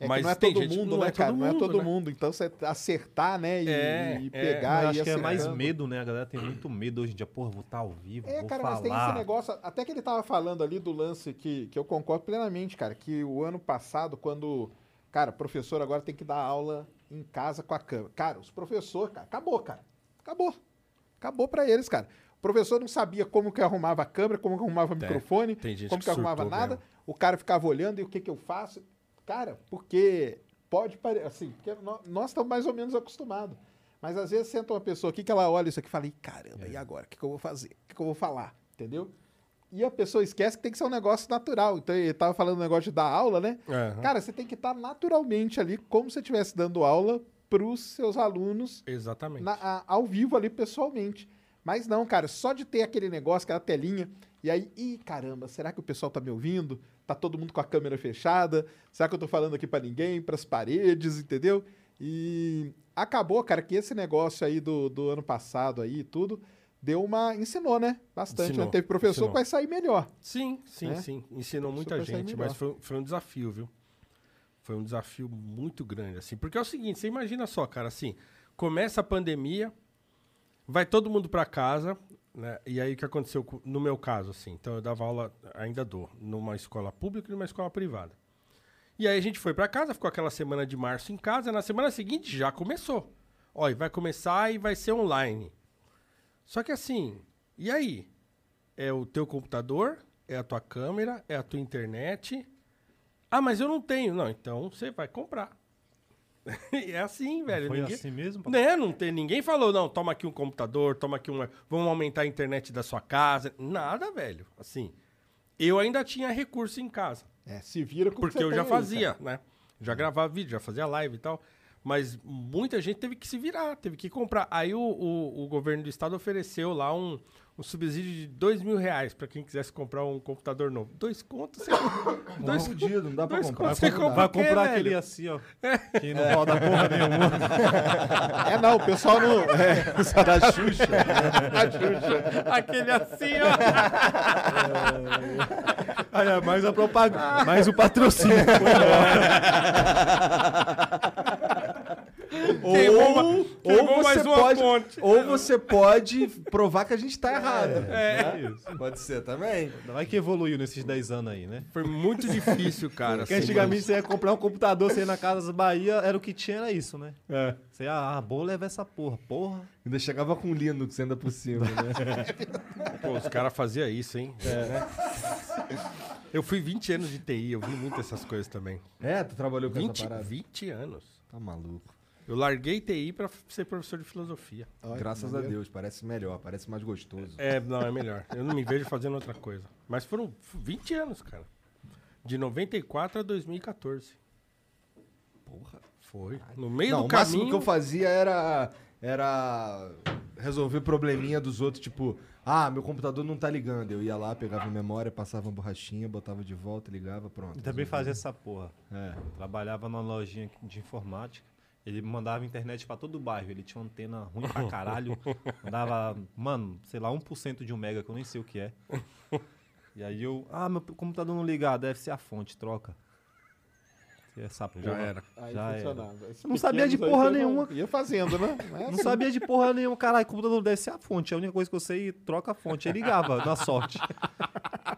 Speaker 15: É que não é todo mundo, né, cara? não é todo mundo. Então você acertar, né? E,
Speaker 14: É,
Speaker 15: e
Speaker 14: é.
Speaker 15: pegar
Speaker 14: Eu
Speaker 15: e
Speaker 14: acho que é mais
Speaker 15: acertando.
Speaker 14: medo, né? A galera tem muito medo hoje em dia. Porra, vou estar ao vivo,
Speaker 15: É,
Speaker 14: vou
Speaker 15: cara,
Speaker 14: falar.
Speaker 15: mas tem esse negócio. Até que ele tava falando ali do lance que, que eu concordo plenamente, cara. Que o ano passado, quando. Cara, professor agora tem que dar aula em casa com a câmera. Cara, os professores, cara, acabou, cara. Acabou. Acabou pra eles, cara. O professor não sabia como que arrumava a câmera, como que arrumava o
Speaker 13: Tem-
Speaker 15: microfone,
Speaker 13: É, tem gente
Speaker 15: como
Speaker 13: que
Speaker 15: que arrumava
Speaker 13: surtou
Speaker 15: nada. O cara ficava olhando e o que que eu faço. Cara, porque pode parecer. Assim, porque nó- nós estamos mais ou menos acostumados. Mas às vezes senta uma pessoa aqui que ela olha isso aqui e fala: "Ih, caramba,
Speaker 13: É.
Speaker 15: e agora? O que, que eu vou fazer? O que, que eu vou falar? Entendeu? E a pessoa esquece que tem que ser um negócio natural. Então, ele tava falando do negócio de dar aula, né?
Speaker 13: Aham.
Speaker 15: Cara, você tem que estar naturalmente ali, como se você estivesse dando aula pros seus alunos
Speaker 13: Exatamente.
Speaker 15: na- a- ao vivo ali pessoalmente. Mas não, cara, só de ter aquele negócio, aquela telinha, e aí, ih, caramba, será que o pessoal tá me ouvindo? Tá todo mundo com a câmera fechada? Será que eu tô falando aqui pra ninguém, pras paredes, entendeu? E acabou, cara, que esse negócio aí do, do ano passado aí e tudo, deu uma. ensinou, né? Bastante.
Speaker 13: Ensinou,
Speaker 15: né? Teve professor
Speaker 13: ensinou.
Speaker 15: que vai sair melhor.
Speaker 13: Sim, sim,
Speaker 15: né?
Speaker 13: sim. Ensinou
Speaker 15: Professor
Speaker 13: muita
Speaker 15: vai sair
Speaker 13: gente,
Speaker 15: melhor.
Speaker 13: mas foi, foi um desafio, viu? Foi um desafio muito grande, assim. Porque é o seguinte, você imagina só, cara, assim, começa a pandemia, vai todo mundo para casa, né? E aí o que aconteceu co- no meu caso, assim? Então eu dava aula, ainda dou, numa escola pública e numa escola privada. E aí a gente foi para casa, ficou aquela semana de março em casa, na semana seguinte já começou. Olha, vai começar e vai ser online. Só que assim, e aí? É o teu computador, é a tua câmera, é a tua internet. Ah, mas eu não tenho. Não, então você vai comprar. é assim, velho.
Speaker 14: foi assim mesmo, papai?
Speaker 13: Né? Não tem, ninguém falou, não, toma aqui um computador, toma aqui uma. Vamos aumentar a internet da sua casa. Nada, velho. Assim, eu ainda tinha recurso em casa.
Speaker 15: É, se vira com o que
Speaker 13: Porque
Speaker 15: você
Speaker 13: eu já
Speaker 15: tem aí,
Speaker 13: fazia,
Speaker 15: cara.
Speaker 13: né? Já gravava vídeo, já fazia live e tal. Mas muita gente teve que se virar, teve que comprar. Aí o, o- o governo do estado ofereceu lá um, um subsídio de dois mil reais para quem quisesse comprar um computador novo. Dois contos? Você... dois
Speaker 2: fudido, não dá pra comprar.
Speaker 13: contos
Speaker 2: Vai
Speaker 13: você
Speaker 2: comprar. Vai
Speaker 13: compra o quê,
Speaker 2: comprar
Speaker 13: velho?
Speaker 14: aquele assim, ó, que não
Speaker 13: É.
Speaker 14: roda porra nenhuma.
Speaker 15: É, não, o pessoal não. É, só da Xuxa.
Speaker 13: né?
Speaker 14: Da
Speaker 15: Xuxa.
Speaker 13: Aquele assim, ó.
Speaker 14: Aí é mais a propaganda, mais o patrocínio. que foi embora.
Speaker 2: Ou,
Speaker 14: Queimou uma-
Speaker 2: ou
Speaker 14: queimou
Speaker 2: você
Speaker 14: mais uma
Speaker 2: pode,
Speaker 14: ponte.
Speaker 2: ou você pode provar que a gente tá errado.
Speaker 14: É,
Speaker 2: né?
Speaker 14: isso.
Speaker 2: Pode ser também.
Speaker 14: Vai que evoluiu nesses 10 anos aí, né?
Speaker 13: Foi muito difícil, cara.
Speaker 14: Porque
Speaker 13: assim,
Speaker 14: antigamente
Speaker 13: mas-
Speaker 14: você ia comprar um computador, você ia na casa das Bahia, era o que tinha, era isso, né?
Speaker 2: É.
Speaker 14: Você ia, ah, vou levar essa porra, porra.
Speaker 2: Ainda chegava com Linux ainda por cima, né?
Speaker 13: Pô, os caras faziam isso, hein?
Speaker 2: É, né?
Speaker 13: Eu fui 20 anos de TI, eu vi muito essas coisas também.
Speaker 2: É, tu trabalhou com essa
Speaker 13: 20,
Speaker 2: parada?
Speaker 13: 20 anos.
Speaker 2: Tá maluco.
Speaker 13: Eu larguei TI pra ser professor de filosofia.
Speaker 2: Graças a Deus, parece melhor, parece mais gostoso.
Speaker 13: É, não, é melhor. Eu não me vejo fazendo outra coisa. Mas foram 20 anos, cara. De 94 a 2014. Porra. Foi. é, No meio
Speaker 2: Não,
Speaker 13: do
Speaker 2: o
Speaker 13: caminho.
Speaker 2: máximo que eu fazia era, era resolver probleminha dos outros, tipo, ah, meu computador não tá ligando. Eu ia lá, pegava a memória, passava uma borrachinha, botava de volta, ligava, pronto.
Speaker 14: Eu também
Speaker 2: Resolvia.
Speaker 14: fazia essa porra.
Speaker 2: É.
Speaker 14: Trabalhava numa lojinha de informática. Ele mandava internet pra todo o bairro. Ele tinha uma antena ruim pra caralho. Mandava, mano, sei lá, 1% de um mega, que eu nem sei o que é. E aí eu, ah, meu computador não ligar, deve ser a fonte, troca. Essa porra.
Speaker 13: Já era.
Speaker 15: Aí
Speaker 14: Já
Speaker 15: funcionava.
Speaker 14: era.
Speaker 15: Esses
Speaker 14: Eu não sabia de
Speaker 15: pequenos aí
Speaker 14: porra
Speaker 15: você não-
Speaker 14: nenhuma.
Speaker 15: ia fazendo, né? Mas-
Speaker 14: Não sabia de porra nenhuma. Caralho, computador deve ser a fonte. A única coisa que eu sei, troca a fonte. Aí ligava, na sorte.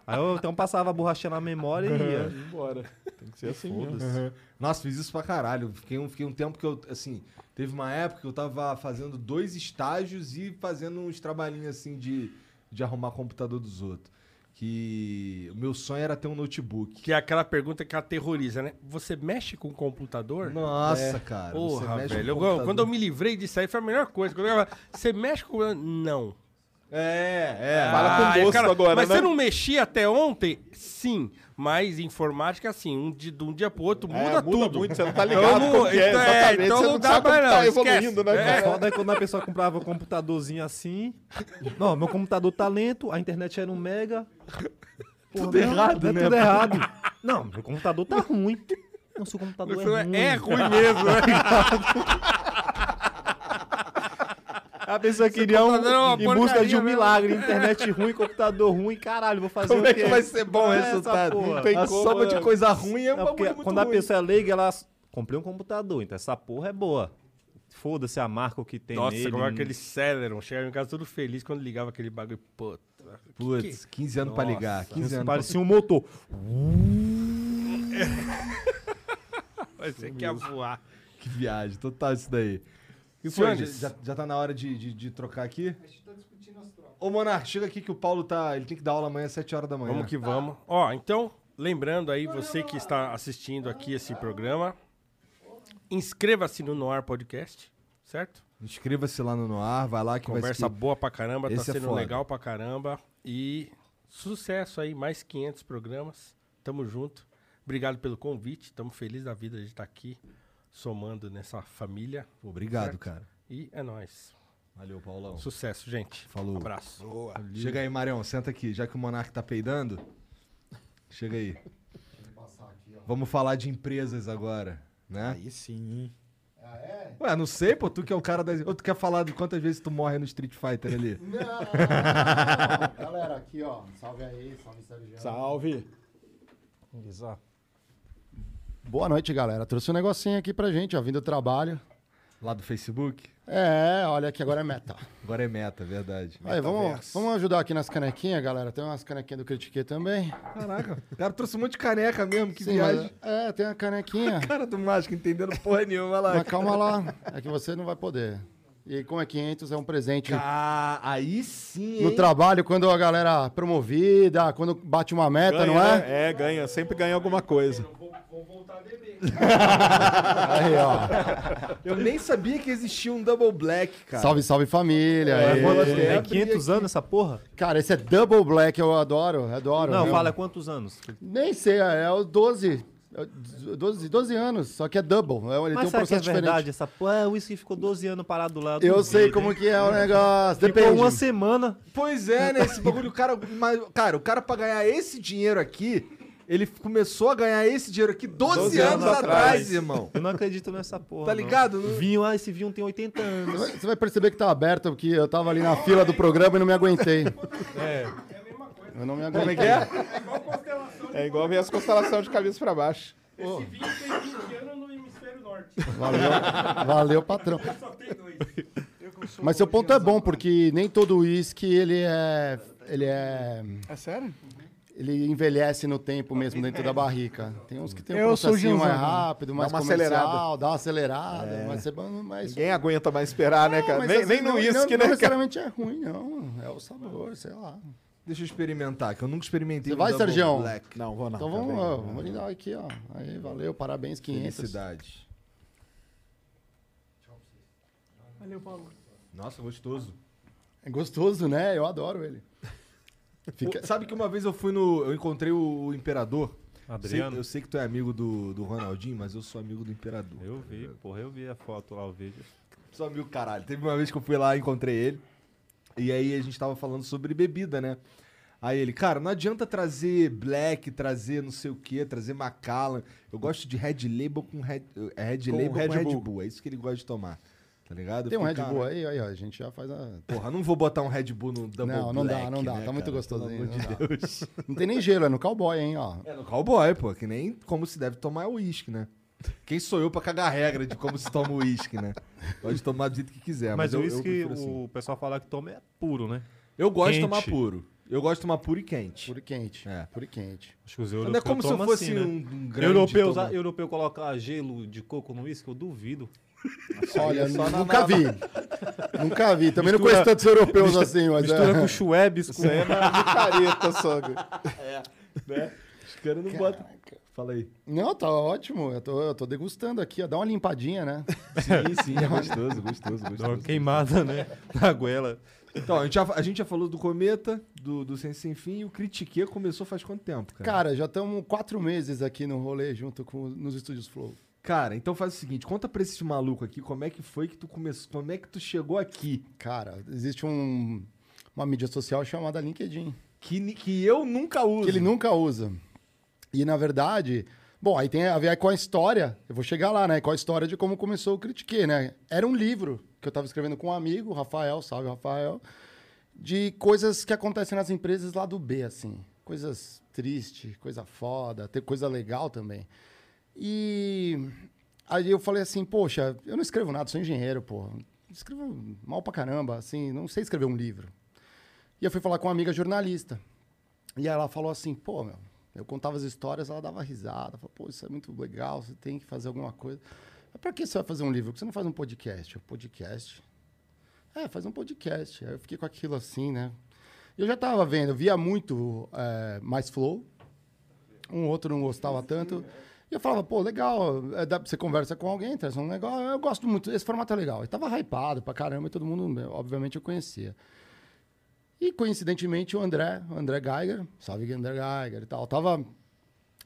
Speaker 14: Aí eu então passava a borrachinha na memória e ia.
Speaker 15: Uhum. Embora. Tem que ser assim mesmo.
Speaker 14: Foda-se.
Speaker 2: Uhum. Nossa, fiz isso pra caralho. Fiquei um, fiquei um tempo que eu, assim, teve uma época que eu tava fazendo dois estágios e fazendo uns trabalhinhos, assim, de, de arrumar computador dos outros. Que o meu sonho era ter um notebook.
Speaker 13: Que é aquela pergunta que aterroriza, né? Você mexe com o computador?
Speaker 2: Nossa,
Speaker 15: É.
Speaker 2: cara, você
Speaker 13: Porra,
Speaker 2: mexe com o
Speaker 13: velho. eu-
Speaker 2: computador.
Speaker 13: quando eu me livrei disso aí, foi a melhor coisa. Quando eu falava, você mexe com. o Não. Ah,
Speaker 2: É, é.
Speaker 15: Fala com gosto agora,
Speaker 13: Mas
Speaker 15: né?
Speaker 13: você não mexia até ontem? Sim. Mas informática, assim, um de, de um dia pro outro
Speaker 15: muda
Speaker 13: muda, tudo.
Speaker 15: muito, você não tá
Speaker 13: Então
Speaker 15: ligado
Speaker 13: não-
Speaker 15: como que é
Speaker 13: então,
Speaker 15: exatamente,
Speaker 13: então
Speaker 15: você
Speaker 13: não
Speaker 15: não
Speaker 13: dá
Speaker 15: sabe
Speaker 13: pra
Speaker 15: como
Speaker 13: não.
Speaker 15: tá
Speaker 13: esquece.
Speaker 15: evoluindo, né,
Speaker 13: É.
Speaker 15: cara?
Speaker 14: Foda é quando a pessoa comprava um computadorzinho assim. Não, meu computador tá lento, a internet era um mega.
Speaker 13: Tudo errado,
Speaker 14: é
Speaker 13: né?
Speaker 14: Tudo errado. Não, meu computador tá ruim. Não, seu computador
Speaker 13: Isso
Speaker 14: é
Speaker 13: é-
Speaker 14: ruim.
Speaker 13: é ruim mesmo, né?
Speaker 14: A pessoa
Speaker 13: Seu
Speaker 14: queria um,
Speaker 13: computador é uma
Speaker 14: em busca de
Speaker 13: porcaria
Speaker 14: um
Speaker 13: mesmo.
Speaker 14: milagre. Internet ruim, computador ruim, caralho, vou fazer
Speaker 2: Como
Speaker 14: o
Speaker 2: é
Speaker 14: quê?
Speaker 2: que vai ser bom o
Speaker 14: Essa
Speaker 2: resultado?
Speaker 14: porra.
Speaker 2: Não tem A como, soma de né? coisa ruim é um
Speaker 14: Não, porque
Speaker 2: bagulho muito
Speaker 14: Quando a
Speaker 2: ruim.
Speaker 14: pessoa é leiga, ela... Comprei um computador, então essa porra é boa. Foda-se a marca o que tem
Speaker 13: Nossa,
Speaker 14: nele.
Speaker 13: como é
Speaker 2: é
Speaker 13: aquele Celeron. Chegava em casa todo feliz quando ligava aquele bagulho. Puta. que
Speaker 2: Putz,
Speaker 13: que-
Speaker 2: 15 anos pra
Speaker 13: Nossa,
Speaker 2: ligar. 15
Speaker 14: isso
Speaker 2: anos
Speaker 14: parecia
Speaker 2: pra...
Speaker 14: um motor.
Speaker 13: Você quer voar.
Speaker 2: Que viagem, total isso daí. E foi,
Speaker 13: Senhores.
Speaker 2: já, já tá na hora de, de, de trocar aqui? A gente tá discutindo as trocas. Ô, Monar, chega aqui que o Paulo tá. Ele tem que dar aula amanhã às 7 horas da manhã.
Speaker 13: Vamos que vamos. Ó, então, lembrando aí, você que está assistindo aqui esse programa, inscreva-se no Noir Podcast, certo?
Speaker 2: Inscreva-se lá no Noir, vai lá que vai
Speaker 13: Conversa
Speaker 2: ser.
Speaker 13: boa pra caramba,
Speaker 2: Esse
Speaker 13: tá
Speaker 2: é
Speaker 13: sendo
Speaker 2: foda.
Speaker 13: legal pra caramba. E sucesso aí, mais 500 programas. Tamo junto. Obrigado pelo convite. Tamo feliz da vida de estar aqui somando nessa família.
Speaker 2: Obrigado, cara.
Speaker 13: E é nóis.
Speaker 2: Valeu, Paulão.
Speaker 13: Sucesso, gente.
Speaker 2: Falou.
Speaker 13: Abraço. Boa.
Speaker 2: Chega aí, Marião, senta aqui, já que o Monark tá peidando. Chega aí. Vamos falar de empresas agora, né?
Speaker 15: Aí sim.
Speaker 2: Ah, é? Ué, não sei, pô, tu que é o cara das. Ou tu quer falar de quantas vezes tu morre no Street Fighter ali?
Speaker 16: Não, não, não. Galera, aqui, ó. Salve aí, salve Sérgio.
Speaker 15: Salve.
Speaker 16: Boa noite, galera. Trouxe um negocinho aqui pra gente, ó. Vindo do trabalho.
Speaker 2: Lá do Facebook?
Speaker 16: É, olha que agora é meta.
Speaker 2: Agora é meta, verdade.
Speaker 16: Aí, vamos, vamos ajudar aqui nas canequinhas, galera. Tem umas canequinhas do Critiquei também.
Speaker 2: Caraca, o cara trouxe um monte de caneca mesmo, que
Speaker 16: Sim,
Speaker 2: viagem.
Speaker 16: mas- é, tem uma canequinha.
Speaker 2: cara do mágico entendendo porra nenhuma vai lá.
Speaker 16: Mas calma lá, é que você não vai poder. E como é 500, é um presente.
Speaker 2: Ah, aí sim.
Speaker 16: No
Speaker 2: hein?
Speaker 16: trabalho, quando a galera é promovida, quando bate uma meta,
Speaker 15: Ganha,
Speaker 16: não é?
Speaker 15: né? É, ganha. Sempre ganha alguma coisa.
Speaker 16: Aí, ó.
Speaker 2: Eu nem sabia que existia um Double Black, cara.
Speaker 16: Salve, salve família.
Speaker 2: É,
Speaker 16: Aê.
Speaker 2: vou até
Speaker 14: Tem 500 anos essa porra?
Speaker 16: Cara, esse é Double Black, eu adoro, adoro.
Speaker 14: Não,
Speaker 16: viu?
Speaker 14: fala quantos anos?
Speaker 16: Nem sei, é o 12. é o 12, 12 anos, só que é double. é- Ele
Speaker 14: Mas
Speaker 16: tem
Speaker 14: será
Speaker 16: um
Speaker 14: que é
Speaker 16: processo
Speaker 14: verdade
Speaker 16: diferente.
Speaker 14: essa porra? É, o uísque ficou 12 anos parado do lado.
Speaker 16: Eu sei como que é o negócio,
Speaker 14: Ficou um assim,
Speaker 16: depende.
Speaker 14: uma semana.
Speaker 2: Pois é, né? Esse bagulho, o cara. mas, cara, o cara pra ganhar esse dinheiro aqui, ele começou a ganhar esse dinheiro aqui 12, anos, atrás, irmão.
Speaker 14: Eu não acredito nessa porra.
Speaker 2: Tá
Speaker 14: não.
Speaker 2: ligado?
Speaker 14: Vinho, ah, esse vinho tem 80
Speaker 16: Você
Speaker 14: anos.
Speaker 16: vai- Você vai perceber que tá aberto, porque eu tava ali na fila do programa e não me aguentei.
Speaker 14: É.
Speaker 16: Eu não me aguentei.
Speaker 15: Como é que é? É igual ver as constelações de cabeça pra baixo.
Speaker 13: Esse vinho tem 20 anos no hemisfério norte.
Speaker 16: Valeu, valeu patrão.
Speaker 13: Só tem dois.
Speaker 16: Mas seu ponto é bom, porque nem todo uísque ele é. Ele é.
Speaker 15: É sério?
Speaker 16: Ele envelhece no tempo mesmo dentro da barrica. Tem uns que tem um
Speaker 15: Eu sou
Speaker 16: processinho mais
Speaker 15: ginzão, né?
Speaker 16: rápido,
Speaker 15: Dá
Speaker 16: mais
Speaker 15: uma
Speaker 16: comercial,
Speaker 15: acelerada.
Speaker 16: dá uma acelerada,
Speaker 15: É.
Speaker 16: mas você mais.
Speaker 15: Ninguém aguenta mais esperar, né, cara?
Speaker 16: mas
Speaker 15: nem
Speaker 16: às
Speaker 15: nem
Speaker 16: vezes
Speaker 15: no
Speaker 16: não-
Speaker 15: uísque,
Speaker 16: não-
Speaker 15: né?
Speaker 16: não
Speaker 15: cara?
Speaker 16: necessariamente é ruim, não. É o sabor, sei lá.
Speaker 2: Deixa eu experimentar, que eu nunca experimentei. um
Speaker 16: Você vai, Sergião?
Speaker 15: Não, vou não.
Speaker 16: Então
Speaker 15: também.
Speaker 16: vamos, ó, vamos lhe dar aqui, ó. Aí, valeu, parabéns, 500.
Speaker 2: Felicidade.
Speaker 1: Valeu, Paulo.
Speaker 2: Nossa, gostoso.
Speaker 16: É gostoso, né? Eu adoro ele. Fica-
Speaker 2: O- Sabe que uma vez eu fui no. Eu encontrei o Imperador.
Speaker 14: Adriano?
Speaker 2: Sei- eu sei que tu é amigo do, do Ronaldinho, mas eu sou amigo do Imperador.
Speaker 14: Eu vi, porra, eu vi a foto lá, o vídeo.
Speaker 2: Só mil caralho. Teve uma vez que eu fui lá e encontrei ele. E aí a gente tava falando sobre bebida, né? Aí ele, cara, não adianta trazer black, trazer não sei o que, trazer Macallan. Eu gosto de Red Label com Red, é Red
Speaker 16: Com
Speaker 2: Label
Speaker 16: Red
Speaker 2: com Red Bull.
Speaker 16: Bull.
Speaker 2: É isso que ele gosta de tomar. Tá ligado? Eu
Speaker 16: Tem um Red
Speaker 2: fiquei,
Speaker 16: Bull
Speaker 2: "Caralho,
Speaker 16: aí, aí, ó, a gente já faz a.
Speaker 2: Porra, não vou botar um Red Bull no Double
Speaker 16: não, não
Speaker 2: Black,
Speaker 16: dá, não dá.
Speaker 2: né,
Speaker 16: tá muito
Speaker 2: cara?
Speaker 16: gostosinho.
Speaker 2: Pelo amor de
Speaker 16: não dá.
Speaker 2: Deus.
Speaker 16: Não tem nem gelo, é no cowboy, hein, ó.
Speaker 2: É no cowboy, pô. Que nem como se deve tomar o uísque, né? Quem sou eu pra cagar regra de como se toma o uísque, né? Pode tomar do jeito que quiser. É, Mas,
Speaker 14: Mas o
Speaker 2: eu, eu
Speaker 14: uísque,
Speaker 2: prefiro assim.
Speaker 14: o pessoal fala que toma é puro, né?
Speaker 2: Eu gosto de
Speaker 14: Quente.
Speaker 2: tomar puro. Eu gosto de tomar puro e quente. Puro
Speaker 16: e quente.
Speaker 2: É.
Speaker 16: Puro e quente.
Speaker 14: Acho que os
Speaker 2: Não é
Speaker 14: europeus
Speaker 2: como se eu
Speaker 14: tomam
Speaker 2: fosse
Speaker 14: assim, né?
Speaker 2: um, um grande...
Speaker 14: europeu,
Speaker 2: toma-
Speaker 14: usar- europeu coloca gelo de coco no uísque, eu duvido. é
Speaker 16: Olha,
Speaker 14: Só na-
Speaker 16: nunca
Speaker 14: na-
Speaker 16: vi. Nunca vi. Também não conheço tantos europeus
Speaker 14: mistura-
Speaker 16: assim, mas.
Speaker 14: Mistura com Schweppes, com...
Speaker 16: Isso aí é uma micareta só.
Speaker 2: É, né? Os caras não botam... Fala aí.
Speaker 16: Não, tá ótimo. Eu tô, eu tô degustando aqui, ó. Dá uma limpadinha, né?
Speaker 2: Sim, sim, é gostoso, gostoso, gostoso.
Speaker 14: queimada, né? Na goela.
Speaker 2: Então, a gente já, a gente já falou do Cometa, do, do Sem Sem Fim, e o Critique começou faz quanto tempo, cara?
Speaker 16: Cara, já estamos quatro meses aqui no rolê junto com nos estúdios Flow.
Speaker 2: Cara, então faz o seguinte, conta pra esse maluco aqui como é que foi que tu começou, como é que tu chegou aqui.
Speaker 16: Cara, existe um, uma mídia social chamada LinkedIn.
Speaker 2: Que, ni- que eu nunca uso.
Speaker 16: Que ele nunca usa. E, na verdade... Bom, aí tem a ver com a história. Eu vou chegar lá, né? Com a história de como começou o Critique, né? Era um livro que eu tava escrevendo com um amigo, o Rafael, salve, Rafael. De coisas que acontecem nas empresas lá do B, assim. Coisas tristes, coisa foda, ter coisa legal também. E aí eu falei assim, poxa, eu não escrevo nada, sou engenheiro, pô. Escrevo mal pra caramba, assim, não sei escrever um livro. E eu fui falar com uma amiga jornalista. E ela falou assim, pô, meu, eu contava as histórias, ela dava risada. Falou, pô, isso é muito legal, você tem que fazer alguma coisa. Mas pra que você vai fazer um livro? Por que você não faz um podcast? Eu, podcast? É, faz um podcast. Aí eu fiquei com aquilo assim, né? Eu já tava vendo, eu via muito eh, mais flow, um outro não gostava tanto. E eu falava, pô, legal, é, dá, você conversa com alguém, traz um negócio, eu gosto muito, esse formato é legal. E tava hypado pra caramba e todo mundo, obviamente, eu conhecia. E, coincidentemente, o André, o André Geiger, salve André Geiger e tal, tava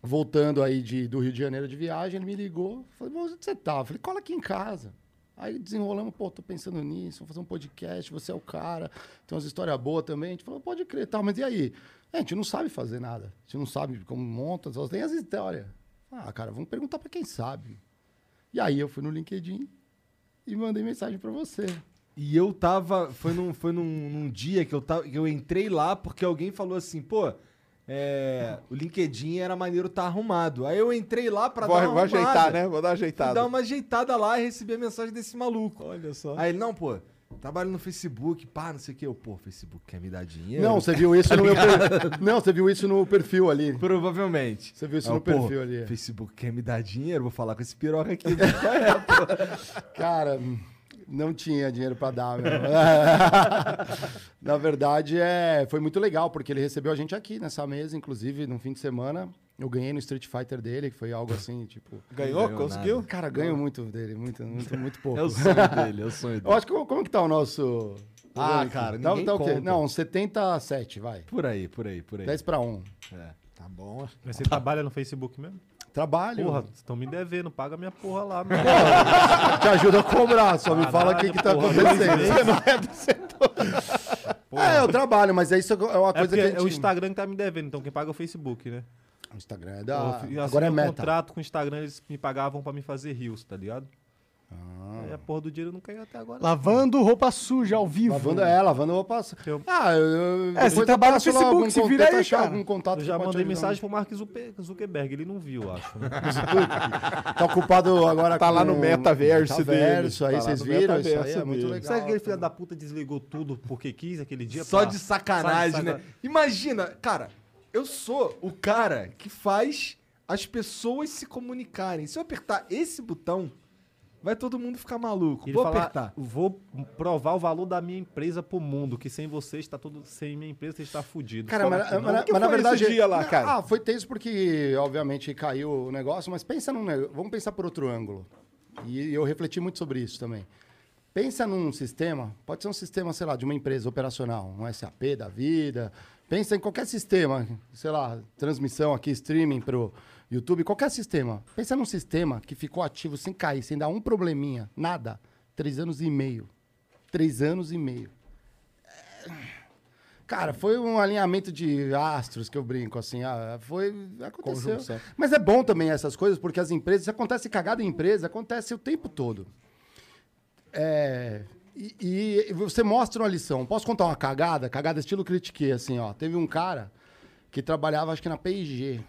Speaker 16: voltando aí de, do Rio de Janeiro de viagem, ele me ligou, falei, "Bom, onde você tá? Eu falei, cola aqui em casa. Aí desenrolamos, pô, tô pensando nisso, vou fazer um podcast, você é o cara, tem umas histórias boas também. A gente falou, pode crer, tal, mas e aí? É, a gente não sabe fazer nada, a gente não sabe como monta, só tem as histórias. Ah, cara, vamos perguntar pra quem sabe. E aí eu fui no LinkedIn e mandei mensagem pra você.
Speaker 2: E eu tava. Foi num, foi num, num dia que eu, tava, que eu entrei lá porque alguém falou assim, pô. é, o LinkedIn era maneiro tá arrumado. Aí eu entrei lá pra
Speaker 15: Vou-
Speaker 2: dar uma
Speaker 15: vou
Speaker 2: arrumada.
Speaker 15: ajeitar, né? Vou dar uma ajeitada.
Speaker 2: Fui dar uma ajeitada lá e recebi a mensagem desse maluco. Olha só. Aí ele, não, pô, trabalho no Facebook, pá, não sei o que. Eu, pô, Facebook quer me dar dinheiro?
Speaker 16: Não, você viu isso
Speaker 2: Tá
Speaker 16: no meu
Speaker 2: ligado?
Speaker 16: per... Não, você viu isso no perfil ali.
Speaker 2: Provavelmente. Ah,
Speaker 16: Você viu isso
Speaker 2: Aí
Speaker 16: no
Speaker 2: eu, pô,
Speaker 16: perfil ali.
Speaker 2: Facebook quer me dar dinheiro? Vou falar com esse piroca aqui.
Speaker 16: Cara, não tinha dinheiro pra dar, meu. Na verdade, é, foi muito legal, porque ele recebeu a gente aqui nessa mesa, inclusive, no fim de semana. Eu ganhei no Street Fighter dele, que foi algo assim, tipo.
Speaker 15: Ganhou? Não ganhou Conseguiu? nada.
Speaker 16: Cara, ganho muito dele, muito, muito, muito pouco.
Speaker 2: É o sonho dele, é o sonho dele.
Speaker 16: Eu acho que como que tá o nosso.
Speaker 2: Ah,
Speaker 16: ranking?
Speaker 2: cara,
Speaker 16: tá,
Speaker 2: ninguém
Speaker 16: tá o quê?
Speaker 2: conta.
Speaker 16: Não, uns 77, vai.
Speaker 2: Por aí, por aí, por aí.
Speaker 16: 10 pra 1.
Speaker 2: É.
Speaker 16: Tá bom.
Speaker 14: Mas você trabalha no Facebook mesmo?
Speaker 16: Trabalho.
Speaker 14: Porra, vocês estão me devendo, paga minha porra lá, mano.
Speaker 16: Te ajuda a cobrar, só me fala o que, que tá
Speaker 14: porra,
Speaker 16: acontecendo.
Speaker 14: dois meses.
Speaker 16: é do setor. É, eu trabalho, mas é isso é uma
Speaker 14: É,
Speaker 16: coisa
Speaker 14: porque
Speaker 16: que a
Speaker 14: é
Speaker 16: gente...
Speaker 14: o Instagram que tá me devendo, então quem paga é o Facebook, né?
Speaker 16: O Instagram é
Speaker 14: Eu
Speaker 16: da...
Speaker 14: fi- eu
Speaker 16: Agora
Speaker 14: assinei
Speaker 16: é
Speaker 14: um
Speaker 16: meta.
Speaker 14: contrato com o Instagram, eles me pagavam pra me fazer rios, tá ligado?
Speaker 16: Ah.
Speaker 14: Aí a porra do dinheiro não caiu até agora.
Speaker 17: Lavando roupa suja ao vivo.
Speaker 16: Lavando é, lavando roupa suja. Ah, eu...
Speaker 17: É, você
Speaker 16: depois
Speaker 17: trabalha no
Speaker 16: passo lá
Speaker 17: Facebook,
Speaker 16: algum
Speaker 17: se vira
Speaker 16: contato,
Speaker 17: aí,
Speaker 16: achar
Speaker 17: cara.
Speaker 16: algum contato
Speaker 14: Eu
Speaker 16: que
Speaker 14: já
Speaker 16: pode te
Speaker 14: mandei
Speaker 16: ajudar.
Speaker 14: mensagem pro Mark Zupe- Zuckerberg, ele não viu, eu acho. né?
Speaker 16: Tá ocupado agora
Speaker 14: Tá lá
Speaker 16: com
Speaker 14: no metaverso
Speaker 16: o metaverso,
Speaker 14: dele.
Speaker 16: aí
Speaker 14: Tá lá
Speaker 16: vocês
Speaker 14: no
Speaker 16: viram? Isso aí
Speaker 14: metaverso
Speaker 16: é muito
Speaker 14: dele.
Speaker 16: legal.
Speaker 14: Sabe aquele filho da puta desligou tudo porque quis aquele dia?
Speaker 2: Só
Speaker 14: pra-
Speaker 2: de sacanagem,
Speaker 14: sabe,
Speaker 2: né? Imagina, cara, eu sou o cara que faz as pessoas se comunicarem. Se eu apertar esse botão, vai todo mundo ficar maluco.
Speaker 14: Ele
Speaker 2: Vou
Speaker 14: fala,
Speaker 2: apertar.
Speaker 14: Vou provar o valor da minha empresa pro mundo, que sem você está tudo. Sem minha empresa está fudido. assim?
Speaker 16: Cara,
Speaker 14: Fala
Speaker 16: mas,
Speaker 14: que não.
Speaker 16: mas-
Speaker 14: O que
Speaker 16: mas na
Speaker 14: foi esse
Speaker 16: verdade.
Speaker 14: dia lá,
Speaker 16: Não,
Speaker 14: cara?
Speaker 16: Ah, foi tenso porque, obviamente, caiu o negócio, mas pensa num negócio. Vamos pensar por outro ângulo. E eu refleti muito sobre isso também. Pensa num sistema, pode ser um sistema, sei lá, de uma empresa operacional, um SAP da vida. Pensa em qualquer sistema, sei lá, transmissão aqui, streaming pro YouTube, qualquer sistema. Pensa num sistema que ficou ativo sem cair, sem dar um probleminha, nada. Três anos e meio. Três anos e meio. É, Cara, foi um alinhamento de astros que eu brinco, assim. ah, foi. Aconteceu.
Speaker 17: Conjunção.
Speaker 16: Mas é bom também essas coisas, porque as empresas. Acontece cagada em empresa, acontece o tempo todo. É, e, e você mostra uma lição. Posso contar uma cagada? Cagada estilo critiquei, assim, ó. Teve um cara que trabalhava, acho que na P&G.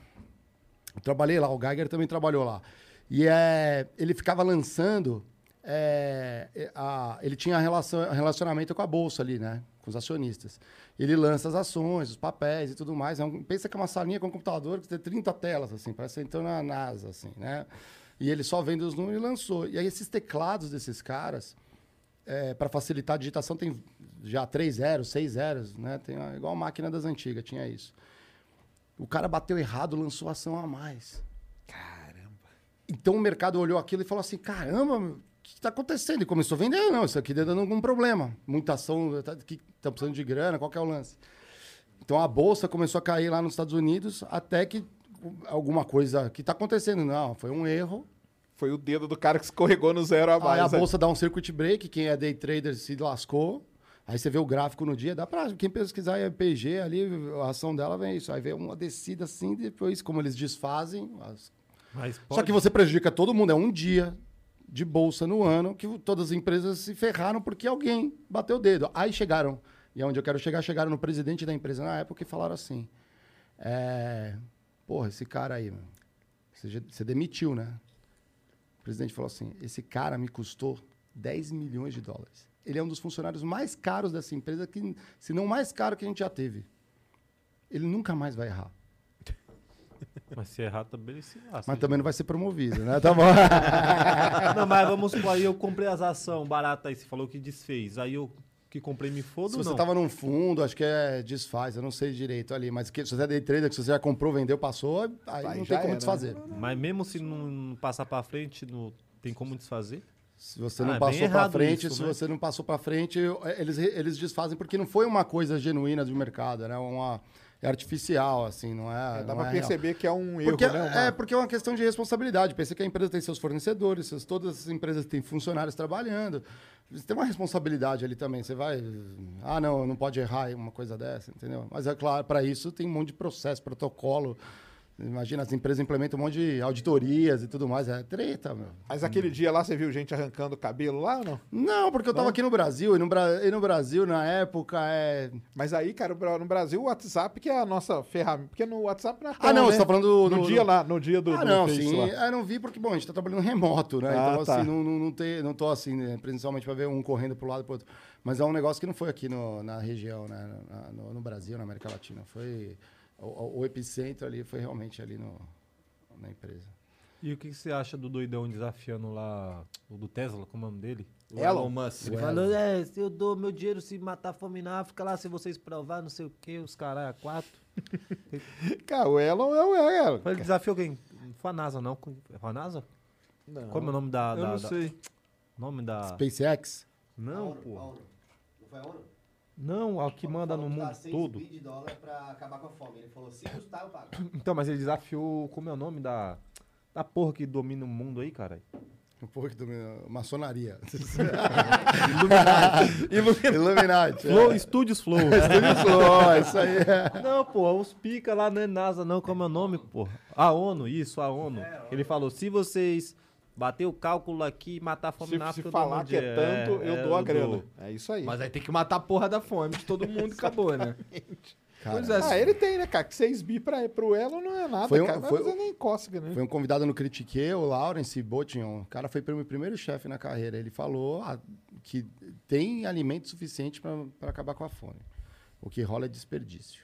Speaker 16: Eu trabalhei lá, o Geiger também trabalhou lá. E é, ele ficava lançando. é, é, a- ele tinha relação, relacionamento com a bolsa ali, né? Com os acionistas. Ele lança as ações, os papéis e tudo mais. É um- pensa que é uma salinha com um computador que tem 30 telas, assim, parece então na NASA, assim, né? E ele só vende os números e lançou. E aí esses teclados desses caras, para facilitar a digitação, tem já três zeros, seis zeros, né? Tem uma- igual a máquina das antigas, tinha isso. O cara bateu errado, lançou ação a mais. Então o mercado olhou aquilo e falou assim: caramba, meu, o que está acontecendo? E começou a vender, não, isso aqui está dando algum problema. Muita ação, tá, que tá precisando de grana, qual que é o lance? Então a bolsa começou a cair lá nos Estados Unidos até que um, alguma coisa que está acontecendo. Não, foi um erro.
Speaker 15: Foi o dedo do cara que escorregou no zero a mais.
Speaker 16: Aí a
Speaker 15: né?
Speaker 16: bolsa dá um circuit break, quem é day trader se lascou. Aí você vê o gráfico no dia, dá pra. Quem pesquisar em PG ali, a ação dela vem isso. Aí vem uma descida assim, depois, como eles desfazem. as-
Speaker 14: Mas
Speaker 16: Só que você prejudica todo mundo. É um dia de bolsa no ano que todas as empresas se ferraram porque alguém bateu o dedo. Aí chegaram, e é onde eu quero chegar, chegaram no presidente da empresa na época e falaram assim: é, Porra, esse cara aí, mano, você, já- você demitiu, né? O presidente falou assim: esse cara me custou 10 milhões de dólares. Ele é um dos funcionários mais caros dessa empresa, que, se não o mais caro que a gente já teve. Ele nunca mais vai errar.
Speaker 14: Mas se errar também ele se lasca.
Speaker 16: Mas também não vai ser promovido, né? Tá bom.
Speaker 14: não, mas vamos supor, aí eu comprei as ações baratas aí, você falou que desfez. Aí eu que comprei me fodo
Speaker 16: Se
Speaker 14: ou
Speaker 16: você
Speaker 14: não?
Speaker 16: estava num fundo, acho que é desfaz, eu não sei direito ali, mas que, se você é day trader, que se você já comprou, vendeu, passou, aí não tem como
Speaker 15: né?
Speaker 16: desfazer.
Speaker 14: né? Mas mesmo se não não passar pra frente, não tem como desfazer? é
Speaker 16: Se você
Speaker 14: Ah,
Speaker 16: não passou para frente,
Speaker 14: né?
Speaker 16: se você não passou para frente, eu- eles, re- eles desfazem porque não foi uma coisa genuína do mercado, né? Uma, é artificial, assim, não é.
Speaker 15: É, dá
Speaker 16: não
Speaker 15: pra
Speaker 16: é
Speaker 15: perceber
Speaker 16: real.
Speaker 15: que é um erro,
Speaker 16: Porque-
Speaker 15: né? Uma-
Speaker 16: É, porque é uma questão de responsabilidade. Pensei que a empresa tem seus fornecedores, seus- todas as empresas têm funcionários trabalhando. Você tem uma responsabilidade ali também. Você vai. Ah, não, não pode errar em uma coisa dessa, entendeu? Mas é claro, para isso tem um monte de processo, protocolo. Imagina, as empresas implementam um monte de auditorias e tudo mais. É treta, meu.
Speaker 15: Mas aquele dia lá você viu gente arrancando o cabelo lá ou não?
Speaker 16: Não, porque eu tava aqui no Brasil, e no, Bra- e no Brasil, na época, é.
Speaker 15: Mas aí, cara, no Brasil, o WhatsApp que é a nossa ferramenta. Porque no WhatsApp não é
Speaker 16: Ah, não,
Speaker 15: né?
Speaker 16: você tá
Speaker 15: no,
Speaker 16: falando do-
Speaker 15: dia
Speaker 16: do-
Speaker 15: lá, no dia do.
Speaker 16: Ah,
Speaker 15: do
Speaker 16: não,
Speaker 15: Face
Speaker 16: sim.
Speaker 15: lá.
Speaker 16: Eu não vi porque, bom, a gente tá trabalhando remoto, né?
Speaker 15: Ah,
Speaker 16: então,
Speaker 15: tá.
Speaker 16: assim, não, não, não, tem, não tô assim, né? presencialmente pra ver um correndo pro lado pro outro. Mas é um negócio que não foi aqui no- na região, né? Na- no, no Brasil, na América Latina. Foi. O, o epicentro ali foi realmente ali no, na empresa.
Speaker 14: E o que que você acha do doidão desafiando lá, o do Tesla, como é o nome dele?
Speaker 2: O Elon Elon. Musk.
Speaker 14: Ele
Speaker 2: O
Speaker 14: falou,
Speaker 2: Elon.
Speaker 14: é, eu dou meu dinheiro se matar fome na África lá, se vocês provar, não sei o que, os caralho, a quatro.
Speaker 15: Cara, o Elon é o Elon.
Speaker 14: Ele desafiou quem? Não foi a NASA, não. Foi a NASA?
Speaker 15: Não.
Speaker 14: Como é o nome da...
Speaker 15: Eu
Speaker 14: da-
Speaker 15: não
Speaker 14: da-
Speaker 15: sei.
Speaker 14: Nome da...
Speaker 16: SpaceX?
Speaker 14: Não, pô.
Speaker 18: Não foi a ONU?
Speaker 14: Não, a que manda no
Speaker 18: Falou que dá
Speaker 14: mundo
Speaker 18: 6
Speaker 14: todo.
Speaker 18: bi de dólar pra acabar com a fome. Ele falou, se custar, eu pago.
Speaker 14: Então, mas ele desafiou... Como é o nome da... Da porra que domina o mundo aí, cara?
Speaker 16: Um pouco que domina. Maçonaria.
Speaker 14: Illuminati.
Speaker 16: Illuminati. Illuminati, é.
Speaker 14: Flow, Estúdios Flow.
Speaker 16: Estúdios Flow, isso aí.
Speaker 15: é.
Speaker 14: Não, pô, os pica lá não é NASA, não, como é o nome, pô? A ONU, isso, a
Speaker 18: É,
Speaker 14: ONU. Ele falou, se vocês bater o cálculo aqui e matar a fome
Speaker 15: Se-
Speaker 14: na
Speaker 15: se
Speaker 14: África... eu dou um
Speaker 15: falar
Speaker 14: meu
Speaker 15: que é
Speaker 14: dinheiro.
Speaker 15: tanto, eu dou a grana.
Speaker 14: dou.
Speaker 15: É isso aí.
Speaker 7: Mas aí tem que matar a porra da fome de todo mundo e acabou, né? Pois é,
Speaker 15: Ah, ele tem, né, cara? Que 6 bi pra, pro Elon não é nada,
Speaker 16: Foi um-
Speaker 15: cara. Não
Speaker 16: foi
Speaker 15: é fazer
Speaker 16: um-
Speaker 15: nem cócega, né?
Speaker 16: Foi um convidado no Critique, o Lawrence Botion. O cara foi o meu primeiro chefe na carreira. Ele falou ah, que tem alimento suficiente para acabar com a fome. O que rola é desperdício.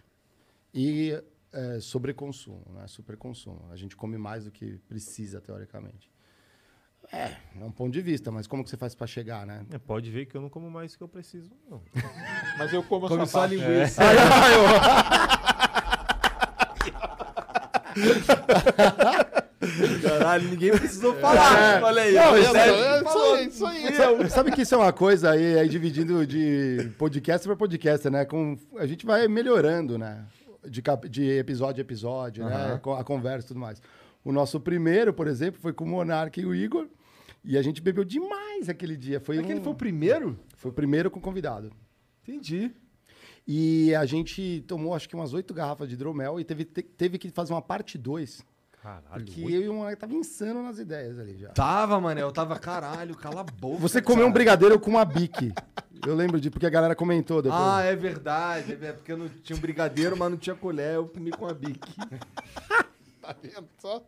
Speaker 16: E é, sobreconsumo, né? Superconsumo. A gente come mais do que precisa, teoricamente. É, é um ponto de vista, mas como que você faz para chegar, né?
Speaker 14: É, Pode ver que eu não como mais o que eu preciso, não.
Speaker 15: Mas eu como a Come
Speaker 14: a
Speaker 15: sua só parte.
Speaker 16: É.
Speaker 15: linguiça.
Speaker 7: Caralho, ninguém precisou
Speaker 2: É.
Speaker 7: falar. Olha aí. ó,
Speaker 16: isso,
Speaker 7: sério,
Speaker 16: é,
Speaker 7: falou,
Speaker 16: isso aí,
Speaker 7: fui
Speaker 16: isso aí.
Speaker 7: eu.
Speaker 16: Sabe que isso é uma coisa aí, aí dividindo de podcast para podcast, né? Com, a gente vai melhorando, né? De, cap- de episódio a episódio, né?
Speaker 2: Aham.
Speaker 16: Co- A conversa e tudo mais. O nosso primeiro, por exemplo, foi com o Monark e o Igor. E a gente bebeu demais aquele dia. Foi aquele foi o primeiro? Foi o primeiro com convidado. Entendi. E a gente tomou, acho que umas oito garrafas de hidromel e teve, te- teve que fazer uma parte 2.
Speaker 14: Caralho,
Speaker 16: Que
Speaker 14: oito?
Speaker 16: eu e o Monark tava insano nas ideias ali já.
Speaker 7: Tava, mano, eu tava, caralho, cala a boca.
Speaker 16: Você comeu um brigadeiro com uma bique. Eu lembro de porque a galera comentou depois.
Speaker 7: Ah, é verdade, é verdade, porque eu não tinha um brigadeiro, mas não tinha colher, eu comi com a bique.
Speaker 15: vendo só?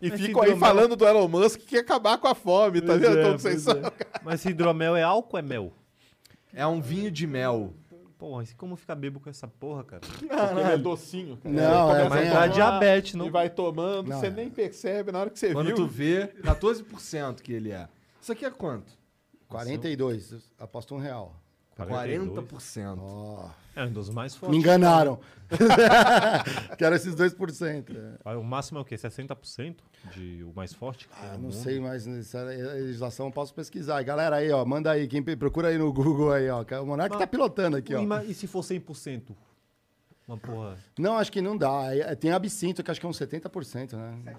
Speaker 15: E
Speaker 14: Mas
Speaker 15: ficam aí
Speaker 14: hidromel-
Speaker 15: falando do Elon Musk que quer acabar com a fome, tá
Speaker 14: Pois
Speaker 15: vendo?
Speaker 14: é,
Speaker 15: Como vocês
Speaker 14: pois
Speaker 15: são.
Speaker 14: é. Mas esse hidromel é álcool ou é mel?
Speaker 2: É um vinho de mel.
Speaker 14: Porra, e como fica bêbado com essa porra, cara?
Speaker 15: Porque ele é docinho, cara.
Speaker 14: Não,
Speaker 15: Ele
Speaker 14: é,
Speaker 15: começa
Speaker 14: mas
Speaker 15: a
Speaker 14: dá
Speaker 15: tomar
Speaker 14: diabetes, não.
Speaker 15: E vai tomando,
Speaker 2: Não,
Speaker 15: você
Speaker 2: é.
Speaker 15: nem percebe na hora que você
Speaker 2: Quando
Speaker 15: viu.
Speaker 2: tu vê, 14% que ele é. Isso aqui é quanto?
Speaker 16: 42. Aposto um real.
Speaker 2: 40%.
Speaker 14: É um dos mais fortes.
Speaker 16: Me enganaram. Quero esses 2%. é.
Speaker 14: Ah, O máximo é o quê? 60% de o mais forte? que tem
Speaker 16: Ah,
Speaker 14: no
Speaker 16: não
Speaker 14: mundo?
Speaker 16: sei, mas nessa legislação eu posso pesquisar. E Galera aí, ó, manda aí, quem pe- procura aí no Google aí, ó. que O Monark tá pilotando aqui, ó.
Speaker 14: Ima- E se for 100%? Uma porra.
Speaker 16: Não, acho que não dá. Aí, é, Tem absinto, que acho que é uns 70%, né?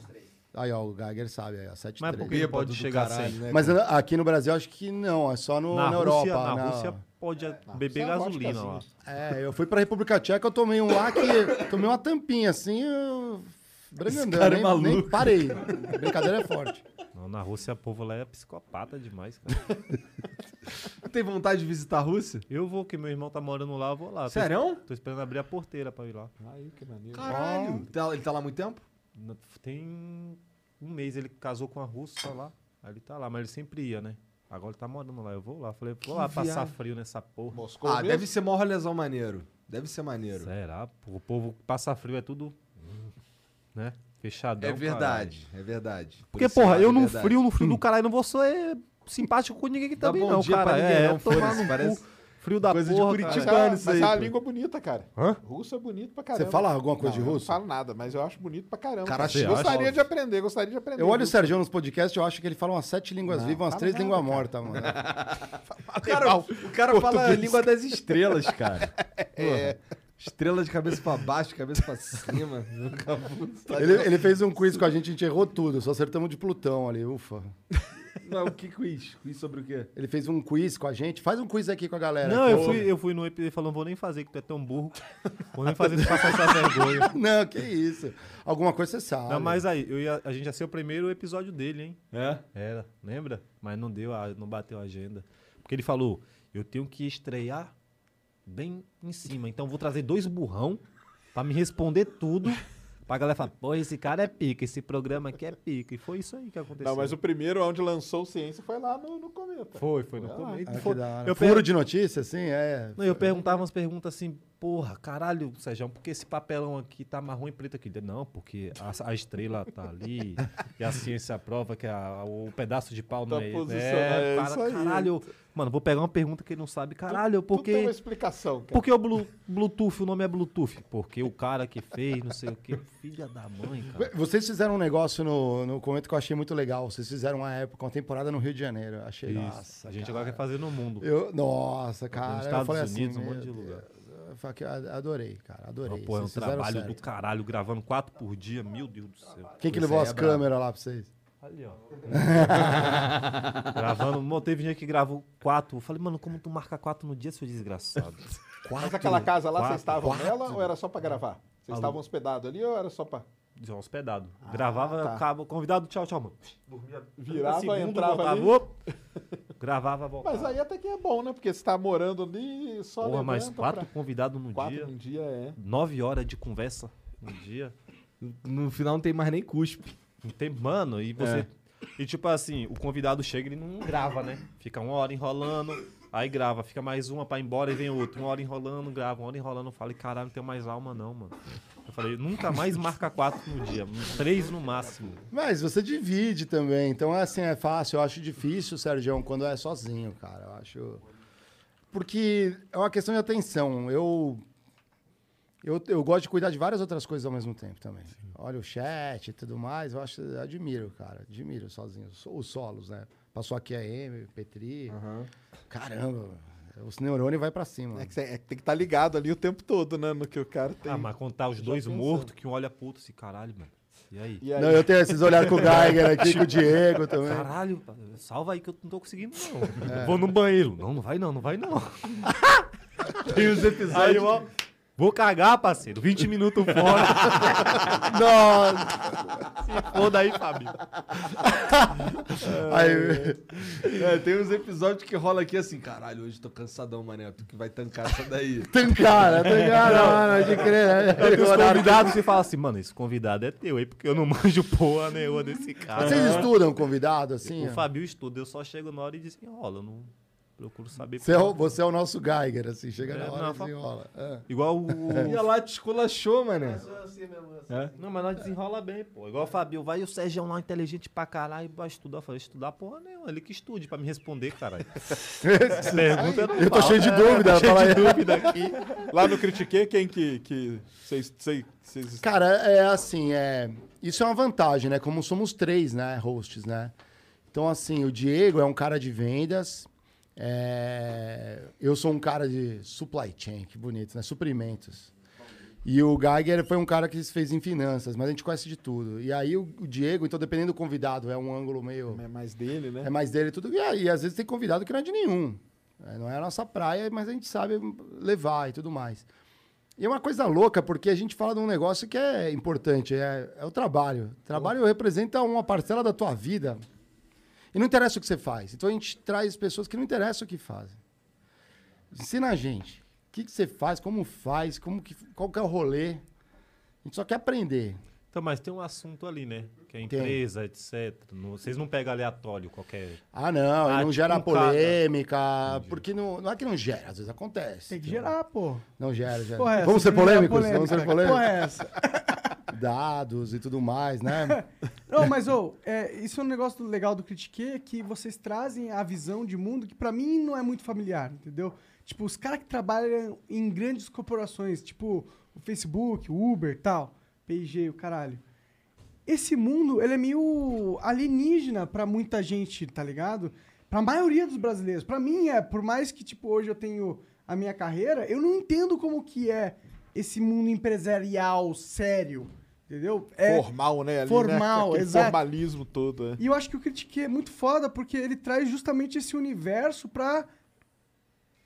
Speaker 16: Aí, ó, o Geiger sabe, aí, ó, 7,3.
Speaker 14: Mas por que Bêbado pode do chegar a caralho, 100? né,
Speaker 16: Mas
Speaker 14: cara?
Speaker 16: a- aqui no Brasil, acho que não, é só no, na,
Speaker 14: na,
Speaker 16: Europa.
Speaker 14: Rússia, na,
Speaker 16: na-
Speaker 14: Rússia
Speaker 15: É,
Speaker 14: pode
Speaker 16: Ah,
Speaker 14: beber
Speaker 16: Só
Speaker 14: gasolina lá.
Speaker 15: assim.
Speaker 16: vodkazinho. É, eu fui pra República Tcheca, eu tomei um lá que... Tomei uma tampinha, assim, eu... Brigandão,
Speaker 14: cara é
Speaker 16: nem, nem
Speaker 14: maluco.
Speaker 16: parei. A brincadeira é forte.
Speaker 14: Não, na Rússia, o povo lá é psicopata demais, cara.
Speaker 2: Tem vontade de visitar a Rússia?
Speaker 14: Eu vou, que meu irmão tá morando lá, eu vou lá. Tô
Speaker 2: Sério?
Speaker 14: esp- Tô, esperando abrir a porteira pra ir lá.
Speaker 15: Aí, que maneiro.
Speaker 2: Caralho. Tá- Ele tá lá há muito tempo?
Speaker 14: Tem um mês, ele casou com a russa lá. Aí ele tá lá, mas ele sempre ia, né? Agora ele tá morando lá, eu vou lá. Falei, vou lá passar
Speaker 2: viagem.
Speaker 14: frio nessa porra.
Speaker 2: ah, deve ser mó rolezão maneiro. Deve ser maneiro.
Speaker 14: Será? Pô, O povo que passa frio é tudo. Né? Fechadão.
Speaker 2: É verdade, é verdade.
Speaker 14: Porque,
Speaker 2: Por esse
Speaker 14: porra,
Speaker 2: lado
Speaker 14: eu
Speaker 2: é
Speaker 14: num
Speaker 2: verdade.
Speaker 14: frio, no frio do caralho, não vou ser simpático com ninguém que
Speaker 2: Dá
Speaker 14: também
Speaker 2: bom
Speaker 14: não,
Speaker 2: dia
Speaker 14: cara.
Speaker 2: pra ninguém,
Speaker 14: é,
Speaker 2: não,
Speaker 14: tomar
Speaker 2: foda-se,
Speaker 14: no cu.
Speaker 2: parece
Speaker 14: Frio da
Speaker 2: coisa de
Speaker 14: porra,
Speaker 15: Mas,
Speaker 14: cara.
Speaker 15: é- mas é uma língua bonita, cara.
Speaker 14: Hã?
Speaker 15: Russo é bonito pra caramba.
Speaker 16: fala alguma coisa
Speaker 15: Não,
Speaker 16: de
Speaker 15: eu
Speaker 16: russo?
Speaker 15: Não falo nada, mas eu acho bonito pra caramba.
Speaker 16: Cara,
Speaker 15: Cara,
Speaker 16: você
Speaker 15: gostaria
Speaker 16: acha?
Speaker 15: de aprender, gostaria de aprender.
Speaker 16: Eu olho o
Speaker 15: russo.
Speaker 16: Serginho nos podcasts, eu acho que ele fala umas sete línguas
Speaker 15: Não,
Speaker 16: vivas, umas
Speaker 15: fala
Speaker 16: três
Speaker 15: nada,
Speaker 16: línguas
Speaker 15: cara.
Speaker 16: mortas, mano.
Speaker 2: O cara, o cara fala a
Speaker 16: Português.
Speaker 2: língua das estrelas, cara.
Speaker 16: É.
Speaker 2: Porra. Estrela de cabeça pra baixo, cabeça pra cima. Nunca vou-
Speaker 16: Ele, ele fez um quiz com a gente, a gente errou tudo, só acertamos de Plutão ali, ufa.
Speaker 2: Não, o que quiz? Quiz sobre o quê?
Speaker 16: Ele fez um quiz com a gente, faz um quiz aqui com a galera.
Speaker 14: Não,
Speaker 16: aqui,
Speaker 14: eu
Speaker 16: ó.
Speaker 14: fui, eu fui no EP e falou, não vou nem fazer, que tu é tão burro. Vou nem fazer tu passar essa vergonha.
Speaker 16: Não, que isso. Alguma coisa você sabe.
Speaker 14: Não, mas aí, eu ia- a gente ia ser o primeiro episódio dele, hein?
Speaker 2: É?
Speaker 14: Era, lembra? Mas não deu, a- não bateu a agenda. Porque ele falou, eu tenho que estrear bem em cima, então vou trazer dois burrão pra me responder tudo. Pra galera falar, pô, esse cara é pica, esse programa aqui é pica. E foi isso aí que aconteceu.
Speaker 15: Não, mas o primeiro onde lançou Ciência foi lá no, no Cometa.
Speaker 14: Foi, foi no
Speaker 15: lá.
Speaker 14: Cometa.
Speaker 16: Ah,
Speaker 14: Foi-
Speaker 16: que da hora.
Speaker 14: eu
Speaker 16: Furo
Speaker 14: pergun-
Speaker 16: de notícia, assim, é.
Speaker 14: Não, eu perguntava umas perguntas assim, porra, caralho, Sérgio, por que esse papelão aqui tá marrom e preto aqui? Ele, Não, porque a, a estrela tá ali e a ciência prova que a- o pedaço de pau não
Speaker 15: Tá
Speaker 14: é
Speaker 15: posicionado,
Speaker 14: É,
Speaker 15: é
Speaker 14: para-
Speaker 15: isso aí.
Speaker 14: caralho. Mano, vou pegar uma pergunta que ele não sabe. Caralho,
Speaker 15: Tu- tu
Speaker 14: porque.
Speaker 15: tem uma explicação, cara.
Speaker 14: Por que o Blu- Bluetooth, o nome é Bluetooth? Porque o cara que fez, não sei o quê. Filha da mãe, cara.
Speaker 16: Vocês fizeram um negócio no, no comento que eu achei muito legal. Vocês fizeram uma época, uma temporada no Rio de Janeiro. Eu Achei.
Speaker 14: Isso.
Speaker 16: Nossa,
Speaker 14: a gente
Speaker 16: cara.
Speaker 14: agora quer fazer no mundo.
Speaker 16: Eu- nossa, cara.
Speaker 14: Nos
Speaker 16: eu
Speaker 14: Estados
Speaker 16: falei
Speaker 14: Unidos,
Speaker 16: assim,
Speaker 14: um monte de
Speaker 16: meu
Speaker 14: lugar.
Speaker 16: Deus, eu falei que eu adorei, cara. Adorei.
Speaker 14: Pô, é um
Speaker 16: Vocês fizeram
Speaker 14: trabalho
Speaker 16: certo.
Speaker 14: do caralho, gravando quatro por dia, meu Deus do céu.
Speaker 16: Quem que levou as câmeras lá pra vocês?
Speaker 14: Ali, ó. Gravando, mô, teve gente que gravou quatro. Eu falei, mano, como tu marca quatro no dia, seu desgraçado?
Speaker 15: Mas aquela casa lá,
Speaker 14: Quatro?
Speaker 15: vocês estavam
Speaker 14: Quatro?
Speaker 15: nela ou era só pra gravar? Vocês
Speaker 14: Alô.
Speaker 15: estavam hospedados ali ou era só pra...
Speaker 14: Só hospedado. Gravava,
Speaker 15: tá.
Speaker 14: acaba, convidado, tchau, tchau, mano. Dormia
Speaker 15: Virava,
Speaker 14: 30 segundos,
Speaker 15: entrava
Speaker 14: voltava,
Speaker 15: ali.
Speaker 14: op. Gravava, voltava.
Speaker 15: Mas aí até que é bom, né? Porque você tá morando ali e só
Speaker 14: Porra, mas
Speaker 15: levanta
Speaker 14: quatro
Speaker 15: pra-
Speaker 14: convidados num
Speaker 15: Quatro
Speaker 14: dia.
Speaker 15: num dia, é.
Speaker 14: Nove horas de conversa num dia.
Speaker 2: No final não tem mais nem cuspe.
Speaker 14: Não tem, mano, e você.
Speaker 2: É.
Speaker 14: E tipo assim, o convidado chega e ele não grava, né? Fica uma hora enrolando, aí grava, fica mais uma pra ir embora e vem outra. Uma hora enrolando, grava, uma hora enrolando. Eu falei, caralho, não tenho mais alma não, mano. Eu falei, nunca mais marca quatro no dia, três no máximo.
Speaker 16: Mas você divide também. Então, é assim, é fácil. Eu acho difícil, Sérgio, quando é sozinho, cara. Eu acho. Porque é uma questão de atenção. Eu. Eu, eu gosto de cuidar de várias outras coisas ao mesmo tempo também. Olha o chat e tudo mais. Eu acho. eu admiro, cara. Admiro sozinho. Os- Os solos, né? Passou aqui a M, Petri. Caramba. Os neurônios vai pra cima.
Speaker 15: É que, cê- é que tem que estar ligado ali o tempo todo, né? No que o cara tem.
Speaker 14: Ah, mas contar os
Speaker 15: Já
Speaker 14: dois
Speaker 15: pensando.
Speaker 14: mortos, que um olha pro outro, assim, caralho, mano. E aí?
Speaker 15: E
Speaker 16: Não, eu tenho esses olhares com o Geiger aqui, com o Diego também.
Speaker 14: Caralho, pá, salva aí que eu não tô conseguindo, não.
Speaker 16: É.
Speaker 14: Vou no banheiro. Não, não vai não, não vai não.
Speaker 2: Tem os episódios.
Speaker 14: Aí, ó, vou cagar, parceiro. 20 minutos fora.
Speaker 16: Nossa.
Speaker 14: Foda aí, Fábio.
Speaker 2: Aí- É, tem uns episódios que rola aqui assim, caralho, hoje tô cansadão, mané, tu que vai tancar essa daí.
Speaker 16: Tancar, né? Tancar,
Speaker 14: Não.
Speaker 16: mano, pode crer, né?
Speaker 14: Aí tem os
Speaker 16: Horário.
Speaker 14: convidados e fala assim, mano, esse convidado é teu aí, porque eu não manjo porra nenhuma desse cara.
Speaker 16: Vocês estudam convidado, assim?
Speaker 14: O
Speaker 16: ó?
Speaker 14: Fabio estuda, eu só chego na hora e desenrola, eu não procuro saber.
Speaker 16: Você é, o,
Speaker 14: porra.
Speaker 16: você é o nosso Geiger, assim, chega
Speaker 14: É,
Speaker 16: na hora
Speaker 14: não,
Speaker 16: e desenrola. É.
Speaker 14: Igual o-
Speaker 2: Ia lá, te esculachou, mané.
Speaker 14: É? Não, mas nós desenrola bem, pô. Igual o Fabio, vai e o Sérgio lá, inteligente pra caralho, vai estudar. Eu falei, estudar porra nenhuma, ele que estude pra me responder, caralho. Pergunta não
Speaker 16: Eu
Speaker 14: fala.
Speaker 16: tô cheio de dúvida,
Speaker 14: É, tô
Speaker 16: fala aí.
Speaker 14: cheio de dúvida aqui.
Speaker 15: Lá no Critiquei, quem que... que vocês, vocês, vocês-
Speaker 16: Cara, é assim, é... isso é uma vantagem, né? Como somos três, né, hosts, né? Então, assim, o Diego é um cara de vendas, é, eu sou um cara de supply chain, que bonito, né? Suprimentos. E o Geiger foi um cara que se fez em finanças, mas a gente conhece de tudo. E aí o o Diego, então dependendo do convidado, é um ângulo meio... É mais dele, né? É mais dele tudo. E aí, às vezes tem convidado que não é de nenhum. É, não é a nossa praia, mas a gente sabe levar e tudo mais. E é uma coisa louca, porque a gente fala de um negócio que é importante, é, é o trabalho. Trabalho representa uma parcela da tua vida. E não interessa o que você faz. Então a gente traz pessoas que não interessa o que fazem. Ensina a gente. O que, que você faz, como faz, como que, qual que é o rolê. A gente só quer aprender.
Speaker 14: Então, mas tem um assunto ali, né? Que é
Speaker 16: Tem.
Speaker 14: empresa, etc. Não- vocês não pegam aleatório qualquer.
Speaker 16: Ah, não,
Speaker 14: Ah,
Speaker 16: não
Speaker 14: tipo
Speaker 16: gera
Speaker 14: um cara.
Speaker 16: polêmica. Porque não, não é que não gera, às vezes acontece. Tem que
Speaker 1: gerar, pô.
Speaker 16: Não gera, gera.
Speaker 1: Porra, é essa,
Speaker 16: Vamos ser
Speaker 1: tem que gerar
Speaker 16: polêmicos?
Speaker 1: polêmica,
Speaker 16: Vamos ser
Speaker 1: cara.
Speaker 16: polêmicos?
Speaker 1: Porra, é essa.
Speaker 16: Dados e tudo mais, né?
Speaker 1: Não, mas ô, é, isso é um negócio legal do Critique, que vocês trazem a visão de mundo que pra mim não é muito familiar, entendeu? Tipo, os caras que trabalham em grandes corporações, tipo o Facebook, o Uber, tal, P&G, o caralho. Esse mundo, ele é meio alienígena pra muita gente, tá ligado? Pra maioria dos brasileiros. Pra mim é, por mais que tipo hoje eu tenho a minha carreira, eu não entendo como que é esse mundo empresarial sério, entendeu? É-
Speaker 15: Formal, né? Ali,
Speaker 1: formal,
Speaker 15: né? Aquele
Speaker 1: exato.
Speaker 15: formalismo todo, né?
Speaker 1: E eu acho que o Critique é muito foda porque ele traz justamente esse universo pra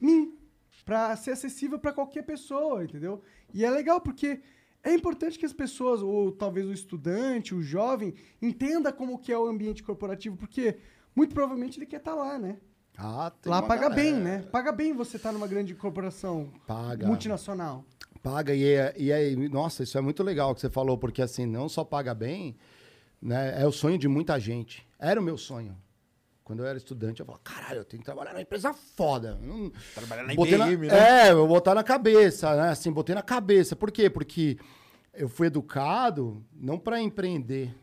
Speaker 1: mim, pra ser acessível pra qualquer pessoa, entendeu? E é legal porque é importante que as pessoas, ou talvez o estudante, o jovem, entenda como que é o ambiente corporativo, porque muito provavelmente ele quer estar lá, né?
Speaker 16: Ah, tem
Speaker 1: lá
Speaker 16: uma
Speaker 1: paga
Speaker 16: galera.
Speaker 1: bem, né? Paga bem você estar numa grande corporação
Speaker 16: Paga.
Speaker 1: multinacional.
Speaker 16: Paga e, é- e aí, nossa, isso é muito legal que você falou, porque assim, não só paga bem, né? É o sonho de muita gente. Era o meu sonho. Quando eu era estudante, eu falava, caralho, eu tenho que trabalhar numa empresa foda. Não-
Speaker 15: Trabalhar na
Speaker 16: Botei na-
Speaker 15: IBM, né?
Speaker 16: É, eu botar na cabeça, né? Assim, botei na cabeça. Por quê? Porque eu fui educado não para empreender,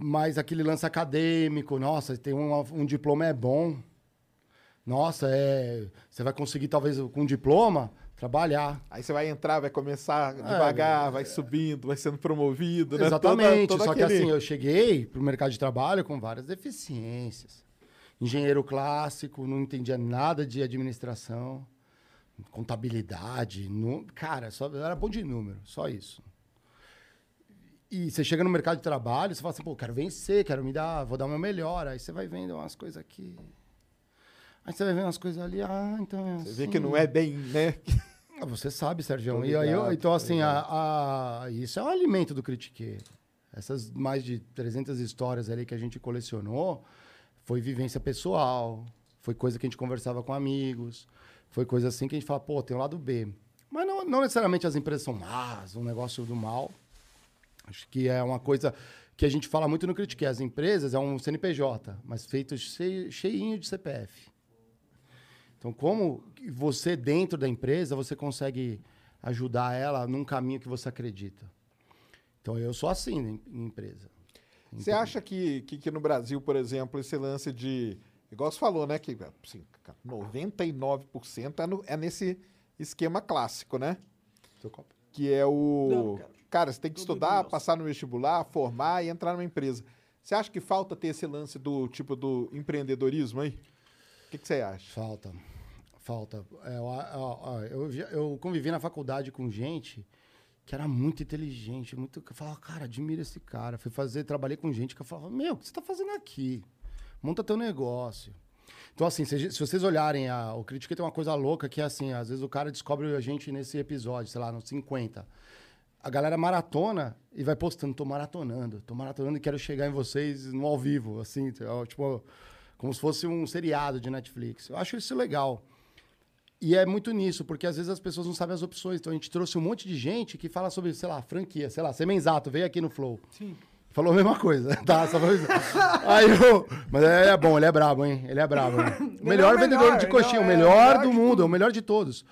Speaker 16: mas aquele lance acadêmico, nossa, tem um, um diploma é bom. Nossa, é, você vai conseguir, talvez, com um diploma, trabalhar.
Speaker 15: Aí você vai entrar, vai começar devagar, vai subindo, vai sendo promovido, né?
Speaker 16: Exatamente.
Speaker 15: Toda- todo
Speaker 16: Só que
Speaker 15: aquele-
Speaker 16: assim, eu cheguei pro mercado de trabalho com várias deficiências. Engenheiro clássico, não entendia nada de administração, contabilidade. nu- Cara, só, eu era bom de número, só isso. E você chega no mercado de trabalho, você fala assim, pô, quero vencer, quero me dar, vou dar o meu melhor. Aí você vai vendo umas coisas aqui. Aí você vai vendo umas coisas ali, ah, então é
Speaker 15: Você vê que não é bem, né?
Speaker 16: Ah, Você sabe,
Speaker 15: Tô
Speaker 16: Sérgio. E aí, eu-
Speaker 15: ligado,
Speaker 16: então,
Speaker 15: tô
Speaker 16: assim, a, a- isso é um alimento do Critique. Essas mais de 300 histórias ali que a gente colecionou foi vivência pessoal, foi coisa que a gente conversava com amigos, foi coisa assim que a gente fala, pô, tem um lado B. Mas não, não necessariamente as empresas são más, um negócio do mal. Acho que é uma coisa que a gente fala muito no Critique. As empresas é um CNPJ, mas feito cheio- cheinho de CPF. Então, como que você, dentro da empresa, você consegue ajudar ela num caminho que você acredita? Então, eu sou assim em, em empresa.
Speaker 15: Você acha que, que, que no Brasil, por exemplo, esse lance de. Igual você falou, né? Que assim, 99% é, no- é nesse esquema clássico, né? Que é o. cara. você tem que estudar, passar no vestibular, formar e entrar numa empresa. Você acha que falta ter esse lance do tipo do empreendedorismo aí? O que, que você acha?
Speaker 16: Falta. Falta. É, ó, ó, ó, eu, já- eu convivi na faculdade com gente que era muito inteligente, muito. que Eu falava, cara, admira esse cara. Fui fazer, trabalhei com gente que eu falava, meu, o que você está fazendo aqui? Monta teu negócio. Então, assim, se, se vocês olharem, a, o Critique tem uma coisa louca que é assim, às vezes o cara descobre a gente nesse episódio, sei lá, nos 50. a galera maratona e vai postando, tô maratonando, tô maratonando e quero chegar em vocês no ao vivo, assim, tipo, como se fosse um seriado de Netflix. Eu acho isso legal. E é muito nisso, porque às vezes as pessoas não sabem as opções. Então a gente trouxe um monte de gente que fala sobre, sei lá, franquia, sei lá, Semenzato veio aqui no Flow.
Speaker 1: Sim.
Speaker 16: Falou a mesma coisa, tá? Só pra avisar. Aí eu... Mas ele é bom, ele é brabo, hein? Ele é brabo. Hein? O
Speaker 1: Melhor,
Speaker 16: melhor, vendedor
Speaker 1: melhor,
Speaker 16: de coxinha, o
Speaker 1: melhor, é,
Speaker 16: melhor
Speaker 1: melhor
Speaker 16: do
Speaker 1: de
Speaker 16: mundo, é o melhor de todos.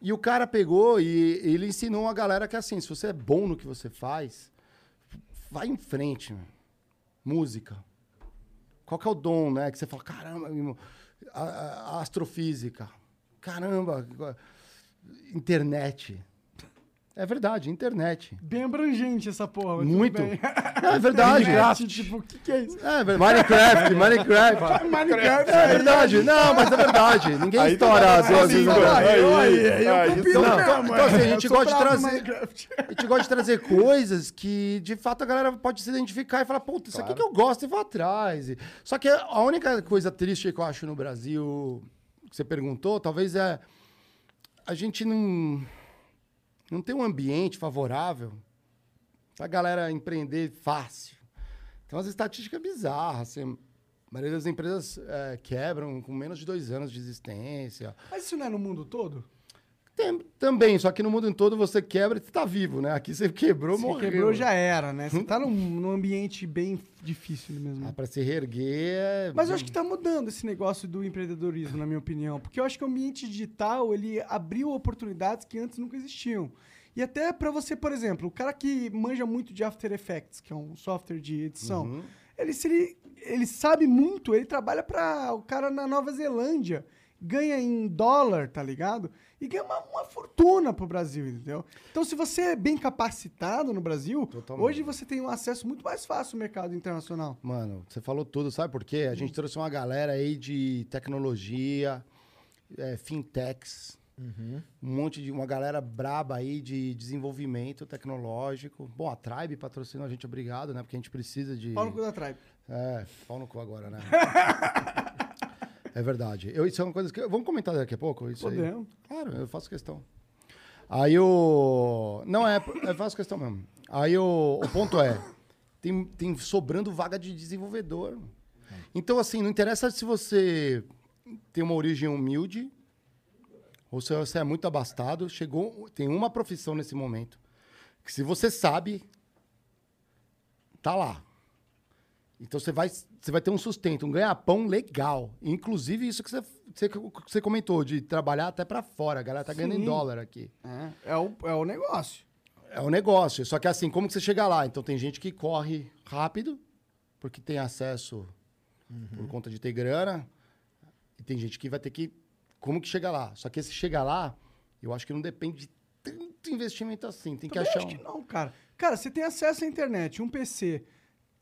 Speaker 16: E o cara pegou e ele ensinou a galera que assim, se você é bom no que você faz, vai em frente, meu. Música. Qual que é o dom, né? Que você fala, caramba, meu irmão, a- a- a astrofísica. Caramba, internet. É verdade, internet.
Speaker 1: Bem abrangente essa porra. mas tudo
Speaker 16: Muito.
Speaker 1: bem.
Speaker 16: Não, é verdade.
Speaker 1: Minecraft, tipo, o que, que é isso?
Speaker 16: É, velho, Minecraft, Minecraft.
Speaker 1: Minecraft.
Speaker 16: É verdade. Não, mas é verdade. Ninguém
Speaker 1: Aí
Speaker 16: estoura
Speaker 1: tá-
Speaker 16: as duas
Speaker 1: aí,
Speaker 16: vezes.
Speaker 1: aí, aí, aí, eu
Speaker 16: Não,
Speaker 1: compilo
Speaker 16: Então,
Speaker 1: mesmo,
Speaker 16: então, assim, a
Speaker 1: é.
Speaker 16: gente
Speaker 1: Eu sou
Speaker 16: gosta de
Speaker 1: brabo no
Speaker 16: trazer... A gente gosta de trazer coisas que, de fato, a galera pode se identificar e falar, puta, isso aqui que eu gosto e vou atrás. E- Só que a única coisa triste que eu acho no Brasil, que você perguntou, talvez é... A gente não, não tem um ambiente favorável pra galera empreender fácil. Tem umas estatísticas bizarras, assim... A maioria das empresas eh, quebram com menos de dois anos de existência.
Speaker 1: Mas isso não é no mundo todo?
Speaker 16: Tem- também, só que no mundo em todo você quebra e você tá vivo, né? Aqui você quebrou,
Speaker 1: Se
Speaker 16: morreu.
Speaker 1: quebrou, já era, né? Você tá num, num ambiente bem difícil mesmo.
Speaker 16: Ah, pra se reerguer é...
Speaker 1: Mas eu acho que tá mudando esse negócio do empreendedorismo, na minha opinião. Porque eu acho que o ambiente digital, ele abriu oportunidades que antes nunca existiam. E até pra você, por exemplo, o cara que manja muito de After Effects, que é um software de edição,
Speaker 16: Uhum.
Speaker 1: ele, se ele, ele sabe muito, ele trabalha para o cara na Nova Zelândia, ganha em dólar, tá ligado? E ganha uma, uma fortuna pro Brasil, entendeu? Então, se você é bem capacitado no Brasil, hoje você tem um acesso muito mais fácil ao mercado internacional. Hum.
Speaker 16: Mano, você falou tudo, sabe por quê? A gente trouxe uma galera aí de tecnologia, eh, fintechs, um monte de... Uma galera braba aí de desenvolvimento tecnológico. Bom, a Tribe patrocinou a gente, obrigado, né? Porque a gente precisa de...
Speaker 1: Paulo cu da Tribe.
Speaker 16: É, pau no cu agora, né? é verdade. Eu, isso é uma coisa que. Vamos comentar daqui a pouco? Isso
Speaker 1: Podemos.
Speaker 16: Aí? Claro, eu faço questão. Aí o. Não, é, eu faço questão mesmo. Aí o, o ponto é: tem, tem sobrando vaga de desenvolvedor. Então, assim, não interessa se você tem uma origem humilde ou se você é muito abastado. Chegou, tem uma profissão nesse momento que, se você sabe, tá lá. Então você vai, você vai ter um sustento, um ganha-pão legal. Inclusive isso que você, você, que você comentou, de trabalhar até pra fora. A galera tá ganhando em
Speaker 1: Sim.
Speaker 16: dólar aqui.
Speaker 1: É, é, o, é o negócio.
Speaker 16: É um negócio. Só que assim, como que você chega lá? Então tem gente que corre rápido, porque tem acesso por conta de ter grana. E tem gente que vai ter que. Como que chega lá? Só que esse chegar lá, eu acho que não depende de tanto investimento assim. Tem
Speaker 1: Também
Speaker 16: que achar.
Speaker 1: acho
Speaker 16: um-
Speaker 1: que não, cara. Cara, você tem acesso à internet, um PC,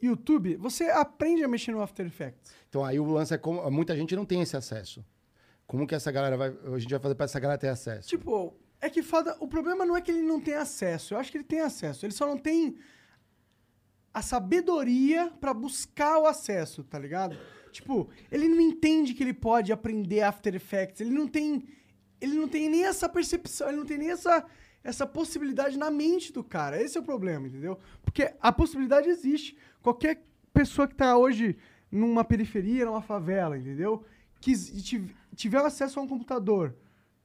Speaker 1: YouTube, você aprende a mexer no After Effects.
Speaker 16: Então aí o lance é como. Muita gente não tem esse acesso. Como que essa galera vai. A gente vai fazer pra essa galera ter acesso?
Speaker 1: Tipo, é que foda. O problema não é que ele não tem acesso. Eu acho que ele tem acesso. Ele só não tem a sabedoria pra buscar o acesso, tá ligado? Tipo, ele não entende que ele pode aprender After Effects. Ele não tem. Ele não tem nem essa percepção, ele não tem nem essa, essa possibilidade na mente do cara. Esse é o problema, entendeu? Porque a possibilidade existe. Qualquer pessoa que tá hoje numa periferia, numa favela, entendeu? Que s- tiv- tiver acesso a um computador,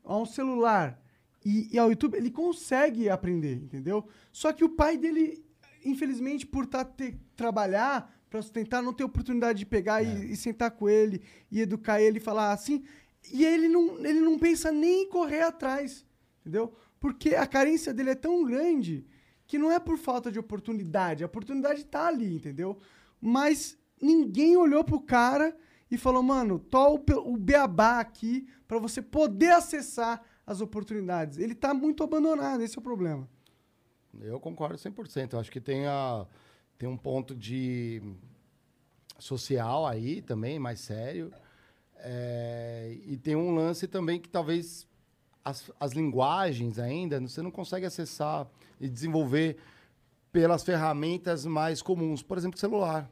Speaker 1: a um celular e, e ao YouTube, ele consegue aprender, entendeu? Só que o pai dele, infelizmente, por tá ter, trabalhar para sustentar, não ter oportunidade de pegar e, e sentar com ele e educar ele e falar assim. E ele não, ele não pensa nem em correr atrás, entendeu? Porque a carência dele é tão grande que não é por falta de oportunidade. A oportunidade tá ali, entendeu? Mas ninguém olhou pro cara e falou, mano, tô o, pe- o beabá aqui pra você poder acessar as oportunidades. Ele tá muito abandonado, esse é o problema.
Speaker 16: Eu concordo 100%. Eu acho que tem, a, tem um ponto de social aí também, mais sério. É, e tem um lance também que talvez as, as linguagens ainda, você não consegue acessar e desenvolver pelas ferramentas mais comuns. Por exemplo, celular.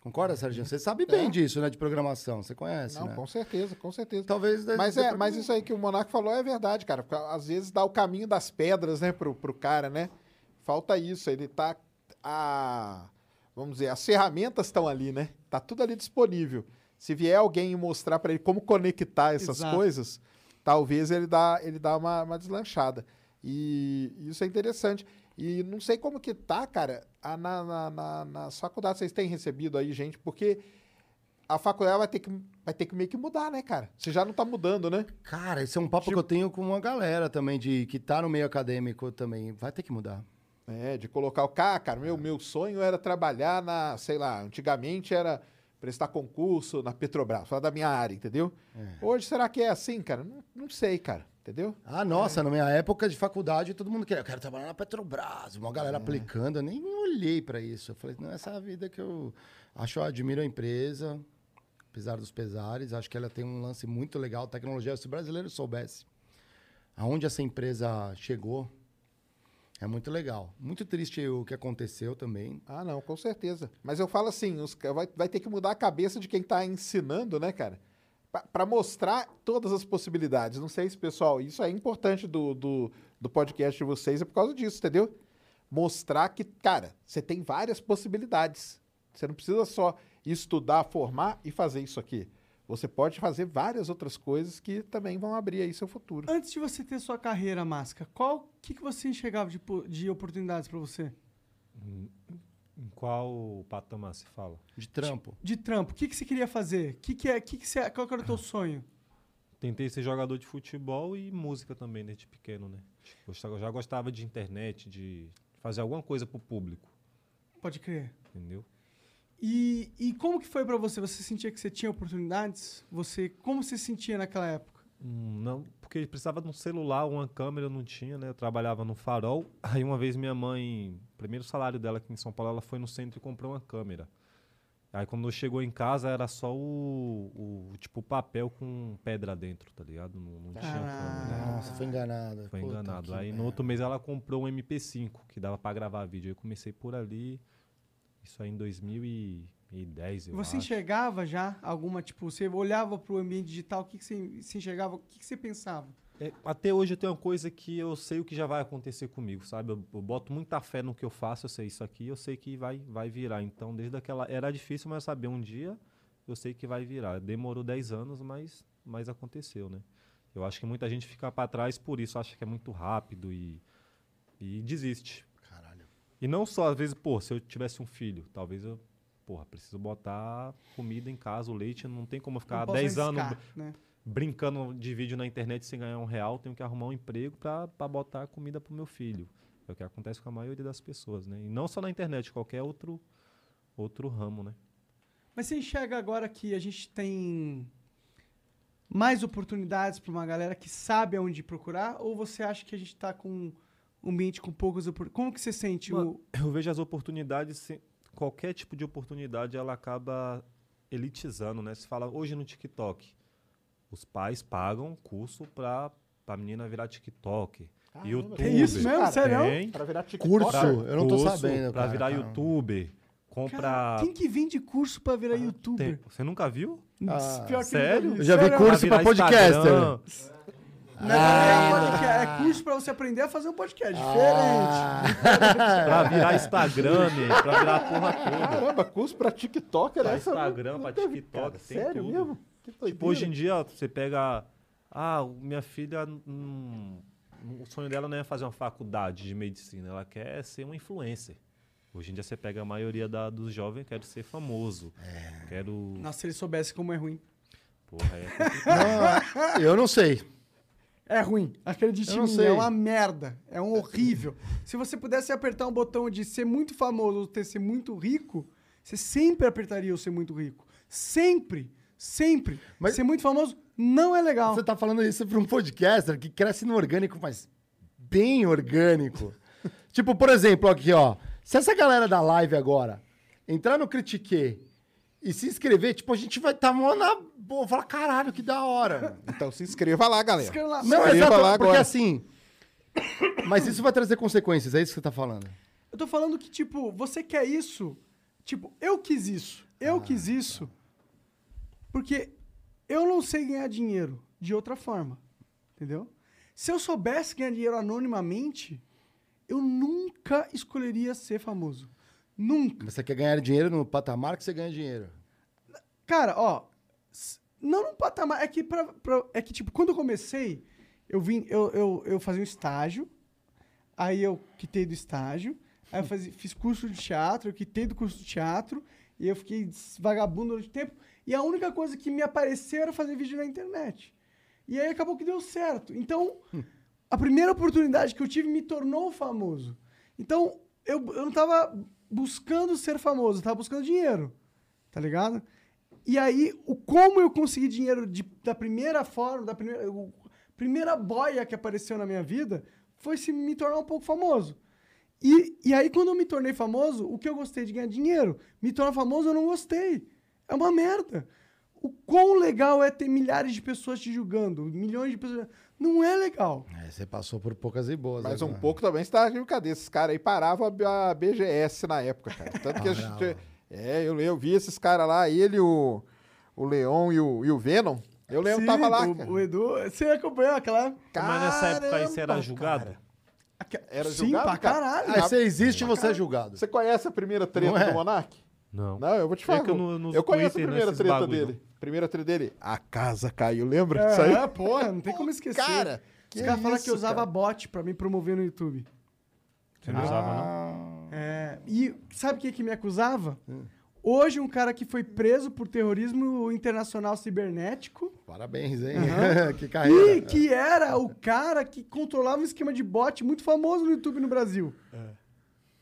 Speaker 16: Concorda, Serginho? Você sabe bem disso, né? De programação. Você conhece,
Speaker 15: Não,
Speaker 16: né?
Speaker 15: com certeza, com certeza.
Speaker 16: Talvez.
Speaker 15: Mas,
Speaker 16: dê
Speaker 15: é,
Speaker 16: problema.
Speaker 15: mas isso aí que o Monark falou é verdade, cara. Porque às vezes dá o caminho das pedras, né, pro, pro cara, né? Falta isso. Ele tá. A, vamos dizer, as ferramentas estão ali, né? Tá tudo ali disponível. Se vier alguém mostrar para ele como conectar essas
Speaker 1: Exato.
Speaker 15: coisas, talvez ele dá, ele dá uma, uma deslanchada. E isso é interessante. E não sei como que tá, cara, a- na, na, na, nas faculdades vocês têm recebido aí, gente, porque a faculdade vai ter que, vai ter que meio que mudar, né, cara? Você já não tá mudando, né?
Speaker 16: Cara, esse é um papo que eu tenho com uma galera também, de que tá no meio acadêmico também. Vai ter que mudar.
Speaker 15: É, de colocar o cara, cara, meu, meu sonho era trabalhar na, sei lá, antigamente era prestar concurso na Petrobras, falar da minha área, entendeu? Hoje, será que é assim, cara? Não, não sei, cara, entendeu?
Speaker 16: Ah, nossa, na minha época de faculdade, todo mundo queria. Eu quero trabalhar na Petrobras, uma galera aplicando. Eu nem olhei pra isso. Eu falei, não, essa é a vida que eu acho, eu admiro a empresa, apesar dos pesares. Acho que ela tem um lance muito legal. Tecnologia, se o brasileiro soubesse aonde essa empresa chegou, é muito legal. Muito triste o que aconteceu também.
Speaker 15: Ah, não, com certeza. Mas eu falo assim, os ca- vai, vai ter que mudar a cabeça de quem tá ensinando, né, cara? Pa- Pra mostrar todas as possibilidades. Não sei se, pessoal, isso é importante do, do, do podcast de vocês, é por causa disso, entendeu? Mostrar que, cara, você tem várias possibilidades. Você não precisa só estudar, formar e fazer isso aqui. Você pode fazer várias outras coisas que também vão abrir aí seu futuro.
Speaker 1: Antes de você ter sua carreira, Masca, qual o que, que você enxergava de, po- de oportunidades pra você?
Speaker 14: Em qual patamar se fala?
Speaker 16: De trampo.
Speaker 1: De trampo, o que, que você queria fazer? O que, que é, que que você, qual que era o teu sonho?
Speaker 14: Tentei ser jogador de futebol e música também desde pequeno, né? Gostava, já gostava de internet, de fazer alguma coisa pro público,
Speaker 1: Pode crer.
Speaker 14: entendeu?
Speaker 1: E, e como que foi pra você? Você sentia que você tinha oportunidades? Você Como você sentia naquela época?
Speaker 14: Hum, Não, porque precisava de um celular, uma câmera, eu não tinha, né? Eu trabalhava no farol. Aí uma vez minha mãe, primeiro salário dela aqui em São Paulo, ela foi no centro e comprou uma câmera. Aí quando chegou em casa era só o, o tipo papel com pedra dentro, tá ligado? Não, não tinha câmera.
Speaker 16: Nossa, foi enganada.
Speaker 14: Foi
Speaker 16: Puta
Speaker 14: enganado.
Speaker 16: que
Speaker 14: Aí no outro mês ela comprou um MP5, que dava pra gravar vídeo. Eu comecei por ali, isso aí em 2010, eu
Speaker 1: você
Speaker 14: acho.
Speaker 1: enxergava já alguma, tipo, você olhava pro ambiente digital, o que, que você se enxergava? O que, que você pensava?
Speaker 14: É, até hoje eu tenho uma coisa que eu sei o que já vai acontecer comigo, sabe? Eu, eu boto muita fé no que eu faço, eu sei isso aqui, eu sei que vai, vai virar. Então, desde aquela... Era difícil, mas eu sabia, um dia eu sei que vai virar. Demorou 10 anos, mas, mas aconteceu, né? Eu acho que muita gente fica pra trás por isso, acha que é muito rápido e, e desiste.
Speaker 16: Caralho.
Speaker 14: E não só, às vezes, pô, se eu tivesse um filho, talvez eu... Porra, preciso botar comida em casa, o leite, não tem como eu ficar
Speaker 1: Não posso
Speaker 14: 10 anos
Speaker 1: arriscar, né?
Speaker 14: brincando de vídeo na internet sem ganhar um real, tenho que arrumar um emprego para botar comida pro meu filho. É o que acontece com a maioria das pessoas, né? E não só na internet, qualquer outro outro ramo, né?
Speaker 1: Mas você enxerga agora que a gente tem mais oportunidades para uma galera que sabe aonde procurar? Ou você acha que a gente está com um ambiente com poucas oportunidades? Como que você sente?
Speaker 14: Mano,
Speaker 1: o...
Speaker 14: Eu vejo as oportunidades, se- qualquer tipo de oportunidade, ela acaba elitizando, né? Se fala hoje no TikTok, os pais pagam um curso pra, pra menina virar TikTok.
Speaker 15: Caramba,
Speaker 14: YouTube.
Speaker 15: tem isso mesmo? Sério?
Speaker 14: Tem.
Speaker 15: Pra virar TikTok? Curso, eu não tô
Speaker 14: Curso
Speaker 15: sabendo,
Speaker 14: Pra
Speaker 15: cara,
Speaker 14: virar
Speaker 15: caramba.
Speaker 14: youtuber. Compra.
Speaker 1: Quem que vende curso para virar youtuber?
Speaker 14: Ah, Tem- Você nunca viu?
Speaker 1: Ah. Pior que
Speaker 14: Sério?
Speaker 1: nunca vi. Eu já vi curso
Speaker 14: virar
Speaker 1: pra podcaster.
Speaker 14: Instagram.
Speaker 1: Não, é, podcast, é curso para você aprender a fazer um podcast. Diferente.
Speaker 14: pra virar Instagram, né? pra virar a porra toda.
Speaker 15: Caramba, curso pra TikTok era
Speaker 14: Pra
Speaker 15: essa?
Speaker 14: Instagram, pra TikTok, tem
Speaker 15: sério
Speaker 14: tudo.
Speaker 15: mesmo? Que
Speaker 14: Tipo,
Speaker 15: doideira.
Speaker 14: hoje em dia, você pega... Ah, o- minha filha... hum, o sonho dela não é fazer uma faculdade de medicina, ela quer ser uma influencer. Hoje em dia, você pega a maioria da- dos jovens, quero ser famoso. Quero...
Speaker 1: É. Nossa, se ele soubesse como é ruim.
Speaker 14: Porra, é
Speaker 16: Não, eu não sei.
Speaker 1: É ruim. Acredite
Speaker 16: Eu
Speaker 1: em
Speaker 16: não
Speaker 1: mim,
Speaker 16: sei.
Speaker 1: é uma merda. É um horrível. Se você pudesse apertar um botão de ser muito famoso ou ter ser muito rico, você sempre apertaria o ser muito rico. Sempre. Sempre. Mas ser muito famoso não é legal.
Speaker 16: Você tá falando isso pra um podcaster que cresce no orgânico, mas bem orgânico. tipo, por exemplo, aqui, ó. Se essa galera da live agora entrar no Critique e se inscrever, tipo, a gente vai estar tá mó na boa. Falar, caralho, que da hora. mano."
Speaker 15: Então se inscreva lá, galera.
Speaker 16: Escreva lá.
Speaker 15: Se
Speaker 16: Não,
Speaker 15: inscreva
Speaker 16: exato,
Speaker 15: lá
Speaker 16: porque
Speaker 15: agora.
Speaker 16: assim... Mas isso vai trazer consequências, é isso que você tá falando?
Speaker 1: Eu tô falando que, tipo, você quer isso. Tipo, eu quis isso.
Speaker 16: Ah,
Speaker 1: Eu
Speaker 16: tá.
Speaker 1: quis isso porque eu não sei ganhar dinheiro de outra forma. Entendeu? Se eu soubesse ganhar dinheiro anonimamente, eu nunca escolheria ser famoso. Nunca.
Speaker 16: Você quer ganhar dinheiro no patamar que você ganha dinheiro.
Speaker 1: Cara, ó. s- Não num patamar. É que, pra, pra- é que tipo, quando eu comecei, eu vim. Eu, eu, eu fazia um estágio. Aí eu quitei do estágio. Aí eu fazia- fiz curso de teatro, eu quitei do curso de teatro. E eu fiquei des- vagabundo durante tempo. E a única coisa que me apareceu era fazer vídeo na internet. E aí acabou que deu certo. Então, a primeira oportunidade que eu tive me tornou famoso. Então, eu, eu não tava buscando ser famoso, eu tava buscando dinheiro. Tá ligado? E aí, o como eu consegui dinheiro de- da primeira forma, da primeira, o- primeira boia que apareceu na minha vida, foi se me tornar um pouco famoso. E, e aí, quando eu me tornei famoso, o que eu gostei de ganhar dinheiro? Me tornar famoso, eu não gostei. É uma merda. O quão legal é ter milhares de pessoas te julgando, milhões de pessoas. Não é legal.
Speaker 16: É, você passou por poucas e boas.
Speaker 15: Mas um
Speaker 16: agora.
Speaker 15: pouco também você tá de brincadeira. Esses caras aí paravam a B- a BGS na época, cara. Tanto
Speaker 16: Ah,
Speaker 15: que a gente. É, eu, eu vi esses caras lá, ele, o, o Leon e o, e o Venom. Eu lembro,
Speaker 1: Sim,
Speaker 15: tava lá.
Speaker 1: o-
Speaker 15: cara.
Speaker 1: O Edu, você acompanhou aquela.
Speaker 15: Mas nessa época aí você era
Speaker 1: Caramba,
Speaker 14: julgado?
Speaker 1: cara.
Speaker 15: Era
Speaker 1: Sim,
Speaker 15: julgado,
Speaker 1: pra
Speaker 15: cara.
Speaker 1: caralho.
Speaker 15: Na-
Speaker 16: Aí você existe e
Speaker 15: Pra
Speaker 16: você é
Speaker 15: caralho.
Speaker 16: julgado.
Speaker 15: Você conhece a primeira treta
Speaker 16: Não é?
Speaker 15: do Monark?
Speaker 14: Não.
Speaker 15: Não, eu vou te
Speaker 16: É
Speaker 15: falar.
Speaker 16: que eu não- não uso
Speaker 15: eu conheço
Speaker 16: Twitter
Speaker 15: a primeira
Speaker 16: nesses
Speaker 15: treta
Speaker 16: bagulho,
Speaker 15: dele. Primeira treta dele. A casa caiu, lembra disso aí?
Speaker 1: É, porra, não tem como esquecer.
Speaker 15: cara, que
Speaker 1: Os caras falaram
Speaker 15: isso,
Speaker 1: que eu usava
Speaker 15: cara?
Speaker 1: bot pra me promover no YouTube.
Speaker 15: Você não usava,
Speaker 1: não? É, e sabe quem que me acusava?
Speaker 16: Hum,
Speaker 1: Hoje, um cara que foi preso por terrorismo internacional cibernético.
Speaker 16: Parabéns, hein?
Speaker 1: Aham.
Speaker 16: que carreira.
Speaker 1: E que era o cara que controlava um esquema de bot muito famoso no YouTube no Brasil.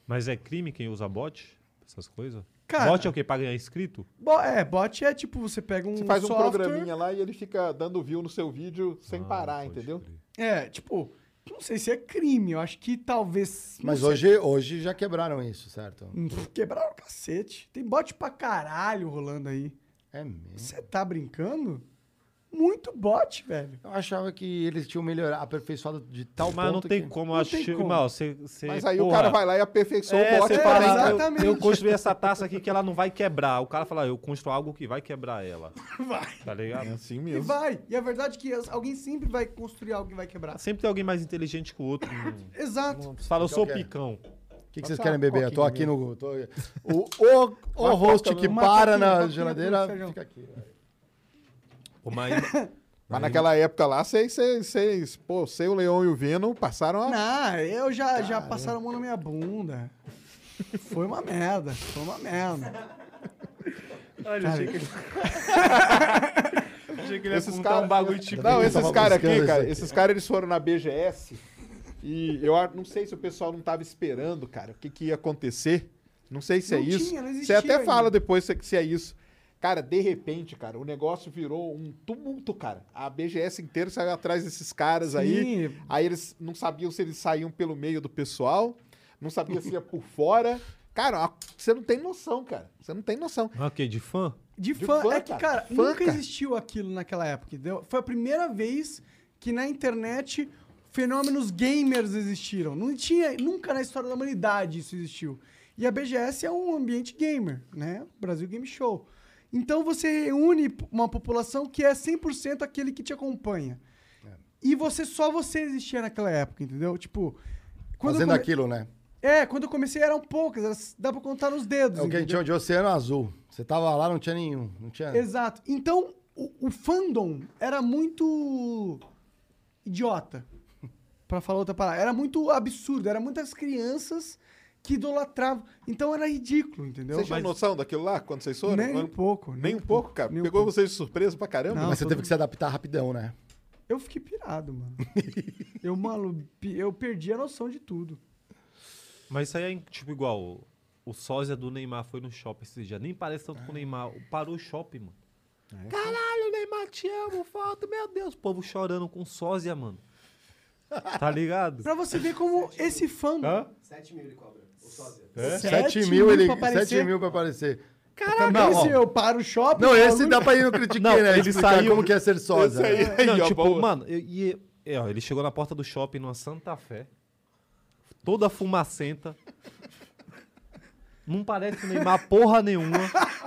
Speaker 14: Mas é crime quem usa bot? Essas coisas?
Speaker 1: Cara-
Speaker 14: bot é o quê? Pra ganhar inscrito?
Speaker 1: Bo- é, bot é tipo, você pega um
Speaker 15: Você faz um
Speaker 1: software-
Speaker 15: programinha lá e ele fica dando view no seu vídeo
Speaker 16: Ah,
Speaker 15: sem parar, entendeu?
Speaker 1: É, tipo, não sei se é crime, eu acho que talvez...
Speaker 16: Mas
Speaker 1: não sei.
Speaker 16: hoje, hoje já quebraram isso, certo?
Speaker 15: Hum.
Speaker 1: Pff, Quebraram o cacete. Tem bot pra caralho rolando aí.
Speaker 16: É mesmo?
Speaker 1: Você tá brincando? Muito bot, velho.
Speaker 16: Eu achava que eles tinham melhorado, aperfeiçoado de tal
Speaker 14: Mas não
Speaker 16: tá ponto
Speaker 14: tem
Speaker 16: que-
Speaker 14: como, eu acho. Mal, você, você-
Speaker 16: Mas aí o
Speaker 14: porra.
Speaker 16: cara vai lá e aperfeiçoa o bot
Speaker 14: você
Speaker 16: pra
Speaker 14: fala,
Speaker 16: caralho.
Speaker 14: eu-
Speaker 16: Exatamente.
Speaker 14: Eu, construí essa taça aqui que ela não vai quebrar. O cara fala, eu construo algo que vai quebrar ela.
Speaker 1: Vai.
Speaker 14: Tá ligado? É
Speaker 15: assim
Speaker 1: E vai. E a verdade é que as- alguém sempre vai construir algo que vai quebrar.
Speaker 14: Sempre tem alguém mais inteligente que o outro. não-
Speaker 1: Exato.
Speaker 14: Você fala, eu sou
Speaker 1: Então, cara,
Speaker 14: picão.
Speaker 16: é O que, que vocês querem beber? Eu tô aqui no. Tô... O, o, o
Speaker 14: Uma
Speaker 16: host
Speaker 14: coca,
Speaker 16: que
Speaker 14: uma
Speaker 16: para
Speaker 14: coquinha, uma
Speaker 16: na
Speaker 14: coquinha,
Speaker 16: geladeira
Speaker 14: feijão.
Speaker 16: fica aqui.
Speaker 14: Mas,
Speaker 15: Mas naquela época lá, vocês, vocês, vocês, pô, você, o Leon e o Venom passaram a.
Speaker 1: Não, Ah, eu já, já passaram a mão na minha bunda. Foi uma merda, foi uma merda.
Speaker 14: Olha,
Speaker 1: achei
Speaker 14: que Achei que ele ia
Speaker 15: Esses
Speaker 14: contar um bagulho tipo-
Speaker 15: Não,
Speaker 14: Eu
Speaker 15: esses
Speaker 14: tava
Speaker 15: caras
Speaker 14: buscando
Speaker 15: aqui,
Speaker 14: isso
Speaker 15: cara,
Speaker 14: aqui.
Speaker 15: esses caras eles foram na BGS e eu a- não sei se o pessoal não tava esperando, cara, o que, que ia acontecer. Não sei se é
Speaker 1: Não tinha,
Speaker 15: isso.
Speaker 1: não
Speaker 15: Você
Speaker 1: existia
Speaker 15: até
Speaker 1: ainda.
Speaker 15: fala depois se, se é isso. Cara, de repente, cara, o negócio virou um tumulto, cara. A BGS inteira saiu atrás desses caras aí.
Speaker 1: Sim.
Speaker 15: Aí eles não sabiam se eles saíam pelo meio do pessoal, não sabia se ia por fora. Cara, a- você não tem noção, cara. Você não tem noção.
Speaker 14: Ah, que de fã?
Speaker 1: De,
Speaker 15: De
Speaker 1: fã,
Speaker 15: fã,
Speaker 1: é que,
Speaker 15: cara.
Speaker 1: cara,
Speaker 15: Fã,
Speaker 1: nunca
Speaker 15: cara.
Speaker 1: existiu aquilo naquela época, entendeu? Foi a primeira vez que na internet fenômenos gamers existiram. Não tinha, nunca na história da humanidade isso existiu. E a BGS é um ambiente gamer, né? Brasil Game Show. Então você reúne p- uma população que é 100% aquele que te acompanha.
Speaker 16: É.
Speaker 1: E você só você existia naquela época, entendeu? Tipo, quando eu
Speaker 16: Fazendo
Speaker 1: come-
Speaker 16: aquilo, né?
Speaker 1: É, quando eu comecei eram poucas, elas- dá pra contar nos dedos.
Speaker 16: É o que a gente
Speaker 1: entendeu?
Speaker 16: chama de oceano azul. Você tava lá, não tinha nenhum. Não tinha.
Speaker 1: Exato. Então, o, o fandom era muito idiota. Pra falar outra palavra. Era muito absurdo. Era muitas crianças que idolatravam. Então era ridículo, entendeu?
Speaker 15: Vocês tinham noção daquilo lá quando vocês foram?
Speaker 1: Nem um
Speaker 15: Quando-
Speaker 1: pouco,
Speaker 15: Nem,
Speaker 1: nem
Speaker 15: um pouco, cara. Pegou vocês de surpresa pra caramba?
Speaker 16: Mas você teve que se adaptar rapidão, né?
Speaker 1: Eu fiquei pirado, mano. eu, mano, pi- eu perdi a noção de tudo.
Speaker 14: Mas isso aí é tipo igual. o- O sósia do Neymar foi no shopping esse dia. Nem parece
Speaker 1: É.
Speaker 14: tanto com o Neymar. Parou o shopping, mano. Caralho, Neymar, te amo, foto, meu Deus. O povo chorando com sósia, mano. Tá ligado?
Speaker 1: Pra você ver como esse fandom...
Speaker 14: Hã?
Speaker 18: 7 mil ele cobra. O sósia.
Speaker 16: É?
Speaker 1: Sete
Speaker 16: 7 mil, ele,
Speaker 1: pra aparecer?
Speaker 16: 7 mil pra aparecer.
Speaker 1: Caraca,
Speaker 16: Não, ó.
Speaker 1: esse
Speaker 14: é
Speaker 1: eu paro o shopping...
Speaker 16: Não, esse
Speaker 1: maluco.
Speaker 16: dá pra ir no Critique, né?
Speaker 14: Ele
Speaker 16: Explicar
Speaker 14: saiu.
Speaker 16: como que é ser sósia.
Speaker 14: Não, tipo, mano, eu- e, é, ó, ele chegou na porta do shopping numa Santa Fé, toda fumacenta. Não parece o Neymar porra nenhuma.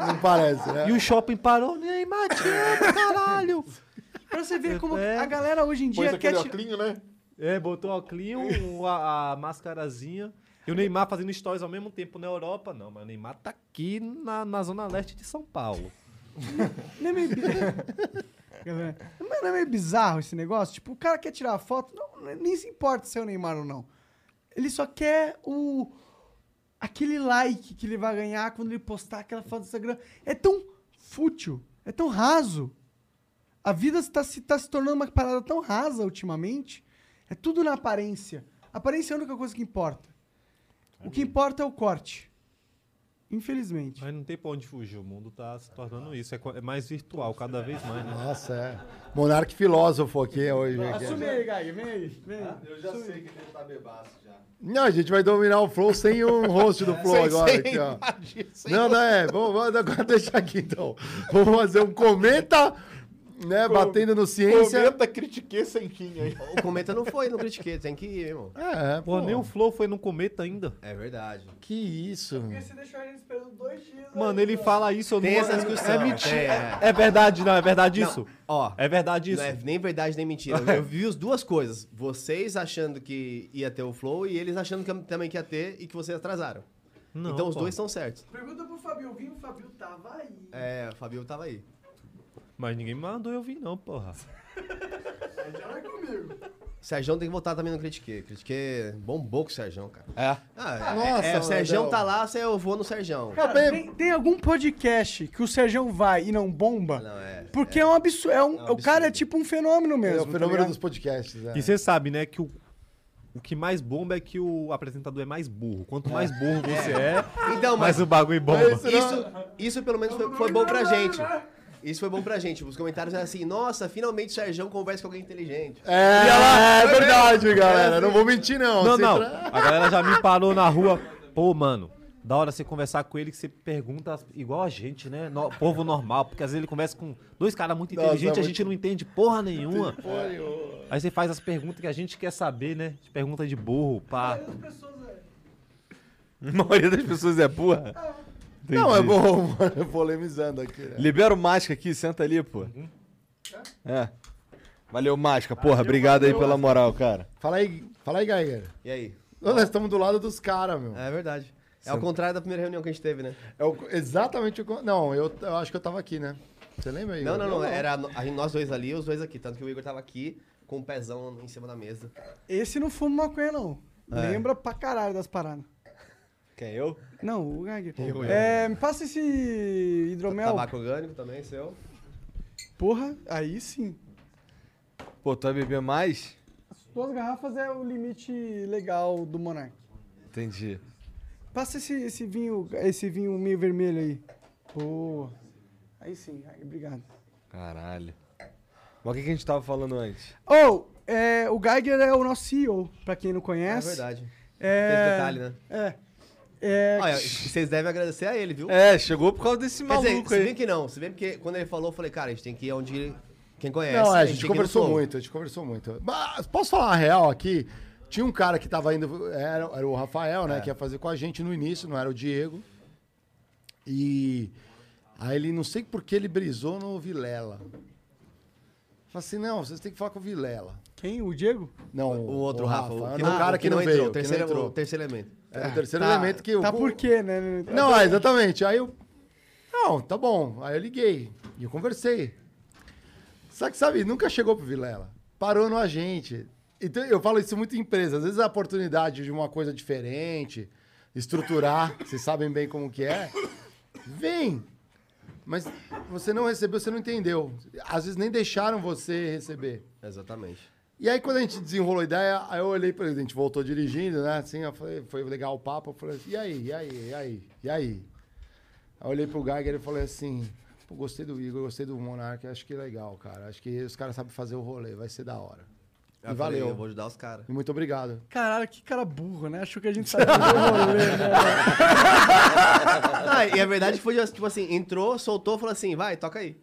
Speaker 16: Não parece, né?
Speaker 14: E o shopping parou. Neymar, te amo, caralho.
Speaker 1: Pra você ver como
Speaker 14: é.
Speaker 1: a galera hoje em dia
Speaker 14: Pôs aquele
Speaker 1: quer... te-
Speaker 14: óculinho, né? É, botou o oclinho, a, a mascarazinha. E o Neymar fazendo stories ao mesmo tempo na Europa. Não, mas o Neymar tá aqui na, na zona leste de São Paulo.
Speaker 1: Não é meio... bi- Galera, Mas não é meio bizarro esse negócio? Tipo, o cara quer tirar a foto, não- nem se importa se é o Neymar ou não. Ele só quer o... Aquele like que ele vai ganhar quando ele postar aquela foto do Instagram. É tão fútil, é tão raso. A vida está se, tá se tornando uma parada tão rasa ultimamente. É tudo na aparência. Aparência é a única coisa que importa. O que importa é o corte. Infelizmente.
Speaker 14: Mas não tem pra onde fugir. O mundo tá se tornando isso. É, co- é mais virtual, cada vez mais, né?
Speaker 16: Nossa, é. Monarque filósofo aqui hoje. aqui.
Speaker 1: Assume aí, Gaia, vem aí. Vem.
Speaker 2: Eu já sei que ele tá bebaço já.
Speaker 16: Não, a gente vai dominar o Flow sem o host do Flow
Speaker 2: Sem-
Speaker 16: agora.
Speaker 2: sem
Speaker 16: aqui, ó.
Speaker 2: imagem, sem
Speaker 16: não, não é. Vamos, vamos agora deixar aqui então. Vamos fazer um comenta, né?
Speaker 15: Com-
Speaker 16: batendo no ciência.
Speaker 15: Comenta, critiquei sem quem aí.
Speaker 10: O cometa não foi, não critiquei, tem que ir, irmão.
Speaker 16: É,
Speaker 14: Porra,
Speaker 16: pô.
Speaker 14: nem o Flow foi no cometa ainda.
Speaker 10: É verdade.
Speaker 16: Que isso?
Speaker 1: É deixou ele esperando dois dias.
Speaker 14: Mano, ele fala isso, eu
Speaker 10: Tem
Speaker 14: não...
Speaker 10: essa discussão,
Speaker 14: É mentira.
Speaker 10: tem, é.
Speaker 14: É verdade, não, é verdade
Speaker 10: Não,
Speaker 14: isso?
Speaker 10: Ó,
Speaker 14: é verdade isso?
Speaker 10: Não é nem verdade nem mentira. Eu vi as duas coisas. Vocês achando que ia ter o flow e eles achando que também que ia ter e que vocês atrasaram.
Speaker 14: Não,
Speaker 10: então os
Speaker 14: pô.
Speaker 10: dois estão certos.
Speaker 1: Pergunta pro Fabio Vinho, o Fabio tava aí.
Speaker 10: É, o Fabio tava aí.
Speaker 14: Mas ninguém mandou eu vir, não, porra.
Speaker 10: Serjão tem que votar também no Critique. Critique bombou com o Serjão, cara.
Speaker 14: É.
Speaker 10: Ah,
Speaker 1: Nossa,
Speaker 10: Nossa, é, o Serjão
Speaker 1: Mandel.
Speaker 10: tá lá, você eu vou no Serjão.
Speaker 1: Cara, tem, tem algum podcast que o Serjão vai e não bomba? Não,
Speaker 10: é.
Speaker 1: Porque é, um absurdo. É um, o cara é tipo um fenômeno mesmo.
Speaker 16: É o fenômeno dos
Speaker 1: podcasts.
Speaker 16: podcasts. É.
Speaker 14: E você sabe, né, que o, o que mais bomba é que o apresentador é mais burro. Quanto mais burro você é,
Speaker 10: Então, mas,
Speaker 14: mais o bagulho bomba.
Speaker 10: Isso, isso pelo menos foi, foi bom pra gente. Isso foi bom pra gente. Os comentários eram assim, nossa, finalmente o Serjão conversa com alguém inteligente.
Speaker 16: É,
Speaker 10: E ela-
Speaker 16: é verdade,
Speaker 10: é
Speaker 16: galera. Não vou mentir, não.
Speaker 14: Não,
Speaker 16: Você
Speaker 14: não.
Speaker 16: entra-
Speaker 14: A galera já me parou na rua. Pô, mano, da hora você conversar com ele que você pergunta as- igual a gente, né? No- povo normal. Porque às vezes ele conversa com dois caras muito
Speaker 7: Nossa,
Speaker 14: inteligentes e a
Speaker 7: muito-
Speaker 14: gente não entende porra nenhuma.
Speaker 7: Não entende porra nenhuma.
Speaker 14: Aí você faz as perguntas que a gente quer saber, né? Pergunta de burro, pá.
Speaker 7: A maioria das pessoas é burra.
Speaker 16: Não, é
Speaker 7: Entendi.
Speaker 16: bom, mano, polemizando aqui. né?
Speaker 7: Libera o Masca aqui, senta ali, pô.
Speaker 2: Uhum.
Speaker 7: É. Valeu,
Speaker 2: Ah,
Speaker 7: Masca, porra. obrigado aí
Speaker 16: valeu.
Speaker 7: pela moral, cara.
Speaker 16: Fala aí, fala aí, Geiger.
Speaker 10: E aí?
Speaker 16: Ô, Nós estamos do lado dos caras, meu.
Speaker 10: É verdade. É o contrário da primeira reunião que a gente teve, né?
Speaker 16: É o- exatamente o. con- Não, eu, eu acho que eu tava aqui, né? Você lembra aí?
Speaker 10: Não, não, não. Era no- a gente- nós dois ali, os dois aqui. Tanto que o Igor tava aqui com o pezão em cima da mesa.
Speaker 1: Esse não fuma maconha, não.
Speaker 10: É.
Speaker 1: Lembra pra caralho das paradas.
Speaker 7: Quem, eu?
Speaker 1: Não, o Gag.
Speaker 10: Eu, eu.
Speaker 1: É, me passa esse hidromel.
Speaker 10: Tabaco orgânico também, seu.
Speaker 1: Porra, aí sim.
Speaker 7: Pô, tu vai beber mais?
Speaker 1: Duas garrafas é o limite legal do Monark.
Speaker 7: Entendi.
Speaker 1: Passa esse, esse vinho, esse vinho meio vermelho aí. Boa. Aí sim, aí, obrigado.
Speaker 7: Caralho. Mas o que, que a gente tava falando antes?
Speaker 1: Ou, é, o Geiger é o nosso CEO, pra quem não conhece.
Speaker 10: É verdade.
Speaker 1: É,
Speaker 10: Teve detalhe, né?
Speaker 1: É. É,
Speaker 10: Olha, vocês devem agradecer a ele, viu?
Speaker 7: É, chegou por causa desse
Speaker 10: Quer
Speaker 7: maluco
Speaker 10: dizer,
Speaker 7: aí.
Speaker 10: Se bem que não. Se bem porque quando ele falou, eu falei, cara, a gente tem que ir onde quem conhece. né?
Speaker 16: Não, é, a
Speaker 10: tem
Speaker 16: gente
Speaker 10: que ir no
Speaker 16: conversou
Speaker 10: flow.
Speaker 16: muito, a gente conversou muito. Mas posso falar a real aqui? Tinha um cara que tava indo, era, era o Rafael, né?
Speaker 10: É.
Speaker 16: Que ia fazer com a gente no início, não era o Diego. E aí ele, não sei por que ele brisou no Vilela. Falei assim, não, vocês têm que falar com o Vilela.
Speaker 1: Quem? O Diego?
Speaker 16: Não,
Speaker 10: O outro Rafa, o que
Speaker 16: Era
Speaker 10: não-
Speaker 16: o cara
Speaker 10: que
Speaker 16: que, não,
Speaker 10: não entrou,
Speaker 16: veio.
Speaker 10: o terceiro-
Speaker 16: que não
Speaker 10: o terceiro elemento.
Speaker 16: É, o terceiro
Speaker 10: Tá-
Speaker 16: elemento que... o-
Speaker 1: Tá por quê, né?
Speaker 16: não, é, exatamente. Aí eu. Não, tá bom. Aí eu liguei e eu conversei. Só que, sabe, nunca chegou pro Vilela. Parou no agente. Então, eu falo isso muito em empresa. Às vezes a oportunidade de uma coisa diferente, estruturar, vocês sabem bem como que é. Vem! Mas você não recebeu, você não entendeu. Às vezes nem deixaram você receber.
Speaker 10: Exatamente.
Speaker 16: E aí, quando a gente desenrolou a ideia, aí eu olhei pra ele, a gente voltou dirigindo, né? Assim, eu falei, foi legal o papo. Eu falei assim, e aí, e aí, e aí, e aí? Aí eu olhei pro Geiger e falei assim, pô, gostei do Igor, gostei do Monark, acho que é legal, cara. Acho que os caras sabem fazer o rolê, vai ser da hora.
Speaker 10: Aí
Speaker 16: e
Speaker 10: eu falei,
Speaker 16: valeu.
Speaker 10: eu vou ajudar os caras.
Speaker 16: E muito obrigado.
Speaker 1: Caralho, que cara burro, né? Achou que a gente sabia do rolê, né?
Speaker 10: Ah, e a verdade foi, tipo assim, entrou, soltou, falou assim, vai, toca aí.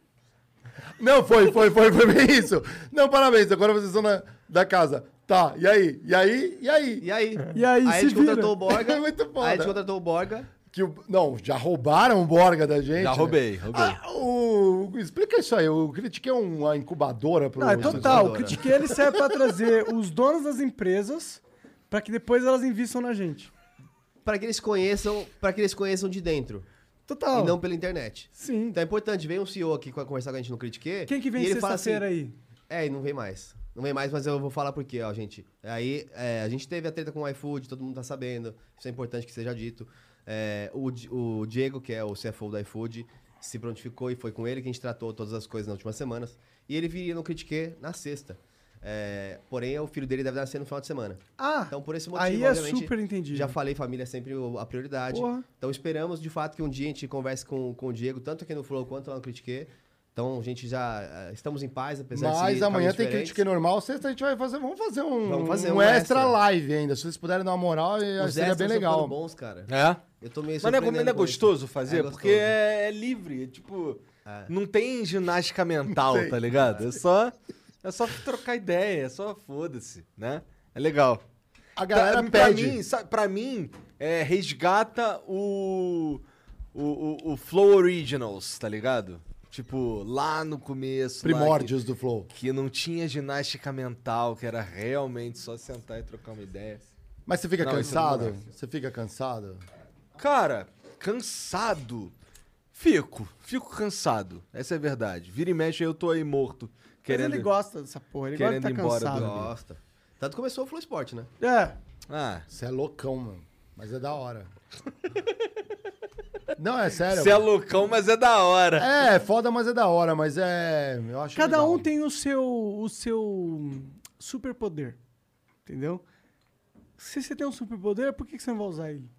Speaker 16: Não, foi, foi, foi, foi bem isso. Não, parabéns, agora vocês são na- da casa. Tá, e aí? E aí? E aí?
Speaker 10: E aí?
Speaker 16: E aí,
Speaker 10: Aí a
Speaker 16: se
Speaker 10: gente
Speaker 16: vira.
Speaker 10: contratou o Borga.
Speaker 16: Muito
Speaker 10: Aí a
Speaker 16: foda.
Speaker 10: gente contratou o Borga.
Speaker 16: Que o, não, já roubaram o Borga da gente.
Speaker 7: Já
Speaker 16: né?
Speaker 7: roubei, roubei.
Speaker 16: Ah, o- explica isso aí. O Critique é uma incubadora pro.
Speaker 1: Não, é total. O Critique ele serve pra trazer os donos das empresas pra que depois elas invistam na gente.
Speaker 10: Para que eles conheçam, para que eles conheçam de dentro.
Speaker 1: Total.
Speaker 10: E não pela internet.
Speaker 1: Sim.
Speaker 10: Então é importante, vem um CEO aqui co- conversar com a gente no Critique.
Speaker 1: Quem que vem
Speaker 10: e ele fala
Speaker 1: sexta-feira aí?
Speaker 10: É, e não vem mais. Não vem mais, mas eu vou falar por quê, ó, gente. Aí, é, a gente teve a treta com o iFood, todo mundo tá sabendo. Isso é importante que seja dito. É, o, Di- o Diego, que é o CFO do iFood, se prontificou e foi com ele que a gente tratou todas as coisas nas últimas semanas. E ele viria no Critique na sexta. É, porém, o filho dele deve nascer no final de semana.
Speaker 1: Ah,
Speaker 10: então por esse motivo,
Speaker 1: aí é
Speaker 10: obviamente,
Speaker 1: super entendido.
Speaker 10: Já falei, família é sempre o- a prioridade.
Speaker 1: Porra.
Speaker 10: Então esperamos, de fato, que um dia a gente converse com, com o Diego, tanto aqui no Flow quanto lá no Critique. Então a gente já eh, estamos em paz, apesar de
Speaker 16: Mas
Speaker 10: seguir
Speaker 16: amanhã
Speaker 10: caminhos
Speaker 16: tem
Speaker 10: diferentes.
Speaker 16: Critique normal. Sexta a gente vai fazer. Vamos fazer um,
Speaker 10: Vamos fazer
Speaker 16: um,
Speaker 10: um
Speaker 16: extra,
Speaker 10: extra.
Speaker 16: live ainda. Se vocês puderem dar uma moral,
Speaker 10: Os
Speaker 16: seria bem
Speaker 10: extras são
Speaker 16: legal.
Speaker 10: ficando bons, cara.
Speaker 7: É?
Speaker 10: Eu tô meio
Speaker 7: Mas não é,
Speaker 10: surpreendendo
Speaker 7: não é
Speaker 10: com isso.
Speaker 7: gostoso fazer?
Speaker 10: É
Speaker 7: Porque é, é livre, é tipo... Não tem ginástica mental,
Speaker 10: Não sei.
Speaker 7: tá ligado? É só, é só trocar ideia, é só foda-se, né? É legal.
Speaker 16: A galera
Speaker 7: pra, pra
Speaker 16: pede.
Speaker 7: Mim, sabe, pra mim, é, resgata o, o, o, o Flow Originals, tá ligado? Tipo, lá no começo. lá
Speaker 16: Primórdios
Speaker 7: que-
Speaker 16: do Flow.
Speaker 7: Que não tinha ginástica mental, que era realmente só sentar e trocar uma ideia.
Speaker 16: Mas você fica
Speaker 7: Não, isso eu não
Speaker 16: cansado?
Speaker 7: gosto.
Speaker 16: Você fica cansado?
Speaker 7: Cara, cansado. Fico, fico cansado. Essa é a verdade. Vira e mexe, eu tô aí morto. Querendo...
Speaker 1: Mas ele gosta dessa porra, ele gosta de
Speaker 7: querendo
Speaker 1: tá
Speaker 7: ir embora
Speaker 1: cansado.
Speaker 7: dormir.
Speaker 10: Gosta. Tanto começou o Flow Sport, né?
Speaker 1: É.
Speaker 7: Ah.
Speaker 16: Você é loucão, mano. Mas é da hora. Não, é sério.
Speaker 7: Você é
Speaker 16: mano.
Speaker 7: loucão, mas é da hora.
Speaker 16: É, foda, mas é da hora, mas é. Eu acho
Speaker 1: Cada
Speaker 16: legal.
Speaker 1: um tem o seu, o seu superpoder, entendeu? Se você tem um superpoder, por que que você não vai usar ele?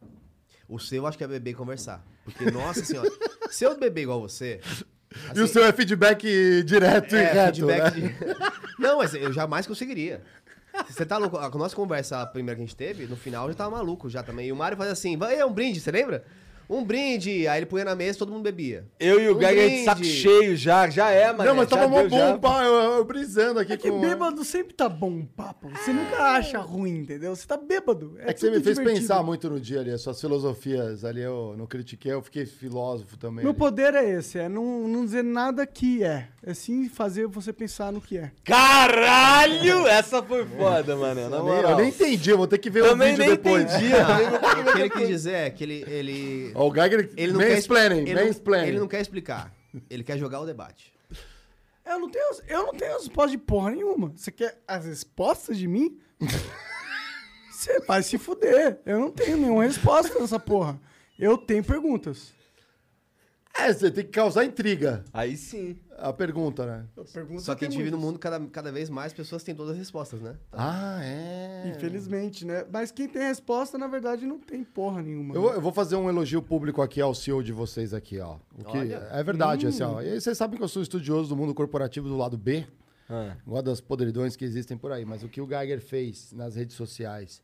Speaker 10: O seu acho que é beber e conversar. Porque, nossa senhora, se eu beber igual você. assim,
Speaker 16: E
Speaker 1: Assim,
Speaker 16: o seu é feedback direto e reto. né?
Speaker 10: É, de- Não, mas eu jamais conseguiria. Você tá louco? A nossa conversa, a primeira que a gente teve, no final eu já tava maluco já também. E o Mário fazia assim: vai, é um brinde, você lembra? Um brinde. Aí ele punha na mesa e todo mundo bebia.
Speaker 7: Eu e o
Speaker 10: Um
Speaker 7: Gaga de saco
Speaker 10: brinde.
Speaker 7: cheio já, já é, mano.
Speaker 10: Não, mas tava mó bom,
Speaker 16: pá, eu, brisando aqui
Speaker 1: É que bêbado sempre tá bom, papo. Você nunca acha ruim, entendeu? Você tá bêbado.
Speaker 16: É que você me
Speaker 1: tudo
Speaker 16: fez
Speaker 1: divertido.
Speaker 16: pensar muito no dia ali, as suas filosofias ali, eu não critiquei, eu fiquei filósofo também. né?
Speaker 1: Meu
Speaker 16: ali.
Speaker 1: poder é esse, é não, não dizer nada que é. É sim fazer você pensar no que é.
Speaker 7: Caralho!
Speaker 16: É,
Speaker 7: Essa foi foda, mano. Na
Speaker 16: Eu
Speaker 7: moral.
Speaker 16: nem- eu nem entendi, eu vou ter que ver
Speaker 7: Também
Speaker 16: o vídeo
Speaker 7: nem
Speaker 16: depois.
Speaker 7: entendi,
Speaker 10: O que ele quis dizer é que ele. ele
Speaker 16: Ó, o Geiger mansplaining,
Speaker 10: quer, ele, não,
Speaker 16: mansplaining.
Speaker 10: ele não quer explicar. Ele quer jogar o debate.
Speaker 1: Eu não tenho, eu não tenho resposta de porra nenhuma. Você quer as respostas de mim? Você vai se fuder. Eu não tenho nenhuma resposta nessa porra. Eu tenho perguntas.
Speaker 16: É, você tem que causar intriga.
Speaker 7: Aí sim.
Speaker 16: A pergunta, né?
Speaker 10: Só que a gente
Speaker 1: tem
Speaker 10: vive num
Speaker 1: muitas.
Speaker 10: mundo cada, cada vez mais pessoas têm todas as respostas, né?
Speaker 16: Ah, é.
Speaker 1: Infelizmente, né? Mas quem tem resposta, na verdade, não tem porra nenhuma. né?
Speaker 16: Eu, eu vou fazer um elogio público aqui ao CEO de vocês aqui, ó. O que
Speaker 1: Olha.
Speaker 16: é verdade,
Speaker 1: Hum.
Speaker 16: assim, ó. E vocês sabem que eu sou estudioso do mundo corporativo do lado B. Gosto das podridões que existem por aí. Mas o que o Geiger fez nas redes sociais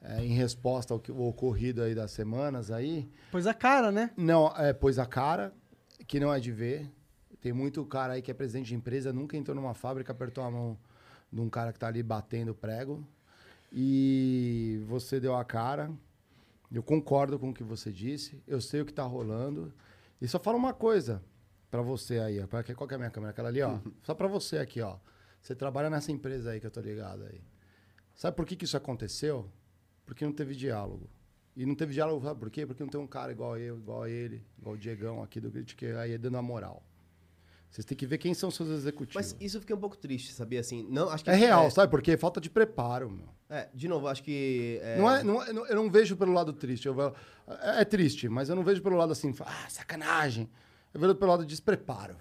Speaker 16: é, em resposta ao que, ao ocorrido aí das semanas aí...
Speaker 1: Pôs a cara, né?
Speaker 16: Não, é, pôs a cara, que não é de ver. Tem muito cara aí que é presidente de empresa, nunca entrou numa fábrica, apertou a mão de um cara que tá ali batendo prego. E você deu a cara. Eu concordo com o que você disse. Eu sei o que tá rolando. E só falo uma coisa pra você aí, ó. Pra que, qual que é a minha câmera? Aquela ali, ó. Só pra você aqui, ó. Você trabalha nessa empresa aí que eu tô ligado aí. Sabe por que, que isso aconteceu? Porque não teve diálogo. E não teve diálogo, sabe por quê? Porque não tem um cara igual eu, igual ele, igual o Diegão aqui do Critique, aí é dando a moral. Vocês têm que ver quem são seus executivos.
Speaker 10: Mas isso eu fiquei um pouco triste, sabia? Assim, não, acho que
Speaker 16: é real, sabe por quê? Falta de preparo, meu.
Speaker 10: É, de novo, acho que.
Speaker 16: Não é, não é- não- eu não vejo pelo lado triste. Eu, vou- é, é triste, mas eu não vejo pelo lado assim, ah, sacanagem. Eu vejo pelo lado de despreparo.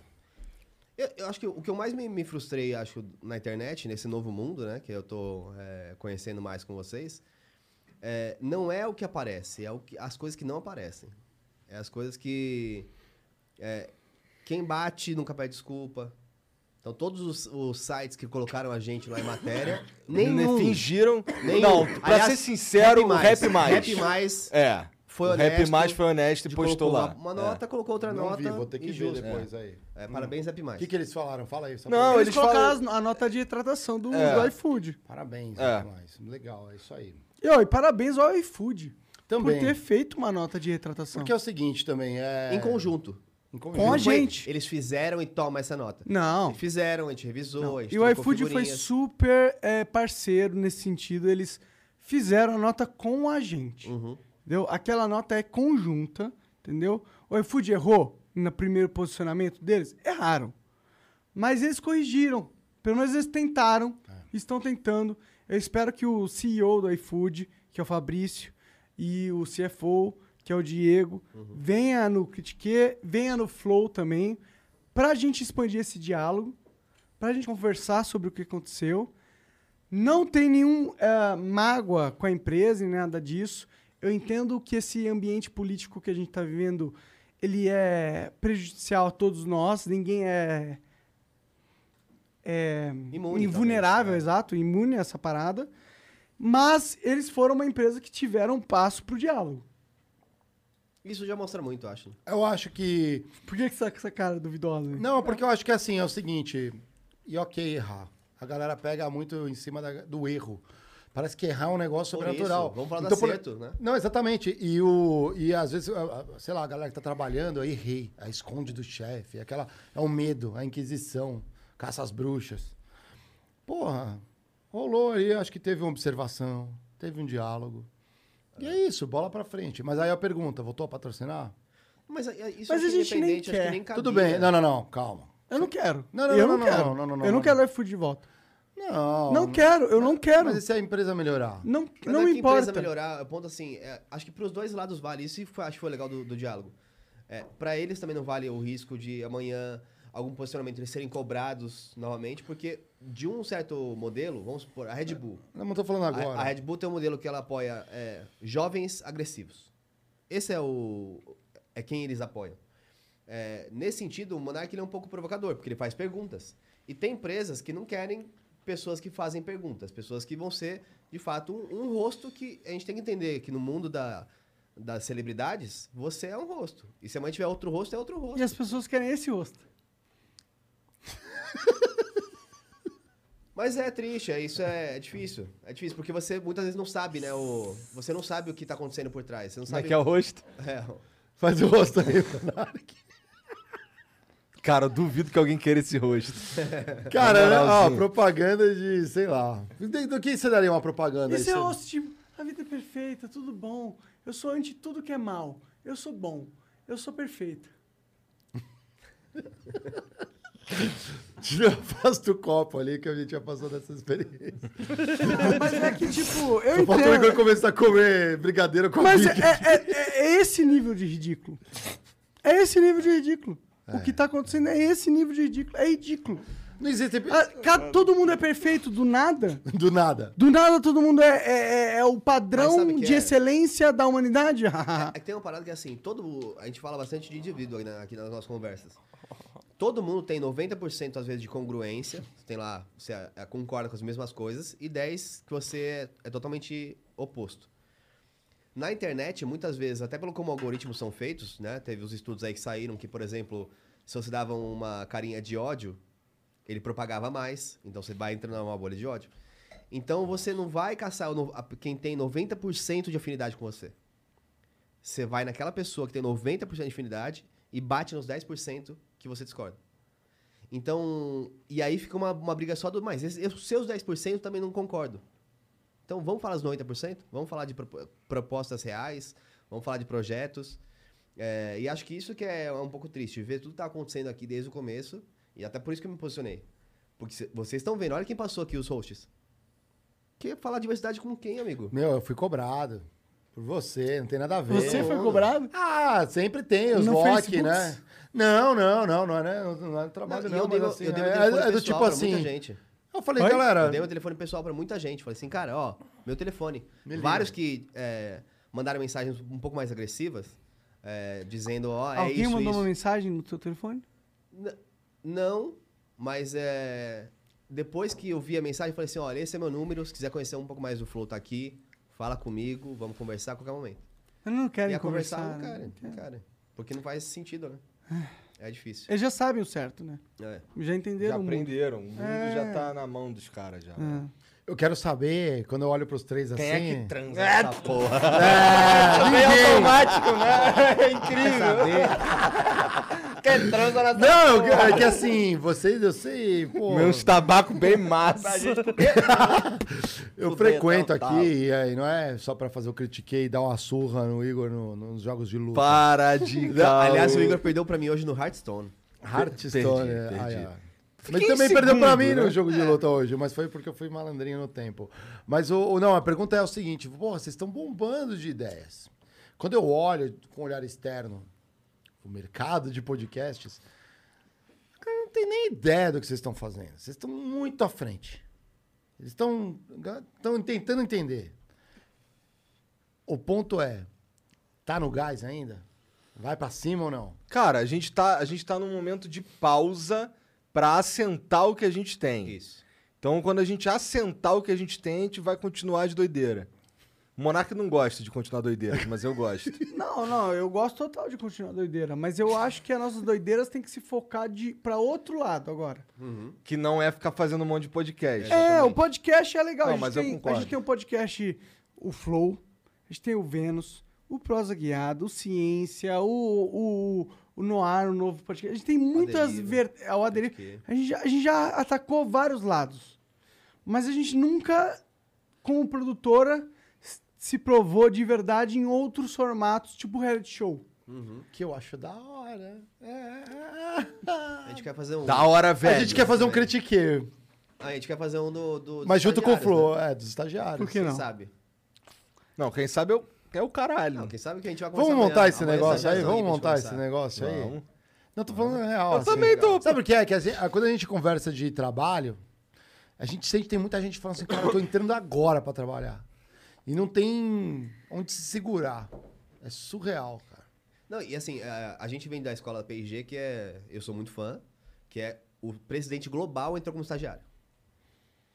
Speaker 10: Eu, eu acho que o que eu mais me, me frustrei, acho, na internet, nesse novo mundo, né? Que eu tô é, conhecendo mais com vocês, é, não é o que aparece, é o que, as coisas que não aparecem. É as coisas que. é, quem bate nunca pede desculpa. Então, todos os, os sites que colocaram a gente lá em matéria, nenhum.
Speaker 7: Fingiram.
Speaker 10: Nenhum.
Speaker 7: Não, pra
Speaker 10: Aliás,
Speaker 7: ser sincero, o Rap Mais.
Speaker 10: Rap Mais.
Speaker 7: É.
Speaker 10: Foi
Speaker 7: o
Speaker 10: honesto.
Speaker 7: Rap Mais foi honesto e
Speaker 10: de
Speaker 7: postou
Speaker 10: colocou
Speaker 7: lá. É.
Speaker 10: Uma, uma nota, colocou outra
Speaker 16: Não
Speaker 10: nota.
Speaker 16: vi, vou ter que
Speaker 10: e
Speaker 16: ver
Speaker 10: justo.
Speaker 16: depois aí. Hum.
Speaker 10: É, parabéns, Rap Mais.
Speaker 16: O que, que eles falaram? Fala aí. só pra-
Speaker 1: Não, eles, colocaram as- a nota de retratação do,
Speaker 16: É.
Speaker 1: do iFood.
Speaker 16: Parabéns,
Speaker 1: É.
Speaker 16: é. mais. Legal, é isso aí.
Speaker 1: E, ó, e parabéns ao iFood.
Speaker 16: Também.
Speaker 1: Por ter feito uma nota de retratação.
Speaker 16: Porque é o seguinte também, é...
Speaker 10: Em conjunto.
Speaker 16: Em conjunto.
Speaker 1: Com a
Speaker 10: Não foi,
Speaker 1: gente.
Speaker 10: Eles fizeram e toma essa nota.
Speaker 1: Não.
Speaker 10: Eles fizeram, a gente revisou, a gente
Speaker 1: E o
Speaker 10: trocou
Speaker 1: iFood foi
Speaker 10: figurinhas.
Speaker 1: super é, parceiro nesse sentido. Eles fizeram a nota com a gente.
Speaker 10: Uhum.
Speaker 1: Entendeu? Aquela nota é conjunta, entendeu? O iFood errou no primeiro posicionamento deles? Erraram. Mas eles corrigiram. Pelo menos eles tentaram. Estão tentando. Eu espero que o CEO do iFood, que é o Fabrício, e o CFO, que é o Diego,
Speaker 10: Uhum.
Speaker 1: venha no Critique, venha no Flow também, pra gente expandir esse diálogo, pra gente conversar sobre o que aconteceu. Não tem nenhum eh, mágoa com a empresa, nem nada disso. Eu entendo que esse ambiente político que a gente está vivendo, ele é prejudicial a todos nós, ninguém é é,
Speaker 10: Imune,
Speaker 1: invulnerável, exato, imune a essa parada. Mas eles foram uma empresa que tiveram um passo pro diálogo.
Speaker 10: Isso já mostra muito, eu acho.
Speaker 16: Eu acho que.
Speaker 1: Por que que você tá com essa cara duvidosa? hein?
Speaker 16: Não, porque eu acho que assim, é o seguinte, e ok errar. A galera pega muito em cima da- do erro. Parece que errar é um negócio
Speaker 10: Por
Speaker 16: sobrenatural. Então,
Speaker 10: isso, vamos falar do
Speaker 16: por-
Speaker 10: acerto, né?
Speaker 16: Não, exatamente. E, o, e às vezes, ah, ah, sei lá, a galera que tá trabalhando, aí errei. A esconde do chefe, aquela. É o medo, a Inquisição, caça às bruxas. Porra, rolou aí, acho que teve uma observação, teve um diálogo. E é isso, bola pra frente. Mas aí a pergunta, voltou a patrocinar?
Speaker 10: Mas a- a- isso
Speaker 1: Mas
Speaker 10: acho
Speaker 1: a gente nem
Speaker 10: independente, acho
Speaker 1: quer.
Speaker 10: que nem cabia.
Speaker 16: Tudo bem, não, não, não, calma.
Speaker 1: Eu não quero.
Speaker 16: Não, não,
Speaker 1: eu
Speaker 16: não, não,
Speaker 1: quero.
Speaker 16: não, não, não,
Speaker 1: eu não
Speaker 16: não.
Speaker 1: quero o iFood de volta.
Speaker 16: Não.
Speaker 1: Não quero, eu não quero.
Speaker 16: Mas e se a empresa melhorar?
Speaker 1: Não,
Speaker 10: Mas
Speaker 1: não
Speaker 10: é que a
Speaker 1: importa.
Speaker 10: empresa melhorar, o ponto assim, é, acho que pros dois lados vale. Isso foi, acho que foi legal do, do diálogo. É, para eles também não vale o risco de amanhã algum posicionamento eles serem cobrados novamente, porque de um certo modelo, vamos supor, a Red Bull.
Speaker 16: Não, mas eu tô falando agora.
Speaker 10: A, a Red Bull tem um modelo que ela apoia é, jovens agressivos. Esse é o é quem eles apoiam. É, nesse sentido, o Monark ele é um pouco provocador, porque ele faz perguntas. E tem empresas que não querem pessoas que fazem perguntas, pessoas que vão ser, de fato, um, um rosto que a gente tem que entender que no mundo da, das celebridades, você é um rosto. E se amanhã tiver outro rosto, é outro rosto.
Speaker 1: E as pessoas querem esse rosto.
Speaker 10: Mas é triste, é isso é, é difícil. É difícil, porque você muitas vezes não sabe, né? O, você não sabe o que tá acontecendo por trás. Você não
Speaker 2: Como é
Speaker 10: sabe
Speaker 2: que é o rosto?
Speaker 10: É.
Speaker 16: Faz o rosto aí, Monark.
Speaker 2: Cara, eu duvido que alguém queira esse rosto. É.
Speaker 16: Cara, né,
Speaker 2: Na
Speaker 16: ó,
Speaker 2: moralzinha.
Speaker 16: propaganda de, sei lá. De- Do que você daria uma propaganda aí?
Speaker 1: Esse é o
Speaker 16: sobre-
Speaker 1: rosto de a vida é perfeita, tudo bom. Eu sou anti tudo que é mal. Eu sou bom. Eu sou perfeita.
Speaker 16: Tira a face do copo ali que a gente já passou dessa experiência.
Speaker 1: Mas é que, tipo, eu
Speaker 16: Só falta o Igor
Speaker 1: entendo.
Speaker 16: começar a comer brigadeiro com
Speaker 1: Mas
Speaker 16: a
Speaker 1: é, é- é- é esse nível de ridículo. É esse nível de ridículo. O que tá acontecendo é esse nível de ridículo. É ridículo.
Speaker 16: Não existe.
Speaker 1: todo mundo é perfeito do nada.
Speaker 16: Do nada.
Speaker 1: Do nada todo mundo é, é- é- é o
Speaker 10: Mas
Speaker 1: padrão
Speaker 10: sabe que
Speaker 1: de
Speaker 10: é?
Speaker 1: excelência da humanidade.
Speaker 10: É que tem uma parada que é assim, todo, a gente fala bastante de indivíduo aqui, na- aqui nas nossas conversas. Todo mundo tem 90% às vezes de congruência, você tem lá, você eh, concorda com as mesmas coisas, e 10 que você é totalmente oposto. Na internet, muitas vezes, até pelo como algoritmos são feitos, né? Teve os estudos aí que saíram que, por exemplo, se você dava uma carinha de ódio, ele propagava mais. Então você vai entrando numa bolha de ódio. Então você não vai caçar o no- a- quem tem 90% de afinidade com você. Você vai naquela pessoa que tem 90% de afinidade e bate nos 10% que você discorda. Então, e aí fica uma, uma briga só do mais. Os seus 10% também não concordo. Então vamos falar dos 90%? Vamos falar de propo- propostas reais, vamos falar de projetos. É, e acho que isso que é um pouco triste, ver tudo que tá acontecendo aqui desde o começo, e até por isso que eu me posicionei. Porque cê- vocês estão vendo, olha quem passou aqui, os hosts. Que é falar diversidade com quem, amigo?
Speaker 16: Meu, eu fui cobrado. Por você, não tem nada a ver.
Speaker 10: Você foi cobrado?
Speaker 16: Ah, sempre tem, os
Speaker 10: No
Speaker 16: VOC,
Speaker 10: Facebook?
Speaker 16: né? Não, não, não, não é, não, não é trabalho,
Speaker 10: e
Speaker 16: não.
Speaker 10: eu
Speaker 16: mas
Speaker 10: dei, meu-
Speaker 16: assim,
Speaker 10: eu dei
Speaker 16: é,
Speaker 10: meu
Speaker 16: é
Speaker 10: telefone
Speaker 16: do
Speaker 10: pessoal
Speaker 16: tipo
Speaker 10: pra
Speaker 16: assim.
Speaker 10: muita gente.
Speaker 16: Eu falei, galera.
Speaker 10: Eu dei meu telefone pessoal pra muita gente. Falei assim, cara, ó, meu telefone.
Speaker 16: Me liga.
Speaker 10: Vários que é, mandaram mensagens um pouco mais agressivas, é, dizendo, ó, é
Speaker 1: Alguém
Speaker 10: isso,
Speaker 1: mandou
Speaker 10: isso.
Speaker 1: uma mensagem no teu telefone?
Speaker 10: N- não, mas é. Depois que eu vi a mensagem, eu falei assim: olha, esse é meu número. Se quiser conhecer um pouco mais do Flow, tá aqui. Fala comigo, vamos conversar a qualquer momento.
Speaker 1: Eu não quero
Speaker 10: e a
Speaker 1: conversar.
Speaker 10: conversar, não
Speaker 1: né?
Speaker 10: cara, então. não cara. Porque não faz sentido, né? É difícil.
Speaker 1: Eles já sabem o certo, né?
Speaker 10: É.
Speaker 1: Já entenderam.
Speaker 2: Já
Speaker 1: muito.
Speaker 2: aprenderam. O mundo
Speaker 1: É.
Speaker 2: já tá na mão dos caras já. né?
Speaker 1: É.
Speaker 16: Eu quero saber, quando eu olho pros três assim.
Speaker 5: Quem é que transa
Speaker 16: É,
Speaker 5: essa porra?
Speaker 16: É,
Speaker 5: Também é
Speaker 16: ninguém.
Speaker 5: automático, né? É incrível. Quem transa nessa
Speaker 16: Não,
Speaker 5: porra?
Speaker 16: é que assim, vocês, eu sei, pô.
Speaker 2: Meus tabaco bem massa.
Speaker 5: A gente-
Speaker 16: Eu
Speaker 2: Fuder,
Speaker 16: frequento
Speaker 5: um
Speaker 2: tá,
Speaker 16: aqui,
Speaker 2: tá.
Speaker 16: e aí não é só pra fazer o critiquei e dar uma surra no Igor no- nos jogos de luta.
Speaker 2: Para de
Speaker 10: Aliás, o Igor perdeu pra mim hoje no Hearthstone.
Speaker 16: Hearthstone, é. ai, ai. Mas
Speaker 10: Fiquei
Speaker 16: também
Speaker 10: em
Speaker 16: perdeu pra
Speaker 10: segundo,
Speaker 16: mim
Speaker 10: né?
Speaker 16: no jogo de luta hoje, mas foi porque eu fui malandrinho no tempo. Mas o, o- não, a pergunta é o seguinte: porra, vocês estão bombando de ideias. Quando eu olho com um olhar externo o mercado de podcasts, cara, eu não tem nem ideia do que vocês estão fazendo. Vocês estão muito à frente. Eles estão estão tentando entender. O ponto é, tá no gás ainda? Vai pra cima ou não?
Speaker 2: Cara, a gente tá, a gente tá num momento de pausa pra assentar o que a gente tem. Isso. Então, quando a gente assentar o que a gente tem, a gente vai continuar de doideira. O Monark não gosta de continuar doideira, mas eu gosto.
Speaker 1: Não, não, eu gosto total de continuar doideira, mas eu acho que as nossas doideiras têm que se focar de para outro lado agora.
Speaker 16: Uhum.
Speaker 2: Que não é ficar fazendo um monte de podcast.
Speaker 1: É, o podcast é legal.
Speaker 2: Não,
Speaker 1: a, gente
Speaker 2: mas eu
Speaker 1: tem, a
Speaker 2: concordo.
Speaker 1: gente tem o podcast o Flow, a gente tem o Vênus, o Prosa Guiado, o Ciência, o, o, o Noir, o novo podcast. A gente tem muitas vertentes. É A, gente já- a gente já atacou vários lados. Mas a gente nunca, como produtora, s- se provou de verdade em outros formatos, tipo reality show.
Speaker 16: Uhum. Que eu acho da hora.
Speaker 10: né? A gente quer fazer um.
Speaker 16: Da hora, velho.
Speaker 10: velho.
Speaker 16: A gente quer fazer um critique.
Speaker 10: A gente quer fazer um do. do dos
Speaker 16: Mas junto com o
Speaker 10: estagiários,
Speaker 16: Flow,
Speaker 10: né?
Speaker 16: é, dos estagiários.
Speaker 10: Quem sabe?
Speaker 2: Não, quem sabe eu, é o caralho.
Speaker 10: Não, quem sabe que a gente vai
Speaker 16: Vamos
Speaker 10: começar
Speaker 16: montar
Speaker 10: amanhã.
Speaker 16: esse
Speaker 10: Amanhã
Speaker 16: negócio
Speaker 10: sai
Speaker 16: aí?
Speaker 10: a
Speaker 16: Vamos
Speaker 10: reunião
Speaker 16: montar
Speaker 10: pra
Speaker 16: esse
Speaker 10: gente
Speaker 16: negócio aí?
Speaker 10: Vamos.
Speaker 16: Não, tô falando real.
Speaker 10: Eu também
Speaker 16: tô. Sabe o que é? Que assim, a- quando a gente conversa de trabalho, a gente sempre tem muita gente falando assim, cara, eu tô entrando agora pra trabalhar. E não tem onde se segurar. É surreal, cara.
Speaker 10: Não, e assim, a, a gente vem da escola P&G, que é. Eu sou muito fã, que é o presidente global entrou como estagiário.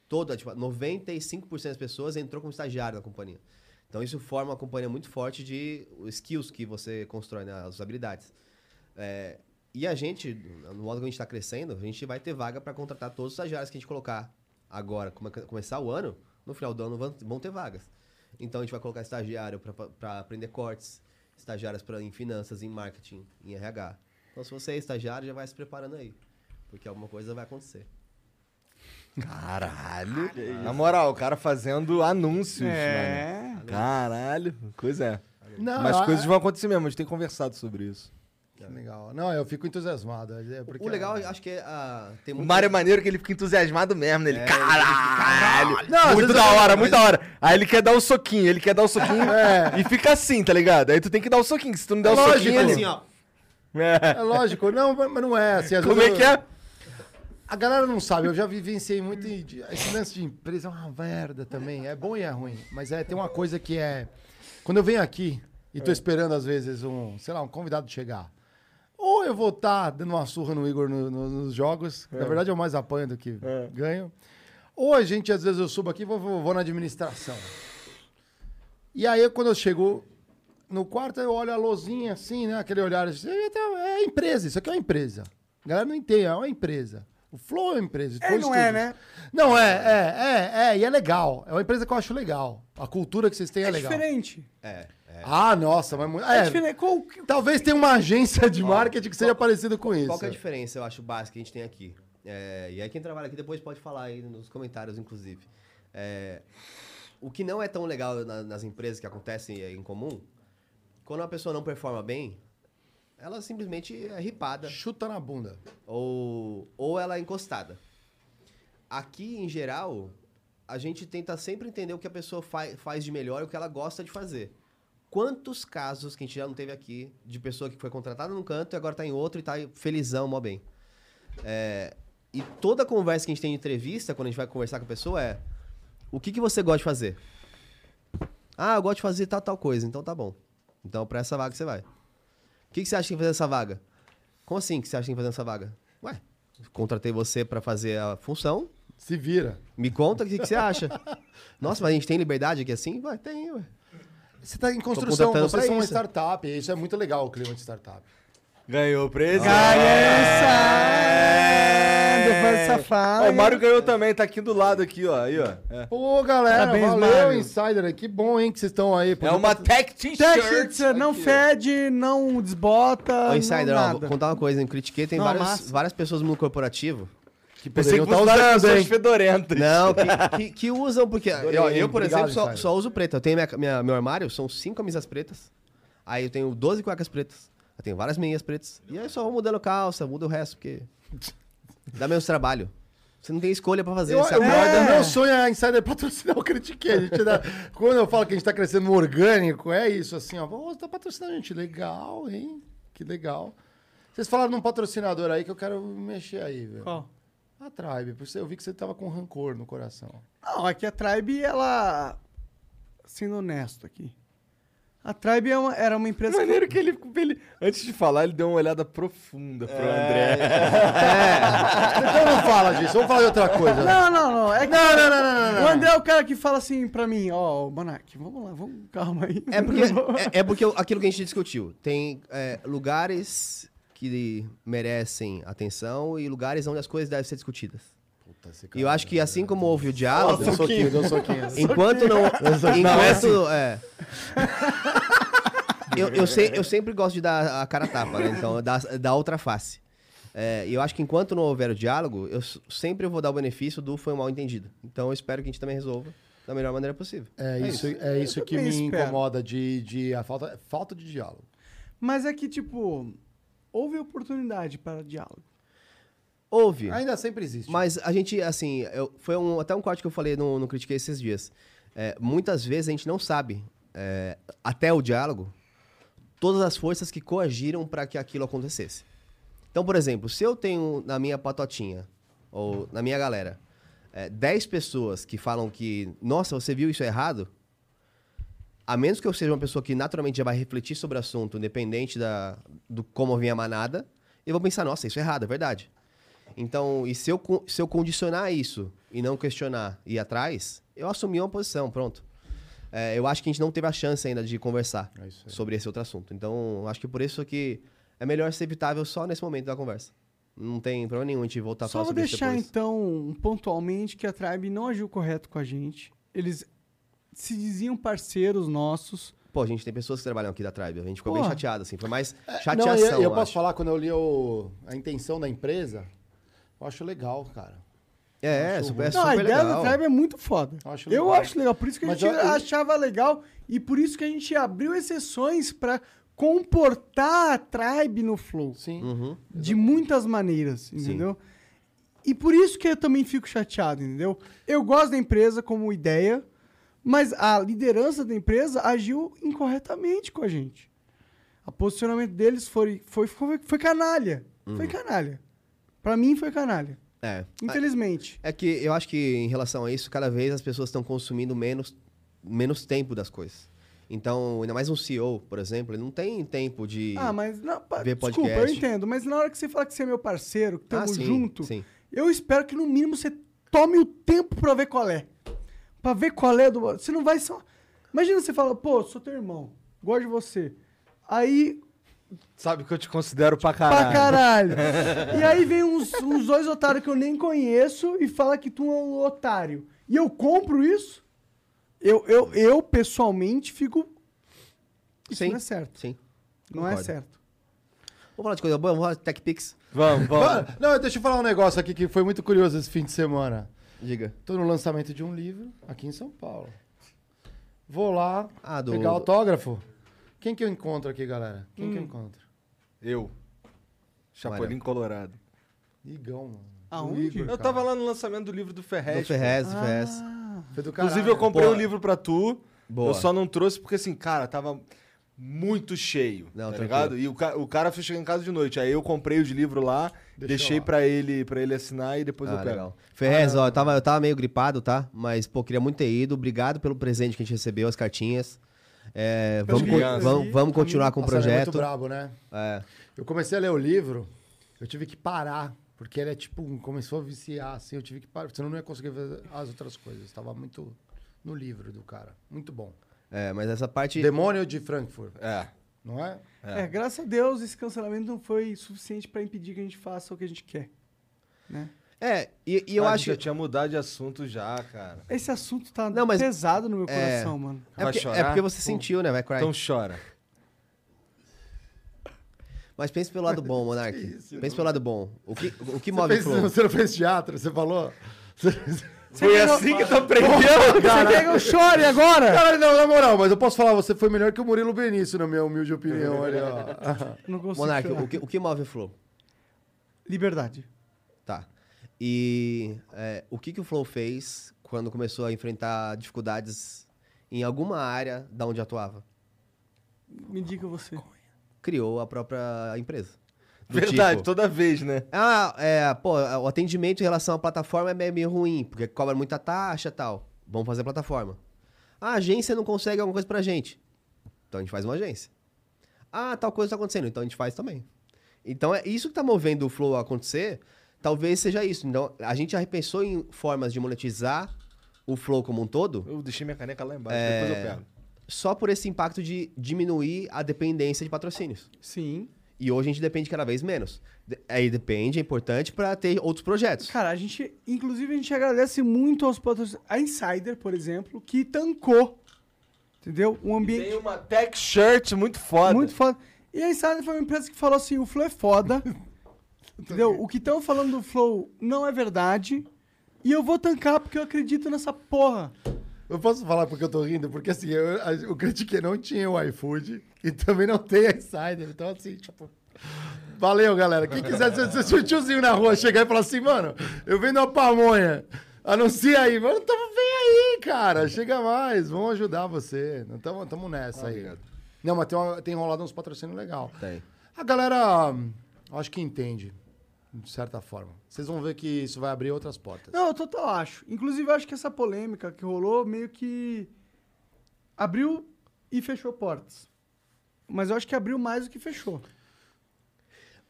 Speaker 10: Toda, tipo, 95% das pessoas entrou como estagiário na companhia. Então isso forma uma companhia muito forte de skills que você constrói, né, as habilidades. É, e a gente, no modo que a gente está crescendo, a gente vai ter vaga para contratar todos os estagiários que a gente colocar agora, come- começar o ano, no final do ano vão, vão ter vagas. Então a gente vai colocar estagiário para aprender cortes, estagiários pra, em finanças, em marketing, em RH. Então se você é estagiário, já vai se preparando aí, porque alguma coisa vai acontecer.
Speaker 2: Caralho. Na moral, o cara fazendo anúncios,
Speaker 10: É.
Speaker 2: mano. Caralho. Coisa é.
Speaker 16: Não,
Speaker 2: Mas
Speaker 16: a-
Speaker 2: coisas vão acontecer mesmo, a gente tem conversado sobre isso.
Speaker 16: Que legal. Não, eu fico entusiasmado. é porque-
Speaker 10: O legal, eu acho que é a... Tem
Speaker 2: O
Speaker 10: muita-
Speaker 2: Mário é maneiro que ele fica entusiasmado mesmo, né? Ele,
Speaker 16: É,
Speaker 2: caralho!
Speaker 16: Não, às
Speaker 2: muito
Speaker 16: vezes
Speaker 2: da
Speaker 16: eu-
Speaker 2: hora, muito da hora. Aí ele quer dar o soquinho, ele quer dar o soquinho e fica assim, tá ligado? Aí tu tem que dar o soquinho, que se tu não der o
Speaker 16: É. Lógico,
Speaker 2: soquinho... ele-
Speaker 16: assim, ó.
Speaker 2: É.
Speaker 16: É lógico, não, mas mas não é assim. às
Speaker 2: Como
Speaker 16: vezes
Speaker 2: é
Speaker 16: eu-
Speaker 2: que é?
Speaker 16: A galera não sabe, eu já vivenciei muito em- de- esse lance de empresa, é uma merda também. É bom e é ruim, mas é tem uma coisa que é quando eu venho aqui e tô
Speaker 17: É.
Speaker 16: esperando às vezes um, sei lá, um convidado chegar. Ou eu vou estar dando uma surra no Igor no- no- nos jogos. Na
Speaker 17: É.
Speaker 16: verdade, eu mais apanho do que
Speaker 2: É.
Speaker 16: ganho. Ou a gente, às vezes, eu subo aqui e vou, vou- vou na administração. E aí, quando eu chego no quarto, eu olho a lozinha assim, né? Aquele olhar assim, "Eita, é empresa, isso aqui é uma empresa. A galera não entende, é uma empresa. O Flow é uma empresa. o
Speaker 1: É,
Speaker 16: Flow
Speaker 1: não é,
Speaker 16: Studios.
Speaker 1: né?
Speaker 16: Não, é, é, é, é, e é legal. É uma empresa que eu acho legal. A cultura que vocês têm é,
Speaker 1: É
Speaker 16: legal.
Speaker 1: diferente.
Speaker 10: É.
Speaker 16: Ah, nossa, mas muito.
Speaker 10: É
Speaker 16: É,
Speaker 10: diferente.
Speaker 16: Talvez tenha uma agência de marketing que seja parecido com isso.
Speaker 10: Qual que é a diferença, eu acho, básica que a gente tem aqui? É, e aí quem trabalha aqui depois pode falar aí nos comentários, inclusive. É, o que não é tão legal na- nas empresas que acontecem é, em comum, quando uma pessoa não performa bem, ela simplesmente é ripada.
Speaker 16: Chuta na bunda.
Speaker 10: Ou, ou ela é encostada. Aqui, em geral, a gente tenta sempre entender o que a pessoa fa- faz de melhor e o que ela gosta de fazer. Quantos casos que a gente já não teve aqui de pessoa que foi contratada num canto e agora tá em outro e tá felizão, mó bem. É, e toda conversa que a gente tem em entrevista, quando a gente vai conversar com a pessoa, é o que, que você gosta de fazer? Ah, eu gosto de fazer tal, tal coisa, então tá bom. Então pra essa vaga você vai. O que, que você acha que tem que fazer nessa vaga? Como assim que você acha que tem que fazer nessa vaga? Ué, contratei você pra fazer a função.
Speaker 16: Se vira.
Speaker 10: Me conta o que, que você acha. Nossa, mas a gente tem liberdade aqui assim? Vai, tem, ué.
Speaker 16: Você tá em
Speaker 10: Tô
Speaker 16: construção,
Speaker 10: contratando
Speaker 16: vocês
Speaker 10: pra
Speaker 16: são uma
Speaker 10: isso.
Speaker 16: startup, e isso é muito legal o clima de startup.
Speaker 2: Ganhou o presente.
Speaker 17: Ganhou
Speaker 2: é.
Speaker 17: safado.
Speaker 2: Ó, O Mário ganhou também, tá aqui do lado aqui, ó. Aí, ó. É.
Speaker 16: Pô, galera,
Speaker 2: Parabéns,
Speaker 16: valeu,
Speaker 2: Mário.
Speaker 16: Insider. né? Que bom, hein, que vocês estão aí.
Speaker 2: É uma tech
Speaker 1: Tech
Speaker 16: t-shirt.
Speaker 1: Shirt, não fede, não desbota.
Speaker 10: Ô, Insider,
Speaker 1: não
Speaker 10: ó,
Speaker 1: nada.
Speaker 10: vou contar uma coisa, hein? Critiquei, tem
Speaker 1: Não,
Speaker 10: várias,
Speaker 1: massa.
Speaker 10: várias pessoas no mundo corporativo que
Speaker 2: Pensei
Speaker 10: poderiam
Speaker 2: que
Speaker 10: tá
Speaker 2: fosse das
Speaker 10: usando,
Speaker 2: pessoas
Speaker 10: hein?
Speaker 2: fedorentas.
Speaker 10: Não, que, que- que usam, porque ó,
Speaker 2: Adorei,
Speaker 10: eu,
Speaker 2: hein?
Speaker 10: por
Speaker 2: Obrigado,
Speaker 10: exemplo, só,
Speaker 2: Insider.
Speaker 10: só uso preto. Eu tenho minha, minha- meu armário, são cinco camisas pretas. Aí eu tenho 12 cuecas pretas. Eu tenho várias meias pretas. E aí eu só vou mudando calça, muda o resto, porque dá menos trabalho. Você não tem escolha pra fazer.
Speaker 16: Eu,
Speaker 10: você
Speaker 16: eu-
Speaker 10: acorda-
Speaker 16: Meu sonho é a Insider patrocinar o Critique. A gente dá- quando eu falo que a gente tá crescendo no orgânico, é isso, assim, ó. Pô, tá patrocinando a gente. Legal, hein? Que legal. Vocês falaram num patrocinador aí que eu quero mexer aí, velho.
Speaker 1: Qual?
Speaker 16: A Tribe. Por isso eu vi que você tava com rancor no coração.
Speaker 1: Não, é que a Tribe, ela. Sendo honesto aqui. A Tribe é uma- era uma empresa.
Speaker 2: Maneiro que ele, ele- Antes de falar, ele deu uma olhada profunda
Speaker 1: É.
Speaker 2: pro André.
Speaker 16: Então não fala disso, vamos falar de outra coisa.
Speaker 1: Não, não, não. É que
Speaker 16: Não, não, não, não, não, não.
Speaker 1: O André é o cara que fala assim pra mim, ó, Monark, vamos lá, vamos, calma aí.
Speaker 10: É porque, é, é porque eu- aquilo que a gente discutiu. Tem é, lugares que merecem atenção e lugares onde as coisas devem ser discutidas. E eu acho que assim como houve o diálogo.
Speaker 16: Deu soquinho, deu soquinho.
Speaker 10: Enquanto não.
Speaker 16: Deu soquinho. Não, é
Speaker 10: Enquanto.
Speaker 16: assim.
Speaker 10: É. Eu, eu, sei- eu sempre gosto de dar a cara a tapa, né? Então, da, da outra face. É, E eu acho que enquanto não houver o diálogo, eu s- sempre vou dar o benefício do foi mal entendido. Então, eu espero que a gente também resolva da melhor maneira possível.
Speaker 16: É isso, é isso que me incomoda de, de a falta, falta de diálogo.
Speaker 1: Mas é que, tipo, houve oportunidade para diálogo.
Speaker 10: Houve.
Speaker 16: Ainda sempre existe.
Speaker 10: Mas a gente, assim, eu- foi um- até um corte que eu falei no, no Critiquei esses dias. É, muitas vezes a gente não sabe, é, até o diálogo, todas as forças que coagiram para que aquilo acontecesse. Então, por exemplo, se eu tenho na minha patotinha, ou na minha galera, é, 10 pessoas que falam que, nossa, você viu isso errado, a menos que eu seja uma pessoa que naturalmente já vai refletir sobre o assunto, independente da, do como vem a manada, eu vou pensar, nossa, isso é errado, é verdade. Então, e se eu, co- se eu condicionar isso e não questionar e ir atrás, eu assumi uma posição, pronto. É, eu acho que a gente não teve a chance ainda de conversar
Speaker 16: É
Speaker 10: sobre esse outro assunto. Então, eu acho que por isso que é melhor ser evitável só nesse momento da conversa. Não tem problema nenhum a gente voltar a
Speaker 1: Só
Speaker 10: falar
Speaker 1: vou
Speaker 10: sobre isso
Speaker 1: deixar,
Speaker 10: Tá depois.
Speaker 1: então, pontualmente, que a Tribe não agiu correto com a gente. Eles se diziam parceiros nossos.
Speaker 10: Pô, a gente tem pessoas que trabalham aqui da Tribe. A gente ficou bem
Speaker 16: Porra.
Speaker 10: chateado, assim. Foi mais
Speaker 16: É,
Speaker 10: chateação,
Speaker 16: não, e eu, eu
Speaker 10: eu
Speaker 16: posso
Speaker 10: acho.
Speaker 16: falar, quando eu li o- a intenção da empresa, eu acho legal, cara.
Speaker 10: É, é,
Speaker 16: Acho
Speaker 10: super, é
Speaker 16: ruim.
Speaker 1: não, a
Speaker 10: super
Speaker 1: ideia
Speaker 10: legal.
Speaker 1: da Tribe é muito foda. Eu acho legal. Por isso que a
Speaker 16: Mas
Speaker 1: gente
Speaker 16: eu- eu-
Speaker 1: achava legal. E por isso que a gente abriu exceções para comportar a Tribe no Flow.
Speaker 16: Sim.
Speaker 10: Uhum.
Speaker 1: De muitas maneiras, entendeu? E por isso que eu também fico chateado, entendeu? Eu gosto da empresa como ideia, mas a liderança da empresa agiu incorretamente com a gente. O posicionamento deles foi, foi, foi, foi canalha. Foi
Speaker 10: Uhum.
Speaker 1: canalha. Pra mim, foi canalha.
Speaker 10: É.
Speaker 1: Infelizmente.
Speaker 10: É que eu acho que em relação a isso, cada vez as pessoas estão consumindo menos, menos tempo das coisas. Então, ainda mais um CEO, por exemplo, ele não tem tempo de
Speaker 1: Ah, mas. Não, pa-
Speaker 10: ver
Speaker 1: desculpa,
Speaker 10: podcast.
Speaker 1: eu entendo, mas na hora que você fala que você é meu parceiro, que
Speaker 10: Ah,
Speaker 1: tamo
Speaker 10: sim,
Speaker 1: junto,
Speaker 10: sim.
Speaker 1: eu espero que no mínimo você tome o tempo pra ver qual é. Pra ver qual é do. Você não vai só. Imagina você fala, pô, sou teu irmão, gosto de você. Aí.
Speaker 2: Sabe que eu te considero pra caralho.
Speaker 1: Pra caralho. e aí vem uns, uns dois otários que eu nem conheço e fala que tu é um otário. E eu compro isso? Eu, eu, eu pessoalmente, fico. Isso
Speaker 10: Sim,
Speaker 1: não é certo.
Speaker 10: Sim.
Speaker 1: Não é
Speaker 10: Concordo.
Speaker 1: certo.
Speaker 10: Vamos falar de coisa boa, vamos falar de TechPix.
Speaker 2: Vamos,
Speaker 16: Mano, Não, deixa eu falar um negócio aqui que foi muito curioso esse fim de semana.
Speaker 10: Diga.
Speaker 16: Tô no lançamento de um livro aqui em São Paulo. Vou lá
Speaker 10: Ah, do-
Speaker 16: pegar autógrafo. Quem que eu encontro aqui, galera? Quem que eu
Speaker 2: Hum.
Speaker 16: encontro?
Speaker 2: Eu. Chapolin Colorado.
Speaker 16: Igão, mano.
Speaker 2: Aonde?
Speaker 16: Do Igor,
Speaker 2: eu
Speaker 16: cara.
Speaker 2: tava lá no lançamento do livro do Ferrez.
Speaker 16: Do Ferrez, do Ferrez. Foi do caralho.
Speaker 2: Inclusive, eu comprei o
Speaker 16: Boa.
Speaker 2: livro pra tu.
Speaker 16: Boa.
Speaker 2: Eu só não trouxe porque, assim, cara, tava muito cheio, tá
Speaker 10: tranquilo.
Speaker 2: ligado? E o, ca- o cara foi chegar em casa de noite. Aí eu comprei os livros lá, deixei pra ele, pra ele assinar e depois eu
Speaker 10: Ah,
Speaker 2: pego.
Speaker 10: legal. Ferrez, ó, eu tava, eu tava meio gripado, tá? Mas, pô, queria muito ter ido. Obrigado pelo presente que a gente recebeu, as cartinhas. É,
Speaker 16: Pelas
Speaker 10: vamos, con-
Speaker 16: crianças.
Speaker 10: vamos, vamos continuar com o
Speaker 16: Nossa, ele
Speaker 10: projeto.
Speaker 16: É muito brabo, né?
Speaker 10: É.
Speaker 16: Eu comecei a ler o livro, eu tive que parar, porque ele é tipo, um- começou a viciar, assim, eu tive que parar, senão eu não ia conseguir ver as outras coisas. Tava muito no livro do cara. Muito bom.
Speaker 10: É, mas essa parte.
Speaker 16: Demônio de Frankfurt.
Speaker 2: É.
Speaker 16: não é?
Speaker 1: É. graças a Deus esse cancelamento não foi suficiente pra impedir que a gente faça o que a gente quer. Né?
Speaker 10: É, e, e eu
Speaker 2: Ah, a gente
Speaker 10: acho.
Speaker 2: já tinha mudado de assunto já, cara.
Speaker 1: Esse assunto tá pesado no meu coração, mano.
Speaker 10: É porque, é porque você sentiu, né? Vai cry.
Speaker 2: Então chora.
Speaker 10: Mas pense pelo lado bom, Monark.
Speaker 16: isso?
Speaker 10: pense pelo lado bom. O que, o que
Speaker 16: Você
Speaker 10: move
Speaker 16: fez-
Speaker 10: o flow?
Speaker 16: Você não fez teatro, você falou.
Speaker 10: Foi pegou- assim que
Speaker 16: tá
Speaker 10: tu aprendeu? Você pega o chore agora?
Speaker 16: Cara, não, na moral, mas eu posso falar, você foi melhor que o Murilo Benício, na minha humilde opinião. Olha, ó.
Speaker 1: Não consigo
Speaker 10: Monark,
Speaker 1: chorar.
Speaker 10: o que, o que move o flow?
Speaker 1: Liberdade.
Speaker 10: Tá. E é, o que, que o Flow fez quando começou a enfrentar dificuldades em alguma área da onde atuava?
Speaker 1: Me diga você.
Speaker 10: Criou a própria empresa. tipo,
Speaker 2: Verdade, toda vez, né?
Speaker 10: Ah, é, pô, o atendimento em relação à plataforma é meio ruim, porque cobra muita taxa e tal. Vamos fazer a plataforma. A agência não consegue alguma coisa pra gente. Então a gente faz uma agência. Ah, tal coisa tá acontecendo, então a gente faz também. Então é isso que tá movendo o Flow a acontecer. Talvez seja isso. Então a gente já repensou em formas de monetizar o Flow como um todo.
Speaker 2: Eu deixei minha caneca lá embaixo,
Speaker 10: É,
Speaker 2: depois eu pego.
Speaker 10: Só por esse impacto de diminuir a dependência de patrocínios.
Speaker 1: Sim.
Speaker 10: E hoje a gente depende cada vez menos. De- Aí depende, é importante para ter outros projetos.
Speaker 1: Cara, a gente, inclusive, a gente agradece muito aos patrocinadores. A Insider, por exemplo, que tancou. Entendeu? Um ambiente.
Speaker 2: Tem uma tech shirt muito foda.
Speaker 1: Muito foda. E a Insider foi uma empresa que falou assim: o Flow é foda. entendeu? O que estão falando do Flow não é verdade. E eu vou tancar porque eu acredito nessa porra.
Speaker 16: Eu posso falar porque eu tô rindo? Porque assim, eu, a, o Critique não tinha o iFood e também não tem a Insider. Então, assim, tipo. Valeu, galera. Quem quiser, se, se, se o tiozinho na rua chegar e falar assim, mano, eu vendo uma pamonha, anuncia aí. Mano, tamo vem aí, cara. Chega mais, vamos ajudar você. Não tamo, tamo nessa aí. Não, mas tem, uma, tem rolado uns patrocínios legal.
Speaker 2: Tem.
Speaker 16: A galera, hum, acho que entende, de certa forma. Vocês vão ver que isso vai abrir outras portas.
Speaker 1: Não, eu total acho. Inclusive, eu acho que essa polêmica que rolou meio que abriu e fechou portas. Mas eu acho que abriu mais do que fechou.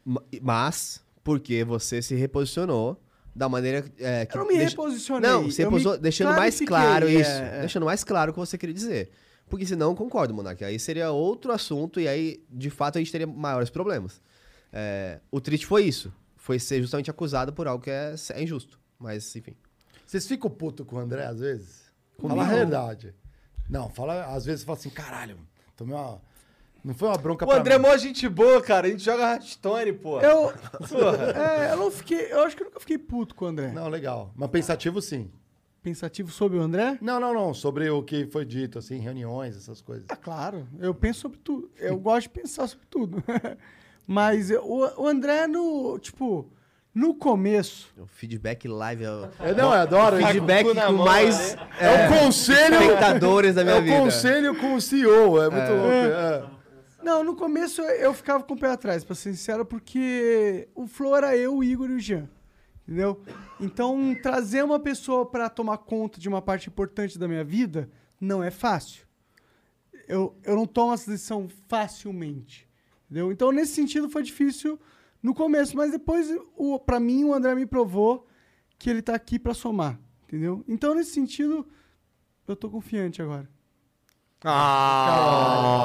Speaker 10: Ma- Mas, porque você se reposicionou da maneira é, que.
Speaker 1: Eu não me
Speaker 10: deix-
Speaker 1: reposicionei,
Speaker 10: Não, você
Speaker 1: eu me
Speaker 10: reposicionou, deixando mais
Speaker 1: clarifiquei,
Speaker 10: claro
Speaker 1: é,
Speaker 10: isso.
Speaker 1: é.
Speaker 10: Deixando mais claro o que você queria dizer. Porque senão, eu concordo, Monark. Aí seria outro assunto e aí, de fato, a gente teria maiores problemas. É, o triste foi isso. Foi ser justamente acusado por algo que é, é injusto. Mas, enfim.
Speaker 16: Vocês ficam puto com o André às vezes?
Speaker 10: Comigo?
Speaker 16: Fala a verdade. Não, fala, às vezes fala assim, caralho, tomei uma. Não foi uma bronca
Speaker 2: O André é
Speaker 16: mim.
Speaker 2: mó gente boa, cara. A gente joga Hearthstone, pô.
Speaker 1: Eu.
Speaker 2: Porra.
Speaker 1: É, eu não fiquei. Eu acho que eu nunca fiquei puto com o André.
Speaker 16: Não, legal. Mas pensativo sim.
Speaker 1: Pensativo sobre o André?
Speaker 16: Não, não, não. Sobre o que foi dito, assim, reuniões, essas coisas.
Speaker 1: Ah, claro. Eu penso sobre tudo. Eu gosto de pensar sobre tudo. Mas eu- o, o André, no. Tipo, no começo.
Speaker 10: O feedback live é o.
Speaker 16: Eu não, eu adoro.
Speaker 10: o Feedback
Speaker 16: Tá com o cu na
Speaker 10: com
Speaker 16: mão,
Speaker 10: mais.
Speaker 16: né? É o conselho-
Speaker 10: Espectadores da minha
Speaker 16: é o
Speaker 10: vida.
Speaker 16: conselho com o CEO. É muito
Speaker 10: É.
Speaker 16: louco. é.
Speaker 1: Não, no começo eu ficava com o pé atrás, pra ser sincero, porque o Flow era eu, o Igor e o Jean. Entendeu? Então, trazer uma pessoa pra tomar conta de uma parte importante da minha vida não é fácil. Eu, eu não tomo essa decisão facilmente. Entendeu? Então, nesse sentido, foi difícil no começo, mas depois, o, pra mim, o André me provou que ele tá aqui pra somar. Entendeu? Então, nesse sentido, eu tô confiante agora.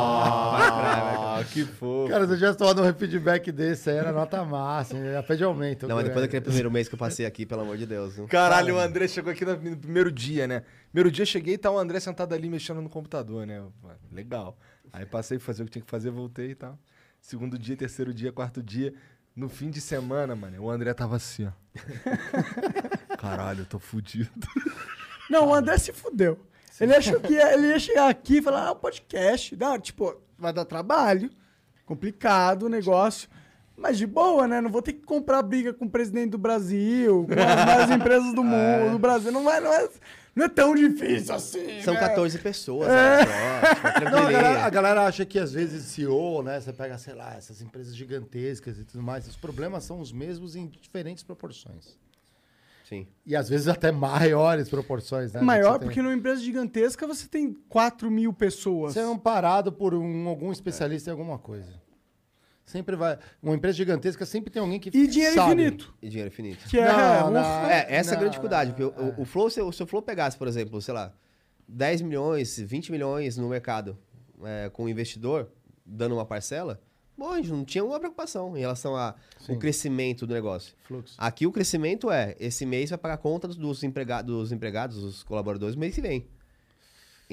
Speaker 2: Ah, que fofo.
Speaker 16: Cara, se eu tivesse tomado um feedback desse, aí era nota máxima. Já pede aumento.
Speaker 10: Não, mas depois
Speaker 16: cara.
Speaker 10: daquele primeiro mês que eu passei aqui, pelo amor de Deus. viu?
Speaker 2: Caralho, o André chegou aqui no primeiro dia, né? Primeiro dia eu cheguei e tá o André sentado ali mexendo no computador, né? Eu, "Pô, Legal. Aí passei pra fazer o que tinha que fazer, voltei e tal. Segundo dia, terceiro dia, quarto dia. No fim de semana, mano, o André tava assim, ó. Caralho, eu tô fudido.
Speaker 1: Não, o André se fudeu. Ele achou que ia- ele ia chegar aqui e falar, ah, podcast. Não, tipo, vai dar trabalho, complicado o negócio. Mas de boa, né? Não vou ter que comprar briga com o presidente do Brasil, com as maiores empresas
Speaker 16: É.
Speaker 1: do mundo, do Brasil. Não, vai, não, é, não é tão difícil
Speaker 16: É,
Speaker 1: assim.
Speaker 10: São
Speaker 1: né?
Speaker 10: 14 pessoas,
Speaker 1: É.
Speaker 10: né? Só, tipo,
Speaker 16: Não, a,
Speaker 10: tranquilinha.
Speaker 16: galera, a galera acha que às vezes CEO, né? Você pega, sei lá, essas empresas gigantescas e tudo mais, os problemas são os mesmos em diferentes proporções.
Speaker 10: Sim.
Speaker 16: E às vezes até maiores proporções, né? do que
Speaker 1: Maior,
Speaker 16: você tem.
Speaker 1: porque numa empresa gigantesca você tem 4 mil pessoas.
Speaker 16: Você é amparado por um, algum especialista em alguma coisa. Sempre vai. Uma empresa gigantesca sempre tem alguém que.
Speaker 1: E dinheiro
Speaker 16: sabe.
Speaker 1: infinito.
Speaker 10: E dinheiro infinito.
Speaker 16: Que é- Não, não,
Speaker 10: é, essa é a
Speaker 16: não,
Speaker 10: grande dificuldade. Porque o- o, o Flow, se, o- se o Flow pegasse, por exemplo, sei lá, 10 milhões, 20 milhões no mercado é, com um investidor, dando uma parcela, bom, a gente não tinha uma preocupação em relação ao crescimento do negócio.
Speaker 1: Fluxo.
Speaker 10: Aqui o crescimento é, esse mês vai pagar a conta dos, dos, emprega dos empregados, dos colaboradores, mês que vem.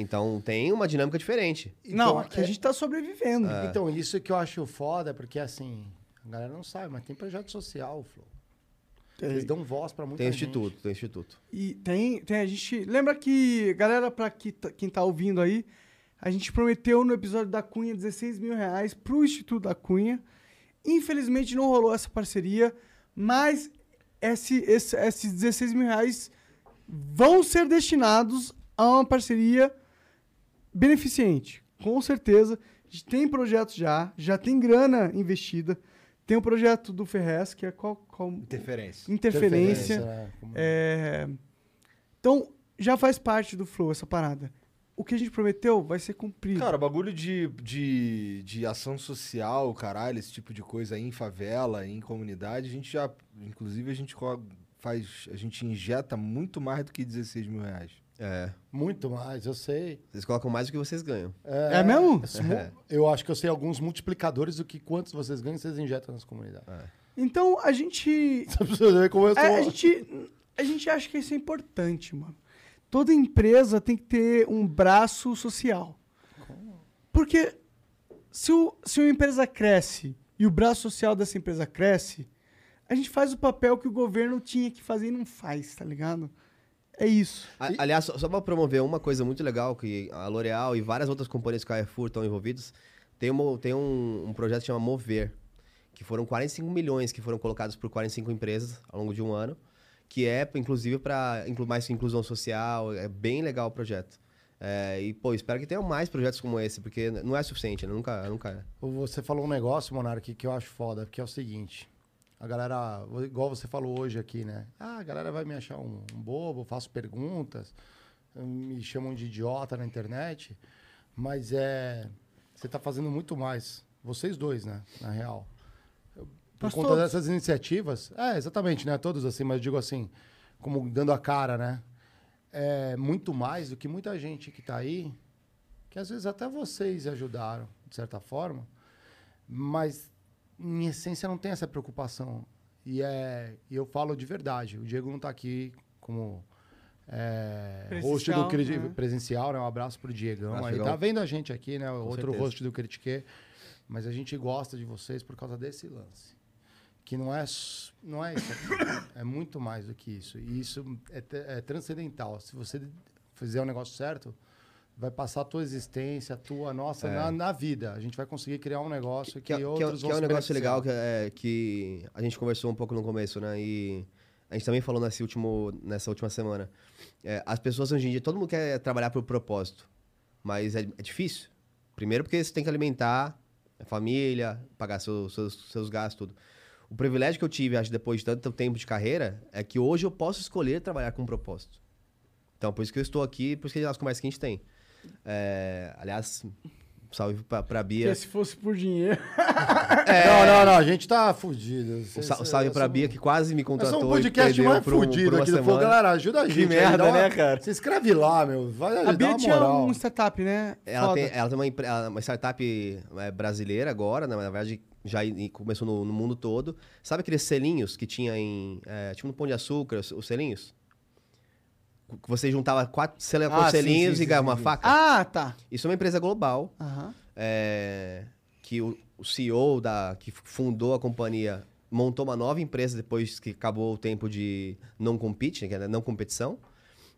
Speaker 10: Então tem uma dinâmica diferente.
Speaker 19: não, aqui a gente tá sobrevivendo.
Speaker 10: É.
Speaker 16: é Então, isso que eu acho foda, porque assim, a galera não sabe, mas tem projeto social, Flow. Eles dão voz pra muita
Speaker 10: Tem
Speaker 16: gente.
Speaker 10: instituto, tem instituto.
Speaker 1: E tem, tem a gente. Lembra que, galera, pra que tá- quem tá ouvindo aí, a gente prometeu no episódio da Cunha 16 mil reais pro Instituto da Cunha. Infelizmente não rolou essa parceria, mas esse, esse- esses 16 mil reais vão ser destinados a uma parceria beneficente, com certeza. A gente tem projeto já, já tem grana investida. Tem o projeto do Ferrez, que é qual. qual-
Speaker 2: Interferência.
Speaker 1: Interferência. né?
Speaker 16: né,
Speaker 2: Interferência, é, como-
Speaker 1: É, Então, já faz parte do Flow essa parada. O que a gente prometeu vai ser cumprido.
Speaker 2: Cara, bagulho de, de, de ação social, caralho, esse tipo de coisa aí em favela, em comunidade, a gente já. Inclusive, a gente co- faz. A gente injeta muito mais do que 16 mil reais.
Speaker 10: É.
Speaker 16: Muito mais, eu sei.
Speaker 10: Vocês colocam mais do que vocês ganham.
Speaker 1: É mesmo?
Speaker 16: esse mu-
Speaker 10: É.
Speaker 16: Eu acho que eu sei alguns multiplicadores do que quantos vocês ganham e vocês injetam nas comunidades.
Speaker 1: Então, a gente.
Speaker 16: como eu sou-
Speaker 1: É, a, gente, a gente acha que isso é importante, mano. Toda empresa tem que ter um braço social. Porque se, o, se uma empresa cresce e o braço social dessa empresa cresce, a gente faz o papel que o governo tinha que fazer e não faz, tá ligado? É isso.
Speaker 10: A- Aliás, só, só para promover uma coisa muito legal que a L'Oréal e várias outras companhias que a Carrefour estão envolvidos, tem, uma- tem um, um projeto que chama Mover, que foram 45 milhões que foram colocados por 45 empresas ao longo de um ano, que é inclusive para mais inclusão social, é bem legal o projeto. É, e pô, espero que tenham mais projetos como esse, porque não é suficiente, né? nunca, nunca é.
Speaker 16: Você falou um negócio, Monark, que eu acho foda, que é o seguinte. A galera, igual você falou hoje aqui, né? Ah, a galera vai me achar um, um bobo, faço perguntas, hum, me chamam de idiota na internet. Mas é. Você tá fazendo muito mais. Vocês dois, né? Na real. Eu- Por
Speaker 20: Nós
Speaker 16: conta
Speaker 20: todos.
Speaker 16: dessas iniciativas. É, exatamente, né? Todos assim, mas eu digo assim, como dando a cara, né? É muito mais do que muita gente que tá aí que às vezes até vocês ajudaram, de certa forma, mas em essência não tem essa preocupação. E é, e eu falo de verdade, o Diego não está aqui como é, host do
Speaker 20: Presencial,
Speaker 16: Criti-
Speaker 20: né?
Speaker 16: presencial, né? Um abraço pro Diegão.
Speaker 20: Abraço,
Speaker 16: Ele
Speaker 20: Diegão.
Speaker 16: tá vendo a gente aqui, né? O
Speaker 20: Com
Speaker 16: outro
Speaker 20: certeza.
Speaker 16: host do Critique, mas a gente gosta de vocês por causa desse lance. Que não é, s- não é isso. aqui. é muito mais do que isso. E isso é, te- é transcendental. Se você fizer o negócio certo, vai passar a tua existência, a tua, a nossa,
Speaker 10: É.
Speaker 16: na, na vida. A gente vai conseguir criar um negócio que,
Speaker 10: que, é- que é- que
Speaker 16: outros vão
Speaker 10: é um
Speaker 16: se
Speaker 10: negócio
Speaker 16: beneficiar.
Speaker 10: legal que, é, que a gente conversou um pouco no começo, né? E a gente também falou nesse último, nessa última semana. É, as pessoas hoje em dia, todo mundo quer trabalhar por propósito, mas é, é difícil. Primeiro porque você tem que alimentar a família, pagar seu- seus, seus gastos, tudo. O privilégio que eu tive, acho, depois de tanto tempo de carreira, é que hoje eu posso escolher trabalhar com propósito. Então, por isso que eu estou aqui, por isso que as conversas que a gente tem. É, aliás, salve pra, pra Bia.
Speaker 1: Porque se fosse por dinheiro. É.
Speaker 16: Não, não, não, a gente tá fudido.
Speaker 10: Um sa- um salve pra Bia que quase me
Speaker 16: Nós
Speaker 10: contratou.
Speaker 16: somos um
Speaker 10: e
Speaker 16: podcast
Speaker 10: perdeu
Speaker 16: mais
Speaker 10: por um- por
Speaker 16: fudido
Speaker 10: uma
Speaker 16: aqui do Flow.
Speaker 10: semana.
Speaker 16: Galera, ajuda a gente.
Speaker 10: Que
Speaker 16: aí, dá
Speaker 10: merda,
Speaker 16: uma-
Speaker 10: né, cara?
Speaker 16: Se inscreve lá, meu. Vai
Speaker 1: A
Speaker 16: ajudar
Speaker 1: Bia
Speaker 16: uma
Speaker 1: tinha
Speaker 16: moral.
Speaker 1: um startup, né?
Speaker 10: Ela
Speaker 1: Foda.
Speaker 10: tem, ela tem uma, empre- ela- é uma startup eh, brasileira agora, né? na verdade já i- começou no, no mundo todo. Sabe aqueles selinhos que tinha em. eh, tipo no Pão de Açúcar, os, os selinhos? Que você juntava quatro sel-
Speaker 1: Ah,
Speaker 10: quatro
Speaker 1: sim,
Speaker 10: selinhos
Speaker 1: sim, sim,
Speaker 10: é e ganhava
Speaker 1: sim,
Speaker 10: uma
Speaker 1: sim.
Speaker 10: faca?
Speaker 1: Ah, tá.
Speaker 10: Isso é uma empresa global.
Speaker 1: Aham.
Speaker 10: é, que o, o CEO da, que fundou a companhia montou uma nova empresa depois que acabou o tempo de não compete, né, que é não competição.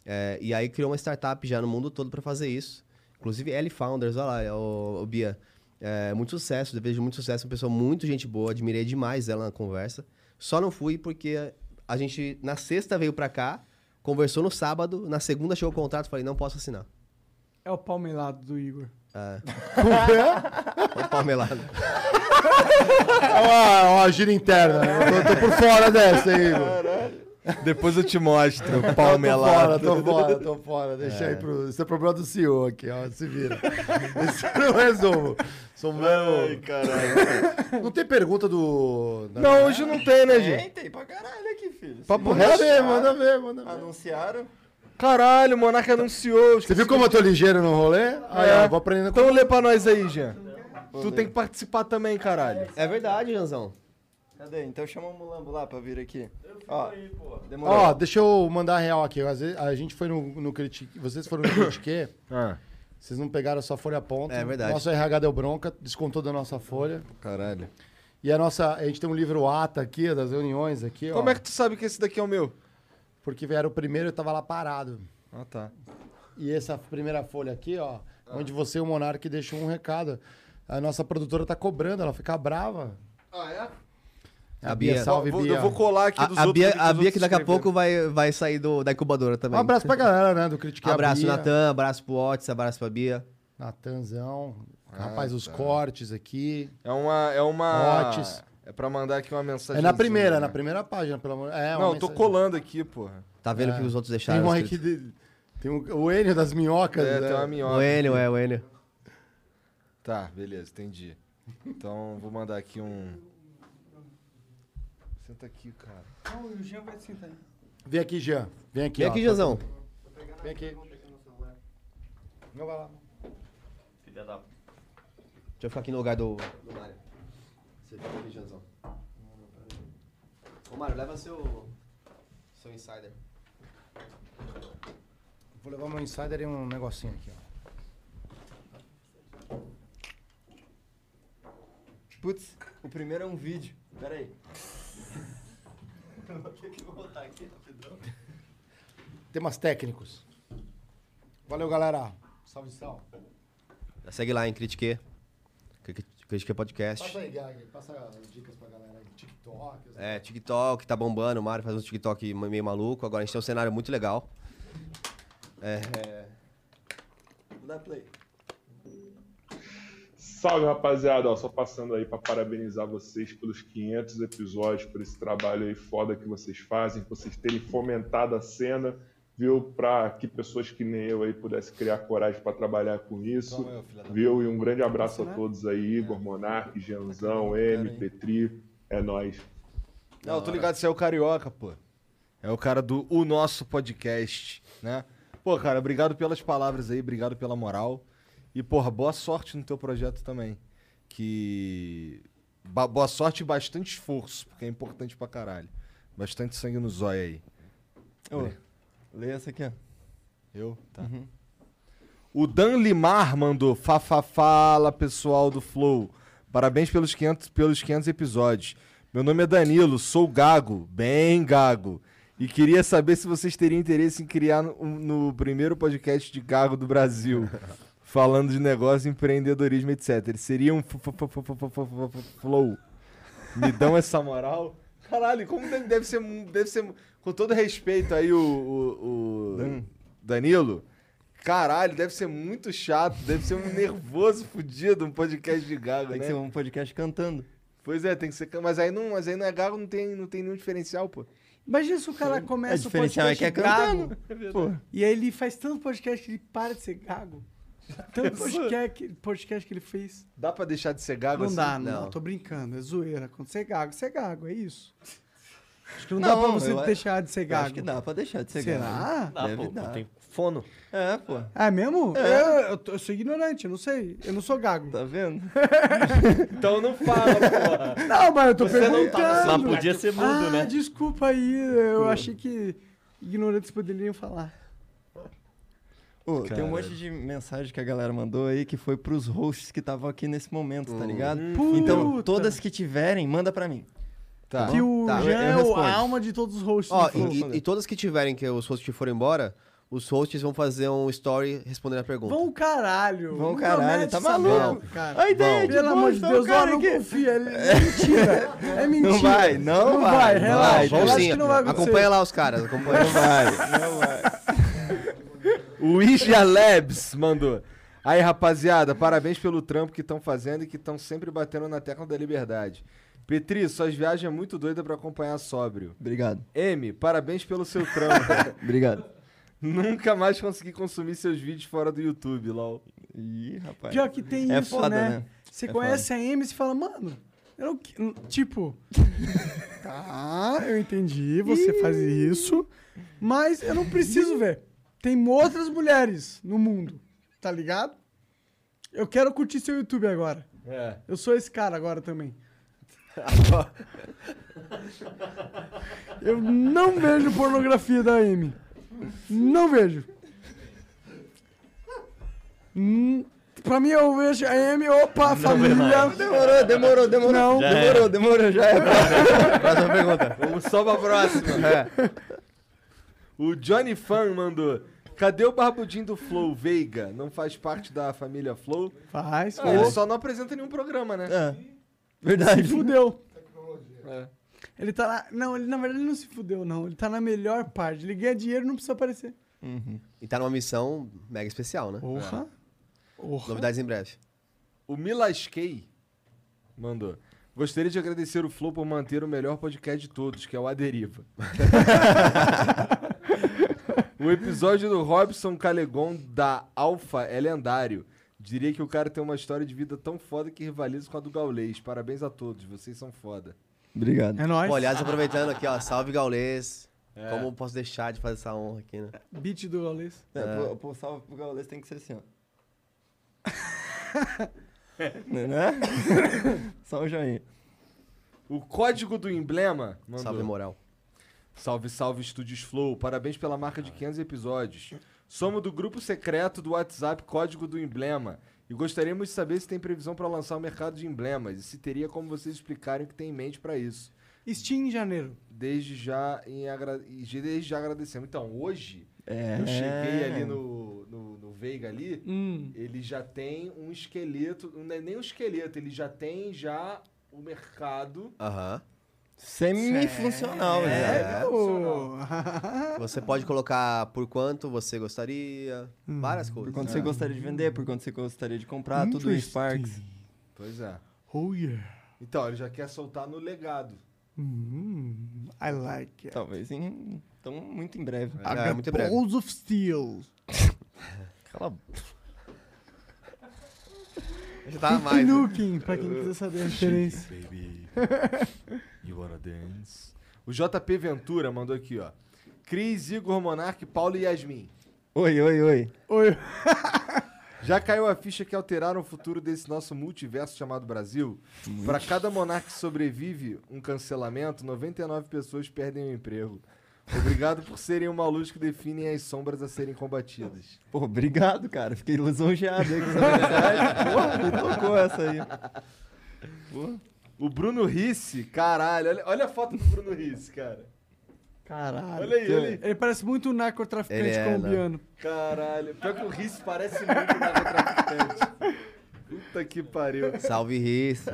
Speaker 10: É, e aí criou uma startup já no mundo todo para fazer isso. Inclusive, L Founders, olha lá, o, Bia. É, muito sucesso, eu vejo muito sucesso, uma pessoa muito gente boa, admirei demais ela na conversa. Só não fui porque a gente, na sexta, veio para cá, conversou no sábado, na segunda chegou o contrato, falei, não posso assinar.
Speaker 1: É o palmelado do Igor.
Speaker 10: É.
Speaker 1: Como
Speaker 10: é? O palmelado.
Speaker 16: É uma, uma gira interna. né? Eu tô, tô por fora dessa aí, mano.
Speaker 21: Depois eu te mostro,
Speaker 16: Palmelada.
Speaker 21: palmelado.
Speaker 16: Tô fora, tô fora, tô fora. Deixa
Speaker 21: É.
Speaker 16: aí pro. Isso é problema do CEO aqui, ó. Se vira. Isso eu não resolvo. Sou Ai, caralho. Não tem pergunta do. da
Speaker 2: Não,
Speaker 16: galera?
Speaker 2: hoje não tem,
Speaker 16: É.
Speaker 2: né, gente?
Speaker 5: Tem, tem pra caralho aqui, filho.
Speaker 16: Papo
Speaker 5: Vocês
Speaker 16: reto,
Speaker 5: anunciaram-
Speaker 16: manda ver, manda ver.
Speaker 5: Anunciaram.
Speaker 2: Caralho, o Monarca anunciou. É.
Speaker 16: Você viu como Ah, eu tô ligeiro no rolê? Aí, ó, vou aprendendo
Speaker 2: Então lê pra nós aí, Jean. Tu tem que participar também, caralho.
Speaker 5: É verdade, Janzão. Cadê? Então chama o Mulambo lá pra vir aqui. Ó, demorou.
Speaker 16: Ó, deixa eu mandar real aqui. Às vezes, a gente foi no, no Critique. Vocês foram no Critique.
Speaker 2: Ah.
Speaker 16: Vocês não pegaram a sua folha ponta.
Speaker 5: É verdade.
Speaker 16: Nosso RH deu bronca, descontou da nossa folha.
Speaker 2: Caralho.
Speaker 16: E a nossa. A gente tem um livro ata aqui, das reuniões aqui.
Speaker 2: Como
Speaker 16: ó,
Speaker 2: é que tu sabe que esse daqui é o meu?
Speaker 16: Porque era o primeiro e eu tava lá parado.
Speaker 2: Ah, tá.
Speaker 16: E essa primeira folha aqui, ó, onde você e o Monark deixou um recado. A nossa produtora tá cobrando, ela fica brava.
Speaker 2: Ah, é?
Speaker 16: A Bia, salve, Bia.
Speaker 10: a, a Bia, a Bia que daqui a pouco vai, vai sair do, da incubadora
Speaker 16: Um
Speaker 10: também.
Speaker 16: abraço pra galera, né, do Critique
Speaker 10: Tá Abraço,
Speaker 16: Bia.
Speaker 10: Natan. Abraço pro Otis. Abraço pra Bia.
Speaker 16: Natanzão.
Speaker 10: Ah,
Speaker 16: Rapaz, os
Speaker 10: tá.
Speaker 16: cortes aqui.
Speaker 2: É uma. É uma.
Speaker 16: Otis.
Speaker 2: É pra mandar aqui uma mensagem.
Speaker 16: É na primeira, na primeira página, pelo amor. É, uma
Speaker 2: né? Não, eu tô
Speaker 16: mensagem.
Speaker 2: colando aqui, porra.
Speaker 10: Tá vendo
Speaker 16: É.
Speaker 10: que os outros deixaram?
Speaker 16: Tem um aí que
Speaker 10: escrito?
Speaker 16: de- tem um- o Enio das minhocas.
Speaker 2: É,
Speaker 16: né?
Speaker 2: tem uma minhoca.
Speaker 10: O Enio, é, o Enio.
Speaker 2: Tá, beleza, entendi. Então vou mandar aqui um. Senta aqui, cara.
Speaker 1: Não, o Jean vai sentar aí.
Speaker 16: Vem aqui, Jean. Vem aqui,
Speaker 10: Vem
Speaker 16: ó,
Speaker 10: aqui,
Speaker 16: tá
Speaker 10: Jeanzão.
Speaker 16: tudo. Vem aqui. Não vai lá.
Speaker 10: Filha da... Deixa eu ficar aqui no lugar do... Do Mário. Você fica aqui, Janzão. Ô, Mário, leva seu... Seu insider.
Speaker 16: Vou levar meu insider e um negocinho aqui, ó.
Speaker 5: Putz, o primeiro é um vídeo. Pera aí. Vou ter que voltar aqui rapidão.
Speaker 16: Temas técnicos. Valeu, galera. Salve, salve.
Speaker 10: Já segue lá, em Critique. Cri- Critique Podcast.
Speaker 16: Passa aí, Gag. Passa as dicas pra galera aí. TikTok. as-
Speaker 10: É, TikTok tá bombando. O Mário faz um TikTok meio maluco. Agora a gente tem um cenário muito legal. É... é...
Speaker 5: Dá play.
Speaker 22: Salve, rapaziada. Ó, só passando aí para parabenizar vocês pelos 500 episódios, por esse trabalho aí foda que vocês fazem, por vocês terem fomentado a cena, viu? Para que pessoas que nem eu aí pudessem criar coragem para trabalhar com isso,
Speaker 2: Toma eu, filha da
Speaker 22: viu?
Speaker 2: puta. né? É.
Speaker 22: E um grande abraço a
Speaker 2: Bolsonaro?
Speaker 22: todos aí, Igor Monark, Genzão,
Speaker 2: Tá
Speaker 22: M, Petri. É nóis.
Speaker 2: Não, eu tô ligado, você é o carioca, pô. É o cara do O Nosso Podcast, né? Pô, cara, obrigado pelas palavras aí, obrigado pela moral. E, porra, boa sorte no teu projeto também. Que. ba- boa sorte e bastante esforço, porque é importante pra caralho. Bastante sangue no zóio aí.
Speaker 5: Ô,
Speaker 2: Peraí.
Speaker 5: lê essa aqui, ó. Uhum.
Speaker 2: Eu? Tá. O Dan Limar mandou fa, fa, fala pessoal do Flow. Parabéns pelos 500, pelos 500 episódios. Meu nome é Danilo, sou gago, bem gago. E queria saber se vocês teriam interesse em criar no, no primeiro podcast de gago do Brasil. falando de negócio, empreendedorismo, etc. Seria um f- f- f- f- f- f- f- f- Flow. Me dão essa moral. Caralho, como deve, deve ser. mu- Deve ser mu- com todo respeito aí, o, o- o
Speaker 5: Hum.
Speaker 2: Danilo. Caralho, deve ser muito chato. Deve ser um nervoso fudido um podcast de gago,
Speaker 5: Tem
Speaker 2: né?
Speaker 5: que ser um podcast cantando.
Speaker 2: Pois é, tem que ser. can- Mas aí não, mas aí não é gago, não tem, não tem nenhum diferencial, pô.
Speaker 1: Imagina se o cara começa o
Speaker 5: diferencial é
Speaker 1: podcast
Speaker 5: que é
Speaker 1: gago,
Speaker 5: cantando. É verdade.
Speaker 1: Pô. e aí ele faz tanto podcast que ele para de ser gago. Tanto podcast que, podcast que ele fez.
Speaker 2: Dá pra deixar de ser gago
Speaker 1: Não
Speaker 2: assim?
Speaker 1: dá, não. Tô brincando, é zoeira. Quando você é gago, você é gago, é isso. Acho que não, dá
Speaker 5: Não,
Speaker 1: pra você
Speaker 5: eu-
Speaker 1: deixar de ser
Speaker 5: eu
Speaker 1: gago.
Speaker 5: acho que dá pra deixar de ser
Speaker 1: Será?
Speaker 5: gago. Dá, Deve pô, dar. tem fono. É, pô.
Speaker 1: É mesmo?
Speaker 5: É.
Speaker 1: Eu, eu tô- eu sou ignorante, eu não sei. Eu não sou gago.
Speaker 5: Tá vendo?
Speaker 2: então não fala, porra.
Speaker 1: Não, mas eu tô
Speaker 5: Você não
Speaker 1: perguntando.
Speaker 5: tá- Mas podia ser mudo,
Speaker 1: ah,
Speaker 5: né?
Speaker 1: desculpa aí. Eu achei que ignorantes poderiam falar.
Speaker 5: Ô, tem
Speaker 1: Cara.
Speaker 5: um monte de mensagem que a galera mandou aí que foi pros hosts que estavam aqui nesse momento, tá ligado?
Speaker 1: Puta.
Speaker 5: Então, todas que tiverem, manda pra mim.
Speaker 2: Tá.
Speaker 1: Que o
Speaker 10: Tá,
Speaker 1: Jean
Speaker 10: eu- eu
Speaker 1: é o- a
Speaker 10: respondo.
Speaker 1: alma de todos os hosts.
Speaker 10: Ó,
Speaker 1: do Flow.
Speaker 10: e, e- e todas que tiverem que os hosts forem embora, os hosts vão fazer um story respondendo a pergunta.
Speaker 1: Vão o caralho.
Speaker 10: Vão o
Speaker 1: Não
Speaker 10: caralho,
Speaker 1: promete
Speaker 10: tá
Speaker 1: essa
Speaker 10: maluco?
Speaker 1: merda, Cara.
Speaker 10: A ideia é de
Speaker 1: Pelo
Speaker 10: boa,
Speaker 1: amor de
Speaker 10: então,
Speaker 1: Deus, ó,
Speaker 10: cara,
Speaker 1: não
Speaker 10: que-
Speaker 1: confia. É mentira. É mentira.
Speaker 10: Não vai, não, vai. não
Speaker 1: relaxa.
Speaker 10: vai, vão
Speaker 1: relaxa
Speaker 10: sim.
Speaker 1: que não vai acontecer.
Speaker 10: Acompanha lá os caras, acompanha.
Speaker 2: Não vai, não O Ija Labs mandou. Aí, rapaziada, parabéns pelo trampo que estão fazendo e que estão sempre batendo na tecla da liberdade. Petri, suas viagens é muito doida pra acompanhar sóbrio.
Speaker 5: Obrigado.
Speaker 2: M, parabéns pelo seu trampo.
Speaker 5: Obrigado.
Speaker 2: Nunca mais consegui consumir seus vídeos fora do YouTube, lol.
Speaker 5: Ih, rapaz.
Speaker 1: Pior que tem
Speaker 2: É
Speaker 1: isso, né? Você conhece a Amy e você fala, mano, eu não que- tipo, tá, eu entendi, você faz isso, mas eu não preciso ver. Tem outras mulheres no mundo, tá ligado? Eu quero curtir seu YouTube agora. É. Eu sou esse cara agora também. Eu não vejo pornografia da Amy. Não vejo. Hum, Pra mim, eu vejo a Amy, opa, família.
Speaker 10: Demorou, demorou, demorou.
Speaker 1: Não. Já
Speaker 10: demorou,
Speaker 1: é.
Speaker 10: demorou, já é.
Speaker 2: Próxima pergunta. É. Vamos só pra próxima. O Johnny Fan mandou. Cadê o barbudinho do Flow Veiga? Não faz parte da família Flow?
Speaker 1: Faz,
Speaker 2: ah, Ele
Speaker 1: faz.
Speaker 2: só não apresenta nenhum programa, né?
Speaker 1: Se fudeu. Ele tá na... Não, ele, na verdade, ele não se fudeu, não. Ele tá na melhor parte. Ele ganha dinheiro e não precisa aparecer.
Speaker 10: E tá numa missão mega especial, né? É.
Speaker 1: Porra.
Speaker 10: Novidades em breve.
Speaker 2: O Milasquei mandou. Gostaria de agradecer o Flow por manter o melhor podcast de todos, que é o A Deriva. o episódio do Robson Calegon da Alfa é lendário. Diria que o cara tem uma história de vida tão foda que rivaliza com a do Gaulês. Parabéns a todos, vocês são foda.
Speaker 10: Obrigado.
Speaker 1: É nóis.
Speaker 10: Pô, aliás, aproveitando aqui, ó, salve Gaulês.
Speaker 2: É.
Speaker 10: Como eu posso deixar de fazer essa honra aqui, né?
Speaker 1: Beat do Gaules.
Speaker 5: É,
Speaker 10: É.
Speaker 5: Pô, pô, salve pro Gaules, tem que ser assim, ó.
Speaker 2: Né, né? Só um joinha. O código do emblema. mandou.
Speaker 10: Salve, moral.
Speaker 2: Salve, salve, Estúdios Flow. Parabéns pela marca de 500 episódios. Somos do grupo secreto do WhatsApp Código do Emblema. E gostaríamos de saber se tem previsão para lançar o mercado de emblemas e se teria como vocês explicarem o que tem em mente para isso.
Speaker 1: Steam em janeiro.
Speaker 2: Desde já, em agra- e de- desde já agradecemos. Então, hoje,
Speaker 1: É.
Speaker 2: eu cheguei ali no, no, no Veiga ali,
Speaker 1: Hum.
Speaker 2: ele já tem um esqueleto, não é nem um esqueleto, ele já tem já o mercado
Speaker 10: Aham.
Speaker 5: Semi-funcional,
Speaker 10: é.
Speaker 1: Ô,
Speaker 10: Você pode colocar por quanto você gostaria, várias coisas.
Speaker 5: Por quanto você
Speaker 10: É.
Speaker 5: gostaria de vender, por quanto você gostaria de comprar, tudo em
Speaker 10: Interesting.
Speaker 5: Sparks.
Speaker 2: Pois é.
Speaker 1: Oh, yeah.
Speaker 2: Então, ele já quer soltar no legado.
Speaker 1: Hum, I like it.
Speaker 5: Talvez em. Então, é muito em breve.
Speaker 1: I got Balls of Steel.
Speaker 5: Cala a boca.
Speaker 10: Já
Speaker 1: tava mais, né? Looking, pra quem quiser saber a diferença.
Speaker 2: Baby, you wanna dance? O JP Ventura mandou aqui, ó. Cris, Igor, Monark, Paulo e Yasmin.
Speaker 5: Oi, oi, oi.
Speaker 1: Oi.
Speaker 2: Já caiu a ficha que alteraram o futuro desse nosso multiverso chamado Brasil? Pra cada monarca que sobrevive um cancelamento, 99 pessoas perdem o emprego. Obrigado por serem uma luz que definem as sombras a serem combatidas.
Speaker 5: Pô, obrigado, cara. Fiquei lisonjeado aí com essa É verdade. Porra, me tocou essa aí.
Speaker 2: O Bruno Risse, caralho, olha, olha a foto do Bruno Risse, cara.
Speaker 1: Caralho.
Speaker 2: Olha aí, olha aí.
Speaker 1: Ele parece muito um narcotraficante
Speaker 2: Ele é, né?
Speaker 1: colombiano.
Speaker 2: Caralho, pior que o Risse parece muito narcotraficante. Puta que pariu.
Speaker 10: Salve, Riz.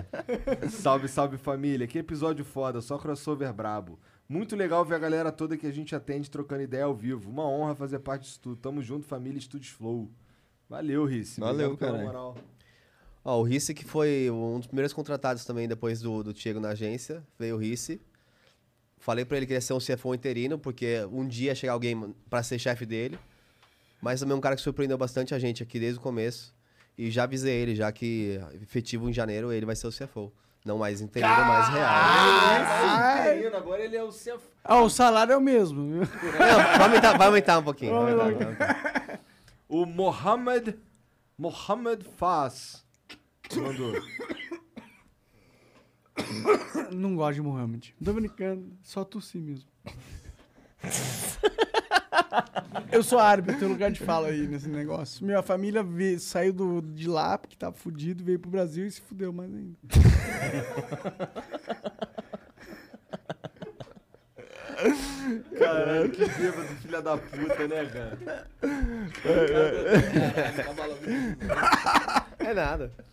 Speaker 2: salve, salve família. Que episódio foda, só crossover brabo. Muito legal ver a galera toda que a gente atende trocando ideia ao vivo. Uma honra fazer parte disso tudo. Tamo junto, família Estúdios Flow. Valeu, Risse.
Speaker 5: Valeu,
Speaker 2: Obrigado pela
Speaker 5: caralho.
Speaker 2: moral.
Speaker 10: Ó, o Risse que foi um dos primeiros contratados também depois do, do Diego na agência, veio o Risse. Falei pra ele que ele ia ser um CFO interino, porque um dia ia chegar alguém pra ser chefe dele. Mas também é um cara que surpreendeu bastante a gente aqui desde o começo. E já avisei ele, já que efetivo em janeiro ele vai ser o CFO. Não mais interino, mas real.
Speaker 2: Ah, esse interino, agora ele é o seu...
Speaker 1: Ah, o salário é o mesmo.
Speaker 10: Não, vai aumentar, vai aumentar um pouquinho. vai aumentar, vai aumentar.
Speaker 2: O Mohamed. Mohamed Faz. Mandou.
Speaker 1: Não gosto de Mohamed. Dominicano, só tossi mesmo. Eu sou árabe, tem lugar de fala aí nesse negócio. Minha família veio- saiu do- de lá porque tava fudido, veio pro Brasil e se fudeu mais ainda.
Speaker 2: Caralho, que bêbado, filha da puta, né, cara?
Speaker 10: É nada.
Speaker 2: é,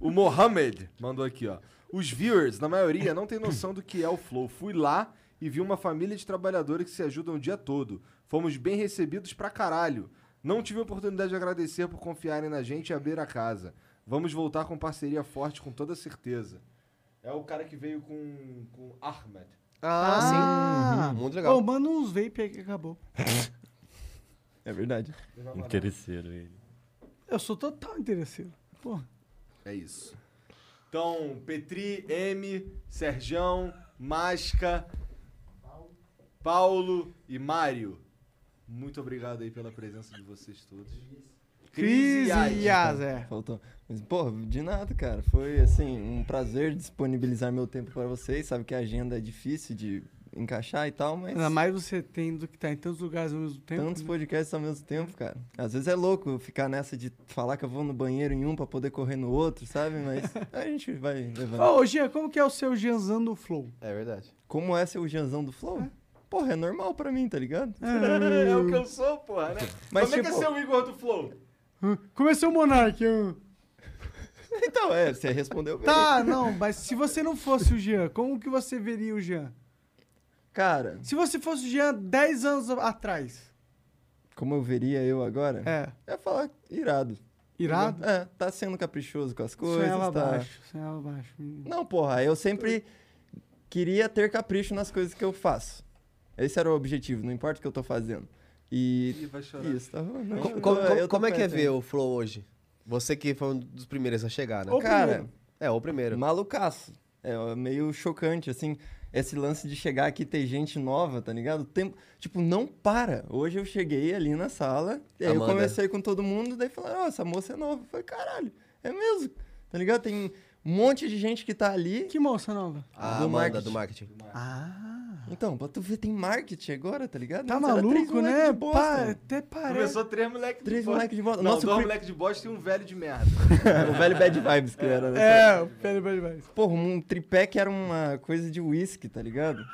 Speaker 2: O Mohamed mandou aqui, ó. Os viewers, na maioria, não tem noção do que é o Flow. Fui lá e vi uma família de trabalhadores que se ajudam o dia todo. Fomos bem recebidos pra caralho. Não tive a oportunidade de agradecer por confiarem na gente e abrir a casa. Vamos voltar com parceria forte, com toda certeza. É o cara que veio com, com Ahmed.
Speaker 1: Ah,
Speaker 2: Uhum.
Speaker 10: sim. Muito
Speaker 1: Ô, manda uns vape aí que acabou.
Speaker 5: É verdade.
Speaker 23: Interesseiro ele.
Speaker 1: Eu sou total interesseiro. Porra.
Speaker 2: É isso. Então, Petri, M, Serjão, Masca, Paulo e Mário. Muito obrigado aí pela presença de vocês todos.
Speaker 1: Cris e Yas,
Speaker 5: cara.
Speaker 1: é.
Speaker 5: Faltou. Mas, pô, de nada, cara. Foi, assim, um prazer disponibilizar meu tempo para vocês. Sabe que a agenda é difícil de encaixar e tal, mas...
Speaker 1: Ainda mais você tendo que estar em tantos lugares ao mesmo tempo. né?
Speaker 5: Tantos podcasts ao mesmo tempo, cara. Às vezes é louco eu ficar nessa de falar que eu vou no banheiro em um pra poder correr no outro, sabe? Mas a gente vai levando.
Speaker 1: Ô, ô, Jean, como que é o seu Jeanzão do Flow?
Speaker 5: É verdade. Como é seu Jeanzão do Flow? Porra, é normal pra mim, tá ligado?
Speaker 1: É.
Speaker 7: É o que eu sou, porra, né?
Speaker 5: Mas,
Speaker 7: Como é que é
Speaker 5: tipo-
Speaker 7: ser o Igor do Flow?
Speaker 1: Como é seu Monark? hã?
Speaker 5: Então, é, você respondeu bem.
Speaker 1: Tá, não, mas se você não fosse o Jean, como que você veria o Jean?
Speaker 5: Cara...
Speaker 1: Se você fosse o Jean 10 anos atrás.
Speaker 5: Como eu veria eu agora?
Speaker 1: É.
Speaker 5: É falar irado.
Speaker 1: Irado?
Speaker 5: É, tá sendo caprichoso com as coisas,
Speaker 1: Sonhava
Speaker 5: tá...
Speaker 1: baixo, sonhava baixo. É
Speaker 5: Não, porra, eu sempre queria ter capricho nas coisas que eu faço. Esse era o objetivo, não importa o que eu tô fazendo. E.
Speaker 7: Ih, vai chorar.
Speaker 5: Isso, tá rolando.
Speaker 7: Co-
Speaker 5: Eu tô-
Speaker 10: Como, como-
Speaker 5: eu tô
Speaker 10: como é que é ver
Speaker 5: perto.
Speaker 10: o Flow hoje? Você que foi um dos primeiros a chegar, né?
Speaker 5: O Cara, primeiro.
Speaker 10: É, o primeiro.
Speaker 5: Malucaço. É meio chocante, assim, esse lance de chegar aqui e ter gente nova, tá ligado? O Tempo, tipo, não para. Hoje eu cheguei ali na sala, e aí eu
Speaker 10: Amanda.
Speaker 5: comecei com todo mundo, daí falaram, ó, essa moça é nova. Eu falei, caralho, é mesmo, tá ligado? Tem um monte de gente que tá ali.
Speaker 1: Que moça nova?
Speaker 10: A Amanda, do marketing.
Speaker 1: Ah.
Speaker 5: Então, pra tu ver, tem marketing agora, tá ligado?
Speaker 1: Tá
Speaker 5: Antes era três
Speaker 1: maluco,
Speaker 5: moleque
Speaker 1: né?
Speaker 5: de bosta,
Speaker 1: Pa-
Speaker 5: mano.
Speaker 1: até parece.
Speaker 7: Começou três moleques
Speaker 5: Três
Speaker 7: de bosta.
Speaker 5: moleque de bosta.
Speaker 7: Não,
Speaker 5: Nossa,
Speaker 7: dois
Speaker 5: o pri-
Speaker 7: moleque de bosta e um velho de merda.
Speaker 5: o velho Bad Vibes que era, né?
Speaker 7: É,
Speaker 5: o
Speaker 1: velho Bad Vibes.
Speaker 5: Porra, um tripé que era uma coisa de uísque, tá ligado?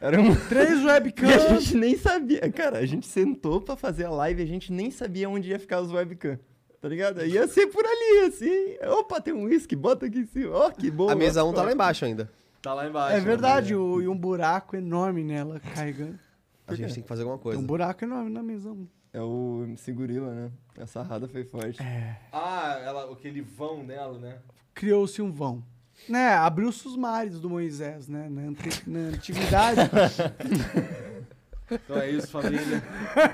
Speaker 5: Era um...
Speaker 1: Três webcams.
Speaker 5: E a gente nem sabia. Cara, a gente sentou pra fazer a live e a gente nem sabia onde ia ficar os webcams. Tá ligado? Ia ser por ali, assim. Opa, tem um uísque, bota aqui em cima. Ó, que boa.
Speaker 10: A mesa 1 tá lá embaixo ainda.
Speaker 7: Tá lá embaixo.
Speaker 1: É verdade, o- e um buraco enorme nela carregando.
Speaker 10: A gente tem que fazer alguma
Speaker 1: Tem
Speaker 10: coisa.
Speaker 1: um buraco enorme na mesa. um.
Speaker 5: É o MC Gorila, né? A sarrada foi forte. É.
Speaker 7: Ah, ela, aquele vão nela, né?
Speaker 1: Criou-se um vão. Né, abriu-se os mares do Moisés, né? Na, ante- na antiguidade.
Speaker 7: Então é isso, família.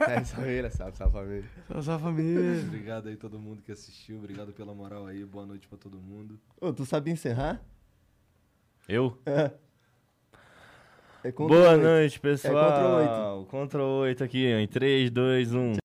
Speaker 10: É isso, família. Salve, salve, família.
Speaker 1: Salve, salve, família.
Speaker 7: Obrigado aí todo mundo que assistiu. Obrigado pela moral aí. Boa noite pra todo mundo.
Speaker 5: Ô, tu sabe encerrar?
Speaker 24: Eu?
Speaker 5: É. É contra
Speaker 24: Boa
Speaker 5: oito.
Speaker 24: noite,
Speaker 5: É contra oito.
Speaker 1: um.
Speaker 24: pessoal. Contra oito aqui, ó, em 3, 2, 1.